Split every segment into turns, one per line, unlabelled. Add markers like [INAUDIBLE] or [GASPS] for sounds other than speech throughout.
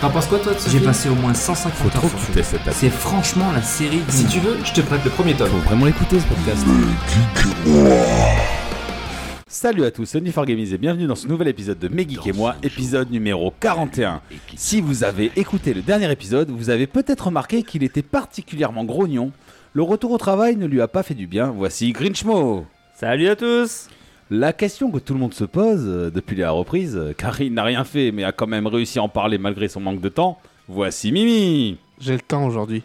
T'en penses quoi, toi, de ce
J'ai
film
passé au moins 150
Faut
heures.
trop
sur-
écouter cette app.
C'est franchement la série. du
Si
moment.
tu veux, je te prête le premier tome.
Faut vraiment l'écouter ce podcast.
Salut à tous, c'est Only for Gamies et bienvenue dans ce nouvel épisode de Megeek et moi, épisode numéro 41. Si vous avez écouté le dernier épisode, vous avez peut-être remarqué qu'il était particulièrement grognon. Le retour au travail ne lui a pas fait du bien. Voici Grinchmo.
Salut à tous
La question que tout le monde se pose euh, depuis la reprise, euh, car il n'a rien fait mais a quand même réussi à en parler malgré son manque de temps, voici Mimi.
J'ai le temps aujourd'hui.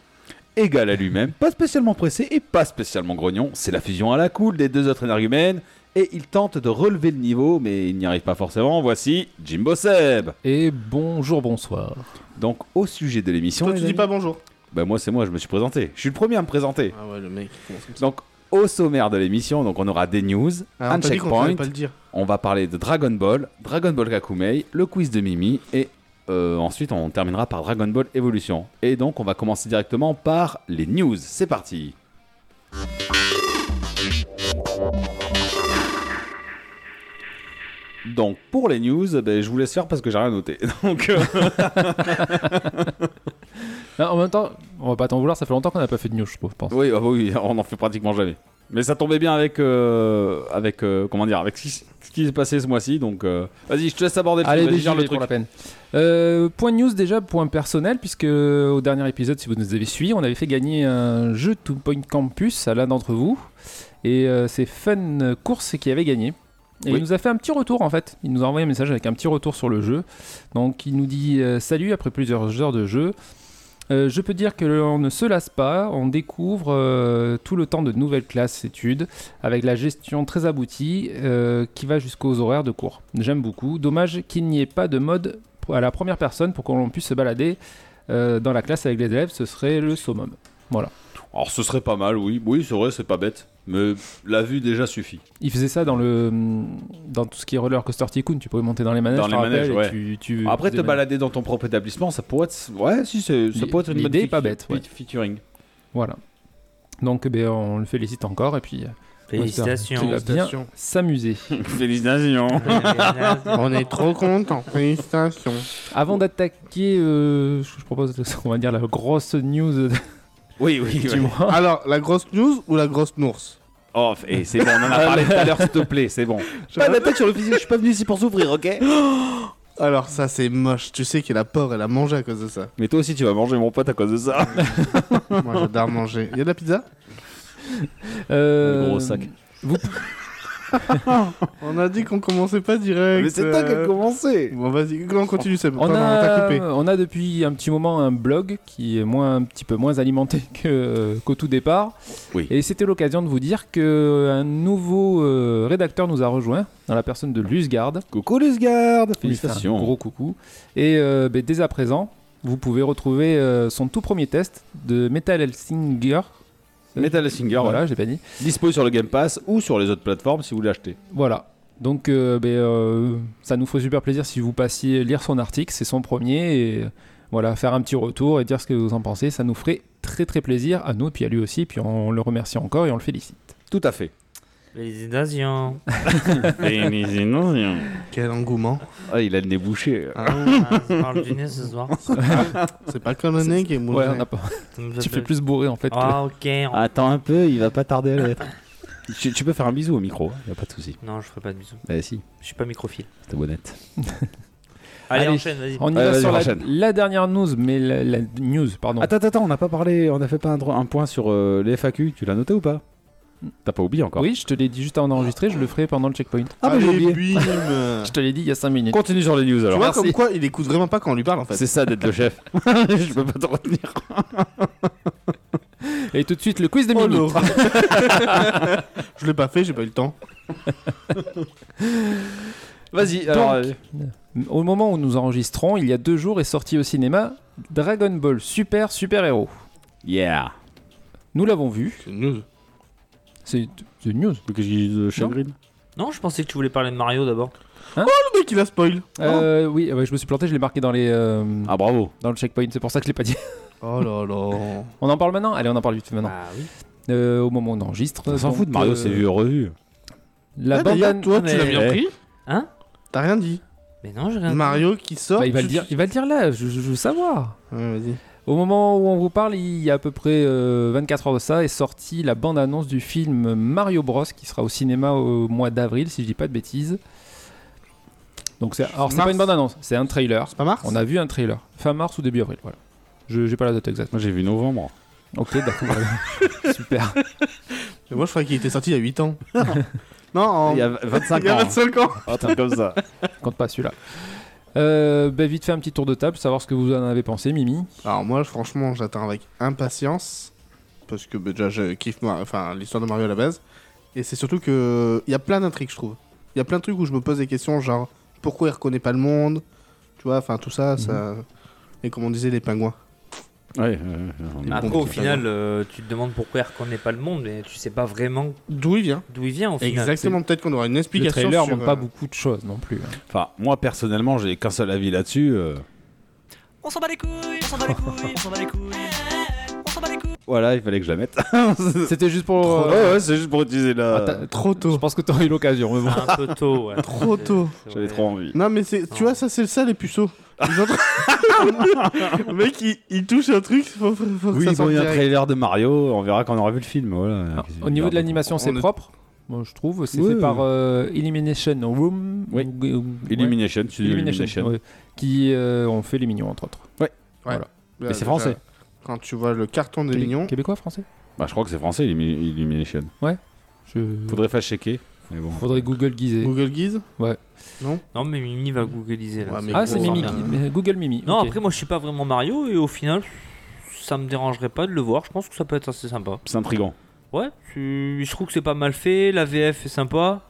Égal à lui-même, pas spécialement pressé et pas spécialement grognon, c'est la fusion à la cool des deux autres énergumènes. Et il tente de relever le niveau, mais il n'y arrive pas forcément. Voici Jimbo Seb.
Et bonjour, bonsoir.
Donc, au sujet de l'émission.
Toi,
les
tu dis
amis-
pas bonjour.
Bah, moi, c'est moi, je me suis présenté. Je suis le premier à me présenter.
Ah ouais, le mec.
Donc, au sommaire de l'émission, donc on aura des news,
Ah,
un checkpoint,
pas le dire.
on va parler de Dragon Ball, Dragon Ball Kakumei, le quiz de Mimi, et euh, ensuite on terminera par Dragon Ball Evolution. Et donc, on va commencer directement par les news. C'est parti Donc, pour les news, ben, je vous laisse faire parce que j'ai rien noté. [LAUGHS] Donc, euh,
en même temps, on va pas t'en vouloir, ça fait longtemps qu'on n'a pas fait de news, je trouve, je pense.
Oui, ah bah oui, on en fait pratiquement jamais. Mais ça tombait bien avec, euh, avec euh, comment dire, avec ce qui, ce qui s'est passé ce mois-ci. Donc, euh, vas-y, je te laisse aborder le
Allez,
truc. vas-y,
déjà
gère le
pour
truc.
la peine. Euh, point news déjà, point personnel, puisque au dernier épisode, si vous nous avez suivis, on avait fait gagner un jeu Two Point Campus à l'un d'entre vous. Et euh, c'est Fun Course qui avait gagné. Et
Oui.
il nous a fait un petit retour en fait. Il nous a envoyé un message avec un petit retour sur le jeu. Donc il nous dit euh, Salut après plusieurs heures de jeu. Euh, je peux dire que l'on ne se lasse pas, on découvre euh, tout le temps de nouvelles classes études avec la gestion très aboutie euh, qui va jusqu'aux horaires de cours. J'aime beaucoup. Dommage qu'il n'y ait pas de mode pour- à la première personne pour qu'on puisse se balader euh, dans la classe avec les élèves, ce serait le summum.
Alors, ce serait pas mal, oui. Oui, c'est vrai, c'est pas bête. Mais la vue déjà suffit.
Il faisait ça dans le dans tout ce qui est roller coaster tycoon, tu pouvais monter dans les manèges,
Dans
je
les
te rappelle,
manèges,
et
ouais.
tu, tu
Après, te
faisais manèges.
balader dans ton propre établissement, ça pourrait être, ouais, si, c'est- ça
L'i-
pourrait être une bonne
l'idée est
feat-
pas bête, ouais.
feat- featuring.
Voilà. Donc eh ben, on le félicite encore et puis euh,
Félicitations.
on espère qu'il va bien
Félicitations.
[LAUGHS]
s'amuser.
Félicitations.
On est trop contents. Félicitations.
Avant d'attaquer, euh, je je propose [LAUGHS] on va dire la grosse news de-
Oui, oui.
[LAUGHS] du
ouais.
mois.
Alors, la grosse news ou la grosse nourse
Oh, et c'est bon, on en a parlé tout à l'heure, s'il te plaît, c'est bon. Pas d'attaque sur le physique, je suis pas venu ici pour s'ouvrir, ok
Alors, ça, c'est moche. Tu sais que la porc, elle a mangé à cause de ça.
[LAUGHS] Mais toi aussi, tu vas manger mon pote à cause de ça.
Moi, j'adore manger. Il y a de la pizza
Euh,
Gros sac.
On a dit qu'on commençait pas direct.
Mais c'est toi qui as
euh.
commencé
Bon, vas-y, on continue, c'est bon.
On
Pardon, t'as
a,
coupé.
on a depuis un petit moment un blog qui est moins, un petit peu moins alimenté [LAUGHS] que- qu'au tout départ.
Oui.
Et c'était l'occasion de vous dire qu'un nouveau euh, rédacteur nous a rejoint, dans la personne de Luzgarde.
Coucou Lusgarde
On lui fait un gros coucou. Et euh, ben, dès à présent, vous pouvez retrouver euh, son tout premier test de Metal Hellsinger.
Metal Singer, voilà.
Voilà, j'ai pas dit.
Dispo sur le Game Pass ou sur les autres plateformes si vous voulez acheter.
Voilà. Donc, euh, ben, euh, ça nous ferait super plaisir si vous passiez lire son article. C'est son premier. Et euh, voilà, faire un petit retour et dire ce que vous en pensez. Ça nous ferait très très plaisir à nous, puis à lui aussi. Puis on le remercie encore et on le félicite.
Tout à fait.
Félicitations.
Quel engouement.
Ah, il a le nez bouché.
[LAUGHS] Ah,
Ah, on parle du nez ce soir.
c'est pas comme le nez qui est
ouais,
mouillé.
on a pas-
Ça me fait
tu fais
plaisir.
plus bourré en fait. que-
Ah, ok. on-
Attends un peu, il va pas tarder à l'être. [LAUGHS] tu, tu peux faire un bisou au micro, il a pas de souci.
Non, je ferai pas de bisous.
Bah si,
Je suis pas microphile.
c'était bonnette.
Allez,
Allez.
enchaîne, vas-y.
On y
Euh,
va
vas-y,
sur la,
enchaîne.
la dernière news, mais la, la news, pardon.
Attends, attends, attends, on n'a pas parlé, on a fait pas un, dro- un point sur euh, les FAQ, tu l'as noté ou pas T'as pas oublié encore
oui, je te l'ai dit juste avant d'enregistrer, je le ferai pendant le checkpoint.
Ah, mais j'ai
Allez,
oublié.
bim.
Je te l'ai dit il y a 5 minutes.
Continue sur les news
Tu
alors.
vois,
merci.
comme quoi, il écoute vraiment pas quand on lui parle, en fait.
C'est ça d'être le [LAUGHS] chef. je peux pas te retenir.
Et tout de suite, le quiz de
Oh,
Mimi.
l'horreur. [LAUGHS] Je l'ai pas fait, j'ai pas eu le temps.
Vas-y,
alors, euh,
alors. euh,
Au moment où nous enregistrons, il y a deux jours est sorti au cinéma Dragon Ball Super Super Héros.
Yeah.
Nous l'avons vu.
C'est une news.
C'est une news.
Qu'est-ce qu'il de
chagrin
Non, je pensais que tu voulais parler de Mario d'abord.
Le mec, il a spoil.
Euh, oui, ah ouais, je me suis planté, je l'ai marqué dans, les, euh,
Ah bravo.
dans le checkpoint, c'est pour ça que je l'ai pas dit. [LAUGHS]
Oh là là.
On en parle maintenant Allez, on en parle vite fait maintenant.
Ah oui.
Euh, au moment où on enregistre.
On s'en
donc,
fout de Mario,
euh,
c'est vu revu.
La
Ah, d'ailleurs,
bande
toi, tu l'as
mais-
bien pris
Hein
T'as rien dit.
Mais non, j'ai rien.
Mario qui sort.
Bah, il, va
tu-
le dire, il va le dire là, je, je- je veux savoir.
Ouais, vas-y.
Au moment où on vous parle, il y a à peu près euh, 24 heures de ça, est sortie la bande-annonce du film Mario Bros qui sera au cinéma au mois d'avril, si je dis pas de bêtises. Donc c'est, alors c'est
Mars.
pas une bande-annonce, c'est un trailer.
Pas mars
On a vu un trailer, fin mars ou début avril, voilà. Je j'ai pas la date exacte.
Moi j'ai vu novembre.
Ok, d'accord. [LAUGHS] Super.
Mais Moi, je croyais qu'il était sorti il y a
[LAUGHS]
8 ans. [LAUGHS] non, en-
[LAUGHS] Il y a
il y
25
a
ans.
25 ans.
Un truc comme ça.
Compte pas celui-là. Euh, bah, vite fait un petit tour de table, savoir ce que vous en avez pensé, Mimi.
Alors, moi, franchement, j'attends avec impatience. Parce que bah, déjà, je kiffe Mar- enfin, l'histoire de Mario à la base. Et c'est surtout que. Il y a plein d'intrigues, je trouve. Il y a plein de trucs où je me pose des questions, genre pourquoi il reconnaît pas le monde Tu vois, enfin, tout ça, ça.
Mhm.
Et comme on disait, les pingouins.
Ouais, euh, on est-
Après,
Bon,
au
c'est
final, euh, tu te demandes pourquoi il reconnaît pas le monde, mais tu sais pas vraiment
D'où il vient
d'où il vient au final.
Exactement, peut-être qu'on aura une
Le
explication.
trailer
sur,
montre pas
euh,
beaucoup de choses non plus. hein.
Enfin, moi personnellement, j'ai qu'un seul avis là-dessus. euh,
On s'en bat les couilles, on s'en bat les couilles, on s'en bat les couilles. On s'en bat les couilles.
Voilà, il fallait que je la mette.
[LAUGHS] C'était juste pour.
Ouais,
euh,
ouais, c'est juste pour utiliser la.
ah, t'as-
Bah,
Ah,
Trop tôt.
Je pense que t'aurais eu l'occasion. Mais bon.
C'est un peu tôt. ouais.
Trop
C'est-
tôt.
c'est
J'avais
vrai.
trop envie.
Non, mais c'est, tu
Non.
vois, ça, c'est ça, les puceaux. Ils ont- [LAUGHS] le mec, il, il touche un truc, faut, faut- faut que
Oui,
ça
bon,
sorte
il y a un
direct.
trailer de Mario, on verra quand on aura vu le film. Voilà.
Alors,
Qu'est-ce que
Ah, au
tu
niveau
veux
de
dire,
l'animation, c'est
On est-
propre. Moi, je trouve. C'est
Ah, Oui,
fait
oui.
par euh, Elimination Room.
Oui.
Ou- ou-
donc
ouais.
Illumination, tu dis
Illumination,
Illumination.
ouais. Qui euh, ont fait les mignons, entre autres.
Là,
Mais c'est
déjà,
français.
Quand tu vois le carton des
Qué-
mignons,
Québécois, français
Bah, je crois que c'est français, Illumi- Illumination.
Je- Faudrait...
Faudrait faire checker. Mais bon.
Google guiser.
Google Guise,
Non, mais Mimi va googliser là.
Ouais, mais
Ah, c'est
Google.
Mimi.
Google.
qui- mais Google Mimi.
Non,
ok.
après, moi, je suis pas vraiment Mario et au final, ça me dérangerait pas de le voir. Je pense que ça peut être assez sympa.
C'est intriguant.
Ouais, tu- je trouve que c'est pas mal fait. La VF est sympa.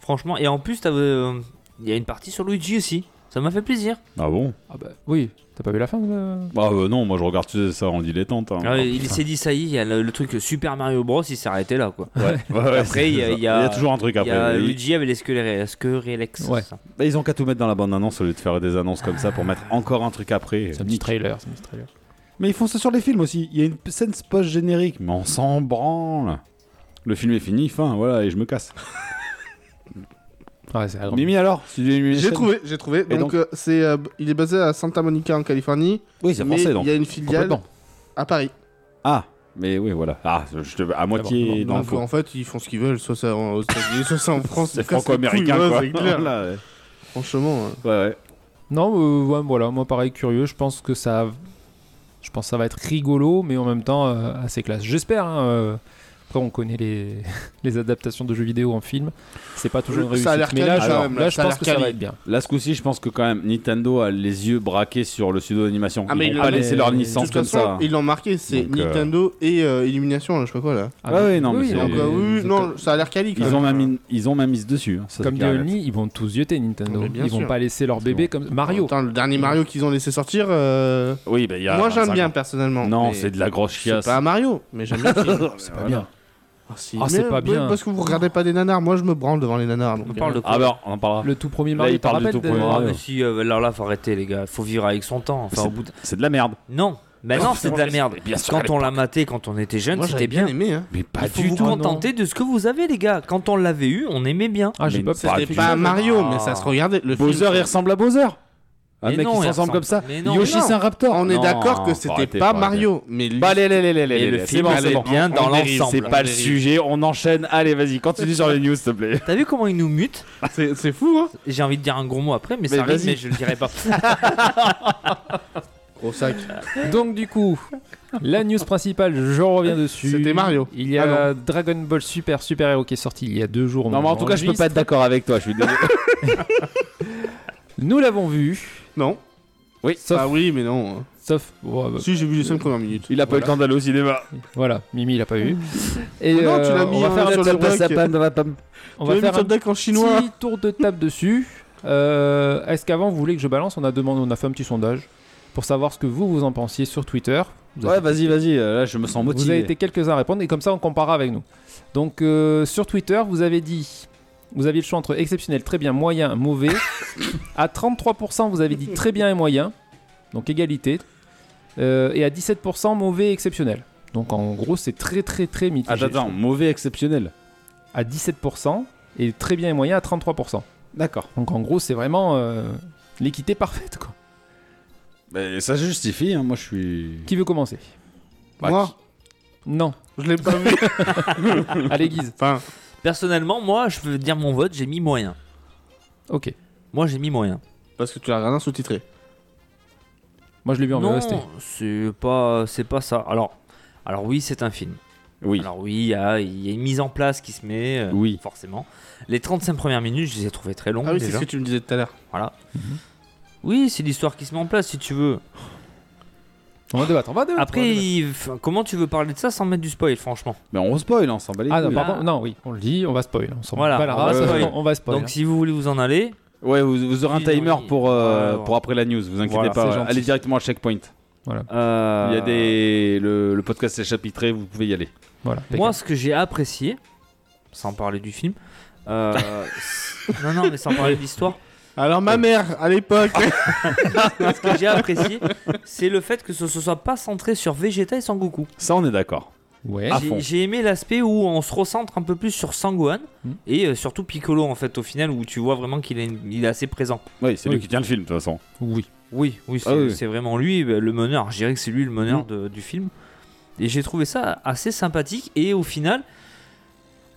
Franchement, et en plus, t'as, euh, il y a une partie sur Luigi aussi. Ça m'a fait plaisir.
Ah bon
Ah bah, oui, t'as pas vu la fin de-
Bah euh, non, moi je regarde tout ça en dilettante. hein.
Ah,
[LAUGHS]
il s'est dit, ça y est, il y a le, le truc Super Mario Bros. Il s'est arrêté là, quoi.
Ouais. Ouais, ouais,
[LAUGHS] Après,
c'est
il y a-
ça.
il y a-
toujours un truc
Il y a
après. Ils-
Luigi avec les squelettes- Squerellex.
Ouais.
ça.
bah, ils ont qu'à tout mettre dans la bande-annonce au lieu de faire des annonces comme ça pour mettre encore un truc après.
C'est un petit trailer. c'est un petit trailer.
Mais ils font ça sur les films aussi. Il y a une scène post générique, mais on s'en branle. Le film est fini, fin, voilà, et je me casse.
Ouais, c'est la grande-
Mimi alors Studio Illumination
j'ai trouvé, j'ai trouvé.
Et
Donc,
donc
euh, c'est, euh, il est basé à Santa Monica en Californie,
Oui, c'est
mais
français donc.
il y a une filiale
Complètement.
à Paris.
Ah, mais oui, voilà. Ah, je te... à moitié dans le
Donc,
faux.
en fait, ils font ce qu'ils veulent, soit ça en- aux États-Unis, soit ça en France.
C'est
En tout cas,
franco-américain
cool, ouais,
quoi.
hein, c'est clair.
Voilà, ouais.
Franchement, euh,
Ouais, ouais.
Non, euh, ouais, voilà, moi pareil, curieux, je pense que ça, je pense que ça va être rigolo, mais en même temps euh, assez classe. J'espère. hein, euh, Après, on connaît les, [LAUGHS] les adaptations de jeux vidéo en film, c'est pas toujours une
Ça a
réussite.
l'air
Mais là,
quali,
je-
quand
là,
même,
je,
là, ça a
pense
l'air
que ça va
quali.
être bien.
Là, ce coup-ci, je pense que quand même Nintendo a les yeux braqués sur le studio d'animation.
Ah, mais
ils
il
vont pas
l'a-
laisser leur
mais-
de
licence
toute
comme
façon,
ça. hein.
ils l'ont marqué, c'est
Donc, euh,
Nintendo et euh, Illumination, là, je sais pas quoi là.
Ah ouais, non, mais c'est-
Donc,
Et-
euh, oui, oui,
c'est
non,
comme-
ça a l'air quali. quand
Ils ont
même.
même mis, ils ont même mis dessus. hein, ça,
Comme
c'est clair,
Diony, ils vont tous zioter Nintendo.
Mais bien
Ils vont
sûr.
pas laisser leur bébé comme Mario.
Attends, le dernier Mario qu'ils ont laissé sortir. euh,
là. Oui, bah, il y a
Moi j'aime
25
bien
ans.
personnellement.
Non,
mais
c'est de la grosse
c'est
chiasse.
pas un Mario, mais j'aime bien.
[LAUGHS]
le film.
C'est
Pas bien.
Ah, si,
Ah,
mais
c'est pas
oui,
bien.
Parce que vous regardez pas des nanars. Moi je me branle devant les nanars. donc, euh,
On parle de quoi
Ah bah, on en parlera.
Le tout premier
Là,
Mario.
il parle
t'en
du tout
rappelles,
premier
de-
Ah,
Mario.
mais si, euh, alors là, faut arrêter, les gars. Faut vivre avec son temps. Enfin, au bout de-
C'est de la merde.
Non, mais Bah
[LAUGHS]
non, c'est de la merde.
Bien sûr,
Quand on l'a maté, quand on était jeune,
Moi
c'était
j'avais
bien.
bien aimé. Hein.
Mais pas
Il faut
du
vous
tout.
contenter de ce que vous avez, les gars. Quand on l'avait eu, on aimait bien.
Ah, j'ai
Mais
pas.
c'est-
Ah,
Ah,
C'était
puis
pas un
je-
Mario,
Ah.
mais ça se regardait. Le film-
Bowser, il ressemble à Bowser. Un
Mais
mec
non,
qui
il
se ressemble
ressemble-
comme ça.
mais non,
Yoshi,
mais non.
c'est un raptor.
On est
Non,
d'accord que
faut
c'était
arrêter,
pas
faut arrêter.
Mario, mais lui-
Bah, allez, allez, allez, allez,
Et
allez,
le
allez,
film,
c'est
on
bon,
allait
c'est bon.
bien dans
On dérive,
l'ensemble.
C'est pas
On
le
dérive.
sujet, on enchaîne. Allez, vas-y, continue sur les news, s'il te plaît.
T'as vu comment il nous mute
c'est c'est fou. Hein
J'ai envie de dire un gros mot après, mais, ça
Mais
arrive,
vas-y.
mais je le dirai
[LAUGHS]
pas.
Gros sac.
Donc du coup, la news principale, je reviens dessus.
C'était Mario. Ah
Il y a Dragon Ball Super Super Hero qui est sorti il y a deux jours. au
Non, mais
moment
en tout cas, je peux
d'enregistre.
pas être d'accord avec toi, je suis [LAUGHS] désolé.
Nous l'avons vu,
Non.
sauf,
Ah oui, mais non.
sauf ouais, bah,
Si j'ai vu les 5 premières minutes.
Il a pas eu le temps d'aller au cinéma.
voilà, Mimi il a pas
[LAUGHS]
vu. Et
Mais Oh non, tu
euh,
l'as
on
mis
va
en-
faire, un-
sur le doc.
dans la pomme.
on
Tu
va
l'as mis
faire
sur
un
le deck en chinois.
petit tour de table dessus. Euh, Est-ce qu'avant vous voulez que je balance On a demandé, on a fait un petit sondage pour savoir ce que vous vous en pensiez sur Twitter. Vous avez-
Ouais, vas-y, vas-y, euh, là, je me sens
Vous avez
motivé.
été quelques-uns à répondre et comme ça on comparera avec nous. Donc euh, sur Twitter, vous avez dit, vous aviez le choix entre exceptionnel, très bien, moyen, mauvais.
[COUGHS]
à 33%, vous avez dit très bien et moyen, donc égalité. Euh, et à 17%, mauvais et exceptionnel. Donc en gros, c'est très très très mitigé.
Attends, attends, mauvais exceptionnel.
À 17% et très bien et moyen à 33%.
D'accord.
Donc en gros, c'est vraiment euh, l'équité parfaite. Quoi.
Mais ça se justifie, hein, moi je suis.
Qui veut commencer
Bah,
Moi,
Non,
je l'ai pas vu.
[LAUGHS] allez Guise.
Enfin,
Personnellement, moi, je veux dire mon vote, j'ai mis moyen.
Ok.
Moi, j'ai mis moyen.
parce que tu l'as regardé en sous-titré.
Moi, je l'ai vu en
non,
VOST.
c'est pas, c'est pas ça. Alors, alors oui, c'est un film.
Oui.
Alors oui, il y, a il y a une mise en place qui se met, euh,
Oui.
forcément. Les 35 premières minutes, je les ai trouvées très longues
Ah oui, c'est ce
déjà.
que tu me disais tout à l'heure.
Oui, c'est l'histoire qui se met en place, si tu
Ah,
veux.
On va débattre, on va débattre. on va
Après,
débattre.
il- enfin, comment tu veux parler de ça sans mettre du spoil, franchement
Mais on spoil, on s'en bat les
Ah non,
couilles.
bah-
par contre, non, oui, on le dit, on va spoil. On s'en
Voilà,
bat la
on va
race,
spoil.
on va spoil.
Donc, si vous voulez vous en aller,
Ouais, vous, vous aurez un
Oui, non,
timer
oui.
pour, euh,
Ouais,
pour après la news, vous inquiétez
Voilà, c'est
pas.
gentil.
Allez directement à checkpoint.
euh,
Il y a des. Le, le podcast est chapitré, vous pouvez y aller.
voilà,
Moi, ce que j'ai apprécié, sans parler du film, euh, c'est- non, non, mais sans parler de l'histoire,
Alors, ma mère, à l'époque,
ce que j'ai apprécié, c'est le fait que ce ne soit pas centré sur Vegeta et Sangoku.
Ça, on est d'accord.
Ouais.
Ah. À
J'ai-
fond.
J'ai aimé l'aspect où on se recentre un peu plus sur Sangohan
Mm.
Hmm.
et euh, surtout Piccolo, en fait, au final, où tu vois vraiment qu'il est, il est assez présent.
Oui, c'est
Oui.
lui qui tient le film, de toute façon.
oui.
Oui, oui, c'est
Ah oui. Hmm.
c'est vraiment lui, bah, le meneur. Je dirais que c'est lui le meneur de- du film. Et j'ai trouvé ça assez sympathique. Et au final,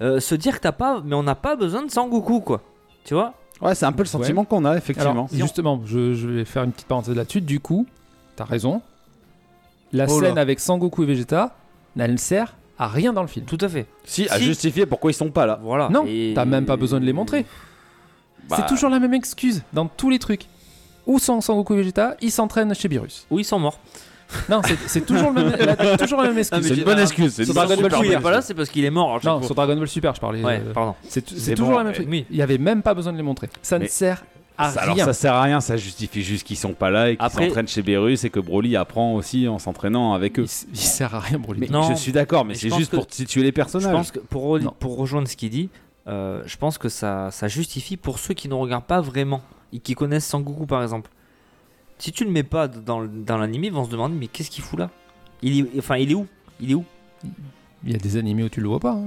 euh, se dire que t'as pas, mais on n'a pas besoin de Sangoku, quoi. Tu vois
Ouais, c'est un peu le sentiment qu'on a, effectivement.
Alors, justement, je, je vais faire une petite parenthèse là-dessus. Du coup, t'as raison. La
Oh là.
scène avec Sangoku et Vegeta, elle ne sert à rien dans le film.
Tout à fait.
si, à
si.
justifier pourquoi ils sont pas là.
Voilà.
non,
Ah, Et-
t'as même pas besoin de les montrer.
Bah,
C'est toujours la même excuse dans tous les trucs. Où sont Sangoku et Vegeta Ils s'entraînent chez Beerus.
Ou ils sont morts.
Non, c'est- c'est toujours, le même- la- toujours la même
Ah, mais
excuse.
C'est une bonne excuse. C'est
Sur
une
Dragon
super
Ball
bonne
Z,
il est
excuse.
pas là, c'est parce qu'il est mort. à chaque
Non,
fois.
sur Dragon Ball Super, je parlais.
Ouais, euh,
euh,
pardon.
C'est c'est
Mais
toujours
bon,
la même chose.
Oui.
Il n'y avait même pas besoin de les montrer. Ça
Mais-
ne sert à
Ça-
Ah, rien.
Alors ça sert à rien, ça justifie juste qu'ils sont pas là et qu'ils
Après-
s'entraînent chez Beerus et que Broly apprend aussi en s'entraînant avec eux.
il, s- il sert à rien, Broly.
Mais
Non.
je suis d'accord, mais,
Mais je
c'est
pense
juste
que-
pour situer les
Je
personnages.
pense que pour, re-
Non.
pour rejoindre ce qu'il dit, euh, je pense que ça, ça justifie pour ceux qui ne regardent pas vraiment et qui connaissent Sangoku par exemple. Si tu le mets pas d- dans, l- dans l'anime, ils vont se demander mais qu'est-ce qu'il fout là il est, Enfin, il est où Il est où
Il y a des animés où tu le vois pas. hein.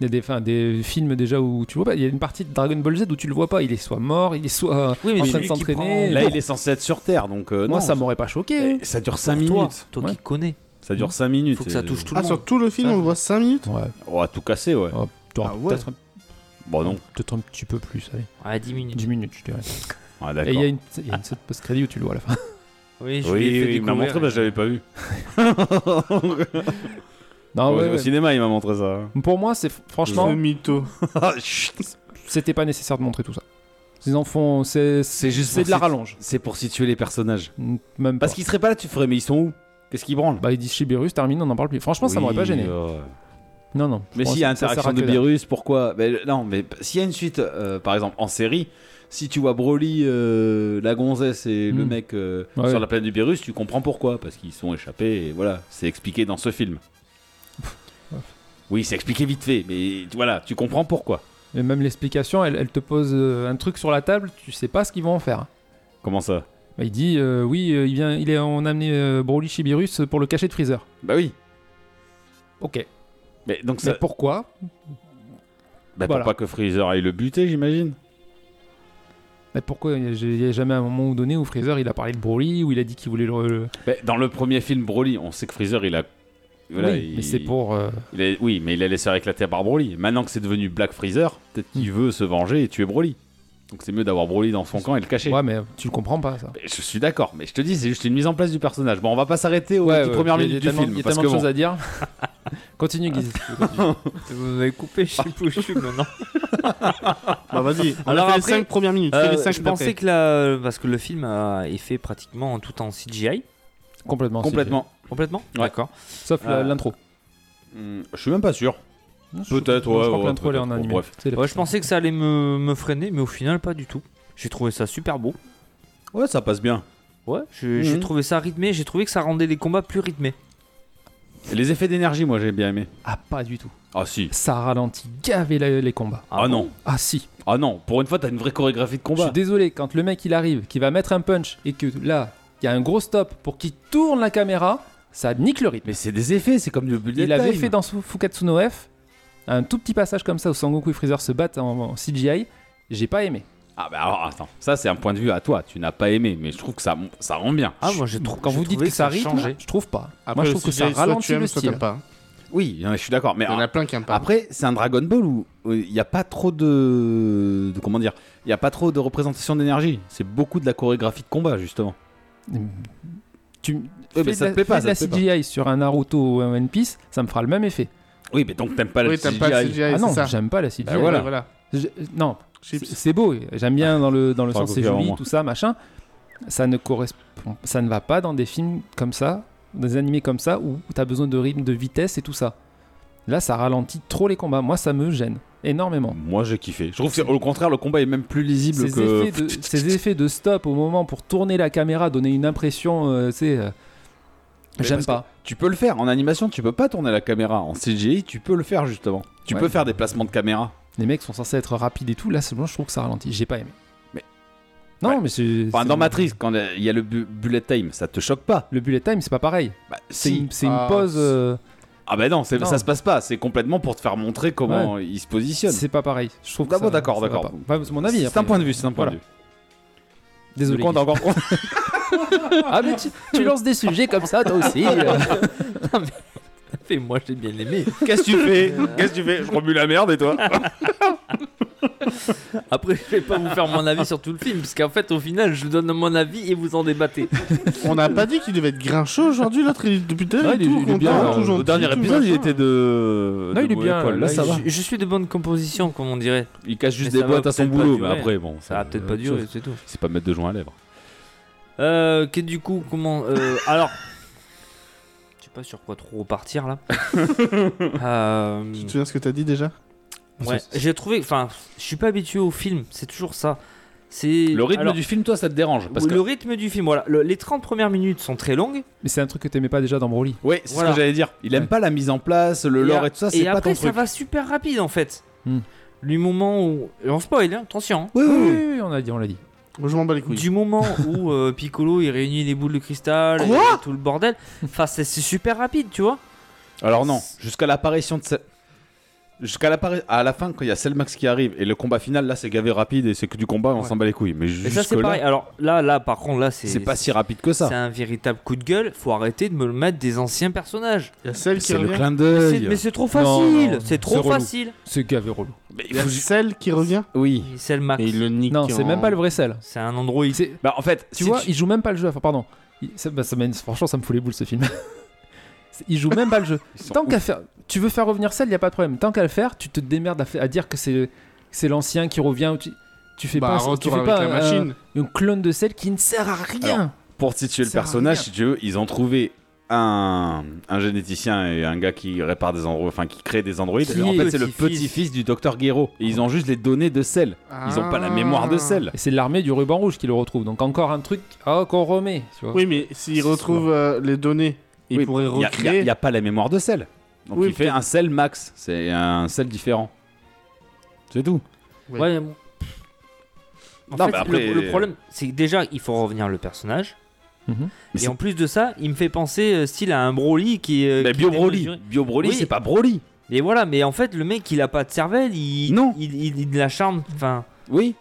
Il y a des, enfin, des films déjà où tu le vois pas. Il y a une partie de Dragon Ball Z où tu le vois pas. Il est soit mort, il est soit.
Oui,
En train
celui
de
qui
s'entraîner,
prend-
Là,
Non.
il est censé être sur Terre, donc euh,
Moi,
non.
ça m'aurait pas choqué.
Eh, ça dure 5
pour toi,
minutes.
Toi,
Ouais.
qui connais,
Ça dure 5 minutes.
faut que ça
et-
touche tout le
ah,
monde.
sur tout le film, on le voit 5 minutes.
hein. Ouais.
Oh, à tout casser, ouais.
T'auras
Ah ouais.
Peut-être un-
Bon, Ah, oh, non.
peut-être un petit peu plus, allez.
À 10 minutes.
10 minutes, je dirais. Et
Ah,
il y
d'accord.
a une, il y a une scène post-crédit où tu le vois à la fin.
Oui, je lui ai
Oui,
fait
oui, il m'a
découvrir.
montré, bah, je
[LAUGHS]
l'avais pas vu.
Non,
Au-
Ah ouais,
au
ouais.
cinéma, il m'a montré
[LAUGHS]
ça.
Pour moi, c'est franchement,
Le mytho.
Ah, chut.
c'était pas nécessaire de montrer tout ça. Ces enfants, c'est
C'est juste
c'est
pour
de la
situ-
rallonge.
C'est pour situer les personnages.
Même pas.
Parce qu'ils seraient pas là, tu ferais, mais ils sont où Qu'est-ce qu'ils branlent
Bah, ils disent Chiberus, termine, on en parle plus. Franchement, ça m'aurait pas
Oui,
gêné.
euh,
Non, non.
Mais
Bon,
s'il y a
ça- ça
interaction
sert à
de
que dalle.
virus, pourquoi Ben, le- Non, mais p- s'il y a une suite, euh, par exemple, en série, si tu vois Broly, euh, la gonzesse et le
Mm.
mec euh,
Ouais.
sur la planète du virus, tu comprends pourquoi. Parce qu'ils sont échappés, et voilà. C'est expliqué dans
[LAUGHS]
ce film.
Ouais.
oui, c'est expliqué vite fait, mais voilà, tu comprends pourquoi.
Et même l'explication, elle, elle te pose euh, un truc sur la table, tu sais pas ce qu'ils vont en faire.
Comment ça
Bah, il dit euh, oui, euh, il vient, il est, on a amené euh, Broly chez Beerus pour le cacher de Freezer.
Bah oui.
Ok.
Mais donc
Mais
ça.
pourquoi
bah,
voilà.
Pour pas que Freezer aille le buter, j'imagine.
Mais pourquoi il y a- il y a jamais un moment donné où Freezer il a parlé de Broly, où il a dit qu'il voulait le. le-
Ben, dans le premier film, Broly, on sait que Freezer, il a. voilà,
oui, mais
il-
c'est pour. euh,
Il a- oui, mais il allait se faire éclater par Broly. Maintenant que c'est devenu Black Freezer, peut-être qu'il
Hmm.
veut se venger et tuer Broly. Donc c'est mieux d'avoir Broly dans son camp et le cacher.
Ouais, mais tu le comprends pas ça.
Mais Je suis d'accord, mais je te dis, c'est juste une mise en place du personnage. Bon, on va pas s'arrêter aux
Ouais,
toutes
ouais,
premières
il y a
minutes du
tellement-
film.
Il y a
parce
tellement
que
de choses
bon.
à
[LAUGHS]
dire. Continue, Guise.
Vous avez coupé, je sais
[LAUGHS]
plus où je suis maintenant.
Bah, vas-y. On
Alors
a fait les
après,
5 premières minutes. fais
Euh,
les 5
je pensais que là, parce que le film euh, est fait pratiquement tout en CGI,
Complètement. c'est-
Complètement.
complètement.
Ouais.
D'accord.
Sauf la-
Euh,
l'intro.
Hmm, je suis même pas sûr.
Je-
Peut-être,
Je
ouais.
crois
ouais,
que l'intro elle est en
peut-être. Bon,
animé.
bref.
C'est la-
Ouais, je pensais que ça allait me, me freiner, mais au final, pas du tout. J'ai trouvé ça super beau.
Ouais, ça passe bien.
Ouais, je- j'ai
Mhm.
trouvé ça rythmé, j'ai trouvé que ça rendait les combats plus rythmés.
Et les effets d'énergie, moi, j'ai bien aimé.
Ah, pas du tout.
Ah si.
Ça ralentit gavé la- les combats.
Ah, non.
Ah, si.
Ah non. Pour une fois, t'as une vraie chorégraphie de
Je
combat.
suis désolé, quand le mec il arrive, qui va mettre un punch et que là, il y a un gros stop pour qu'il tourne la caméra, ça nique le rythme.
Mais c'est des effets, c'est comme du bullet
Il avait
time.
fait dans Fu- Fukatsu no F un tout petit passage comme ça où Sangoku et Freezer se battent en, en CGI. J'ai pas aimé.
Ah bah alors, attends, ça c'est un point de vue à toi, tu n'as pas aimé, mais je trouve que ça, ça rend bien.
Ah, moi, j'ai trou-
Quand
j'ai
vous dites
trouvé
que ça rythme,
[LAUGHS] changeait.
je trouve pas.
Après,
Moi, je
le
trouve que ça
CGI, soit
ralentit
tu aimes,
le
soit
style.
t'aimes pas.
Oui, non, je suis d'accord, mais
Il y en a plein qui aiment pas.
Après, c'est un Dragon Ball où où il n'y a pas trop de, de- comment dire, il n'y a pas trop de représentation d'énergie. C'est beaucoup de la chorégraphie de combat justement.
Tu
Eh, mais
fais
ça
de
te
la,
plaît pas,
fais de la
ça te plaît
CGI sur un Naruto ou un One Piece, ça me fera le même effet.
Oui, mais donc t'aimes pas
oui,
la
t'aimes pas le CGI,
ah
c'est
non,
ça.
j'aime pas la CGI.
Bah voilà.
Ouais, voilà.
Je- non, c'est
Chips.
c'est beau, j'aime bien dans le, dans le
Faudra
sens c'est
copier
joli,
avant Ah. moi.
tout ça, machin. Ça ne correspond, ça ne va pas dans des films comme ça, dans des animés comme ça, où t'as besoin de rythme, de vitesse et tout ça. Là, ça ralentit trop les combats. Moi, ça me gêne énormément.
Moi, j'ai kiffé. Je trouve que c'est- au contraire, le combat est même plus lisible
Ces,
que. [LAUGHS]
effets de, ces effets de stop au moment pour tourner la caméra, donner une impression, euh, tu sais, euh,
Mais
j'aime
parce
pas.
Tu peux le faire en animation, tu peux pas tourner la caméra. En CGI, tu peux le faire justement. Tu
Ouais.
peux faire des placements de caméra.
Les mecs sont censés être rapides et tout. Là, seulement, je trouve que ça ralentit. J'ai pas aimé.
Mais-
non,
Ouais.
mais c'est.
Enfin,
c'est-
dans Matrix, quand il y a le bu- bullet time, ça te choque pas.
Le bullet time, c'est pas pareil.
Bah,
C'est
si.
une, c'est une
Ah,
pause.
c'est-
euh,
Ah bah non, c'est-
Non.
ça se passe pas. C'est complètement pour te faire montrer comment il se positionne.
C'est pas pareil. Je trouve que
D'accord,
ça-
Ah d'accord,
ça va
d'accord.
pas. Enfin, c'est mon avis.
C'est
après.
un point de vue, c'est un point
Voilà.
de vue.
Désolé.
Du coup, on a encore-
ah, mais tu, tu lances des sujets comme ça, toi
[LAUGHS]
aussi.
Et moi, j'ai bien aimé.
[LAUGHS] Qu'est-ce que
[LAUGHS]
tu fais Qu'est-ce que tu fais Je remue la merde et toi
Après, je vais pas vous faire mon avis sur tout le film, parce qu'en fait, au final, je donne mon avis et vous en débattez.
On n'a pas dit qu'il devait être grincheux aujourd'hui, l'autre, il est depuis tout à l'heure,
Ouais,
il est tout content, tout
euh, Au
gentil,
dernier
tout
épisode, il
machin.
était de.
Non,
de
il est
mauvais
bien,
poil.
là, ça
je,
va.
je suis de bonne composition, comme on dirait.
Il cache juste
Mais
des
ça va
boîtes à son
peut-être pas
boulot, mais
durer.
après, bon.
Ça va peut-être
euh,
pas durer,
chose.
c'est tout.
C'est pas mettre de joint à lèvres.
Euh, que du coup, comment. euh, alors. Je sais pas sur quoi trop repartir
[LAUGHS]
là. Euh,
Tu te souviens ce que t'as dit déjà
ouais, j'ai trouvé. Enfin, je suis pas habitué au film, c'est toujours ça. C'est
Le rythme
alors,
du film, toi, ça te dérange parce que...
Le rythme du film, voilà. Le- les 30 premières minutes sont très longues.
mais c'est un truc que t'aimais pas déjà dans Broly.
Ouais, c'est
Voilà.
ce que j'allais dire. Il aime
Ouais.
pas la mise en place, le lore
a-
et tout ça, c'est pas
après,
ton
ça
truc.
va super rapide en fait.
Hmm.
Du moment où. et On spoil, hein, attention. hein.
Oui,
Oui,
oui, oui.
oui, oui, on a dit, on l'a dit.
Moi, Je m'en bats les couilles.
Du moment où
[LAUGHS]
euh, Piccolo il réunit les boules de cristal et
Quoi
tout le bordel. Enfin, c'est c'est super rapide, tu vois.
Alors non, jusqu'à l'apparition de ce- Jusqu'à l'appari- à la fin, quand il y a Selmax qui arrive et le combat final, là c'est gavé rapide et c'est que du combat, on
Ouais.
s'en bat les couilles. Mais
Et ça, c'est pareil.
jusque-là,
Alors là, là, par contre, là, c'est.
c'est pas si rapide que
C'est
ça.
un véritable coup de gueule. Faut arrêter de me le mettre des anciens personnages.
Il y a celle qui
C'est le
revient.
clin
C'est-
d'œil.
Mais c'est trop
Non,
facile.
non,
C'est
c'est
trop
relou.
facile.
C'est gavé relou.
Mais il
Il y a
faut ju-
celle qui revient.
Oui.
C'est le max.
Et il le nique.
Non, c'est
en-
même pas le vrai sel.
C'est un Android.
C'est-
Bah en fait,
Tu
si
vois, il joue même pas le jeu. Enfin, pardon. Il- ça- bah, ça m'énerve. franchement, ça me fout les boules ce film. [LAUGHS] C'est- il joue même pas le jeu.
Ils sont
Tant
ouf.
qu'à faire, tu veux faire revenir celle, il y a pas de problème. Tant qu'à le faire, tu te démerdes à, fa- à dire que c'est c'est l'ancien qui revient. ou Tu, tu fais
Bah,
pas, tu
retour
fais
avec
pas
la
un-
machine.
un clone de celle qui ne sert à rien.
pour situer le
Ça
personnage,
revient.
si tu veux, ils ont trouvé un, un généticien et un gars qui répare des androïdes, enfin qui crée des androïdes.
Qui
en
est
fait, c'est le
petit-fils.
petit-fils du docteur Guéraud. Et ils ont juste les données de sel. Ils ont pas
Ah.
la mémoire de sel.
Et c'est l'armée du ruban rouge qui le retrouve. Donc encore un truc ah, qu'on remet. tu vois.
Oui, mais s'ils retrouvent euh, les données, ils
Oui,
pourraient
il y a- Il
recréer.
n'y a, pas la mémoire de sel. Donc
Oui,
il fait un sel max. C'est un sel différent. C'est tout.
Oui.
Ouais, bon. En
Non,
fait,
mais après-
le, le problème, c'est que déjà, il faut revenir le personnage.
Mhm.
Mais
Et
c'est-
en plus de ça, il me fait penser euh, style à un Broly qui est.
Mais
Euh, qui
Bio
est
Broly,
démesuré.
Bio Broly,
Oui.
c'est pas Broly.
Mais voilà, mais en fait, le mec, il a pas de cervelle. Il,
Non.
Il, il, il la charme. Enfin.
Oui.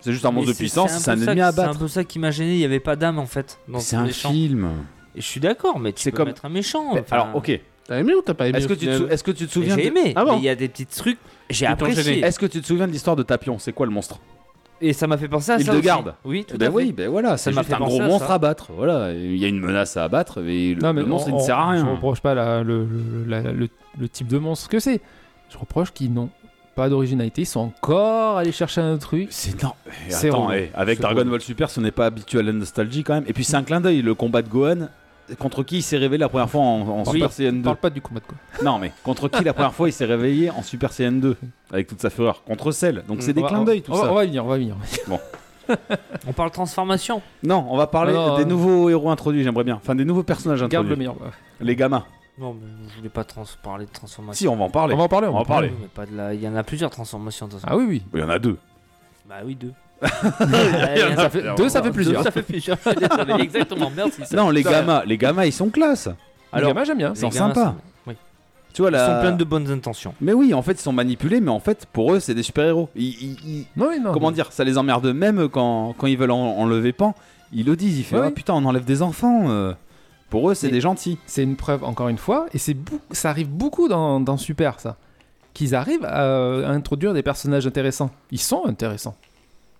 C'est juste un
mais
monstre de puissance, c'est un,
peu ça
ennemi à
que- C'est
battre.
un peu ça qui m'a gêné. Il y avait pas d'âme en fait dans
C'est
son
un
méchant.
film.
Et je suis d'accord, mais tu
C'est
peux
comme-
mettre un méchant. enfin.
Alors, ok.
T'as aimé ou t'as pas aimé
Est-ce
au
que, tu te
final
sou- est-ce que tu te
Mais
souviens
J'ai
de-
aimé.
Ah bon
mais Il y a des petits trucs. J'ai
Ils t'ont
apprécié.
gêné.
Est-ce que tu te souviens de l'histoire de Tapion C'est quoi le monstre
Et ça m'a fait penser à
Île
ça.
de
aussi.
garde.
Oui, tout à
Ben
fait.
oui, ben voilà,
Ça
c'est
m'a
juste
fait
un gros
penser à
monstre
ça.
à battre. Voilà, il y a une menace à abattre, mais le, le monstre il ne sert à
Je
rien.
reproche pas la- le, le- la- le- le type de monstre que c'est. Je reproche qu'ils n'ont pas d'originalité. Ils sont encore allés chercher un autre truc.
C'est non. eh,
C'est
attends,
relou.
eh, avec
C'est
Dragon
relou.
Ball Super, ce n'est pas habituel à la nostalgie quand même. Et puis c'est un clin d'œil, le combat de Gohan. Contre qui il s'est réveillé la première fois en, en
Oui.
Super Saiyan 2
Parle pas du combat de quoi.
Non mais contre qui la première fois il s'est réveillé en Super Saiyan 2 avec toute sa fureur Contre Cell. Donc c'est des
Mm. On va-
clins d'œil tout
on va-
ça.
On va y venir, on va y venir.
On parle transformation.
Non, on va parler
Non, non,
des
euh,
nouveaux héros introduits, j'aimerais bien. Enfin des nouveaux personnages
Garde le
introduits.
meilleur.
Les gamins.
Non, mais je voulais pas trans- parler de transformation.
Si, on va en parler.
On va en parler.
On va en parler.
Oui, mais pas de la- Il y en a plusieurs transformations. De toute façon.
Ah oui,
[LAUGHS]
oui.
Il y en a deux.
Bah oui, deux. [LAUGHS] Il y en a-
Ça fait- deux, ça fait plusieurs.
Deux, ça fait plusieurs. je suis désolé. [LAUGHS] Exactement, merci. ça.
Non, les gamins, les gamins ils sont classe.
[LAUGHS] Alors, hein.
Alors,
j'aime bien.
Ils sont
Les gamins
sympas.
sont- oui.
Tu vois,
Ils
la...
sont pleins de bonnes intentions.
Mais oui, en fait, ils sont manipulés, mais en fait, pour eux, c'est des super-héros. Ils- ils- ils-
Non, Oh, mais non.
Comment dire Ça les emmerde même quand, quand ils veulent en- enlever Pan. Ils le disent, ils font
Oui.
Ah, putain, on enlève des enfants. euh. Pour eux, c'est
Mais-
des gentils.
C'est une preuve, encore une fois, et c'est bou- ça arrive beaucoup dans, dans Super, ça. Qu'ils arrivent à, à introduire des personnages intéressants. Ils sont intéressants.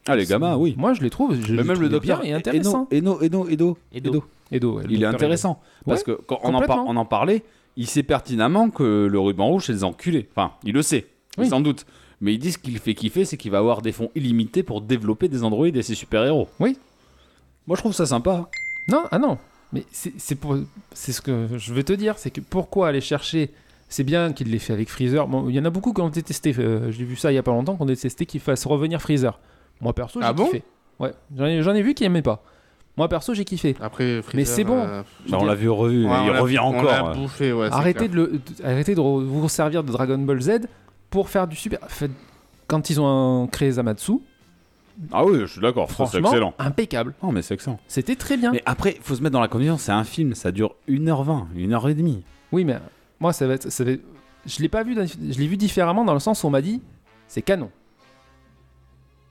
Ah, les gamins, oui.
Moi, je les trouve. Je
Mais
les
même
trouve
le docteur
bien et
Eno-
intéressant.
Eno, Eno, Edo,
Edo.
Edo.
Edo, ouais, le
il est
docteur
intéressant. Parce que quand on en, par-
complètement.
on en parlait, il sait pertinemment que le ruban rouge, c'est des enculés. Enfin, il le sait,
Oui.
il s'en doute. Mais ils disent qu'il fait kiffer, c'est qu'il va avoir des fonds illimités pour développer des androïdes et ses super-héros.
Oui.
Moi, je trouve ça sympa.
Non, ah non. Mais c'est c'est pour- c'est ce que je veux te dire, c'est que pourquoi aller chercher C'est bien qu'il l'ait fait avec Freezer. Bon, il y en a beaucoup qui ont détesté. euh, J'ai vu ça il y a pas longtemps, qu'on détestait qu'il fasse revenir Freezer. Moi perso, j'ai
Ah bon
kiffé. Ouais, j'en ai, j'en ai vu qui aimaient pas. Moi perso, j'ai kiffé.
Après, Freezer,
Mais c'est bon.
euh,
Je veux
Bah, on
dire-
l'a vu revu,
ouais,
il
on l'a-
revient
on l'a
encore.
bouffé, ouais, c'est
arrêtez
clair.
de, le, de- arrêtez de re- vous servir de Dragon Ball Z pour faire du super. Faites- Quand ils ont euh, créé Zamatsu,
Ah oui, je suis d'accord, ça, c'est
franchement,
excellent.
impeccable.
Non, mais c'est excellent.
C'était très bien.
Mais après, faut se mettre dans la condition, c'est un film, ça dure 1h20, 1h30.
Oui, mais moi, ça va être. Ça va être- Je l'ai pas vu. d'un- Je l'ai vu différemment dans le sens où on m'a dit c'est canon.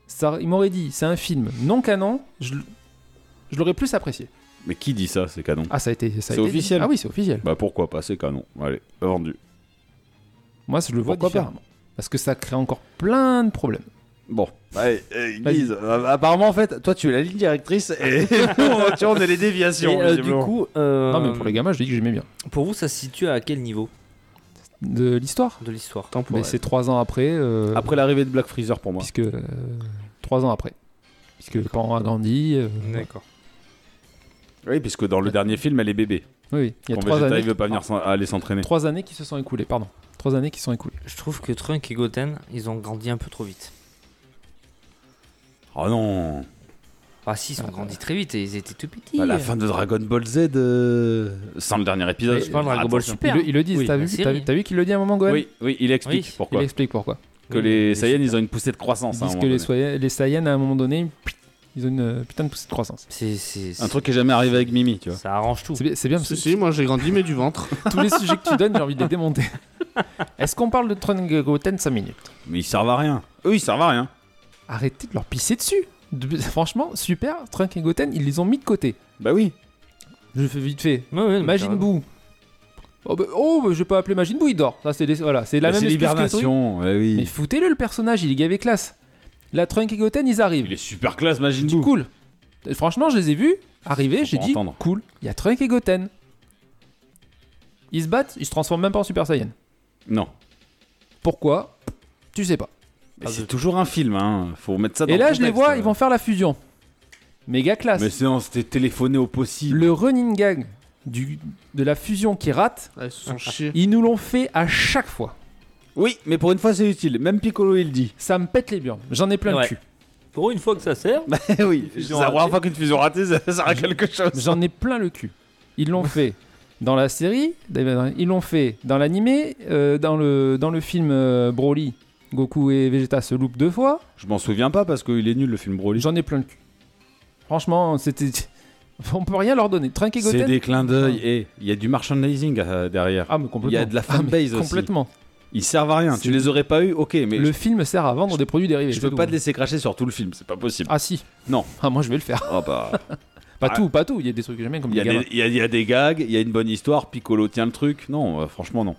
Ça, il m'aurait dit c'est un film non canon. Je, l- je l'aurais plus apprécié.
Mais qui dit ça, c'est canon
Ah, ça a été. ça a
C'est
été-
officiel.
Ah oui, c'est officiel.
Bah pourquoi pas, c'est canon. Allez, vendu.
Moi, je le vois
Pourquoi pas
différemment. Parce que ça crée encore plein de problèmes.
Bon, allez, euh,
Vas-y.
Guise, euh, apparemment en fait, toi tu es la ligne directrice et [LAUGHS] nous tu en les déviations.
Et, euh, du
visiblement.
coup, euh,
Non, mais pour les gamins, je dis que j'aimais bien.
pour vous, ça se situe à quel niveau
De l'histoire.
de l'histoire
Mais
Temporel.
c'est trois ans après. euh,
après l'arrivée de Black Freezer pour moi.
Puisque. euh, trois ans après. Puisque Pan a grandi. euh,
D'accord.
Oui, puisque dans le dernier film, elle est bébé.
oui, oui, il y a
Quand
trois
Vegeta,
années.
il veut pas venir s'en- aller s'entraîner.
Trois années qui se sont écoulées, pardon. Trois années qui sont écoulées.
Je trouve que Trunk et Goten, ils ont grandi un peu trop vite.
Oh non
Ah si, ils ont grandi très vite et ils étaient tout petits.
À Bah, la fin de Dragon Ball Z, euh, sans le dernier épisode.
Mais je parle de Dragon Ball
Attention.
Super.
Ils le, ils le disent,
Oui,
t'as
la
vu,
série.
t'as vu, t'as vu qu'il le dit à un moment, Gohan
Oui, oui, il explique
Oui.
Il
pourquoi.
explique pourquoi.
Que les Saiyans, ils ont une poussée de
Ils
croissance. hein, à un
disent que
moment
les,
donné.
Soya- les Saiyans, à un moment donné, ils ont une euh, putain de poussée de croissance.
C'est c'est-
Un truc qui est jamais arrivé avec Mimi, tu vois.
Ça arrange tout.
C'est bien, c'est bien, parce
Si,
que
si, moi j'ai grandi, mais du ventre. [LAUGHS]
tous les sujets que tu donnes, j'ai envie de les démonter. Est-ce qu'on parle de Trunk Goten 5 minutes
Mais ils servent à rien. Eux, ils servent à rien.
Arrêtez de leur pisser dessus De- Franchement, super, Trunk et Goten, ils les ont mis de côté.
Bah oui.
Je fais vite fait.
Ouais, ouais, non,
Majin
mais
Buu. Oh, bah, oh bah, je vais pas appeler Majin Buu, il dort. Ça, c'est des- voilà, c'est la
Bah,
même
c'est
excuse que le truc.
l'hibernation. ouais,
Mais
oui.
foutez-le le personnage, il est gavé classe. La Trunk et Goten, ils arrivent.
Il est super classe, Majin
J'ai dit
Buu.
cool. Et Franchement, je les ai vus arriver, j'ai
Faut
dit
entendre.
cool. Il y a Trunk et Goten. Ils se battent, ils se transforment même pas en Super Saiyan.
Non.
Pourquoi Tu sais pas.
Mais c'est toujours un film, hein. Faut mettre ça dans
Et
le
là, je les
contexte. euh,
vois, ils vont faire la fusion. Méga classe.
Mais c'est non, c'était téléphoné au possible.
Le running gag du, de la fusion qui rate,
Ah, ils se sont chiés.
ils nous l'ont fait à chaque fois.
Oui, mais pour une fois, c'est utile. Même Piccolo, il dit.
Ça me pète les burnes. J'en ai plein
Ouais.
le cul.
Pour une fois que ça sert.
[LAUGHS] Eh oui,
Fusion
c'est la première
ratée.
fois qu'une fusion ratée, ça sert à quelque chose.
J'en ai plein le cul. Ils l'ont fait dans la série, ils l'ont fait dans l'animé, euh, dans, le, dans le film euh, Broly, Goku et Vegeta se loupent deux fois.
Je m'en souviens pas parce qu'il est nul le film Broly.
J'en ai plein le cul. Franchement, c'était. [LAUGHS] On peut rien leur donner. Trunk et
C'est
Goten.
des clins d'œil. Et il y a du merchandising euh, derrière.
Ah, mais complètement.
Il y a de la
Ah, mais
fanbase aussi.
Complètement.
Ils servent à rien.
C'est-
Tu les aurais pas eu, ok, mais
le
je,
film sert à vendre des produits dérivés.
je
c'est
peux
tout. hein.
pas te laisser cracher sur tout hein. le film. C'est pas possible. [LAUGHS]
Ah, si.
Non.
Ah, moi, je vais le faire.
Ah bah.
Pas
Ah.
tout, pas tout. Il y a des trucs que j'aime bien comme
Il y, a
les gamins.
des, il y a- il y a des gags, il y a une bonne histoire, Piccolo tient le truc. Non, euh, franchement, non.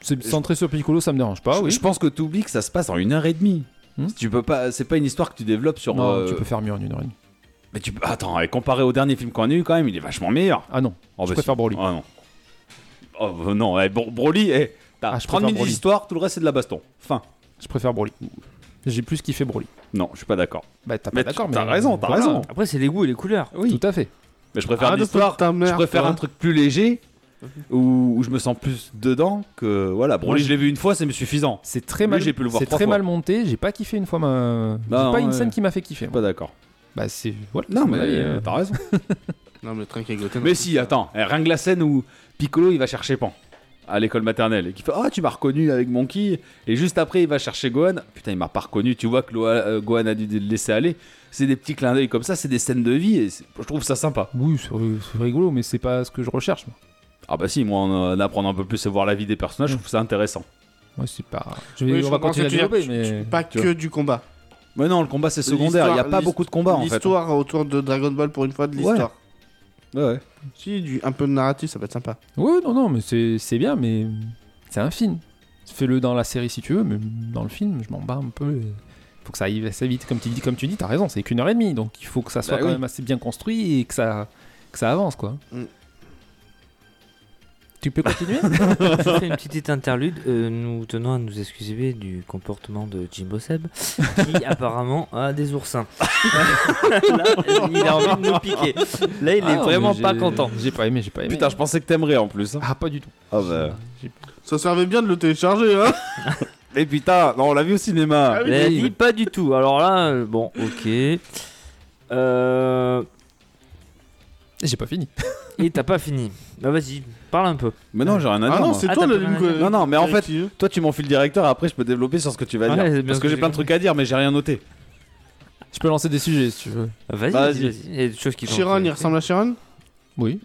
C'est centré sur Piccolo, ça me dérange pas.
je,
Bah oui.
je pense que t'oublies que ça se passe en une heure et demie.
Hmm.
Tu peux pas, c'est pas une histoire que tu développes sur.
Non,
euh,
tu peux faire mieux en une heure et demie.
Mais tu peux. Attends, et comparé au dernier film qu'on a eu, quand même, il est vachement meilleur.
Ah non.
Oh,
je
bah,
préfère
si.
Broly.
Ah non. Oh bah, non, eh, Bro- Broly, eh, t'as
Ah, je
30
préfère
minutes
Broly.
d'histoire, tout le reste c'est de la baston. Fin.
Je préfère Broly. J'ai plus kiffé Broly.
Non, je suis pas d'accord.
Bah, t'as pas
Mais
d'accord,
tu-
mais.
t'as raison, t'as
voilà.
raison.
[LAUGHS] Après, c'est les goûts et les couleurs.
Oui.
Tout à fait.
Mais je préfère
Ah,
Arrête de
l'histoire.
foutre ta mère,
Je préfère
hein.
toi.
un truc plus léger
Mhm.
où, où je me sens plus dedans que voilà. Broly,
Moi,
je l'ai vu une fois, c'est suffisant.
C'est très
Lui,
mal.
j'ai pu le voir
C'est
trois
très
fois.
mal monté. J'ai pas kiffé une fois ma. J'ai
non,
pas une
ouais.
scène qui m'a fait kiffer.
Je suis
moi.
Pas d'accord.
Bah c'est. Voilà,
Non
c'est
mais
mon avis,
euh,
euh.
t'as raison.
Non, mais Trink et Goten.
Mais si, attends, eh, rien que la scène où Piccolo il va chercher Pan à l'école maternelle et qui fait Ah, tu m'as reconnu avec Monkey. Et juste après, il va chercher Gohan. Putain, il m'a pas reconnu. Tu vois que Loa- euh, Gohan a dû le laisser aller. C'est des petits clins d'œil comme ça, c'est des scènes de vie et c'est- je trouve ça sympa.
Oui, c'est c'est rigolo, mais c'est pas ce que je recherche. moi.
Ah bah si, moi, en, euh, d'apprendre un peu plus et voir la vie des personnages, je trouve ça intéressant.
Ouais, c'est pas. Je vais,
Oui, je
on va
comprends
continuer hein. à
ce que tu
développer,
veux,
mais.
Pas
tu
que du combat.
Mais non, le combat c'est secondaire, il n'y a
L'histoire-
pas beaucoup de combats en fait. Ouais,
L'histoire autour de Dragon Ball, pour une fois, de l'histoire.
ouais.
Si, du, un peu de narratif, ça peut être sympa.
Oui, non, non, mais c'est c'est bien, mais c'est un film. Fais-le dans la série si tu veux, mais dans le film, je m'en bats un peu. Faut que ça arrive assez vite, comme tu dis, comme tu dis, t'as raison, c'est qu'une heure et demie, donc il faut que ça soit
Bah
quand
oui.
même assez bien construit et que ça, que ça avance, quoi.
Mm.
Tu peux [LAUGHS] continuer
Je fais une petite interlude. Euh, nous tenons à nous excuser du comportement de Jimbo Seb, [LAUGHS] qui apparemment a des oursins. [LAUGHS] Là, il a envie de nous piquer. Là, il
Ah
est
non,
vraiment
mais
pas
j'ai-
content.
J'ai pas aimé, j'ai pas aimé.
Putain, je pensais que t'aimerais en plus. hein.
Ah, pas du tout.
Ah bah.
Ça servait bien de le télécharger, hein
Et putain, non, on l'a vu au cinéma.
Il a dit pas du tout. Alors là, euh, bon, ok. Euh,
J'ai pas fini.
Et t'as pas fini. Bah vas-y, parle un peu.
Mais non, j'ai rien à dire.
Ah non,
moi.
c'est
Ah,
toi
t'as
le
pas
ligne
mal à
dire. Non, non, mais en fait,
directive.
Toi, tu m'enfiles le directeur, après je peux développer sur ce que tu vas
Ouais,
dire.
c'est bien
Parce
ce
que
que
j'ai
j'ai
plein de
compris.
trucs à dire, mais j'ai rien noté.
Je peux lancer des sujets si tu veux.
Vas-y,
Bah, Vas-y.
vas-y, vas-y. Il y a des choses qui t'ont-
Chiron, il ressemble à Chiron
Oui,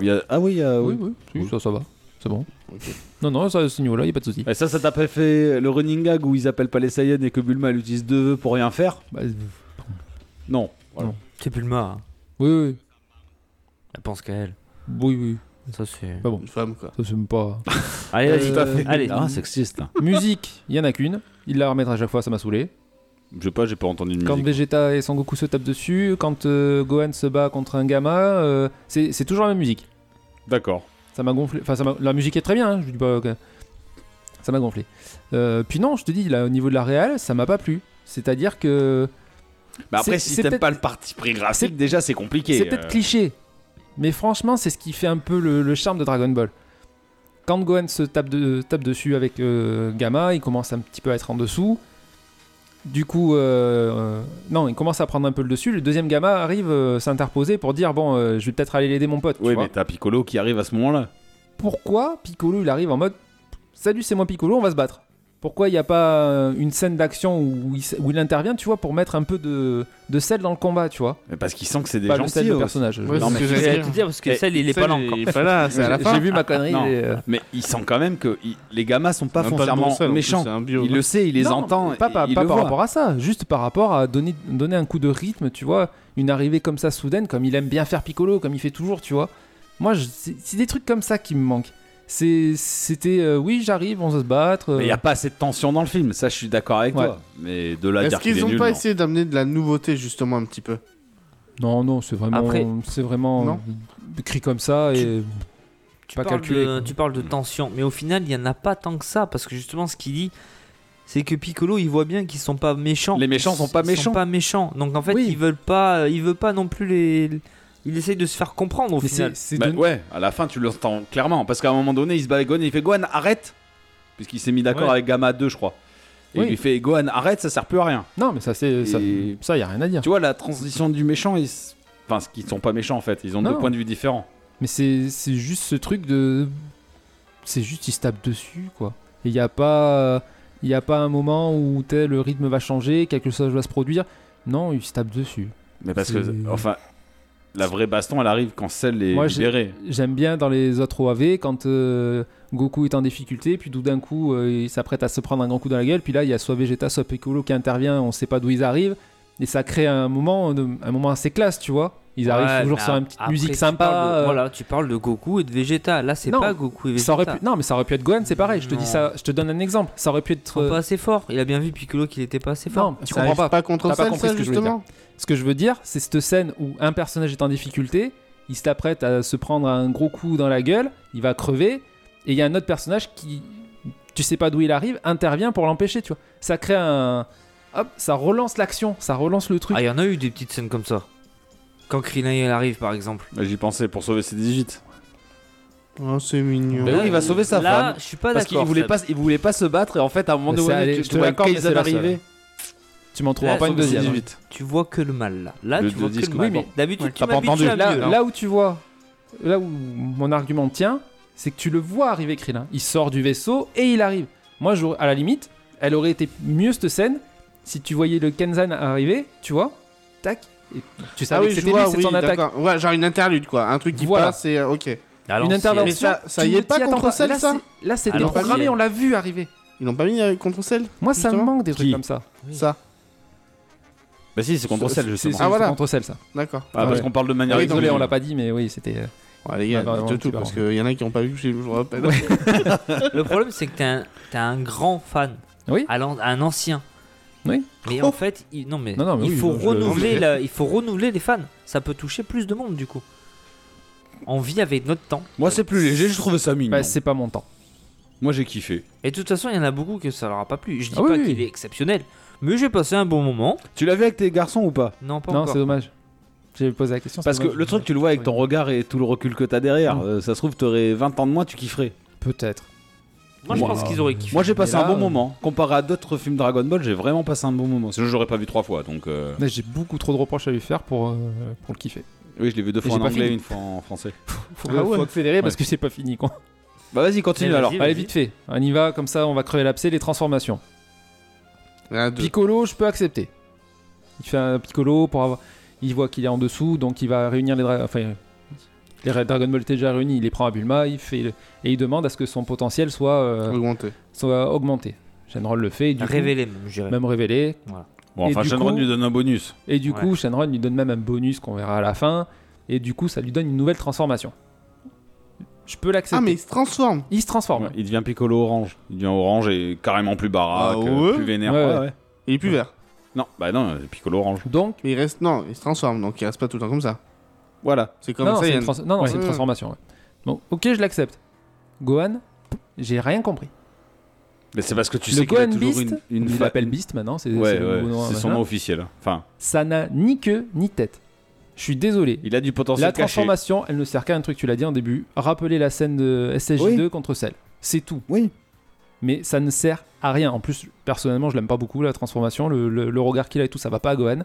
Il y a- Ah oui, euh,
oui,
oui.
oui, oui,
Oui.
ça, ça va. C'est bon.
Ok.
Non, non, ça, à ce niveau-là, y a pas de soucis.
Et ça, ça t'a pas fait le running gag où ils appellent pas les Saiyans et que Bulma elle utilise deux vœux pour rien faire
Bah, euh,
Non. Voilà.
Non.
C'est Bulma. hein.
oui, oui,
Elle pense qu'à elle.
oui, oui.
Ça c'est.
Bah bon,
Une femme, quoi.
ça c'est même pas.
Allez,
Euh,
vas-y.
tout à fait.
Allez.
Ah, sexiste. hein.
Musique, il y en a qu'une. Il la remettra à chaque fois, ça m'a saoulé.
Je sais pas, j'ai pas entendu de
Quand
musique.
Vegeta et Son Goku se tapent dessus, quand euh, Gohan se bat contre un Gamma, euh, c'est c'est toujours la même musique.
D'accord.
Ça m'a gonflé. Enfin, ça m'a- la musique est très bien, hein, je dis pas. que- Ça m'a gonflé. Euh, puis non, je te dis, là, au niveau de la réal, ça m'a pas plu. C'est-à-dire que
Bah après,
C'est-
si
c'est
t'aimes
peut-être-
pas le parti pris graphique,
c'est-
déjà c'est compliqué.
c'est peut-être
euh.
cliché, mais franchement, c'est ce qui fait un peu le, le charme de Dragon Ball. Quand Gohan se tape, de- tape dessus avec euh, Gamma, il commence un petit peu à être en dessous. Du coup, euh, euh, non, il commence à prendre un peu le dessus. Le deuxième Gamma arrive euh, s'interposer pour dire Bon, euh, je vais peut-être aller l'aider mon pote. tu
Oui,
vois.
mais t'as Piccolo qui arrive à ce moment-là.
pourquoi Piccolo il arrive en mode Salut, c'est moi Piccolo, on va se battre Pourquoi il n'y a pas euh, une scène d'action où il, s- où il intervient, tu vois, pour mettre un peu de, de sel dans le combat, tu vois
Mais parce qu'il sent que c'est des euh.
Pas
gens
Bah, le sel, le personnage.
Ouais,
Non,
c'est
mais
ce que
J'allais
j'allais
te
dire.
dire parce que
Eh,
celle, il est pas là encore.
Il est pas là, c'est à la
J'ai
fin.
vu ma connerie.
Ah, Non.
et, euh,
Mais il sent quand même que il- les gamins sont pas
Même de bon
foncièrement
sel, en plus,
méchants.
c'est un bio.
Il le sait, il les
hein. Non,
entend.
Pas, pas-
il
pas
le
par
voit.
rapport à ça, juste par rapport à donner, donner un coup de rythme, tu vois, une arrivée comme ça soudaine, comme il aime bien faire Piccolo, comme il fait toujours, tu vois. Moi, je- c'est c'est des trucs comme ça qui me manquent. C'est- C'était, euh, oui, j'arrive, on va se battre. euh,
Mais il n'y a pas assez de tension dans le film, ça je suis d'accord avec
Ouais.
toi. Mais de là à
Est-ce
dire qu'il
qu'ils
est
ont
nul,
pas
non.
essayé d'amener de la nouveauté, justement, un petit peu
Non, non, c'est vraiment,
Après-
c'est vraiment
Non.
écrit comme ça et
Tu
pas
parles
calculé.
de-
quoi.
tu parles de tension, mais au final, il y en a pas tant que ça parce que justement, ce qu'il dit, c'est que Piccolo, il voit bien qu'ils sont pas méchants.
Les méchants sont pas
Ils
méchants.
Sont pas méchants. Donc en fait,
Oui.
ils veulent pas, il veut pas non plus les. Il essaye de se faire comprendre au
Mais
final.
c'est, c'est
Bah
de-
ouais, à la fin tu l'entends clairement. Parce qu'à un moment donné, il se bat avec Gohan et il fait Gohan, arrête Puisqu'il s'est mis d'accord
Ouais.
avec Gamma 2, je crois. Et
Oui.
il lui fait Gohan, arrête, ça sert plus à rien.
Non, mais ça, c'est ça,
Et-
ça, y a rien à dire.
Tu vois, la transition du méchant, ils... s- enfin, ce qu'ils sont pas méchants en fait, ils ont
Non.
deux points de vue différents.
Mais c'est, c'est juste ce truc de, c'est juste il se tape dessus quoi. Il y a pas, il y a pas un moment où tel le rythme va changer, quelque chose va se produire. Non, il se tape dessus.
Mais parce
C'est-
que, enfin, la vraie baston, elle arrive quand celle est
Moi, j'ai-
libérée.
J'aime bien dans les autres OAV quand euh, Goku est en difficulté, puis tout d'un coup euh, il s'apprête à se prendre un grand coup dans la gueule, puis là il y a soit Vegeta, soit Piccolo qui intervient, on sait pas d'où ils arrivent, et ça crée un moment, de- un moment assez classe, tu vois. Ils arrivent
Ouais,
toujours
mais
sur
a-
une petite
après,
musique
tu
sympa.
parles de-
euh,
Voilà, tu parles de Goku et de Vegeta. Là, c'est
Non,
pas Goku et Vegeta.
ça aurait pu... Non, mais ça aurait pu être Gohan, c'est pareil. Je te
Non.
dis ça, je te donne un exemple. Ça aurait pu être. euh,
Ils sont pas assez fort. Il a bien vu Piccolo qu'il était pas assez fort.
Non, tu
Ça
comprends
arrive
pas.
pas contre
T'as pas
celle,
compris
ça,
ce que je voulais
justement
Ce que je veux dire, c'est cette scène où un personnage est en difficulté, il s'apprête à se prendre un gros coup dans la gueule, il va crever, et il y a un autre personnage qui, tu sais pas d'où il arrive, intervient pour l'empêcher, tu vois. Ça crée un. Hop, ça relance l'action, ça relance le truc.
Ah, il y en a eu des petites scènes comme ça. Quand Krillin il arrive, par exemple.
Mais J'y pensais pour sauver ses 18.
Oh, c'est mignon.
Mais oui, il va sauver sa
là,
femme.
je suis pas
Parce
Ah, d'accord.
qu'il voulait
Seb.
pas, il voulait pas se battre et en fait, à un moment
Mais ça,
donné,
allez,
tu-
je
tu
te
vois
l'accorde, mais c'est
Kaizen
la
arriver. Eh,
Tu m'en trouveras
Là,
pas une
sauver ses
deuxième. hein.
18.
Tu vois que le mal là. Là,
Le-
tu
le
vois que
disque,
le mal.
oui, mais
D'habitude, tu
t'as pas entendu.
m'habitues à
là,
mieux.
Ah,
hein.
là où tu vois, là où mon argument tient, c'est que tu le vois arriver Krillin. Il sort du vaisseau et il arrive. Moi, j'aurais- à la limite, elle aurait été mieux cette scène si tu voyais le Kenzan arriver, tu vois, tac, et tu savais que
je
c'était
vois,
lui, c'est
Ah oui,
son attaque.
d'accord. Ouais, genre une interlude, quoi. Un truc qui
Voilà.
passe et euh, ok.
Alors,
une
c'est-
intervention.
ça- ça
tu
y
ne
est pas
t'y attends
contre celle,
Là,
ça
c'est- Là, c'était
Alors,
programmé,
si.
on l'a vu arriver.
Ils n'ont pas mis euh, contre celle
Moi, ça me
Justement.
manque des trucs
Qui
comme ça.
Ça,
Bah si, c'est contre
C'est-
celle,
c'est-
justement.
c'est-
Ah,
c'est
voilà.
Contre celle, ça.
d'accord.
Ah, parce
ouais.
qu'on parle de manière.
Ah oui,
Désolé,
exogène.
on l'a pas dit, mais oui, c'était. euh,
Ouais, les gars,
Ah, bah,
dites
vraiment,
tout
tu
parce
parles.
qu'il y en a qui n'ont pas vu, je vous rappelle.
Le problème, c'est que t'es un, t'es un grand fan.
Oui.
À l'an- un ancien.
Oui.
Mais
Oh.
en fait, il, non, mais
Non, non, mais
il,
oui,
faut
je- je-
renouveler
je-
la- il faut renouveler les fans. Ça peut toucher plus de monde, du coup. On vit avec notre temps.
Moi, c'est plus léger, je trouve ça mignon.
bah, c'est pas mon temps.
Moi, j'ai kiffé.
Et de toute façon, il y en a beaucoup que ça leur a pas plu. Je dis
Ah oui,
pas
oui.
qu'il est exceptionnel, mais j'ai passé un bon moment.
Tu l'as vu avec tes garçons ou pas
Non, pas
Non,
encore.
c'est dommage. J'ai posé la question. c'est
Parce que
dommage.
le truc, tu le vois avec ton regard et tout le recul que t'as derrière.
Mm.
Euh, ça se trouve, t'aurais 20 ans de moins, tu kifferais.
Peut-être.
Moi, je
Moi,
pense qu'ils auraient kiffé.
Moi, j'ai passé
Mais là,
un bon
euh,
moment. Comparé à d'autres films Dragon Ball, j'ai vraiment passé un bon moment. Sinon, j'aurais pas vu trois fois. Donc, euh,
Là, J'ai beaucoup trop de reproches à lui faire pour, euh, pour le kiffer.
oui, je l'ai vu deux fois
j'ai
en
pas
anglais,
fini.
une fois en français.
Faut,
Ah ouais.
faut accélérer parce que c'est pas fini quoi.
Bah, vas-y, continue
Mais
alors.
vas-y,
Allez, vite fait. On y va, comme ça on va crever l'abcès, les transformations.
Il y en a deux.
Piccolo, je peux accepter. Il fait un Piccolo pour avoir. Il voit qu'il est en dessous, donc il va réunir les dra- enfin, les ra- Dragon Ball déjà réunis. Il les prend à Bulma, il fait le- et il demande à ce que son potentiel soit, euh,
Augmenté.
soit augmenté. Shenron le fait, et du coup,
Révélé, même, je dirais.
même révélé.
Bon,
Et
enfin,
du
Shenron
coup-
lui donne un bonus.
Et du
Ouais.
coup, Shenron lui donne même un bonus qu'on verra à la fin. Et du coup, ça lui donne une nouvelle transformation. Je peux l'accepter.
Ah, mais il se transforme
Il se transforme.
Ouais, Il devient Piccolo Orange. Il devient Orange et carrément plus baraque,
Ah
euh,
ouais
plus vénère.
Ouais, ouais.
Il est plus vert.
Non, bah non, euh, Piccolo Orange.
Donc,
Mais il reste. Non, il se transforme, donc il reste pas tout le temps comme ça.
Voilà.
C'est comme
non, non,
ça,
c'est
il y a
une,
une-
trans- non, non,
Ouais.
c'est une
Ouais.
transformation. ouais. Bon, ok, je l'accepte. Gohan, j'ai rien compris.
Mais c'est parce que tu
le
sais qu'il a
Gohan
toujours
Beast,
une,
il
une fa-
l'appelle Beast maintenant, c'est
Ouais,
c'est le
ouais,
nouveau nom,
c'est son
machin.
nom officiel. Enfin,
Ça n'a ni queue ni tête. Je suis désolé.
il a du potentiel
La
caché.
transformation, elle ne sert qu'à un truc, tu l'as dit en début. Rappeler la scène de SSJ2 contre celle. C'est tout.
Oui.
Mais ça ne sert à rien. En plus, personnellement, je l'aime pas beaucoup la transformation. Le, le- le regard qu'il a et tout, ça va pas à Gohan.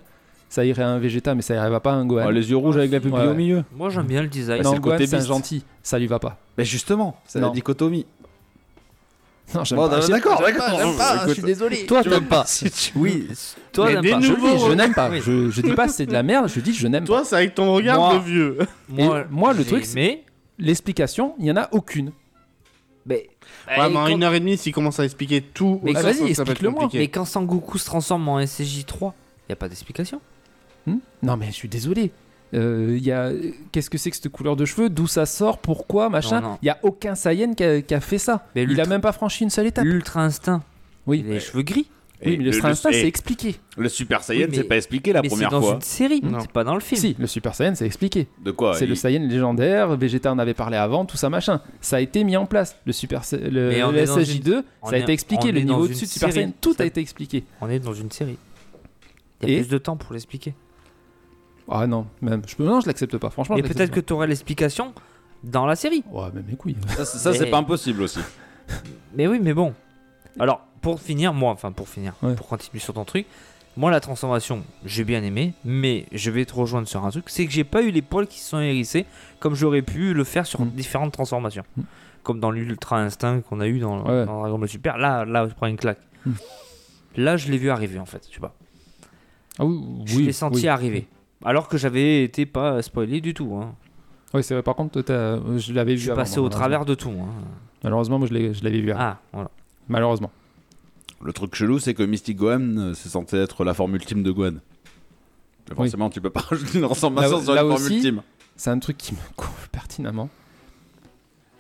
Ça irait à un Vegeta, mais ça irait pas à un Gohan.
Oh, les yeux rouges avec la pupille
Ouais.
au milieu.
Moi, j'aime bien le design.
non,
c'est le
Gohan,
côté
c'est un
Beast.
gentil. Ça lui va pas.
Mais justement, c'est
la
dichotomie.
Non, j'aime
Bon,
pas.
non,
J'aime-
d'accord,
j'aime pas,
d'accord.
j'aime pas,
Écoute.
je suis désolé.
Toi,
[LAUGHS]
t'aimes pas. Oui, toi,
Mais
t'aimes
des
pas.
Je
nouveaux-
dis, je n'aime pas.
Oui.
Je, je dis pas c'est de la merde, je dis je n'aime pas.
Toi, c'est avec ton regard
Moi.
de vieux.
Moi,
moi, le
j'ai
truc, c'est-
aimé,
L'explication, il y en a aucune.
mais,
[LAUGHS] Ouais,
et
mais en
quand-
une heure et demie, s'il commence à expliquer tout,
Mais
au
ah,
sens
Bah, vas-y,
où ça peut être
explique-le-moi.
compliqué.
mais quand Sangoku se transforme en SCJ3, y a pas d'explication.
Hmm non mais je suis désolé. Euh, Il y a euh, qu'est-ce que c'est que cette couleur de cheveux, d'où ça sort, pourquoi,
Non,
machin.
non.
Il y a aucun Saiyan qui a, qui a fait ça.
Mais
il a
l'ultra-
même pas franchi une seule étape.
L'ultra instinct,
Oui,
les cheveux gris.
oui, mais le, Star Instinct, c'est
eh,
expliqué.
le Super Saiyan,
Oui, mais-
c'est pas expliqué la
mais c'est
première
dans
fois.
une série,
Non.
c'est pas dans le film.
Si, le Super Saiyan, c'est expliqué.
De quoi
c'est
il-
le Saiyan légendaire. Vegeta en avait parlé avant, tout ça, machin. Ça a été mis en place. Le Super, Sai- le,
Mais on
le
est dans
SSJ2,
on
ça a
est-
été expliqué.
on
Le
est dans
niveau
une
au-dessus de Super
série.
Saiyan, tout
Ça-
a été expliqué.
On est dans une série. Il y a
Et-
plus de temps pour l'expliquer.
Ah non, même je peux, non, je l'accepte pas. Franchement,
Et
je l'accepte
peut-être que tu aurais l'explication dans la série.
pas. Ouais, mais mes couilles.
Ça, c'est- ça, c'est
Mais-
pas impossible aussi.
Mais oui, mais bon. Alors, pour finir, moi, enfin pour finir,
Ouais.
pour continuer sur ton truc, moi la transformation, j'ai bien aimé, mais je vais te rejoindre sur un truc, c'est que j'ai pas eu les poils qui se sont hérissés comme j'aurais pu le faire sur
Mm.
différentes transformations.
Mm.
Comme dans l'Ultra Instinct qu'on a eu dans,
Ouais.
dans Dragon Ball Super, là, là, je prends une claque.
Mm.
Là, je l'ai vu arriver en fait, je sais pas.
Ah oui,
Je
oui,
l'ai senti
oui.
arriver. Alors que j'avais été pas spoilé du tout. hein.
Oui, c'est vrai. Par contre, toi, t'as- euh, je l'avais vu.
Je suis
avant,
passé
moi,
au travers de tout. hein.
Malheureusement, Malheureusement, moi, je l'ai- je l'avais vu. avant.
Ah, voilà.
Malheureusement.
Le truc chelou, c'est que Mystic Gohan, euh, c'est censé être la forme ultime de Gohan. Mais Forcément, tu peux pas [LAUGHS] rajouter une transformation
Là-
sur
là
une forme
aussi-
ultime.
C'est un truc qui me gonfle pertinemment.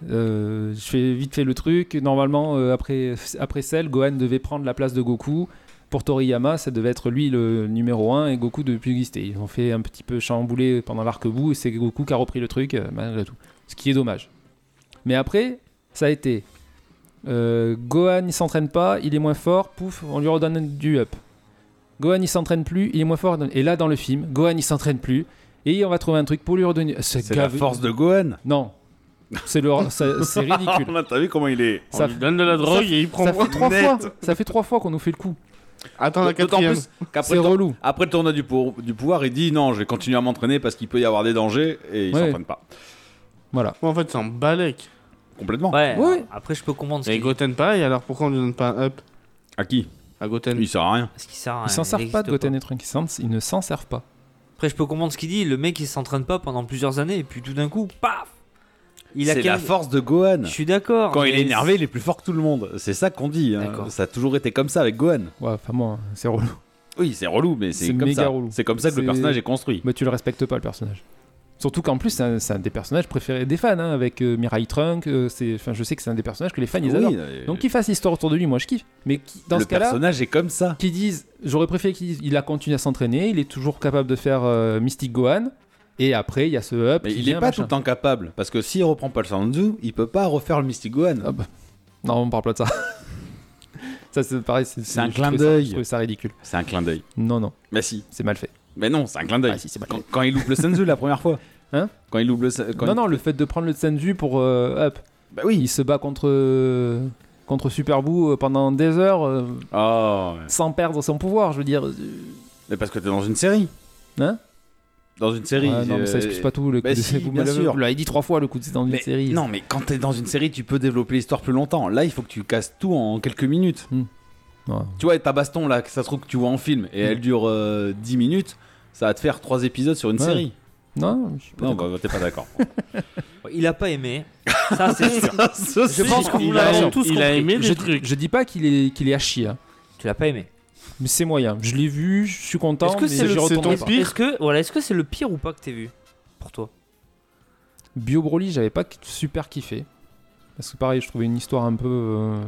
Euh, je fais vite fait le truc. Normalement, euh, après, après celle, Gohan devait prendre la place de Goku. Pour Toriyama, ça devait être lui le numéro 1 et Goku depuis exister. Ils ont fait un petit peu chambouler pendant l'arc-bout et c'est Goku qui a repris le truc euh, malgré tout. Ce qui est dommage. Mais après, ça a été. euh, Gohan il s'entraîne pas, il est moins fort, pouf, on lui redonne du up. Gohan il s'entraîne plus, il est moins fort. Et là dans le film, Gohan il s'entraîne plus et on va trouver un truc pour lui redonner.
C'est la
gave-
force de Gohan.
non. C'est le- c'est- c'est ridicule.
[LAUGHS] Ah, T'as vu comment il est
On
ça
lui
fait-
donne de la drogue
fait-
et il prend.
Ça fait trois
Net.
fois. Ça fait trois fois qu'on nous fait le coup.
Attends, la
D'autant
quatrième.
plus qu'après
C'est
le tour-
relou.
après le tournoi du, pour- du pouvoir, il dit non, je vais continuer à m'entraîner parce qu'il peut y avoir des dangers et il
Ouais.
s'entraîne pas.
Voilà.
Bon, en fait, c'est un balèque.
Complètement.
Ouais,
Oui.
alors, après, je peux comprendre ce
Et
qui,
Goten, pareil, alors pourquoi on lui donne pas un up
À qui
à Goten
Il sert à rien.
ce qui sert à
Ils s'en
rien,
servent pas de
n'existe
Goten et Trunks. Ils s'en- Ils ne s'en servent pas.
Après, je peux comprendre ce qu'il dit. Le mec, il s'entraîne pas pendant plusieurs années, et puis tout d'un coup, paf Il a
c'est
quel-
la force de Gohan.
Je suis d'accord.
Quand il
mais
est énervé, il est plus fort que tout le monde. C'est ça qu'on dit. hein.
D'accord.
Ça a toujours été comme ça avec Gohan.
Ouais, enfin moi, c'est relou.
Oui, c'est relou, mais c'est
C'est
comme
méga
ça.
relou.
C'est comme ça que le
C'est-
personnage est construit.
Mais tu le respectes pas le personnage. Surtout qu'en plus c'est un, c'est un des personnages préférés des fans, hein, avec euh, Mirai Trunk. euh, c'est, enfin, je sais que c'est un des personnages que les fans ils adorent.
Oui, euh,
Donc qu'il fasse l'histoire autour de lui, moi je kiffe. Mais qui- dans
le
ce cas-là,
personnage est comme ça.
qu'ils disent, j'aurais préféré qu'ils disent, il a continué à s'entraîner, il est toujours capable de faire euh, Mystic Gohan. Et après il y a ce up.
Mais
qui
il
vient,
est pas
machin.
tout le temps capable. Parce que s'il reprend pas le Sanzu, il peut pas refaire le Mystic Gohan.
Ah bah. Non, on parle
[LAUGHS]
pas de ça. ça c'est pareil. C'est,
C'est un
je
clin
trouvais ça-
d'œil.
Je trouvais ça ridicule.
C'est un clin d'œil.
Non, non,
Mais si.
c'est mal fait.
Mais non, c'est un clin d'œil.
Ah, si, c'est mal
quand, quand il loupe le Sanzu la première fois.
[LAUGHS] Hein
Quand il loupe le. Sa- quand
non,
il-
non, le fait de prendre le Senju pour euh, up.
Bah oui.
Il se bat contre, euh, contre Super Boo, euh, pendant des heures euh,
Oh, ouais.
sans perdre son pouvoir, je veux dire. euh,
mais parce que t'es dans une série.
Hein
Dans une série.
ouais, Ah, non, mais ça
euh,
excuse pas tout le coup
bah
de
si,
vous
bien
me l'avez-
sûr.
Vous l'avez dit trois fois le coup de dans une
Mais
série.
Non, mais quand t'es dans une série, tu peux développer l'histoire plus longtemps. Là, il faut que tu casses tout en quelques minutes.
Hmm. Ouais. Hmm.
Tu vois, ta baston là, que ça se trouve que tu vois en film et elle dure euh, 10 minutes, ça va te faire 3 épisodes sur une
Ouais.
série.
Non, je suis pas
Non,
d'accord.
bah, t'es
[LAUGHS]
pas d'accord.
Il a pas aimé. Ça,
[LAUGHS]
c'est sûr.
Je
pense que vous
il
l'avez
a,
tous
il a
compris.
aimé
je,
des
bah
trucs.
je dis pas qu'il est, qu'il est à chier, hein.
Tu l'as pas aimé.
mais c'est moyen. Je l'ai vu, je suis content.
Est-ce que
mais
c'est le-
j'y
c'est
retournerai
ton
pas.
Pire.
Est-ce que voilà, est-ce que c'est le pire ou pas que t'aies vu pour toi
Bio Broly, j'avais pas super kiffé. Parce que pareil, je trouvais une histoire un peu.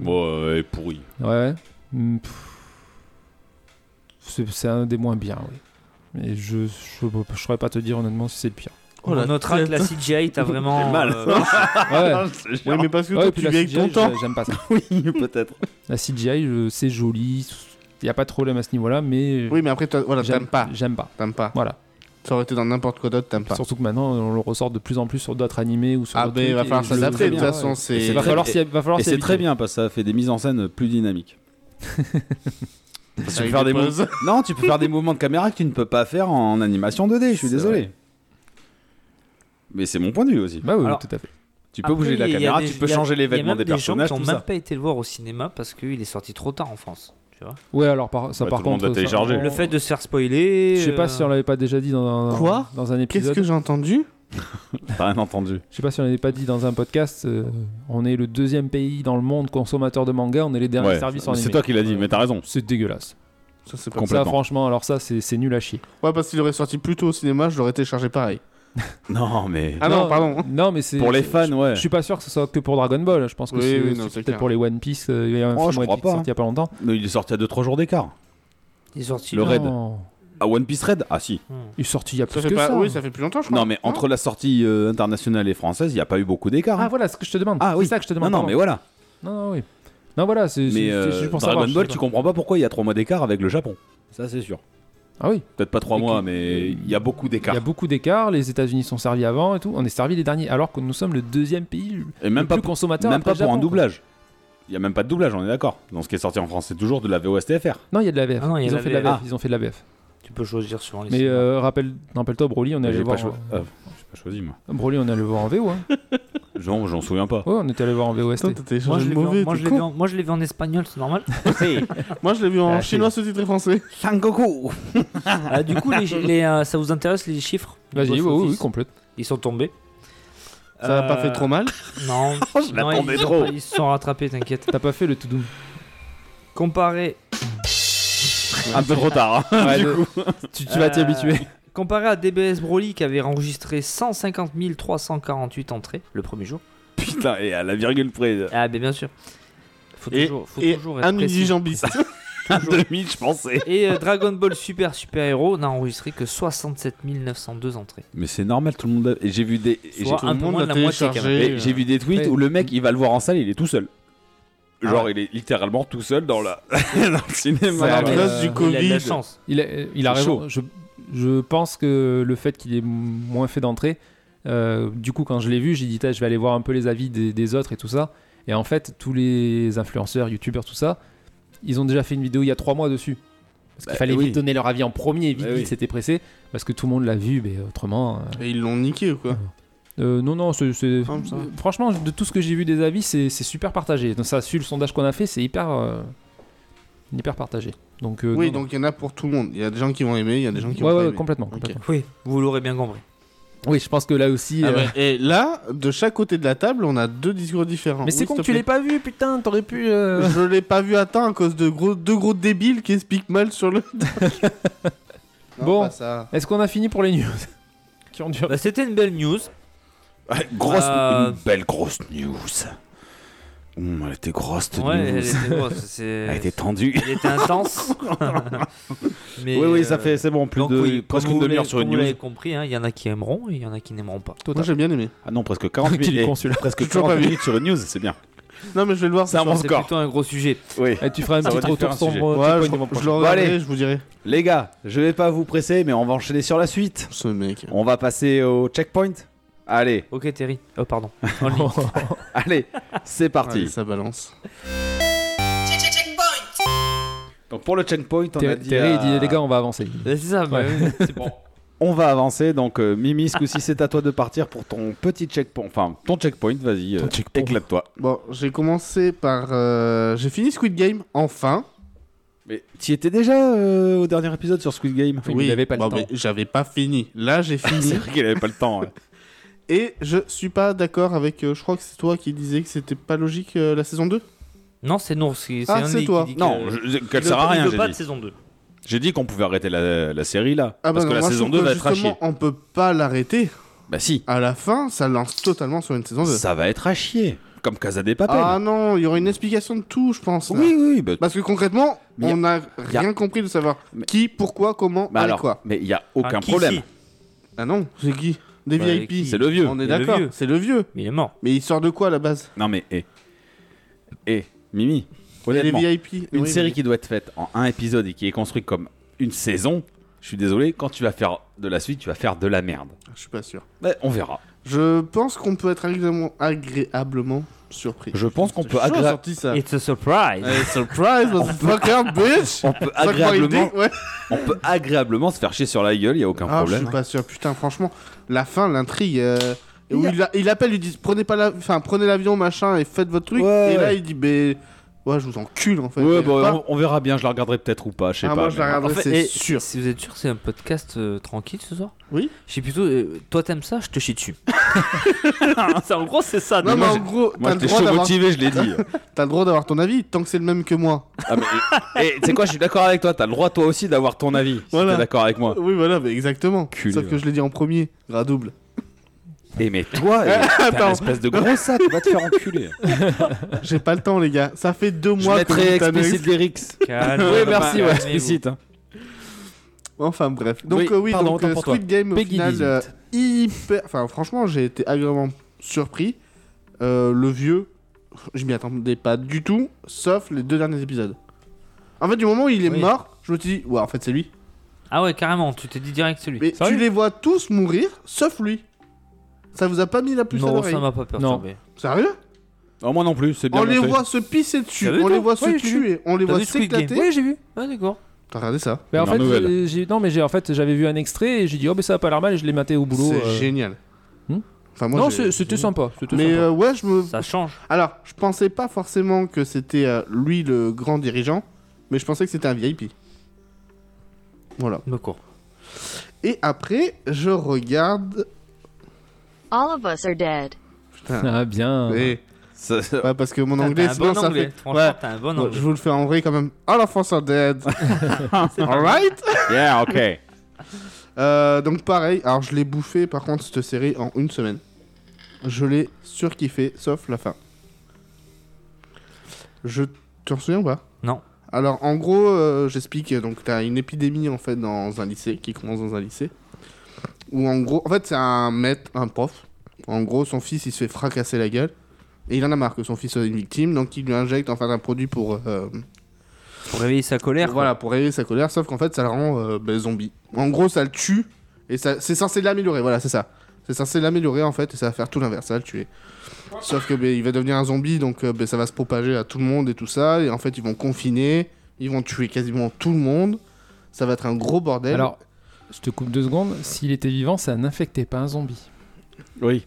euh,
Ouais, pourri.
Ouais. Hmm, pff. C'est c'est un des moins bien, oui. Mais je, je, je saurais pas te dire honnêtement si c'est le
[LAUGHS]
pire.
Oh la
Notre acte, la
tête.
CGI, t'as vraiment.
[LAUGHS] J'ai mal.
euh,
Ouais.
Oui, mais Ah, parce que
Ouais,
toi,
et puis
tu
la
vis avec ton
CGI,
temps.
je- j'aime pas ça.
Oui, [LAUGHS] peut-être.
La CGI, je- c'est joli, il n'y a pas de problème à ce niveau-là, mais
Oui, mais après, toi, voilà,
j'aime
t'aimes pas.
J'aime pas.
T'aimes pas.
Voilà.
Ça aurait été dans n'importe quoi d'autre, t'aimes pas.
Surtout que maintenant, on le ressort de plus en plus sur d'autres animés ou sur
Ah,
d'autres
mais il va
trucs,
falloir
et je le
s'adapter. De
vois,
toute
ouais.
façon,
Il
c'est.
va
très-
falloir s'y va falloir
Et
s'y
c'est très
habituer.
bien parce que ça fait des mises en scène plus dynamiques.
Parce
Tu peux faire des mou- non, tu peux faire des mouvements de caméra que tu ne peux pas faire en animation 2D, je suis
C'est
désolé. Mais c'est mon point de vue aussi.
Bah oui,
Alors-
tout à fait.
Tu peux bouger
Après,
la
il y a
caméra,
des-
tu peux
il y a-
changer les
il y a
vêtements
même
des personnages,
gens qui n'ont
tout ça.
même pas été le voir au cinéma parce qu'il est sorti trop tard en France. Tu vois
Ouais, alors par, ça
Bah,
par
tout le monde
contre.
l'a
ça-
téléchargé.
on-
le fait de se faire spoiler.
Je sais pas
euh,
si on l'avait pas déjà dit dans un,
Quoi
dans un
Qu'est-ce
épisode.
que j'ai entendu
T'as rien entendu.
Je sais pas si on l'avait pas dit dans un podcast. euh, on est le deuxième pays dans le monde consommateur de manga. On est les derniers
Ouais,
services en
C'est
animé.
toi qui l'as dit, mais t'as raison.
C'est dégueulasse.
Ça, c'est pas.
Com-
Ça,
Complètement.
franchement, alors ça, c'est c'est nul à chier.
Ouais, parce qu'il aurait sorti plus tôt au cinéma, je l'aurais téléchargé pareil.
Non, mais.
Ah non, pardon.
Non, mais c'est
Pour les
je-
fans, ouais.
Je suis pas sûr que ce soit que pour Dragon Ball. Je pense que
Oui,
c'est
oui,
c'est
non, c'est
peut-être
clair.
pour les One Piece. euh, Il y a un
Oh, je
film One
crois
Piece
pas, hein.
sorti il y a pas longtemps.
Non, Il est sorti à 2-3 jours d'écart.
euh, Il est sorti.
Le
là. Hmm.
raid.
Non.
À One Piece Red Ah si.
Il est sorti il y a
Ça
plus
fait
que
pas-
ça. hein.
Oui, ça fait plus longtemps, je crois.
Non, mais entre la sortie euh, internationale et française, il n'y a pas eu beaucoup d'écart. hein.
Ah voilà, ce que je te demande.
Ah, oui.
C'est ça que je te
non,
demande.
non, mais voilà.
pardon. Non, non, oui. Non, voilà, c'est
Mais
c'est-
euh,
c'est juste pour
Dragon
savoir. je
Ball,
sais
tu
pas.
comprends pas pourquoi il y a 3 mois d'écart avec le Japon. Ça, c'est sûr.
Ah oui.
Peut-être pas 3
Et
mois,
qui-
mais il y a beaucoup
Il
d'écart.
y a beaucoup d'écarts. Les États-Unis sont servis avant et tout. On est servis les derniers, alors que nous sommes le deuxième pays le
Et même pas,
plus consommateur.
même
après
pas
le
pour
Japon,
un
quoi.
doublage. Il n'y a même pas de doublage, on est d'accord. Dans ce qui est sorti en France, c'est toujours de la VOSTFR.
Non, il y a de la VF.
Ah non, il y a
ils,
de
ont
la
fait de la VF.
VF.
ils ont fait de la VF.
Tu peux choisir sur les
Mais
cinémas.
euh, rappelle- rappelle-toi, Broly, on est allé
J'ai pas,
voir. hein.
cho-
en-
euh, j'ai pas choisi, moi.
Broly, on est allé voir en
[LAUGHS]
VO. Hein.
J'en j'en souviens pas.
Ouais, on était allé voir en VOST.
Putain, t'as
Moi je
téléchargé le
l'ai vu en-
mauvais.
moi,
t'es
je l'ai
con.
vu en- moi, je l'ai vu en espagnol, c'est [LAUGHS] normal.
Moi, je l'ai vu
Ah,
en
c'est-
chinois sous-titré français.
Sangoku
[LAUGHS] Ah, du coup, les, les, euh, ça vous intéresse les chiffres
Vas-y,
Box
oui, oui,
office
oui, complète.
Ils sont tombés.
Ça n'a pas
Euh,
fait trop Oh, mal. [LAUGHS]
Non,
Je
non,
l'attendais
ils, ont
trop.
pas- ils se sont rattrapés, t'inquiète.
T'as pas fait le tout doux.
Comparé,
Un peu trop tard. hein. [LAUGHS]
Ouais, le- [LAUGHS] tu, tu vas t'y
Euh,
habituer.
comparé à DBS Broly qui avait enregistré 150 348 entrées le premier jour.
Putain, et à la virgule près. [LAUGHS]
Ah, ben bien sûr. Faut
Et-
toujours, faut
Et
toujours être
un
précis.
midi jambiste.
À 2000, je pensais.
Et euh, Dragon Ball Super Super Hero n'a enregistré que 67 902 entrées.
Mais c'est normal, tout le monde. a- Et j'ai vu des. et j'ai-
Soit
tout
un
le
peu mm.
monde
moins de la
l'a
moitié quand même.
téléchargé.
et j'ai vu des tweets
Ouais.
où le mec il va le voir en salle, il est tout seul.
Ah
Genre, il est littéralement tout seul dans, la... [LAUGHS] dans le cinéma.
Ouais,
À
mais-
cause
Il a
Il a de
du Covid.
la chance.
Il a, il a
C'est
raison.
chaud.
Je, je pense que le fait qu'il ait m- moins fait d'entrée, euh, du coup, quand je l'ai vu, j'ai dit, "Tain, je vais aller voir un peu les avis des, des autres et tout ça. Et en fait, tous les influenceurs, youtubeurs, tout ça, ils ont déjà fait une vidéo il y a trois mois dessus. Parce qu'il
Bah,
fallait
oui.
vite donner leur avis en premier, vite,
Bah, oui.
vite, c'était pressé, parce que tout le monde l'a vu, mais autrement. euh,
Et ils l'ont niqué ou quoi
Euh, non, non, c'est, c'est-
Ah, ça va.
franchement, de tout ce que j'ai vu des avis, c'est, c'est super partagé. Donc, ça, suit le sondage qu'on a fait, c'est hyper, euh, hyper partagé. Donc, euh,
Oui,
non,
donc il y en a pour tout le monde. Il y a des gens qui vont aimer, il y a des gens qui
non. Ouais,
vont
ouais,
pas aimer.
complètement. complètement.
Oui, vous l'aurez bien compris.
Oui, je pense que là aussi.
Ah
euh,
ouais. Et là, de chaque côté de la table, on a deux discours différents.
Mais c'est
Oui,
con
s'il
que
te
tu l'aies
plaît.
pas vu, putain, t'aurais pu. euh,
Je l'ai pas vu atteint à cause de gros, deux gros débiles qui expliquent mal sur le. [LAUGHS] Non,
Bon.
pas ça.
Est-ce qu'on a fini pour les news [LAUGHS] Qui ont duré-
Bah, C'était une belle news.
Ouais, Grosse,
Euh.
une belle grosse news. Hum, elle était grosse cette
Ouais,
news.
elle
Elle,
était,
[LAUGHS]
grosse, c'est-
était tendue.
elle était
[LAUGHS]
intense. Mais,
oui, oui, ça
euh,
fait, c'est bon, plus
donc
de
oui,
presque
comme
une
vous
demi-heure
l'avez-
sur
comme
une
vous
news.
l'avez compris, hein, il y en a qui aimeront et il y en a qui n'aimeront pas.
Moi j'ai bien aimé.
Ah non,
[LAUGHS]
presque 40
Qu'il est
minutes.
con, celui-là.
Presque
Toujours
40
pas vu.
minutes sur une news, c'est bien.
Non mais je vais le voir.
C'est un bon
C'est
score.
plutôt un gros sujet.
Oui.
Eh, tu feras un
Ça
petit
aurait dû
retour
faire un
sombre.
sujet.
tu
Ouais,
pognes
je,
mon prochain.
je le
Bon,
regarderai,
allez.
je vous dirai.
Les gars, je vais pas vous presser, mais on va enchaîner sur la suite.
Ce mec.
On va passer au checkpoint. Allez,
Ok, Terry. Oh,
[LAUGHS]
pardon.
[LAUGHS]
En ligne.
allez, c'est parti.
Allez, ça balance.
Donc pour le checkpoint, on a
Terry
dit
Terry,
à-
il dit les gars, on va avancer.
c'est ça, bah oui, c'est bon.
On va avancer, donc euh, Mimi, ce coup-ci, c'est à toi de partir pour ton petit checkpoint. Enfin, ton checkpoint, vas-y, euh, éclate-toi.
Bon, j'ai commencé par. euh, J'ai fini Squid Game enfin.
Mais tu étais déjà euh, au dernier épisode sur Squid Game
Oui, mais il avait pas le
Bon,
temps.
mais j'avais pas fini. Là, j'ai
[LAUGHS]
C'est
fini.
vrai qu'il avait pas le temps. [LAUGHS] ouais.
Et je suis pas d'accord avec. euh, je crois que c'est toi qui disais que c'était pas logique euh, la saison 2.
Non, c'est non. C'est
Ah,
un
c'est
des qui
toi.
dit que-
Non, je- je- qu'elle
Il
sert
veut-
à
il
rien,
veut
j'ai
pas
dit.
de saison 2.
J'ai dit qu'on pouvait arrêter la, la série là. parce
bah
que
non,
la
moi, je
saison 2
trouve que
va être à chier.
justement, On peut pas l'arrêter.
Bah si,
À la fin, ça lance totalement sur une saison 2.
ça va être à chier. Comme Casa des Papel.
Ah non, il y aura une explication de tout, je pense. là.
oui, oui, bah,
Parce que concrètement,
Mais y a-
on n'a
y a-
rien compris de savoir
Mais-
qui, pourquoi, comment,
bah
avec
alors,
quoi.
mais il y a
Ah,
aucun
qui,
problème.
qui
Ah non, c'est qui Des
Bah,
VIP.
qui
C'est le vieux.
On est
le
d'accord,
vieux.
c'est le vieux.
Mais il est mort.
Mais il sort de quoi à la base
Non mais eh, eh, Mimi,
Les
honnêtement,
VIP.
une
oui,
série
mais-
qui doit être faite en un épisode et qui est construite comme une saison, je suis désolé, quand tu vas faire de la suite, tu vas faire de la merde.
Je suis pas sûr.
Bah, on verra.
Je pense qu'on peut être agréablement, agréablement surpris.
Je pense qu'on peut
C'est chaud
agré-
sorti, ça.
It's a surprise.
Eh, surprise, motherfucker,
[LAUGHS]
bitch
on peut
Ça, quand il
agréablement,
dit- ouais.
on peut agréablement se faire chier sur la gueule, il y a aucun
Ah, je suis
problème. hein.
pas sûr. Putain, franchement, la fin, l'intrigue. euh, où il, a- il appelle, il dit prenez pas la, enfin prenez l'avion machin et faites votre truc.
Ouais,
et là
ouais.
il dit ben ouais bah, je vous encule en fait.
Ouais,
Et
bon,
pas-
on, on verra bien, je la regarderai peut-être ou pas, je sais
Ah,
pas.
moi je la
mais-
regarderai,
En fait,
c'est
eh,
sûr.
Si vous êtes sûr, c'est un podcast euh, tranquille ce soir
Oui.
Je sais plutôt, euh, toi t'aimes ça, je te chie dessus. C'est- en gros, c'est [LAUGHS] ça.
Non mais
donc- [LAUGHS]
en gros,
Moi
t'as le
j'étais
droit
chaud
d'avoir,
motivé, je l'ai
[LAUGHS]
dit.
t'as le droit d'avoir ton avis tant que c'est le même que moi.
Ah, mais- et tu sais quoi, je suis d'accord avec toi, t'as le droit toi aussi d'avoir ton avis. Si
Voilà.
t'es d'accord avec moi.
Oui voilà, mais exactement.
Culé,
Sauf que
ouais.
je l'ai dit en premier, gras double.
Et mais toi,
[LAUGHS]
eh, t'es un
Attends.
espèce de gros sac, va te faire enculer.
J'ai pas le temps les gars. Ça fait deux
Je
mois que
mettrai
vous tannez.
explicite lyrics.
Calme,
Oui, merci, ouais,
calmez-vous.
explicite. hein.
Enfin bref. Donc
Oui,
oui, oui
pardon,
donc,
autant
euh,
pour
Squid Game au
Peggy
final
18.
euh, hyper. Enfin franchement j'ai été agréablement surpris. Euh, le vieux, je m'y attendais pas du tout, sauf les deux derniers épisodes. En fait du moment où il est
Oui.
mort, je me suis dit ouais en fait c'est lui.
Ah ouais, carrément, tu t'es dit direct celui.
Mais tu
Sérieux
les vois tous mourir sauf lui. Ça vous a pas mis la puce à
non,
l'oreille
ça m'a pas perturbé.
Sérieux
Non, Oh, moi non plus, c'est bien.
On les
monté.
voit se pisser dessus,
T'as vu,
on les
toi
voit se
Oui, j'ai vu.
tuer, on les
T'as
voit
vu Squid Game
s'éclater.
Oui, j'ai vu.
Ouais, Ah, d'accord.
T'as regardé ça
Mais en
Leur
fait,
nouvelle.
j'ai- j'ai- non, mais j'ai en fait, j'avais vu un extrait et j'ai dit oh, mais ça va pas l'air mal et je l'ai maté au boulot.
C'est
euh.
génial.
Hmm
Enfin, moi,
Non,
j'ai-
c'est- c'était sympa. c'était
Mais
sympa.
euh, ouais, je me.
Ça change.
Alors, je pensais pas forcément que c'était euh, lui le grand dirigeant, mais je pensais que c'était un VIP. Voilà.
D'accord.
Et après, je regarde.
All of us are dead.
Putain.
Ah bien.
Eh,
Ça- ça-
ouais, parce que mon
T'as-
anglais,
t'as un
sinon
bon
ça
anglais.
fait.
Franchement,
Ouais.
t'as un bon
Bon,
anglais.
je vous le fais en vrai quand même. All of us
[LAUGHS]
are dead. Alright.
Yeah, ok.
Euh, donc pareil, alors je l'ai bouffé par contre cette série en une semaine. Je l'ai surkiffé, sauf la fin. Je t'en souviens ou pas
Non.
Alors en gros, euh, j'explique, donc t'as une épidémie en fait dans un lycée, qui commence dans un lycée. Où en gros, en fait c'est un maître, un prof. En gros, son fils il se fait fracasser la gueule. Et il en a marre que son fils soit une victime, donc il lui injecte enfin un produit pour... euh,
Pour réveiller sa colère.
voilà, pour réveiller sa colère, sauf qu'en fait, ça le rend euh, ben, zombie. En gros, ça le tue, et ça, c'est censé l'améliorer, voilà, c'est ça. C'est censé l'améliorer, en fait, et ça va faire tout l'inverse, ça va le tuer. Sauf que ben, il va devenir un zombie, donc euh, ben, ça va se propager à tout le monde et tout ça, et en fait, ils vont confiner, ils vont tuer quasiment tout le monde, ça va être un gros bordel.
Alors, je te coupe deux secondes. S'il était vivant, ça n'infectait pas un zombie.
Oui.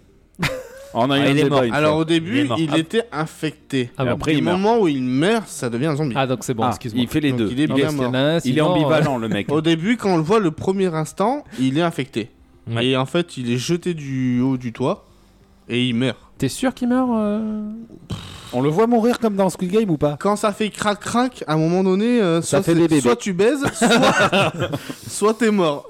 On a eu
Ah,
un
il est
débat
mort.
une
Alors,
fois.
au
Il
début,
est mort.
il,
Ah.
était infecté.
Ah,
Et
bon.
après,
Au
il meurt.
moment où il meurt, ça devient un zombie.
Ah donc c'est bon.
Ah,
Excuse-moi.
il fait les
Donc,
deux.
il est
Il
bien
est-
mort.
il est ambivalent, le mec.
Au début, quand on le voit le premier instant, il est infecté.
Ouais.
Et en fait, il est jeté du haut du toit et il meurt.
T'es sûr qu'il meurt euh
On le voit mourir comme dans Squid Game ou pas
Quand ça fait crac crac, à un moment donné, euh,
Ça
soit,
fait
c'est-
bébé.
soit
[LAUGHS]
tu baises, soit, soit t'es mort.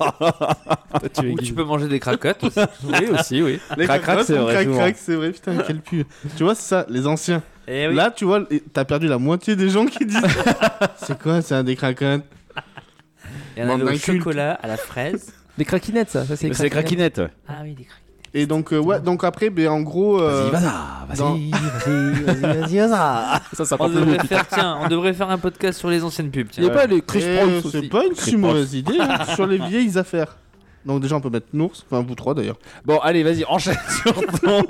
Ou tu peux manger des cracottes
[LAUGHS]
aussi.
Oui, aussi, oui.
Les
Ah, Crac, crac,
crac,
c'est vrai,
Crac
souvent.
crac, c'est vrai. Putain, quel pu. Tu vois, c'est ça, les anciens.
Eh oui.
Là, tu vois, et t'as perdu la moitié des gens qui
[LAUGHS]
disent C'est quoi, c'est un des craquettes
Il y en avait
Bande
au
d'incultes.
chocolat, à la fraise.
Des craquinettes, ça. ça c'est
C'est les craquinettes. ouais.
Ah oui, des craquettes.
Et donc, euh, ouais, donc après, ben, en gros. euh,
Vas-y, vas-y,
dans-
vas-y, vas-y, vas-y, vas-y, vas-y. Oh,
Ça, ça
On
porte le nom.
devrait faire, tiens, on devrait faire un podcast sur les anciennes pubs.
Il n'y
Tiens.
a pas les Chris
eh,
Prolls
c'est
aussi.
pas une
Chris
si
Prolls.
mauvaise idée hein, sur les vieilles affaires. Donc, déjà, on peut mettre Nours, enfin, vous trois d'ailleurs.
Bon, allez, vas-y, enchaîne [LAUGHS] sur ton.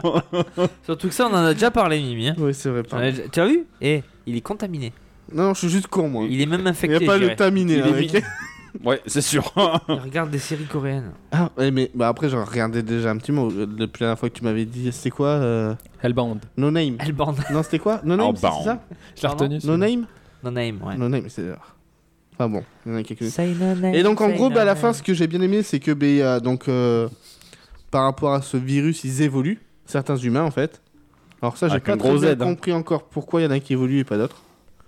Surtout que ça, on en a déjà parlé, Mimi. hein.
Oui, c'est vrai.
On a déjà- Tu as vu Eh, il est contaminé.
Non, non, je suis juste con, moi.
Il est même
Il n'y a
infecté.
pas
je
le
dirais.
taminé, hein,
Il est
avec.
Ouais, c'est sûr. [LAUGHS]
Il regarde des séries coréennes.
Ah, ouais, mais bah après, j'en regardais déjà un petit mot. euh, Depuis la dernière fois que tu m'avais dit, c'était quoi euh,
Hellbound.
[LAUGHS]
No Name
Elle bande.
Non, c'était quoi No Name,
Oh,
c'est
bah,
c'est ça
Je l'ai
Pardon
retenu.
No
celui-là.
Name
No name, ouais.
No Name, c'est... euh, Enfin bon, il y en a quelques-unes.
Say no name,
Et donc, en
say
gros,
no
bah, à la
name.
fin, ce que j'ai bien aimé, c'est que bah, euh, donc, euh, par rapport à ce virus, ils évoluent, certains humains, en fait. Alors ça, j'ai
Avec
pas
un
trop
gros
bien
Z, hein.
compris encore pourquoi il y en a qui évoluent et pas d'autres.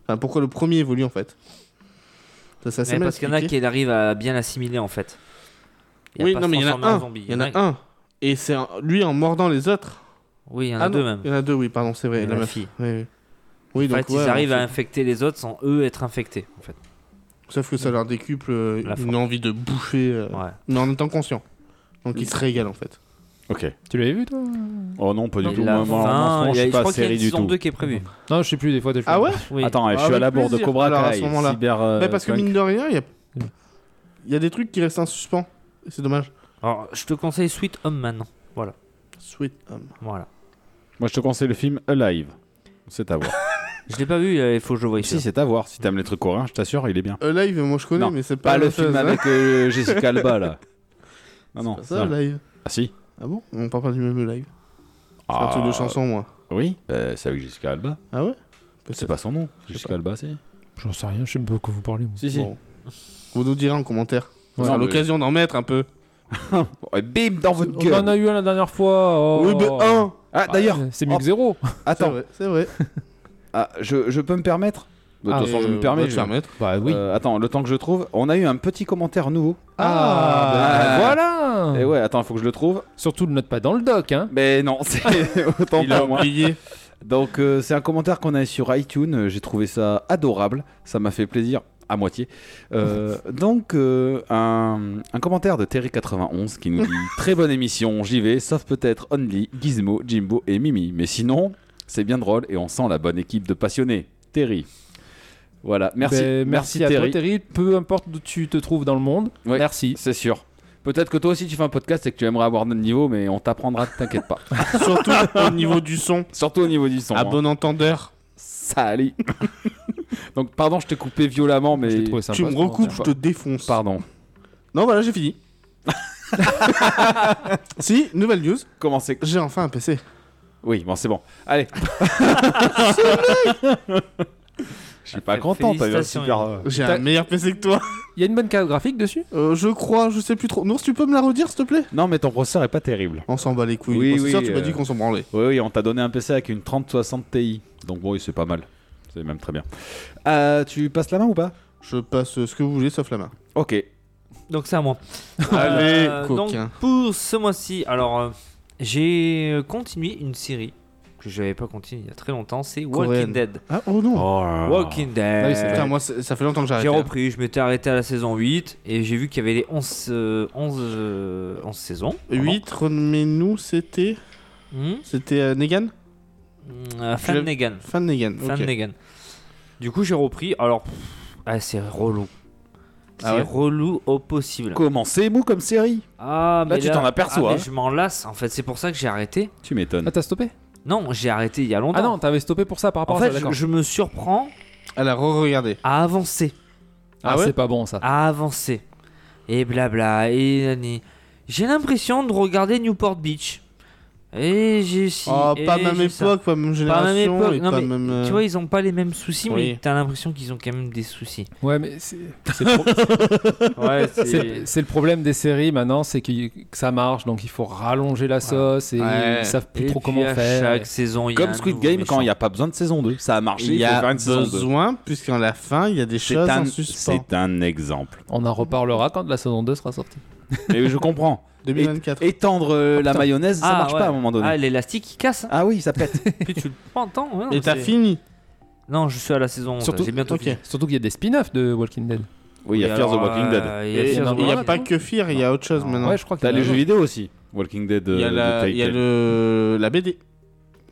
Enfin, pourquoi le premier évolue, en fait. Ça, ça
Ouais, parce qu'il y en a qui arrivent à bien l'assimiler en fait. Il a
Oui,
pas
non, mais il y en a
transformé en
un.
zombie.
Il y en a un. Et c'est un- lui en mordant les autres.
Oui, il y en a
Ah non,
deux même.
Il y en a deux, oui, pardon, c'est vrai.
Il y en
La
a la
meuf.
fille.
Oui, oui. Oui,
en
donc,
fait,
ouais,
ils arrivent
on
à
sait-
infecter les autres sans eux être infectés en fait.
Sauf que ça leur décuple euh,
La force.
une envie de bouffer, euh,
Ouais.
mais en étant conscient. Donc ils se régalent en fait.
Ok.
Tu l'avais vu, toi
Oh non, pas du
Et
tout.
la
Moi, moi, en
fin,
ce moment,
il y
je
a-
suis
je
pas
crois qu'il y a
série
une
du
saison
tout.
2 qui est
[LAUGHS]
prévue.
Non, je sais plus, des fois, des fois.
Ah ouais
Oui.
Attends, je suis
Avec
à la bourre de
plaisir.
Cobra
Alors, à
Kai,
ce moment-là.
Cyber. euh,
Bah, parce que
Punk.
mine de rien, il y a... il y a des trucs qui restent en suspens. Et C'est dommage.
Alors, je te conseille Sweet Home maintenant.
Sweet homme.
Voilà.
Moi, je te conseille le film Alive. C'est à voir.
Je l'ai pas vu, euh, il faut que je le voie
si,
ici.
c'est à voir. Si t'aimes les trucs coréens, je t'assure, il est bien.
Euh, Live, moi je connais,
Non,
mais c'est pas,
Pas
la
le
même
film
chose, hein.
avec euh, Jessica Alba, là. [LAUGHS] Non,
Pas
non.
Ça,
non.
live.
Ah, si.
Ah bon On parle pas du même live. C'est un
Ah,
truc de chanson, moi.
Oui, euh, c'est avec Jessica Alba.
Ah ouais
C'est pas son nom. Jessica Alba, si.
J'en sais rien, je sais même pas de quoi vous parlez. moi.
Si, si.
Bon. Vous nous direz en commentaire.
Ouais.
C'est
Non, mais-
Ah, l'occasion Oh, d'en mettre un peu.
Ouais, bim, dans votre
On en
gueule.
a eu un la dernière fois. oh. Bah,
Oui, mais un. Ah, d'ailleurs,
C'est mieux que zéro.
C'est
attends.
vrai, c'est vrai.
Ah, je, je peux me permettre De toute
Ah,
façon, je
Euh,
me permets.
va te
je-
faire mettre.
Bah oui.
Euh, attends, le temps que je trouve, on a eu un petit commentaire nouveau. Euh,
ben,
Ah, bah, voilà
Et ouais, attends, faut que je le trouve.
Surtout, ne note pas dans le doc, hein.
Mais non, c'est autant
Il a
pour moi.
oublié.
Donc euh, c'est un commentaire qu'on a sur iTunes, euh, j'ai trouvé ça adorable, ça m'a fait plaisir à moitié. Euh, donc euh, un, un commentaire de Terry91 qui nous dit très bonne émission, j'y vais, sauf peut-être Only, Gizmo, Jimbo et Mimi. Mais sinon, c'est bien drôle et on sent la bonne équipe de passionnés. Terry. Voilà, merci,
Ben,
merci,
à
Terry.
toi, Terry. Peu importe d'où tu te trouves dans le monde.
Ouais.
Merci.
C'est sûr. Peut-être que toi aussi tu fais un podcast et que tu aimerais avoir notre niveau, mais on t'apprendra, t'inquiète pas.
Surtout au niveau du son.
Surtout au niveau du son.
À
hein.
Ah bon entendeur.
Salut. [LAUGHS] Donc pardon, je t'ai coupé violemment,
Je
mais
l'ai trouvé sympa,
Tu
ce
me
moment.
recoupes, je te défonce.
pardon.
Non, voilà, j'ai [LAUGHS] fini. si, nouvelle news,
Comment c'est
j'ai enfin un PC.
Oui, bon, c'est bon. Allez. [LAUGHS] Je suis pas
Fé-
content, t'as eu un
félicitations,
super.
Yann.
euh,
J'ai
T'as-
un meilleur PC que toi.
Il y a une bonne carte graphique dessus
Euh, je crois, je sais plus trop. Nours, tu peux me la redire, s'il te plaît
Non, mais ton processeur est pas terrible.
On s'en bat les couilles.
Oui,
Bon, c'est
oui,
sûr, tu m'as
euh,
dit qu'on s'en branlait.
Oui, oui, on t'a donné un PC avec une 3060 Ti. Donc, bon, oui, c'est pas mal. C'est même très bien. Euh, tu passes la main ou pas
Je passe euh, ce que vous voulez, sauf la main.
Ok.
Donc c'est à moi.
Allez,
Euh,
coquin.
Donc pour ce mois-ci, alors euh, j'ai euh, continué une série que j'avais pas continué il y a très longtemps, c'est Walking
Coréenne.
Dead.
Ah, oh non
Walking Dead.
Ah oui, c'est
Putain, moi, c'est- ça fait longtemps que j'ai
J'ai
arrêté. hein.
repris, je m'étais arrêté à la saison 8 et j'ai vu qu'il y avait les 11, euh, 11, euh, 11 saisons.
hein. 8, remets-nous, c'était.
Hmm
C'était euh, Negan
Euh,
Je-
Fan Negan.
Fin de Negan.
Fan
ok.
Negan. Du coup, j'ai repris. Alors, pff, ah, c'est relou. C'est
Ah ouais
relou au possible.
Comment c'est mou comme série
Ah,
Là,
mais
tu t'en aperçois,
ah, mais
hein.
je m'en lasse. En fait, c'est pour ça que j'ai arrêté.
Tu m'étonnes.
Ah, t'as stoppé
Non, j'ai arrêté il y a longtemps.
Ah non, t'avais stoppé pour ça par rapport
en
à
fait,
ça,
je,
d'accord.
je me surprends
Elle a re-regardé.
à avancer,
Ah,
Ah ouais
c'est pas bon ça.
à avancer. Et blabla, et nani. J'ai l'impression de regarder Newport Beach. Et j'ai si.
Ah,
eh,
pas même
j'ai ça.
époque, pas même génération.
même époque,
et
non,
pas
mais
même, euh,
Tu vois, ils ont pas les mêmes soucis, mais
Oui.
t'as l'impression qu'ils ont quand même des soucis.
Ouais, mais c'est c'est le pro- [LAUGHS]
Ouais,
c'est- c'est le problème des séries maintenant, c'est que, que ça marche, donc il faut rallonger la sauce et
Ouais.
ils savent plus
Et
trop
puis
comment
à
faire.
Chaque saison, il y a
Comme
un
Squid
nouveau
Game,
méchant.
quand il n'y a pas besoin de saison 2. Ça a marché,
Il y
faut
a
faire une saison 2.
besoin, puisqu'à la fin, il y a des
C'est
choses
un,
en suspens.
c'est un exemple.
On en reparlera quand la saison 2 sera sortie.
Mais je comprends.
2024.
Étendre euh, la
putain.
mayonnaise, ça
Ah,
marche
ouais.
pas à un moment donné.
Ah, l'élastique, il casse. hein.
Ah oui, ça pète.
Puis tu le prends en temps. ouais, non,
Et t'as
c'est-
fini.
Non, je suis à la saison. onze,
Surtout-
J'ai bientôt
ok.
fini.
Surtout qu'il y a des spin-offs de Walking Dead.
[LAUGHS] oui, il y a
Et
Fear the
alors,
Walking Dead.
euh, il y a
Et
Fear the
non,
Il n'y a
Walking
pas
Dead.
que Fear, il y a autre chose
Non.
maintenant.
Ouais, je crois qu'il y
T'as
en a
les
un.
jeux vidéo aussi. Walking Dead.
Il y a,
euh,
la,
de
il y a
Telltale.
le, la BD.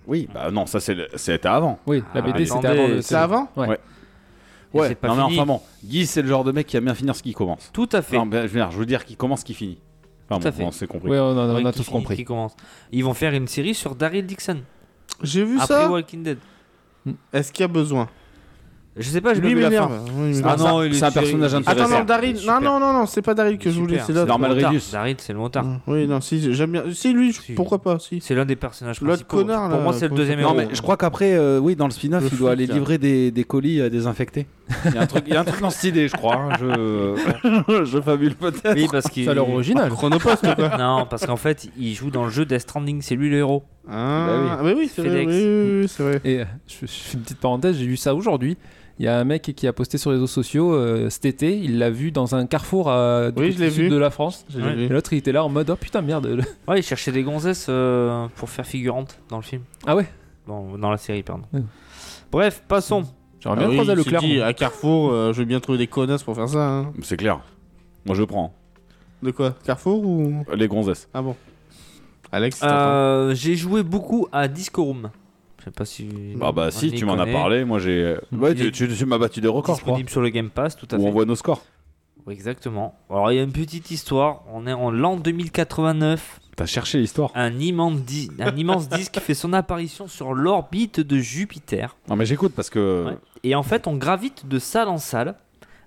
Oui, bah non, ça c'est le- c'était avant.
Oui, la
Ah,
BD c'était
attendez,
avant le.
C'est avant
Et
Ouais,
c'est pas
non mais
fini.
enfin bon, Guy c'est le genre de mec qui aime bien finir ce qu'il commence.
Tout à fait.
Non, ben, je veux dire, je veux dire qu'il commence ce qu'il finit. Enfin,
Tout à
bon,
fait.
on s'est compris.
Oui, on, a- on
Ouais,
a
qui
tous
finit,
compris.
qui commence. Ils vont faire une série sur Daryl Dixon
J'ai vu
après
ça.
Walking Dead.
Est-ce qu'il y a besoin
Je sais pas, je vu
Lui
la fin.
m'énerve. Oui, il
Ah
m'énerve.
non, c'est un personnage
Attends,
intéressant.
non, Daryl. Non, non, non, non, c'est pas Daryl que je voulais, c'est
le
l'autre. Ah. Mmh.
normal.
motard.
Reedus.
Daryl, c'est le montard.
Oui, non, si, j'aime bien. Si, lui, je-
Si.
pourquoi pas si.
C'est l'un des personnages
L'autre
principaux.
connard,
Pour
là,
moi, c'est le
comment
deuxième
il
Non
héros.
s'appelle
mais je crois qu'après, euh, oui, dans le spin-off,
Le
il doit
flic,
aller
là.
livrer des, des colis euh, à des infectés. Il y a un truc, il y a un truc dans cette idée, je crois. hein. Je, [LAUGHS] je fabule peut-être.
Oui, parce qu'il.
C'est à l'heure originale.
Chronopost ou quoi
Non, parce qu'en fait, il joue dans le jeu Death Stranding, c'est lui le héros.
Ah,
Bah
bah oui, c'est vrai.
FedEx.
Oui, oui, oui, c'est vrai.
[LAUGHS] Et euh, je, je fais une petite parenthèse, j'ai vu ça aujourd'hui. Il y a un mec qui a posté sur les réseaux sociaux euh, cet été, il l'a vu dans un carrefour à, du
Oui,
côté
je l'ai
du sud
vu.
de la France.
J'ai
Ouais.
Et
vu.
l'autre, il était là en mode Oh putain, merde. le-
Ouais, il cherchait des gonzesses euh, pour faire figurante dans le film.
Ah ouais
Dans, dans la série, pardon.
Ouais.
Bref, passons.
J'aurais
Ah
bien
oui,
croisé
il
le
s'est
Leclerc.
dit,
moi.
à Carrefour, euh, je vais bien trouver des connasses pour faire ça. hein.
C'est clair. Moi je prends hein.
De quoi Carrefour ou
les gonzesses.
Ah bon. Alex, c'est ta femme.
Euh, J'ai joué beaucoup à Disco Room. Je sais pas si.
Ah bah
on
si,
y
tu m'en as
connaît.
parlé. Moi j'ai. Ouais, tu, tu- tu m'as battu des records, je crois.
Mmh. Disponible sur le Game Pass, tout à
Où
fait.
on voit nos scores.
Oui, Exactement. Alors, il y a une petite histoire. On est en l'an 2089.
T'as cherché l'histoire.
Un immense, di- un immense disque fait son apparition sur l'orbite de Jupiter.
Non mais j'écoute parce que.
Ouais. Et en fait, on gravite de salle en salle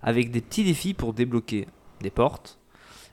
avec des petits défis pour débloquer des portes.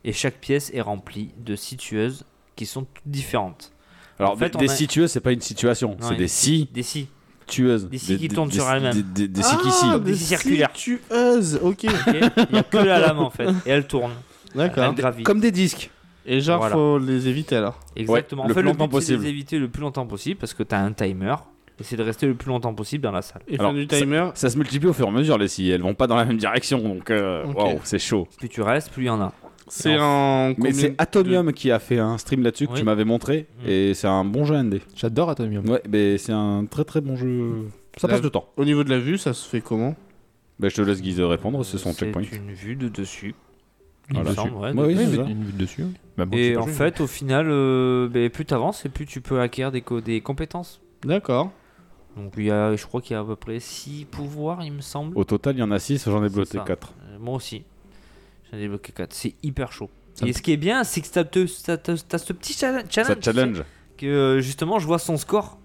Et chaque pièce est remplie de situeuses qui sont toutes différentes.
Alors
En fait,
des-
on
des
a-
si tueuses, c'est pas une situation, c'est
Ouais.
des si
Des si.
tueuses.
Des scies qui tournent sur elles-mêmes.
Des, des, des scies qui
Ah,
scient.
des circulaires.
situeuses, ok.
ok Il n'y a que la lame en fait. Et elle tourne. Elle
D'accord.
gravite.
Comme des disques.
Et genre,
Voilà.
faut les éviter alors.
Exactement.
Ouais,
en
le
fait,
plus
le
longtemps
but, c'est de
possible.
les éviter le plus longtemps possible parce que tu as un timer. Et c'est de rester le plus longtemps possible dans la salle.
Et
Alors,
fin du
ça-
timer.
Ça se multiplie au fur et à mesure les scies. Elles vont pas dans la même direction, donc euh,
Ok.
waouh, c'est chaud.
Plus tu restes, plus il y en a.
C'est en.
Mais
combien
c'est
de-
Atomium qui a fait un stream là-dessus que
Oui.
tu m'avais montré
Mm.
et c'est un bon jeu ND.
J'adore Atomium.
Ouais, mais c'est un très très bon jeu. Ça
La-
passe de temps.
Au niveau de la vue, ça se fait comment
Bah, je te laisse Guy de répondre, c'est son
C'est
checkpoint.
une vue de dessus. Il
Voilà.
me semble, ouais,
Ouais, oui,
Oui,
c'est
mais
ça.
une vue dessus. hein.
Bah,
Et en fait, au final, euh, ben, plus t'avances et plus tu peux acquérir des, co- des compétences.
D'accord.
Donc il y a, je crois qu'il y a à peu près 6 pouvoirs, il me semble.
Au total, il y en a 6, j'en ai
C'est
bloqué
ça.
4.
Euh, Moi aussi. J'en ai débloqué 4. C'est hyper chaud.
Ça
et
me-
ce qui est bien, c'est que t'as, te- t'as- t'as- t'as ce petit challenge.
Ça
tu
te
sais,
challenge.
que euh, justement, je vois son score.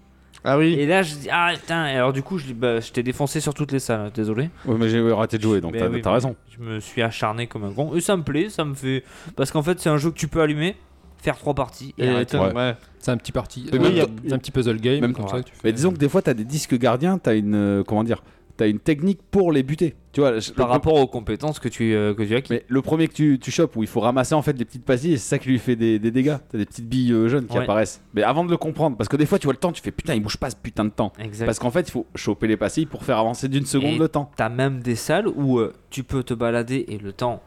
Ah oui.
Et là, je dis, ah putain. Et alors du coup, je, dis, bah, je t'ai défoncé sur toutes les salles, hein, désolé.
Ouais, mais j'ai raté de jouer, donc
Mais
t'as
oui,
t'as
mais
raison.
Je me suis acharné comme un con. Et ça me plaît, ça me fait. Parce qu'en fait, c'est un jeu que tu peux allumer, faire 3 parties et,
Et
arrêter.
t'as-
Ouais.
ouais.
C'est un petit parti.
Mais
euh,
oui, il y a-
c'est un petit puzzle game.
Même-
comme ça, que tu fais.
Mais disons que des fois, t'as des disques gardiens, t'as une. euh, comment dire T'as une technique pour les buter. Tu vois, je-
Par
le-
rapport aux compétences que tu, euh, que tu acquises.
Mais le premier que tu, tu chopes où il faut ramasser en fait les petites pastilles, et c'est ça qui lui fait des, des dégâts. T'as des petites billes euh, jaunes qui
Ouais.
apparaissent. Mais avant de le comprendre, parce que des fois tu vois le temps, tu fais putain, il bouge pas ce putain de temps.
Exact.
Parce qu'en fait, il faut choper les pastilles pour faire avancer d'une seconde
Et-
le temps.
T'as même des salles où euh, tu peux te balader et le temps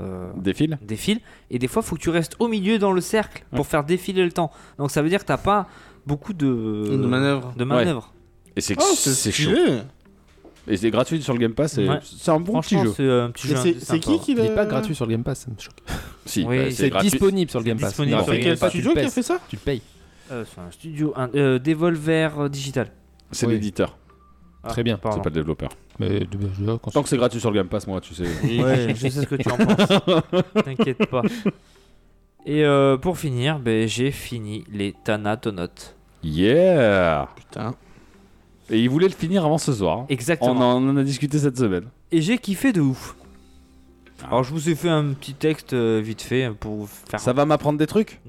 euh,
Défile.
défile. Et des fois, faut que tu restes au milieu dans le cercle pour faire défiler le temps. Donc ça veut dire que t'as pas beaucoup de,
De manœuvre.
de manœuvres.
Et c'est
Oh,
c'est
Euh, c'est
chaud.
stylé.
Et c'est gratuit sur le Game Pass. et
Ouais.
C'est un bon petit
Franchement,
jeu.
c'est euh, un hein. petit
Mais
jeu.
C'est c'est qui qui
Il
l'a
n'est pas gratuit sur le Game Pass, ça me choque.
Si,
Oui,
bah,
c'est
C'est
gratuit.
disponible sur le
C'est
Game Pass.
disponible
Non,
sur le
C'est
c'est
Game
quel
Game Pass,
tu le
studio qui a
pèses.
fait ça
Tu le payes.
Euh, c'est un studio, un, euh, Devolver euh, Digital.
C'est
Oui.
l'éditeur,
Ah,
Très bien.
pardon.
c'est pas le développeur.
Mais de- de- de- quand
Tant que c'est gratuit sur le Game Pass, moi, tu sais. [LAUGHS]
[LAUGHS] Ouais, je sais ce que tu en penses. [LAUGHS] T'inquiète pas. Et euh, pour finir, ben, j'ai fini les Thanatonautes.
Yeah
Putain.
Et il voulait le finir avant ce soir.
Exactement.
On en, on en a discuté cette semaine.
Et j'ai kiffé de ouf. Alors je vous ai fait un petit texte euh, vite fait pour vous faire
Ça va m'apprendre des trucs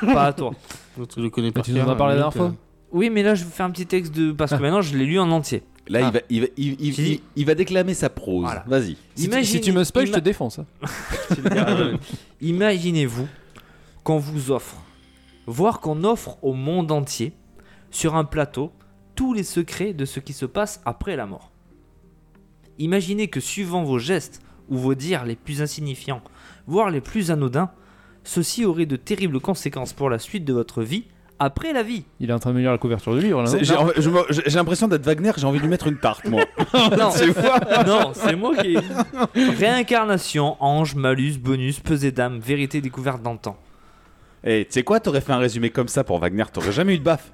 pas à toi.
Je le connais pas.
tu nous en as parlé la dernière fois
Oui, mais là, je vous fais un petit texte de. Parce que
Ah.
maintenant, je l'ai lu en entier.
Là,
Ah.
il, va, il, va, il, il-
J'ai dit-
il- il va déclamer sa prose.
Voilà.
Vas-y.
Si, tu-
Imagine-
si tu me spoil, je te
ima-
défonce. hein.
Imaginez-vous qu'on vous offre, voire qu'on offre au monde entier, sur un plateau, tous les secrets de ce qui se passe après la mort. Imaginez que suivant vos gestes ou vos dires les plus insignifiants, voire les plus anodins, ceci aurait de terribles conséquences pour la suite de votre vie après la vie.
Il est en train de me lire la couverture du livre. là.
C'est- J'ai envie- je me- j'ai- j'ai l'impression d'être Wagner, j'ai envie de lui mettre une tarte, moi.
Non,
[LAUGHS] Tu vois
non, c'est moi qui. Réincarnation, ange, malus, bonus, pesée d'âme, vérité découverte dans le temps.
Et Eh, tu sais quoi, t'aurais fait un résumé comme ça pour Wagner, t'aurais jamais eu de baffe.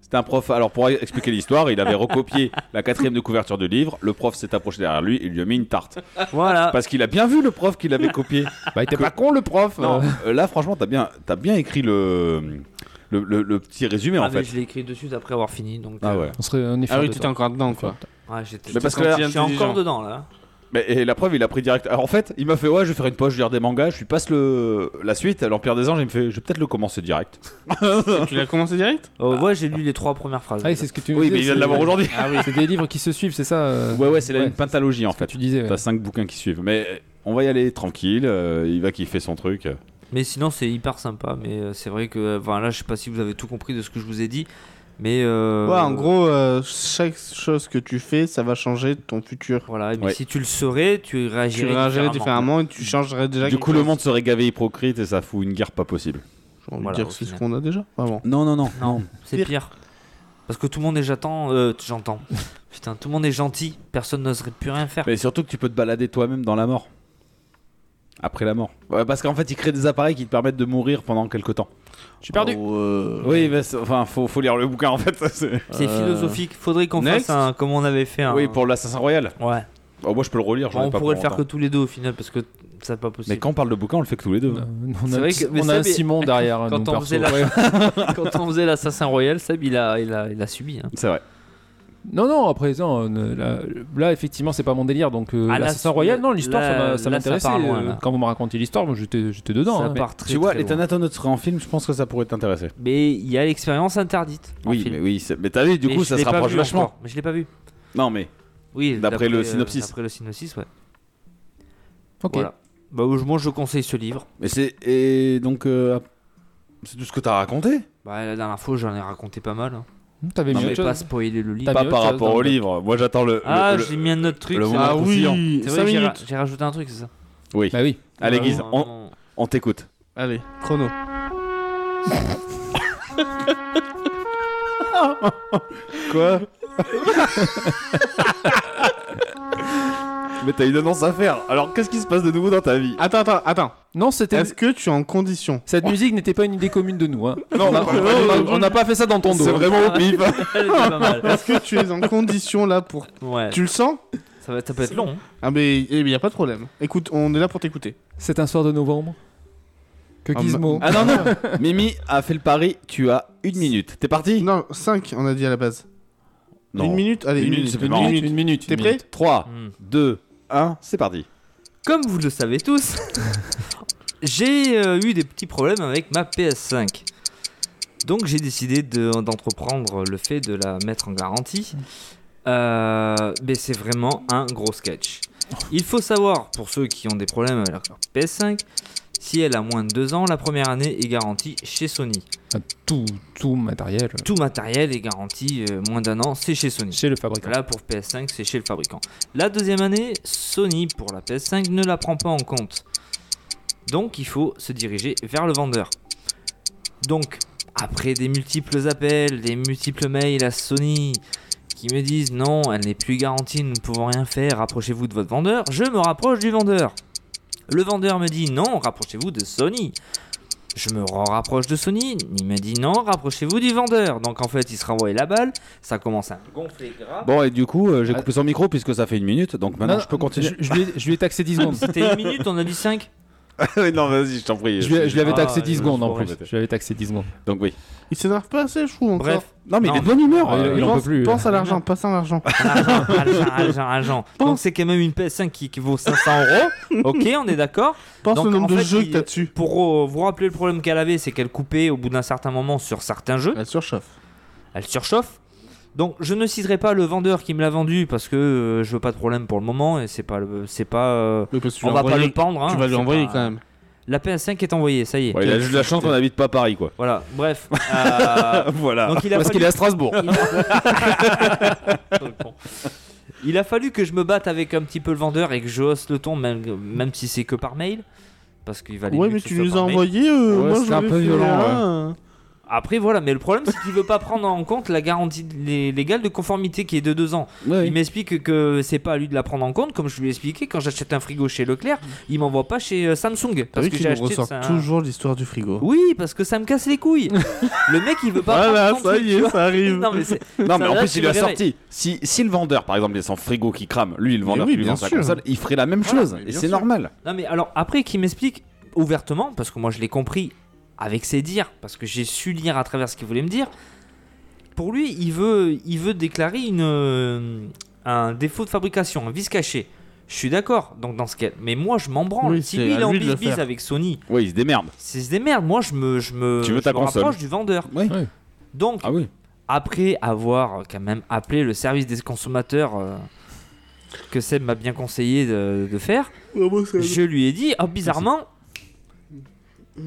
C'était un prof. Alors, pour expliquer l'histoire, il avait recopié la quatrième de couverture du livre. Le prof s'est approché derrière lui et lui a mis une tarte.
Voilà.
Parce qu'il a bien vu le prof qu'il avait copié.
Bah, il était
Que-
pas con le prof. [LAUGHS]
Non,
euh.
euh, là, franchement, t'as bien, t'as bien écrit le, le, le- le petit résumé
Ah,
en
mais
fait.
je l'ai écrit de suite après avoir fini. Donc,
Ah
euh,
ouais.
On serait on est
Ah
fiers
oui,
de
tu t'es
toi.
encore dedans, quoi.
ouais, j'étais-
Mais parce que là,
je suis encore dedans là.
mais, et la preuve, il a pris direct. Alors, en fait, il m'a fait Ouais, je vais faire une poche, je vais lire des mangas, je lui passe le, la suite. à L'Empire des Anges, il me fait Je vais peut-être le commencer direct.
[LAUGHS] tu l'as commencé direct
Euh, ouais, j'ai lu les trois premières phrases.
Ah oui, c'est ce que tu me
Ah. Oui,
disais,
mais il vient de
c'est-
l'avoir aujourd'hui.
Ah oui, c'est des livres qui se suivent, c'est ça euh,
[LAUGHS] Ouais, ouais, c'est la-
Ouais,
une pentalogie en fait.
Tu disais. ouais.
T'as 5 bouquins qui suivent. Mais euh, on va y aller tranquille, euh, il va kiffer son truc.
Mais sinon, c'est hyper sympa. Mais euh, c'est vrai que euh, enfin, là, je sais pas si vous avez tout compris de ce que je vous ai dit. Mais euh,
Ouais, en gros, euh, chaque chose que tu fais, ça va changer ton futur.
Voilà, mais
Ouais.
si tu le saurais, tu réagirais,
Tu réagirais
différemment.
différemment et tu changerais déjà
Du
quelque
coup, le
chose.
monde serait gavé hypocrite et ça fout une guerre pas possible.
J'ai envie de
Voilà,
dire
au
que c'est ce
final.
qu'on a déjà. Vraiment.
Non, non, non.
Non, c'est pire. Parce que tout le monde est j'attends, euh,
[LAUGHS]
j'entends. Putain, tout le monde est gentil. Personne n'oserait plus rien faire.
Mais surtout que tu peux te balader toi-même dans la mort. Après la mort. Ouais, parce qu'en fait, ils créent des appareils qui te permettent de mourir pendant quelques temps.
Je suis
Ah,
perdu.
Oh, euh,
Oui, mais c'est- enfin, faut, faut lire le bouquin en fait. [LAUGHS] c'est-
C'est
Euh,
philosophique. Faudrait qu'on
next.
fasse un, comme on avait fait un.
Oui, pour l'Assassin Royal.
Ouais.
Oh, moi, je peux le relire, j'en ai
on
pas
pourrait le
pour
faire que
longtemps.
tous les deux au final parce que c'est pas possible.
Mais quand on parle de bouquin, on le fait que tous les deux.
Euh, On
C'est
a, un
vrai
petit-
que- mais
on a un
Seb est-
Simon derrière.
Quand
nous,
on
perso.
faisait la-
Ouais.
[LAUGHS] Quand on faisait l'assassin royal, Seb il a, il a, il a subi. hein.
C'est vrai.
Non, non, à présent, euh, ne- là, là, effectivement, c'est pas mon délire. Donc, euh,
Ah, là,
l'Assassin
c'est-
Royal, non, l'histoire,
là,
ça m'a- ça
là, ça
m'intéressait.
part loin,
euh,
là.
Quand vous me racontez l'histoire, moi, j'étais j'étais dedans.
ça
hein.
part très,
tu vois,
très
les
loin.
Thanatonautes seraient en film, je pense que ça pourrait t'intéresser.
Mais il y a l'expérience interdite. en
Oui,
film.
mais oui, c'est- mais t'as vu, du
Mais
coup,
je
ça
l'ai
se
pas
rapproche
vu
vachement.
encore, Mais je l'ai pas vu.
Non, mais
Oui,
D'après le
euh,
synopsis.
D'après le synopsis, ouais.
Ok.
Voilà. Bah, je- moi, je conseille ce livre.
Mais c'est. Et donc. euh, c'est tout ce que t'as raconté
Bah, la dernière fois, j'en ai raconté pas mal. hein.
Hum, T'avais
Non,
mis
Je
mais
vais
autre
pas
chose.
spoiler le livre.
T'as
Pas
mis
par
autre chose
rapport
dans
au
le-
livre. Moi, j'attends le. le-
Ah,
le-
j'ai mis un autre truc.
le
c'est
moment
vrai.
Ah oui,
C'est
5
vrai, j'ai ra-
minutes.
j'ai rajouté un truc, c'est ça
Oui.
Bah oui.
Allez, Guise,
Vraiment, [LAUGHS]
on,
vraiment.
on t'écoute.
Allez,
[LAUGHS]
chrono.
Quoi Mais t'as une annonce à faire. Alors, qu'est-ce qui se passe de nouveau dans ta vie
Attends, attends, attends.
Non, c'était.
Est-ce que tu es en condition
Cette musique n'était pas une idée commune de nous. hein.
Non,
On a-
bah,
on a- on n'a pas fait ça dans ton dos. hein.
C'est vraiment au pif.
Elle était pas mal.
Est-ce que tu
[LAUGHS]
es en condition là pour.
Ouais,
Tu le sens
ça, va, ça peut être long. hein.
Ah, mais il n'y a pas de problème. Écoute, on est là pour t'écouter.
C'est un soir de novembre que
Ah,
Gizmo.
[LAUGHS] Ah non, non Mimi a fait le pari, tu as une minute. T'es parti
Non, 5 on a dit à la base.
Non.
Une minute Allez,
Une
une,
minute,
minute.
c'est
une
marrant.
minute, une minute.
T'es
une
prêt
minute.
3,
Hmm.
2, 1, c'est parti.
Comme vous le savez tous, j'ai euh, eu des petits problèmes avec ma PS5. Donc j'ai décidé de- d'entreprendre le fait de la mettre en garantie. Euh, mais c'est vraiment un gros sketch. Il faut savoir, pour ceux qui ont des problèmes avec leur PS5, si elle a moins de 2 ans, la première année est garantie chez Sony.
Ah, Tout, tout matériel euh,
Tout matériel est garanti euh, moins d'un an, c'est chez Sony.
chez le fabricant.
Là, pour PS5, c'est chez le fabricant. La deuxième année, Sony, pour la PS5, ne la prend pas en compte. Donc, il faut se diriger vers le vendeur. Donc, après des multiples appels, des multiples mails à Sony qui me disent non, elle n'est plus garantie, nous ne pouvons rien faire, rapprochez-vous de votre vendeur, je me rapproche du vendeur. Le vendeur me dit non, rapprochez-vous de Sony. Je me rapproche de Sony, il me dit non, rapprochez-vous du vendeur. Donc en fait, il se renvoie la balle, ça commence à gonfler grave.
Bon, et du coup, euh, j'ai coupé son micro puisque ça fait une minute, donc maintenant
Non,
je Bah peux continuer.
Je, je lui ai, je lui ai taxé 10 secondes.
C'était une minute, on a dit 5.
[LAUGHS] non, vas-y, je t'en prie.
Je lui, je lui avais
Ah,
taxé
je
10 secondes en
comprends,
plus.
mais-
Je lui avais taxé 10 secondes.
Donc oui.
Il s'énerve pas assez, je trouve. Encore.
Bref,
Non, mais
Non,
il est de bonne humeur.
Ah, il-
euh,
il en
pense,
peut plus.
pense à l'argent, passe à
[LAUGHS]
l'argent.
argent, argent, argent, argent.
Pense.
Donc c'est quand même une PS5 qui, qui vaut 500 euros. Ok, on est d'accord.
Pense
Donc,
au nombre
en
de
fait,
jeux
il-
que t'as dessus.
Pour euh, vous rappeler le problème qu'elle avait, c'est qu'elle coupait au bout d'un certain moment sur certains jeux.
Elle surchauffe.
elle surchauffe. Donc je ne citerai pas le vendeur qui me l'a vendu parce que euh, je veux pas de problème pour le moment et c'est pas le- c'est pas euh,
Mais parce que tu
on
l'as
va
envoyé-
pas le pendre hein,
Tu vas lui
c'est
envoyer
pas-
quand même.
La PS5 est envoyée, ça y est.
ouais, il a juste la chance qu'on n'habite pas Paris, quoi.
Voilà,
[LAUGHS]
bref. euh,
Ah, voilà.
donc il a
Parce
fallu-
qu'il est à Strasbourg.
[LAUGHS] Il a fallu que je me batte avec un petit peu le vendeur et que je hausse le ton même même si c'est que par mail parce qu'il valait
Ouais,
mieux
mais
que ce
tu
soit
nous as
par mail.
envoyé. euh,
Ouais,
moi,
c'était un
j'avais
peu
fait
violent,
un.
Après voilà, mais le problème c'est qu'il veut pas prendre en compte la garantie lé- légale de conformité qui est de deux ans. Il m'explique que c'est pas à lui de la prendre en compte, comme je lui ai expliqué. Quand j'achète un frigo chez Leclerc, il m'envoie pas chez euh, Samsung.
T'as
Parce
vu
que
qu'il
j'ai
Ah nous
acheté.
ressort
ça-
toujours l'histoire du frigo.
Oui, parce que ça me casse les
[LAUGHS]
couilles. le mec, il veut pas. prendre en compte, tu vois.
bah, ça
[LAUGHS] Non, mais c'est-
Non, mais en
là,
plus,
tu
il lui a
le réveilles.
sorti. Si, si le vendeur, par exemple, il y a son frigo qui crame, lui, le vendeur
oui,
qui lui
bien
vend sa
sûr.
console, il ferait la même
Voilà,
chose.
mais
Et
bien
c'est
sûr.
normal.
Non, mais alors, après, qu'il m'explique ouvertement, parce que moi je l'ai compris avec ses dires, parce que j'ai su lire à travers ce qu'il voulait me dire. Pour lui, il veut, il veut déclarer une, euh, un défaut de fabrication, un vice caché. Je suis d'accord, donc dans ce cas. Mais moi, je m'en branle.
Oui,
si
c'est
lui,
à
il est en
lui de le
bise
faire.
avec Sony,
Oui, il se démerde.
C'est se démerde. Moi, je me, je me,
Tu veux
je
ta
me
console.
rapproche du vendeur.
Oui.
Oui.
Donc,
Ah oui.
après avoir quand même appelé le service des consommateurs euh, que Seb m'a bien conseillé de, de faire, je lui ai dit, oh, bizarrement,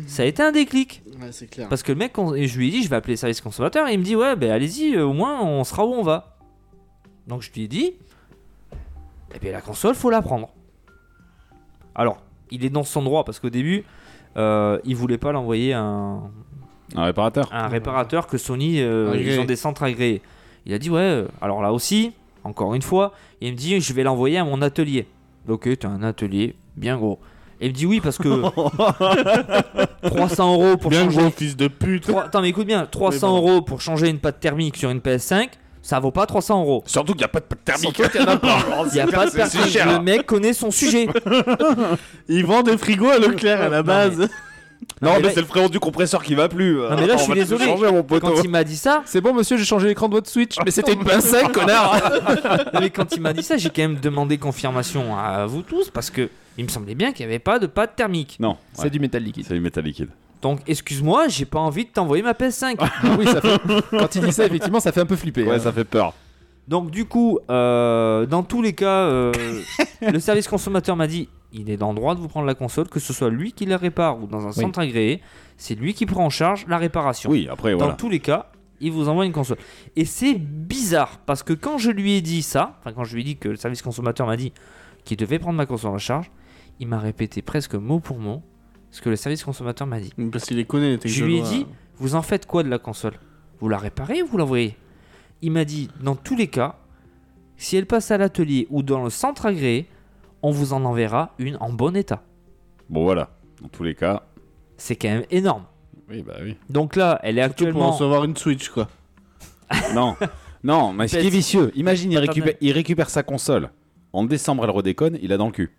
ça a été un déclic.
Ouais, c'est clair.
Parce que le mec, on- et je lui ai dit, je vais appeler le service consommateur, et il me dit, ouais, ben allez-y, euh, au moins on sera où on va. Donc je lui ai dit, eh bien la console, faut la prendre. Alors, il est dans son droit, parce qu'au début, euh, il voulait pas l'envoyer à un,
Un réparateur.
un réparateur que Sony, euh,
Agréé.
ils ont des centres agréés. Il a dit, ouais, euh, alors là aussi, encore une fois, il me dit, je vais l'envoyer à mon atelier. Ok, t'as un atelier, bien gros. Et il me dit oui parce
[LAUGHS]
que 300 euros pour
Bien
changer
gros fils de pute.
Trois- Attends, mais écoute bien, 300
pardon.
euros pour changer une pâte thermique sur une PS5, ça vaut pas 300 euros.
Surtout qu'il n'y a pas de pâte thermique. [LAUGHS]
Il y a pas de
c'est- c'est
personne.
cher.
Le mec connaît son
[LAUGHS]
sujet.
Ils vendent des frigos à Leclerc à la
Non,
base. [LAUGHS]
Non, mais,
mais là-
c'est le frérot du compresseur qui va plus.
Non, mais là, je suis désolé.
changer, mon poteau.
Quand il m'a dit ça,
C'est bon, monsieur, j'ai changé l'écran de votre Switch, mais c'était une PS5, connard
non, mais quand il m'a dit ça, j'ai quand même demandé confirmation à vous tous parce que il me semblait bien qu'il n'y avait pas de pâte thermique.
Non,
C'est
ouais,
du métal liquide.
c'est du métal liquide.
Donc, excuse-moi, j'ai pas envie de t'envoyer ma
[LAUGHS]
PS5.
Ah oui, ça fait... quand il dit ça, effectivement, ça fait un peu flipper.
Ouais,
hein.
ça fait peur.
Donc du coup, euh, dans tous les cas,
[LAUGHS]
euh, le service consommateur m'a dit, il est dans le droit de vous prendre la console, que ce soit lui qui la répare ou dans un centre agréé, c'est lui qui prend en charge la réparation.
Oui, après,
dans
voilà.
tous les cas, il vous envoie une console. Et c'est bizarre, parce que quand je lui ai dit ça, enfin quand je lui ai dit que le service consommateur m'a dit qu'il devait prendre ma console en charge, il m'a répété presque mot pour mot ce que le service consommateur m'a dit.
Parce qu'il les connaît, les
Je lui ai
technologies.
dit, vous en faites quoi de la console Vous la réparez ou vous l'envoyez Il m'a dit, dans tous les cas, si elle passe à l'atelier ou dans le centre agréé, on vous en enverra une en bon état.
Bon, voilà. Dans tous les cas.
C'est quand même énorme.
Oui, bah oui.
Donc là, elle est
Surtout pour
actuellement.
recevoir une Switch, quoi.
Non, non, mais ce qui est vicieux, imagine, il
Attendez.
récupère, il récupère sa console. En décembre, elle redéconne, il a dans le cul.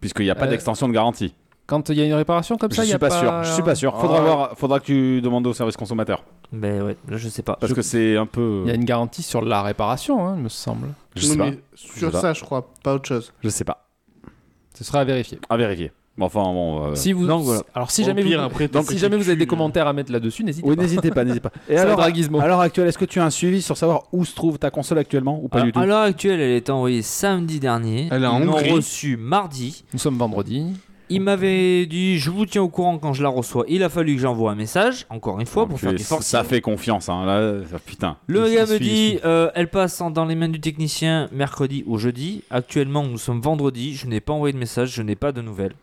Puisqu'il n'y a pas
Euh,
d'extension de garantie.
Quand il y a une réparation comme
Je
ça, il y
suis
a
pas, sûr, je suis pas sûr. Faudra,
Ah.
voir, faudra que tu demandes au service consommateur.
Ben ouais, là, je sais pas.
Parce que c'est un peu.
Il y a une garantie sur la réparation, hein, il me semble.
Je sais pas.
Mais sur
sais pas.
ça, je crois, pas autre chose.
Je sais pas.
Ce sera à vérifier.
À vérifier. Bon, Enfin, bon. euh,
Si vous,
Donc, voilà.
Alors si
Au
jamais,
pire,
vous,
après,
donc,
t'as
si
pris
jamais
ton
vous avez des
cul,
commentaires à mettre là-dessus, n'hésitez
Oui,
pas.
n'hésitez pas,
[LAUGHS]
n'hésitez pas. Et
C'est
alors,
un draguismo.
à l'heure actuelle, est-ce que tu as un suivi sur savoir où se trouve ta console actuellement ou pas
Alors,
du tout
Euh, à l'heure actuelle, elle est envoyée samedi dernier.
Elle est en
Ils l'ont
Hongrie.
reçue mardi.
Nous sommes vendredi.
Il m'avait dit, je vous tiens au courant quand je la reçois. Il a fallu que j'envoie un message, encore une fois, pour
Enculé,
faire du forcing.
euh, Ça fait confiance, hein. Là, ça- putain.
Le
Il
gars
se
me
suit, il se
dit,
suit.
euh, elle passe en- dans les mains du technicien mercredi ou jeudi. Actuellement, nous sommes vendredi. Je n'ai pas envoyé de message, je n'ai pas de nouvelles.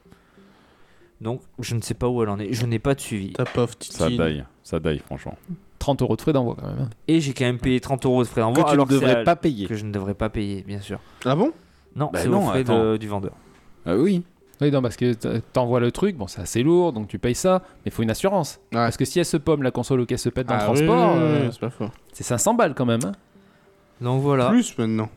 Donc, je ne sais pas où elle en est. Je n'ai pas de suivi.
Ta pauvre
Ça
titine.
daille, ça daille, franchement.
30 euros de frais d'envoi quand même. hein.
Et j'ai quand même payé 30 euros de frais
Que
d'envoi.
tu ne
alors c'est
devrais
à-
pas payer.
Que je ne devrais pas payer, bien sûr.
Ah bon
Non,
Bah
c'est
non,
au frais de-
attends.
du vendeur.
Ah oui.
Oui, non, parce que t- t'envoies le truc, bon, c'est assez lourd, donc tu payes ça, mais il faut une assurance.
Ouais.
Parce que si elle se pomme, la console ou qu'elle se pète dans le
Ah oui,
transport,
oui, oui,
euh,
oui, c'est pas faux.
Ah.
c'est 500 balles quand même. hein.
Donc voilà.
Plus maintenant.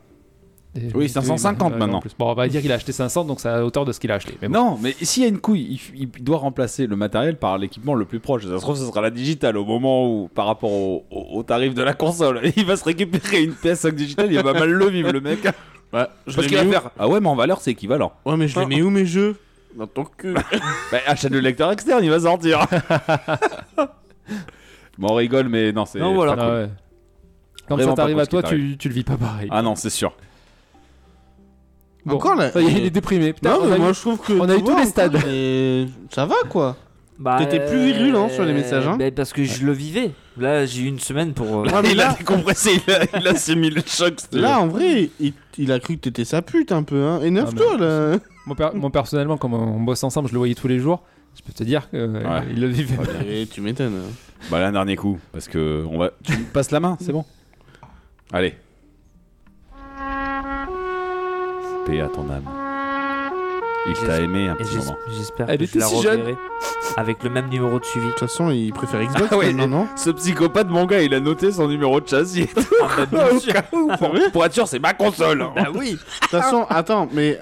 Et-
Oui, 550
Ouais,
maintenant.
en plus. Bon, on va dire qu'il a acheté 500, donc c'est à la hauteur de ce qu'il a acheté. Mais bon.
Non, mais s'il y a une couille, il f- il, doit remplacer le matériel par l'équipement le plus proche. Ça se trouve, ce sera la digitale au moment où, par rapport au, au- au tarif de la console, [LAUGHS] il va se récupérer une PS5 digitale. Il va mal le vivre, le
[LAUGHS]
mec.
Ouais, je
Parce
l'ai
qu'il
mis
va
où
faire. Ah ouais, mais en valeur, c'est équivalent.
Ouais, mais je les mets où mes jeux Dans ton cul.
Bah, achète le lecteur externe, il va sortir. [LAUGHS] bon, on rigole, mais non, c'est.
Non, voilà.
pas cool.
Ah ouais. Quand
Vraiment
ça t'arrive
pas
à
cool
toi,
ce qui
tu, tu le vis pas pareil.
Ah non, c'est sûr.
Bon.
Encore là
Ça y est, Il est déprimé. Putain,
Non,
on a
mais
eu-
moi je trouve que.
on a eu tous les stades.
Mais ça va [LAUGHS] quoi. T'étais plus virulent sur les messages, hein.
ben, Bah, euh, parce que je le vivais. Là, j'ai eu une semaine pour. euh,
Ouais, mais
il a
là,
décompressé, il a, il a sémi le choc. c'était-
là, en vrai, il, il a cru que t'étais sa pute un peu, hein. Énerve-toi là.
Moi, per- moi, personnellement, comme on bosse ensemble, je le voyais tous les jours. Je peux te dire qu'il
Ouais.
le vivait. pas.
Et tu m'étonnes.
Bah là, un dernier coup, parce que on va. Tu me passes la main, c'est bon. Allez. Paix à ton âme. Il
J'espère-
t'a aimé un
et
petit moment.
j'es- J'espère
Elle
que
était
je la
si jeune.
reverrai avec le même numéro de suivi.
De toute façon, il préfère Xbox
Ah ouais,
maintenant, non
Ce psychopathe, mon gars, il a noté son numéro de châssis. [LAUGHS] Au cas où, pour, pour être sûr, c'est ma console. hein.
Bah oui
De toute façon, attends, mais.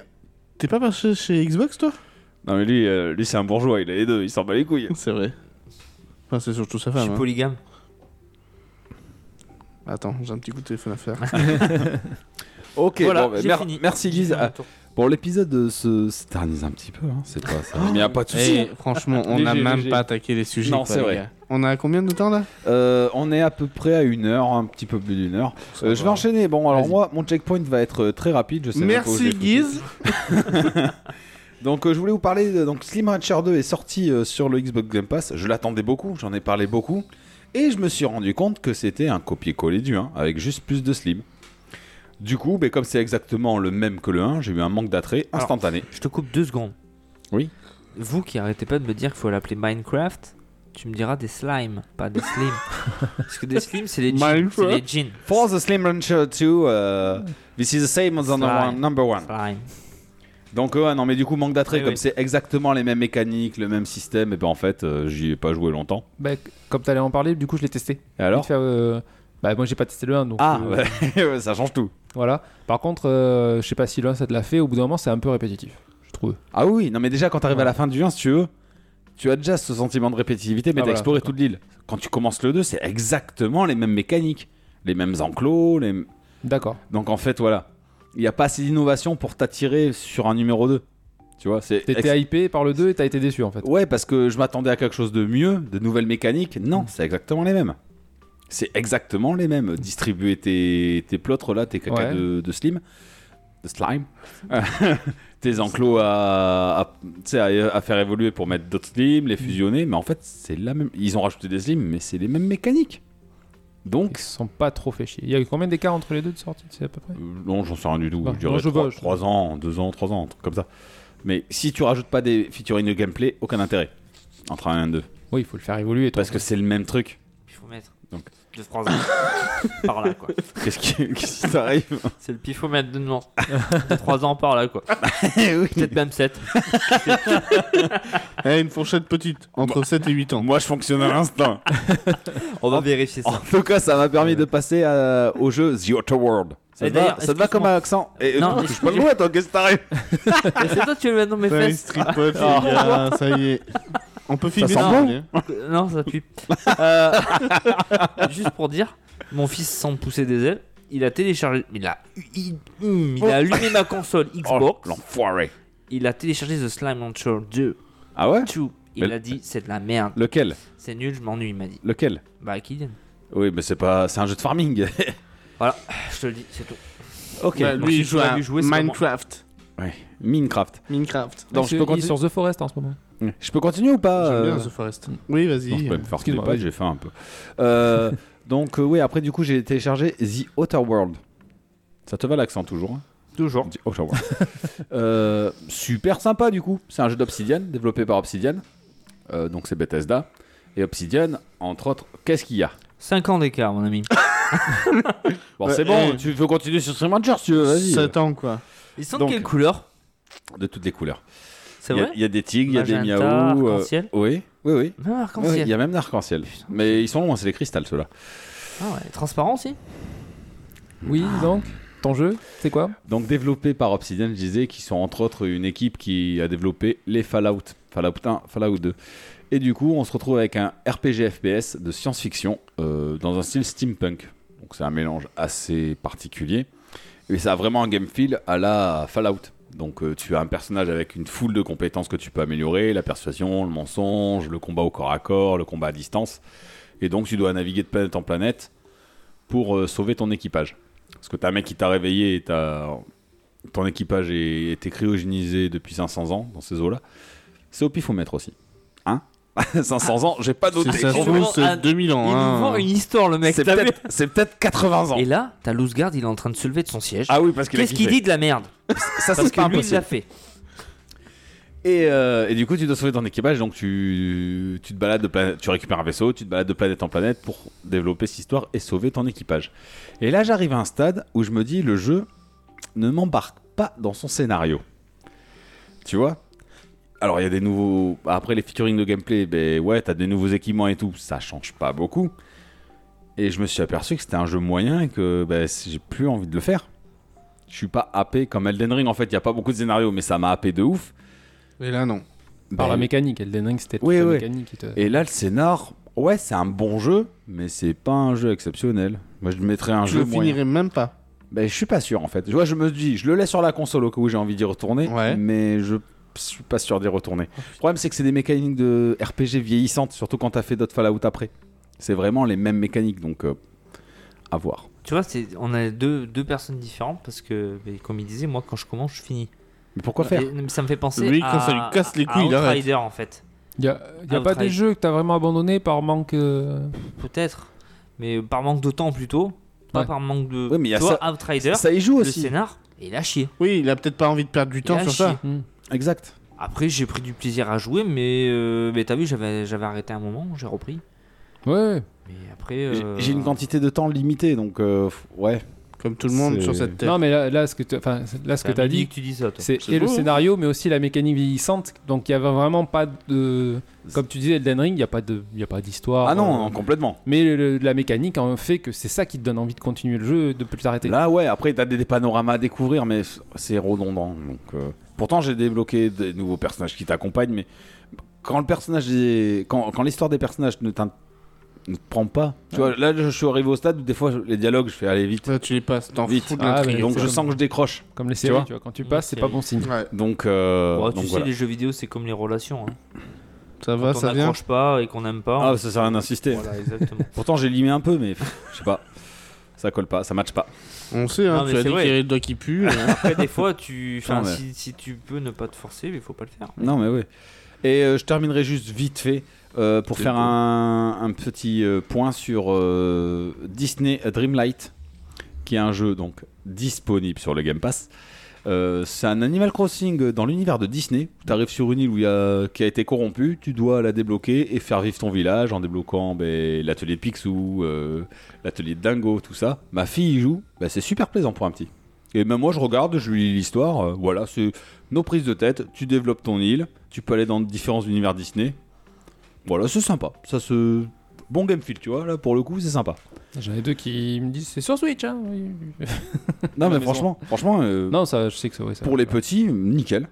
T'es pas passé chez Xbox toi
Non, mais lui, euh, lui c'est un bourgeois, il a les deux, il s'en bat les couilles.
C'est vrai. Enfin, c'est surtout sa
Je
femme.
suis
hein.
polygame.
Attends, j'ai un petit coup de téléphone à faire.
Ok,
Voilà,
bon, bah,
j'ai
mer-
fini.
merci Lise.
J'ai fait mon
Ah,
tour.
Bon, l'épisode euh, se s'éternise un petit peu, hein, c'est pas ça. [GASPS] Mais y a pas de souci.
Eh, franchement, on n'a
Léger,
même
léger.
pas attaqué les sujets.
Non,
quoi,
c'est
les
vrai.
gars. On a combien de temps là
Euh, on est à peu près à une heure, un petit peu plus d'une heure. Euh, je vais enchaîner. Bon, alors
Vas-y.
moi, mon checkpoint va être euh, très rapide. Je sais même pas où je l'ai
Merci
foutu.
Guise.
Donc, euh, je voulais vous parler. de- donc, Slim Rancher 2 est sorti euh, sur le Xbox Game Pass. Je l'attendais beaucoup, j'en ai parlé beaucoup. Et je me suis rendu compte que c'était un copier-coller du 1, avec juste plus de Slim. Du coup, ben, comme c'est exactement le même que le 1, j'ai eu un manque d'attrait
Alors,
instantané.
Je te coupe deux secondes.
Oui.
Vous qui arrêtez pas de me dire qu'il faut l'appeler Minecraft, tu me diras des slimes, pas des slims.
[LAUGHS]
Parce que des slims, c'est les jeans. C'est les
Minecraft.
jeans.
For the Slim Rancher 2, uh, this is the same as the
Slime.
one- number one.
Slime.
Donc ouais, non mais du coup manque d'attrait
Oui,
comme
oui.
c'est exactement les mêmes mécaniques, le même système et ben en fait euh, j'y ai pas joué longtemps.
Bah, c- comme t'allais en parler, du coup, je l'ai testé.
Et alors
Vite [LAUGHS] fait, euh, Bah, moi, j'ai pas testé le 1, donc.
Ah
euh,
ouais, ça change tout.
Voilà. Par contre, euh, je sais pas si l'un ça te l'a fait. Au bout d'un moment, c'est un peu répétitif, je trouve.
Ah oui, non mais déjà quand t'arrives à la fin du 1 si tu veux, tu as déjà ce sentiment de répétitivité mais
Ah,
t'as
voilà,
exploré
d'accord.
toute l'île. Quand tu commences le 2, c'est exactement les mêmes mécaniques, les mêmes enclos, les...
D'accord.
donc en fait voilà, il n'y a pas assez d'innovation pour t'attirer sur un numéro 2. Tu vois, c'est ex-
T'étais hypé par le 2 et t'as été déçu en fait.
Ouais, parce que je m'attendais à quelque chose de mieux, de nouvelles mécaniques. Non, c'est exactement les mêmes. C'est exactement les mêmes. Distribuer tes, tes plotres là, tes caca
Ouais.
de, de slim, de [LAUGHS] slime, tes enclos à, à, tu sais, à- à faire évoluer pour mettre d'autres slims, les fusionner. Mais en fait, c'est la même. Ils ont rajouté des slims, mais c'est les mêmes mécaniques.
Ils
Donc,
se sont pas trop fait chier. Il y a eu combien d'écarts entre les deux de sortie, tu sais à peu près
euh, non, j'en sais rien du tout.
Ah,
Bah, je dirais
moi, je
trois-
vois, je-
trois ans, deux ans, trois ans, un truc comme ça. Mais si tu rajoutes pas des featuring de gameplay, aucun intérêt entre un et un deux.
Oui, il faut le faire évoluer. toi.
Parce que c'est le même truc.
Il faut mettre.
Donc.
Deux phrases.
[LAUGHS]
par là, quoi.
Qu'est-ce qui, [LAUGHS] qu'est-ce qui t'arrive
C'est le pifomètre de nom.
[LAUGHS]
De 3 ans par là, quoi.
Ah,
Peut-être même 7.
Eh, une fourchette petite, entre 7 et 8 ans.
Bah, Moi, je fonctionne à l'instinct. Euh.
On
Oh.
va vérifier
en tout cas, ça m'a permis de passer à- au jeu The Outer World. Ça
Et
te va,
d'ailleurs,
ça te va comme
excuse-moi.
un accent Et,
Non,
non, je suis pas loin, attends, qu'est-ce qui t'arrive
Mais c'est toi, tu le mets dans mes
Ça y est,
fesses.
Street Pod, les gars, ça y est. On peut filmer
Oh. sent
ça,
bon.
on est.
Euh, Non, ça
[LAUGHS]
pue. Euh, [LAUGHS] juste pour dire, mon fils sans pousser des ailes, il a téléchargé. Il a, il, hum, il a allumé ma console
Oh,
Xbox.
l'enfoiré.
il a téléchargé The Slime Launcher 2.
Ah ouais
Two. Il
Mais-
a dit c'est de la merde,
Lequel
c'est nul, je m'ennuie. Il m'a dit
Lequel
bah Kylian,
Oui, mais c'est pas, c'est un jeu de farming. [LAUGHS]
je te le dis, c'est tout.
ok.
Bah,
si
lui, il
tu
joue
vas
à
lui jouer, c'est
Minecraft.
Minecraft.
Minecraft.
Donc,
Parce
je peux
que il est
continuer.
sur The Forest en ce moment.
Je peux continuer ou pas
J'aime
euh,
bien The Forest. Oui,
Non, je
vas-y.
peux me faire
Excuse-moi,
couper,
vas-y.
j'ai faim un peu. Euh, [LAUGHS] donc, euh, oui, après, du coup, j'ai téléchargé The Outer World. Ça te va l'accent toujours hein
Toujours.
The Outer World. [LAUGHS] Euh, super sympa, du coup. C'est un jeu d'Obsidian, développé par Obsidian. Euh, donc, c'est Bethesda. Et Obsidian, entre autres, qu'est-ce qu'il y a
5 ans d'écart, mon ami.
Bon,
Ouais,
c'est bon,
eh.
tu veux continuer sur Stream Rancher si tu veux, vas-y.
7 ans, quoi.
Ils sont
Donc-
de quelle couleur
De toutes les couleurs.
C'est
Il y, a-
vrai
il y a des tigres, il y a des
Magenta,
miaou. euh,
arc-en-ciel.
Oui, oui, oui.
Même
Ouais, ouais, Il
arc-en-ciel.
y a même un arc-en-ciel. hein, Mais ils sont loin, c'est les cristals, ceux-là.
Hmm.
Ah ouais, transparent aussi
Oui, donc. Ton jeu, c'est quoi
Donc développé par Obsidian, je disais, qui sont entre autres une équipe qui a développé les Fallout, Fallout 1, Fallout 2. Et du coup, on se retrouve avec un RPG FPS de science-fiction euh, dans un style steampunk. Donc c'est un mélange assez particulier. Mais ça a vraiment un game feel à la Fallout. Donc euh, tu as un personnage avec une foule de compétences que tu peux améliorer, la persuasion, le mensonge, le combat au corps à corps, le combat à distance. Et donc tu dois naviguer de planète en planète pour euh, sauver ton équipage. Parce que t'as un mec qui t'a réveillé et t'as- ton équipage est, était cryogénisé depuis 500 ans dans ces eaux-là. C'est au pifomètre aussi. Hein [LAUGHS] 500 ans, j'ai pas noté.
C'est ça.
C'est
trouve, c'est
2000
Il nous vend une histoire, le mec. t'as vu
peut-être Ah. c'est peut-être 80 ans.
Et là, t'as Loosegard, il est en train de se lever de son siège.
Ah oui, parce qu'il a
Qu'est-ce qu'il
kiffé.
dit de la merde
Ça,
Parce
c'est
que
pas
lui, il l'a
impossible.
fait.
Et, euh, et du coup, tu dois sauver ton équipage, donc tu, tu te balades de planète, tu récupères un vaisseau, tu te balades de planète en planète pour développer cette histoire et sauver ton équipage. Et là, j'arrive à un stade où je me dis, le jeu ne m'embarque pas dans son scénario. Tu vois Alors, il y a des nouveaux. Après les featuring de gameplay, ben ouais, t'as des nouveaux équipements et tout, ça change pas beaucoup. Et je me suis aperçu que c'était un jeu moyen et que ben, c- j'ai plus envie de le faire. Je suis pas happé comme Elden Ring en fait, il y a pas beaucoup de scénarios, mais ça m'a happé de ouf.
Et là, non.
Par
Ben,
la mécanique, Elden Ring, c'était
Oui,
toute la
oui.
mécanique qui te-
et là, le scénar, ouais, c'est un bon jeu, mais c'est pas un jeu exceptionnel. Moi, je mettrais un
Je
jeu
le
moyen.
finirai même pas.
Ben, je suis pas sûr en fait. Je vois, je me dis, je le laisse sur la console au cas où j'ai envie d'y retourner,
Ouais.
mais je suis pas sûr d'y retourner.
Oh,
le problème, c'est que c'est des mécaniques de RPG vieillissantes, surtout quand t'as fait d'autres Fallout après. C'est vraiment les mêmes mécaniques, donc euh, à voir.
Tu vois, c'est- on a deux, deux personnes différentes parce que, mais comme il disait, moi quand je commence, je finis.
Mais pourquoi faire
Et- mais ça me fait penser
Lui,
à,
quand ça lui casse les
à
couilles, il arrête.
Outrider en fait.
Il n'y a, y a
Ah,
pas
Outrider.
des jeux que t'as vraiment abandonné par manque. euh,
Peut-être, mais par manque de temps plutôt, pas
Ouais.
par manque de.
Ouais, mais il y a
tu vois, Outrider,
Ça y joue
le
aussi.
scénar, il a chier.
Oui, il a peut-être pas envie de perdre du temps
a
sur
chier.
ça.
hmm.
Exact.
Après, j'ai pris du plaisir à jouer, mais, euh, mais t'as vu, j'avais j'avais arrêté un moment, j'ai repris.
Ouais,
Mais après.
J'ai-
euh,
J'ai une quantité de temps limitée, donc euh, f- ouais.
Comme tout le monde
C'est-
sur cette terre.
non, mais là, là, ce que tu enfin, là, ce
c'est
que
à
as
midi
dit,
que tu dis ça, toi.
c'est
C'est
et le
beau, hein.
scénario, mais aussi la mécanique vieillissante. Donc il n'y avait vraiment pas de. Comme tu disais, Elden Ring, il n'y a pas de- y a pas d'histoire.
Ah non,
euh,
non, complètement.
Mais le- le- la mécanique en fait que c'est ça qui te donne envie de continuer le jeu, de plus t'arrêter.
Là, ouais, après, t'as des, des panoramas à découvrir, mais c- c'est redondant. Donc, euh, Pourtant, j'ai débloqué des nouveaux personnages qui t'accompagnent, mais quand le personnage est- quand, quand l'histoire des personnages ne, t'in- ne te prend pas. Tu vois, là, je suis arrivé au stade où des fois, les dialogues, je fais aller vite.
Là, tu les passes, t'en
Vite.
fous de
Ah,
l'intrigue.
mais-
Donc, je
c'est
sens que je décroche.
Comme les
vois
séries, tu vois, quand tu passes, c'est
c'est-
pas bon signe.
Ouais,
Donc, euh,
Ouais, tu
donc
sais,
voilà.
les jeux vidéo, c'est comme les relations. Hein.
ça
Quand
va,
on
ça vient.
n'accroche pas et qu'on n'aime pas.
Ah, ça sert à rien d'insister.
Voilà, exactement.
Pourtant, j'ai limé un peu, mais pff, je sais pas. Ça colle pas, ça matche pas.
On sait,
Non,
hein,
mais
tu
c'est
as dit qu'il y
vrai.
avait le doigt qui pue.
[LAUGHS]
euh.
Après, des fois, tu, enfin,
Non, mais-
si, si tu peux ne pas te forcer, il faut pas le faire.
Non, mais oui. Et euh, je terminerai juste vite fait euh, pour
C'est
faire
beau.
un, un petit euh, point sur euh, Disney Dreamlight, qui est un jeu donc disponible sur le Game Pass. Euh, c'est un Animal Crossing euh, dans l'univers de Disney. Tu arrives sur une île où il y a, qui a été corrompue, tu dois la débloquer et faire vivre ton village en débloquant ben, l'atelier de Picsou, euh, l'atelier de Dingo, tout ça. Ma fille y joue, Ben, c'est super plaisant pour un petit. Et même moi je regarde, je lui lis l'histoire, euh, voilà, c'est nos prises de tête, tu développes ton île, tu peux aller dans différents univers Disney. Voilà, c'est sympa. Ça se bon game feel, tu vois, là pour le coup, c'est [LAUGHS] sympa.
J'en ai deux qui me disent c'est sur Switch. Hein. oui, oui.
Non mais
maison.
franchement, franchement euh,
non, ça, je sais que ça. ouais, ça
pour les
ouais.
petits, nickel.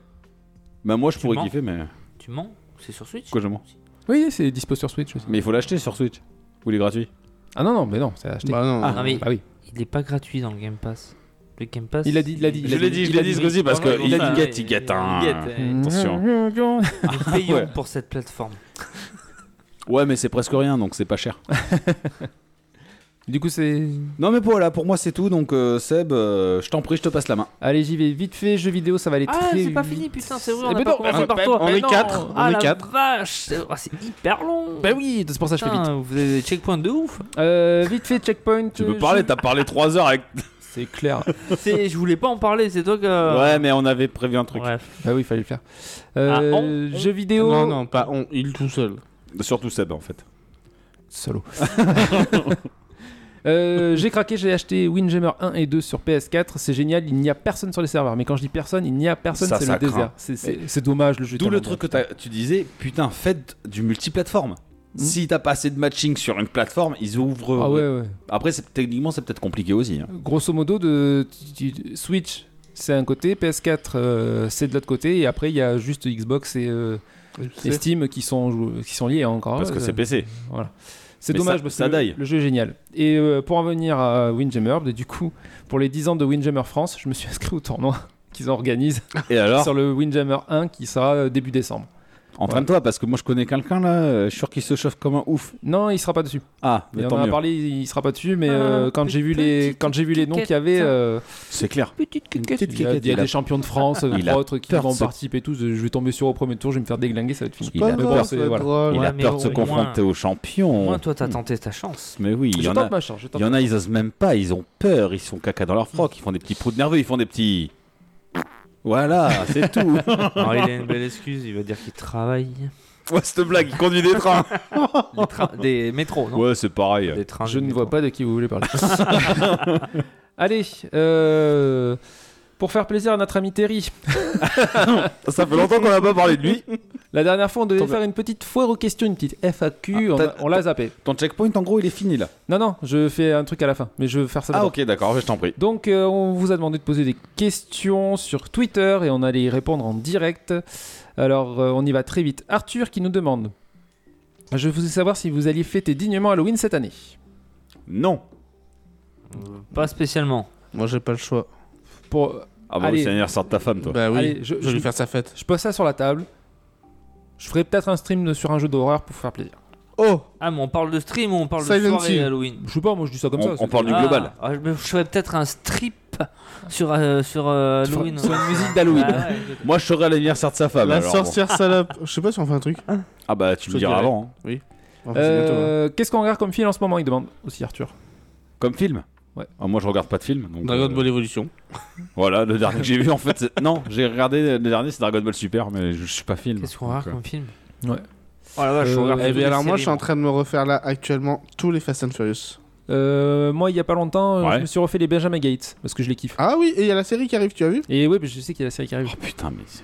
Bah moi je pourrais
mens.
kiffer mais
Tu mens C'est sur Switch
quoi je mens.
Oui, c'est dispo sur Switch aussi.
Mais il faut l'acheter sur Switch. Ou il est gratuit.
Ah non, non, mais non, c'est acheté.
Bah non.
Ah, non, mais-
Bah oui.
Il n'est pas gratuit dans le Game Pass. Le Game Pass.
Il l'a dit- il l'a dit, il
Je l'ai dit, je l'ai dit ce gosse parce
Non, non,
qu'il
il
a dit
l'a
guette, il guette
il guette,
hein.
eh.
Attention.
Il est payant
Ouais.
pour cette plateforme.
Ouais mais c'est presque rien donc c'est pas cher.
[LAUGHS] Du coup, c'est.
Non mais voilà, pour moi c'est tout donc euh, Seb, euh, je t'en prie, je te passe la main.
Allez, j'y vais vite fait. Jeux vidéo, ça va aller
Ah,
très
c'est pas
vite.
fini, putain, c'est vrai.
Eh
On
ben
a pas
non,
commencé
eh
par
ben
toi.
on
Eh
est
non.
quatre, on
Ah
est
la
quatre.
vache, c'est oh, c'est hyper long.
Bah oui, c'est pour ça que je fais vite.
Putain, vous avez des checkpoints de ouf.
Euh, vite fait, checkpoint.
Tu
euh,
peux parler,
jeu-
t'as parlé 3 heures avec
C'est
[LAUGHS]
clair.
[LAUGHS] C'est- Je voulais pas en parler, c'est toi qui.
Ouais, mais on avait prévu un truc.
Bref.
bah oui, il fallait le faire.
Ah,
Euh,
on- Ah, on-
Jeux vidéo.
Non, non, pas on, il tout seul.
Surtout Seb en fait.
[LAUGHS]
Solo. [LAUGHS] Euh, j'ai craqué, j'ai acheté Windjammer 1 et 2 sur PS4, c'est génial, il n'y a personne sur les serveurs. Mais quand je dis personne, il n'y a personne,
Ça,
c'est
ça
le
craint.
désert. C'est- C'est c'est dommage le jeu. est
D'où le
tellement
truc que t'as- tu disais, putain, faites du multiplateforme.
Mm.
Si t'as pas assez de matching sur une plateforme, ils ouvrent.
Ah ouais, Ah ouais.
Après, c'est- techniquement, c'est peut-être compliqué aussi. hein.
Grosso modo, de, tu- tu- Switch, c'est un côté, PS4, euh, c'est de l'autre côté, et après, il y a juste Xbox et, euh, et Steam qui sont, jou- qui sont liés encore.
Parce que
Euh,
c'est PC.
Voilà. C'est
Mais
dommage
ça-
parce
ça
que le-
daille.
le jeu est génial. Et euh, pour en venir à Windjammer, bah, du coup, pour les 10 ans de Windjammer France, je me suis inscrit au tournoi [LAUGHS] qu'ils organisent
Et
[LAUGHS]
alors,
sur le Windjammer 1 qui sera euh, début décembre.
entraîne-toi, parce que moi je connais quelqu'un là, euh, je suis sûr qu'il se chauffe comme un ouf.
Non, il sera pas dessus.
Ah, mais
Il en
tant
a
mieux.
parlé, il sera pas dessus, mais
Ah,
euh, quand j'ai vu les
petite
quand j'ai vu les noms qu'il y avait,
coquette.
euh,
C'est clair.
Petite
Une
cuquette.
petite
il y a,
cliquette,
il y a
il a-
des champions de France, euh,
Il a
autres qui
peur de
vont
se-
participer tous. Je vais tomber sur au premier tour, je vais me faire déglinguer, ça va être fini.
Il a
Pas
Mais
peur.
bon,
grave,
c'est-
ça va être
voilà.
drôle.
Il
Ouais,
a
mais
peur de
au
se
moins-
confronter aux champions.
Moi, toi, t'as tenté ta chance.
Mais oui, il y
Je
en
tente
a.
ma chance. je tente
Il y en
ma
a, ils osent même pas, ils ont peur, ils sont caca dans leur froc, ils font des petits proutes nerveux, ils font des petits. Voilà, c'est
[LAUGHS]
tout.
Alors, il a une belle excuse, il va dire qu'il travaille.
[LAUGHS] Ouais, cette blague, il conduit des trains.
Des, tra- des métros, non
Ouais, c'est pareil.
Des trains,
chance. Je
des
ne vois
métros.
pas de qui vous voulez parler. [LAUGHS] Allez, euh, pour faire plaisir à notre ami Terry,
Ça fait longtemps qu'on n'a pas parlé de lui.
la dernière fois on devait
Attends,
faire une petite foire aux questions, une petite FAQ,
Ah,
on a-
t'as-
on l'a zappé.
Ton checkpoint, en gros, il est fini là.
Non, non, je fais un truc à la fin, mais je veux faire ça
Ah,
d'abord.
ok, d'accord, je t'en prie.
Donc, euh, on vous a demandé de poser des questions sur Twitter et on allait y répondre en direct. Alors, euh, on y va très vite. Arthur qui nous demande Je voulais savoir si vous alliez fêter dignement Halloween cette année.
Non.
Euh, Pas spécialement.
Moi, j'ai pas le choix.
Pour... euh,
Ah, bah
Allez.
oui, c'est l'anniversaire de ta femme, toi.
Bah oui,
Allez, je-
je, vais
je-
lui faire sa fête.
Je pose ça sur la table. Je ferai peut-être un stream de- sur un jeu d'horreur pour faire plaisir.
Oh
Ah, mais on parle de stream ou on parle de
Silent
soirée
Hill.
Halloween
Je sais pas, moi je dis ça comme
On-
ça.
on
c'est-
parle du-
Ah,
Ah,
global.
ah, je, je ferais peut-être un strip sur, euh, sur euh,
Sur-
Halloween.
sur une musique d'Halloween.
Ah ouais, peut-être.
Moi, je serai à l'anniversaire de sa femme.
La
bah alors, bon.
sorcière salope. Je sais pas si on fait un [LAUGHS] truc.
Ah, bah, tu
Je
me
te
diras
dirai.
avant. hein.
Enfin, c'est bientôt, hein. là.
Euh, Qu'est-ce qu'on regarde comme film en ce moment Il demande aussi Arthur.
Comme film
Ouais.
Ah, moi, je regarde pas de film. donc,
Dragon
euh,
Ball Evolution.
Voilà, le dernier que j'ai vu, en fait.
[LAUGHS]
c'est- Non, j'ai regardé le dernier, c'est Dragon Ball Super, mais je, je suis pas film.
Qu'est-ce qu'on regarde
Donc,
comme film
Ouais.
Oh la vache,
Euh,
on regarde
eh
Eh
toutes les
bien, alors moi,
séries,
je suis en train de me refaire là actuellement tous les Fast and Furious.
Euh, moi, il y a pas longtemps, euh,
Ouais.
je me suis refait les Benjamin Gates parce que je les kiffe.
Ah oui, et il y a la série qui arrive, tu as vu
Et oui, je sais qu'il y a la série qui arrive.
euh, Oh putain, mais c'est.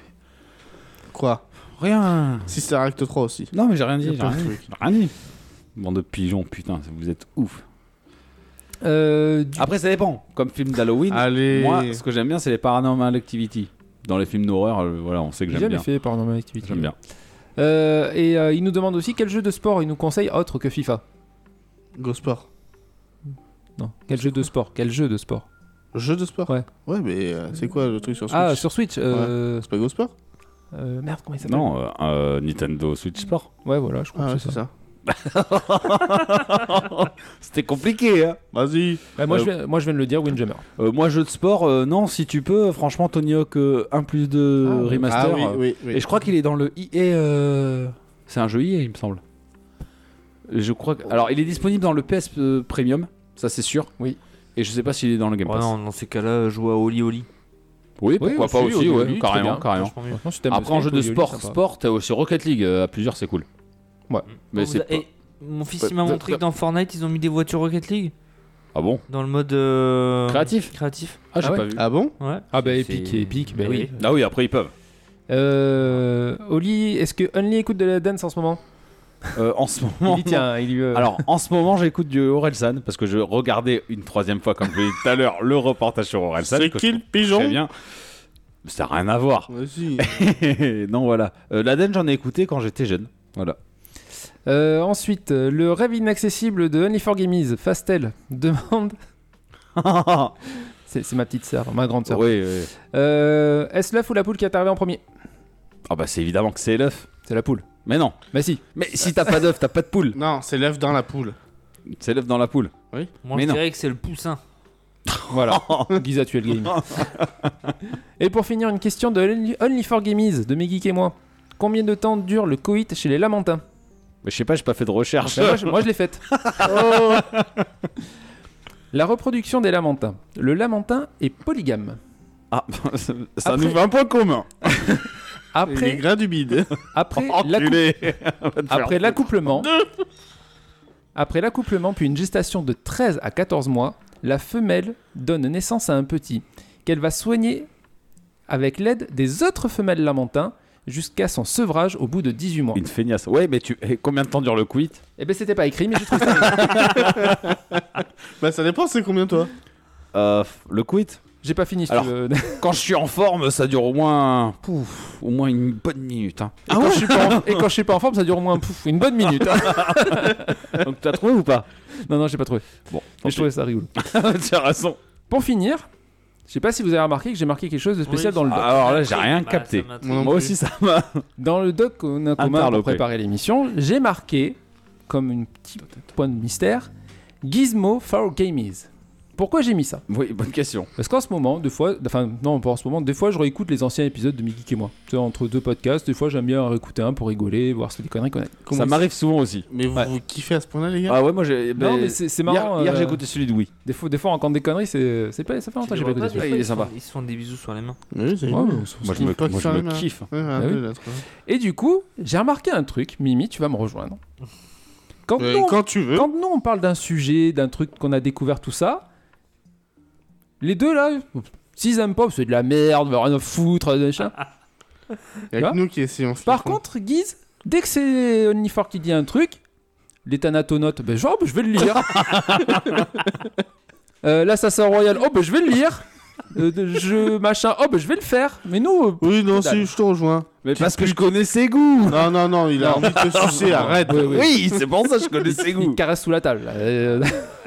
Quoi
Rien
Sister Act 3 aussi.
Non, mais j'ai rien dit,
Il y
j'ai
a plein
rien
de
dit. J'ai rien dit. Bande de pigeons, putain, vous êtes ouf.
Euh, du-
Après, ça dépend. Comme film d'Halloween,
Allez
moi, ce que j'aime bien, c'est les Paranormal Activity. Dans les films d'horreur, euh, voilà, on sait que
J'ai
j'aime
jamais
bien.
fait Paranormal Activity.
J'aime bien.
Euh, et euh, il nous demande aussi quel jeu de sport il nous conseille autre que FIFA.
Go Sport.
Non, quel jeu de sport Quel jeu de sport
Jeu de sport
Ouais.
Ouais, mais euh, c'est quoi le truc sur Switch
Ah, sur Switch. euh,
C'est pas Go Sport
euh, merde, comment il s'appelle
Non, euh, euh, Nintendo Switch Sport.
Ouais, voilà, je crois
Ah,
que
ouais,
c'est ça.
C'était compliqué, hein
Vas-y
Ouais, Bah, moi,
Euh,
je viens, moi, je viens de le dire, Windjammer.
Euh, moi, jeu de sport, euh, non, si tu peux, franchement, Tony Hawk euh, 1 plus 2
Ah, oui.
remaster.
Ah oui,
euh,
oui, oui.
Et je crois qu'il est dans le EA. euh, C'est un jeu EA, il me semble. Je crois que... Alors, il est disponible dans le PS euh, Premium, ça c'est sûr.
Oui.
Et je sais pas s'il est dans le Game
bon. Oh
Pass.
non, dans ces cas-là, jouer à Oli Oli.
Oui,
Oui,
pourquoi pas
aussi,
aussi,
au
ouais,
début, très
carrément,
bien.
carrément.
Franchement mieux.
Franchement, si t'aimes le
Après, en jeu de
Tony Hawk,
sport,
sympa.
sport, t'as aussi Rocket League euh, à plusieurs, c'est cool.
Ouais.
Mais
Vous
c'est
a-
pas-
eh, Mon fils
Ouais,
il m'a
vous-
montré que dans Fortnite, ils ont mis des voitures Rocket League
Ah bon
dans le mode euh,
Créatif
Créatif.
Ah, j'ai
Ah ouais.
pas vu.
Ah bon
Ouais.
Ah, bah,
C'est-
Epic
c'est-
et Epic, bah
Eh
oui.
Ah oui, après ils peuvent.
Euh, Oli, est-ce que Only écoute de la dance en ce moment
Euh, en ce moment.
Il y tient, il y euh,
Alors, en ce moment, j'écoute du Orelsan parce que je regardais une troisième fois, comme je l'ai dit tout à l'heure, le reportage sur Orelsan.
C'est
que je
qui le
trouve Très
pigeon
bien. Ça n'a rien à voir.
Vas-y
[LAUGHS]
[LAUGHS]
non, voilà. Euh, L'Aden, j'en ai écouté quand j'étais jeune. [LAUGHS] Voilà.
Euh, ensuite, euh, le rêve inaccessible de Only for Gamies, Fastel, [LAUGHS] demande. C'est c'est ma petite sœur, ma grande sœur.
oui, oui.
Euh, Est-ce l'œuf ou la poule qui est arrivée en premier
Ah bah c'est évidemment que c'est l'œuf.
C'est la poule.
Mais non.
Bah si.
Mais si t'as pas d'œuf, t'as pas de poule.
Non, c'est l'œuf dans la poule.
C'est l'œuf dans la poule.
Moi,
Mais
je
non.
dirais que c'est le poussin.
Voilà, Guise a tué le game. et pour finir, une question de Only- Only for Gamies de Megik et moi. Combien de temps dure le coït chez les lamentins
Mais je sais pas, j'ai pas fait de recherche.
Ben, moi, je, moi, je l'ai faite. La reproduction des lamentins. Le lamentin est polygame.
Ah, [LAUGHS] ça
Après-
nous fait un point commun.
Après,
grains du bide.
après
Oh,
l'accou-
[LAUGHS] Enculé. On [LAUGHS] va te faire-
Après
[LAUGHS]
l'accouplement, après l'accouplement, puis une gestation de 13 à 14 mois, la femelle donne naissance à un petit qu'elle va soigner avec l'aide des autres femelles lamentins jusqu'à son sevrage au bout de 18 mois.
Une feignasse. Ouais, mais tu... eh, combien de temps dure le quit
Eh ben c'était pas écrit, mais j'ai trouvé ça.
Bah, ça dépend, c'est combien toi
Euh, Le quit
J'ai pas fini. si tu
Alors, [LAUGHS]
veux.
Quand je suis en forme, ça dure au moins, pouf, au moins une bonne minute. hein.
Et, quand je suis pas en... et quand je suis pas en forme, ça dure au moins pouf, une bonne minute. hein.
[LAUGHS] Donc t'as trouvé ou pas
non, non, j'ai pas trouvé.
Bon,
Mais je trouvais ça rigolo.
[LAUGHS] tu as raison.
Pour finir, je sais pas si vous avez remarqué que j'ai marqué quelque chose de spécial
Oui.
dans le doc.
Alors là, j'ai rien
Bah,
capté.
ça m'intrigue.
Moi non
Moi
plus.
aussi, ça m'a. [LAUGHS]
Dans le doc qu'on a commun
Interloqué.
pour préparer l'émission, j'ai marqué, comme une petite point de mystère, Gizmo for Gamies. Pourquoi j'ai mis ça
Oui, bonne question.
Parce qu'en ce moment, des fois, enfin non, pas en ce moment, des fois je réécoute les anciens épisodes de Mickey et moi. Tu sais, entre deux podcasts, des fois j'aime bien en réécouter un pour rigoler, voir ce que des conneries qu'on a.
ça m'arrive souvent aussi.
Mais vous,
Ouais.
vous kiffez à ce point-là, les gars
Ah ouais, moi j'ai.
Non,
ben,
mais c'est c'est
Hier,
marrant.
hier,
euh,
j'ai écouté celui de Wii.
Des fois, des fois, on raconte des conneries, c'est c'est pas ça fait
Tu
longtemps que
les
j'ai pas
vois
écouté.
pas, des
celui-là.
fois,
celui-là. Il est
ils se
sympa.
font- Ils se font des bisous sur les mains.
Oui, c'est
Ouais, mais on s'en fout.
Moi, je me,
Toi qui
moi, je
fais
me
les mains.
kiffe.
Ouais, un,
Bah
deux,
oui.
là, trois.
Et du coup, j'ai remarqué un truc. Mimi, tu vas me rejoindre. Quand
Euh,
on
Quand tu veux.
quand nous on parle d'un sujet, d'un truc qu'on a découvert, tout ça, les deux là, s'ils aiment pas, c'est de la merde, rien à foutre, machin.
Il y a que nous qui essayons.
Par
Franck.
contre, Guise, dès que c'est Onlyfor qui dit un truc, les Thanatonautes, ben genre, ben, je vais le lire. euh, L'Assassin Royal, oh ben je vais le lire. Euh, de- je machin, oh ben je vais le faire. Mais nous, euh,
Oui, non,
Dalle.
si, je te rejoins.
Mais parce que je connais ses goûts. Ah,
Non, non, non, il a envie de te
[LAUGHS]
sucer, arrête.
Oui, oui.
Oui, c'est pour ça que je connais ses
il
goûts.
caresse sous la table. là. Euh,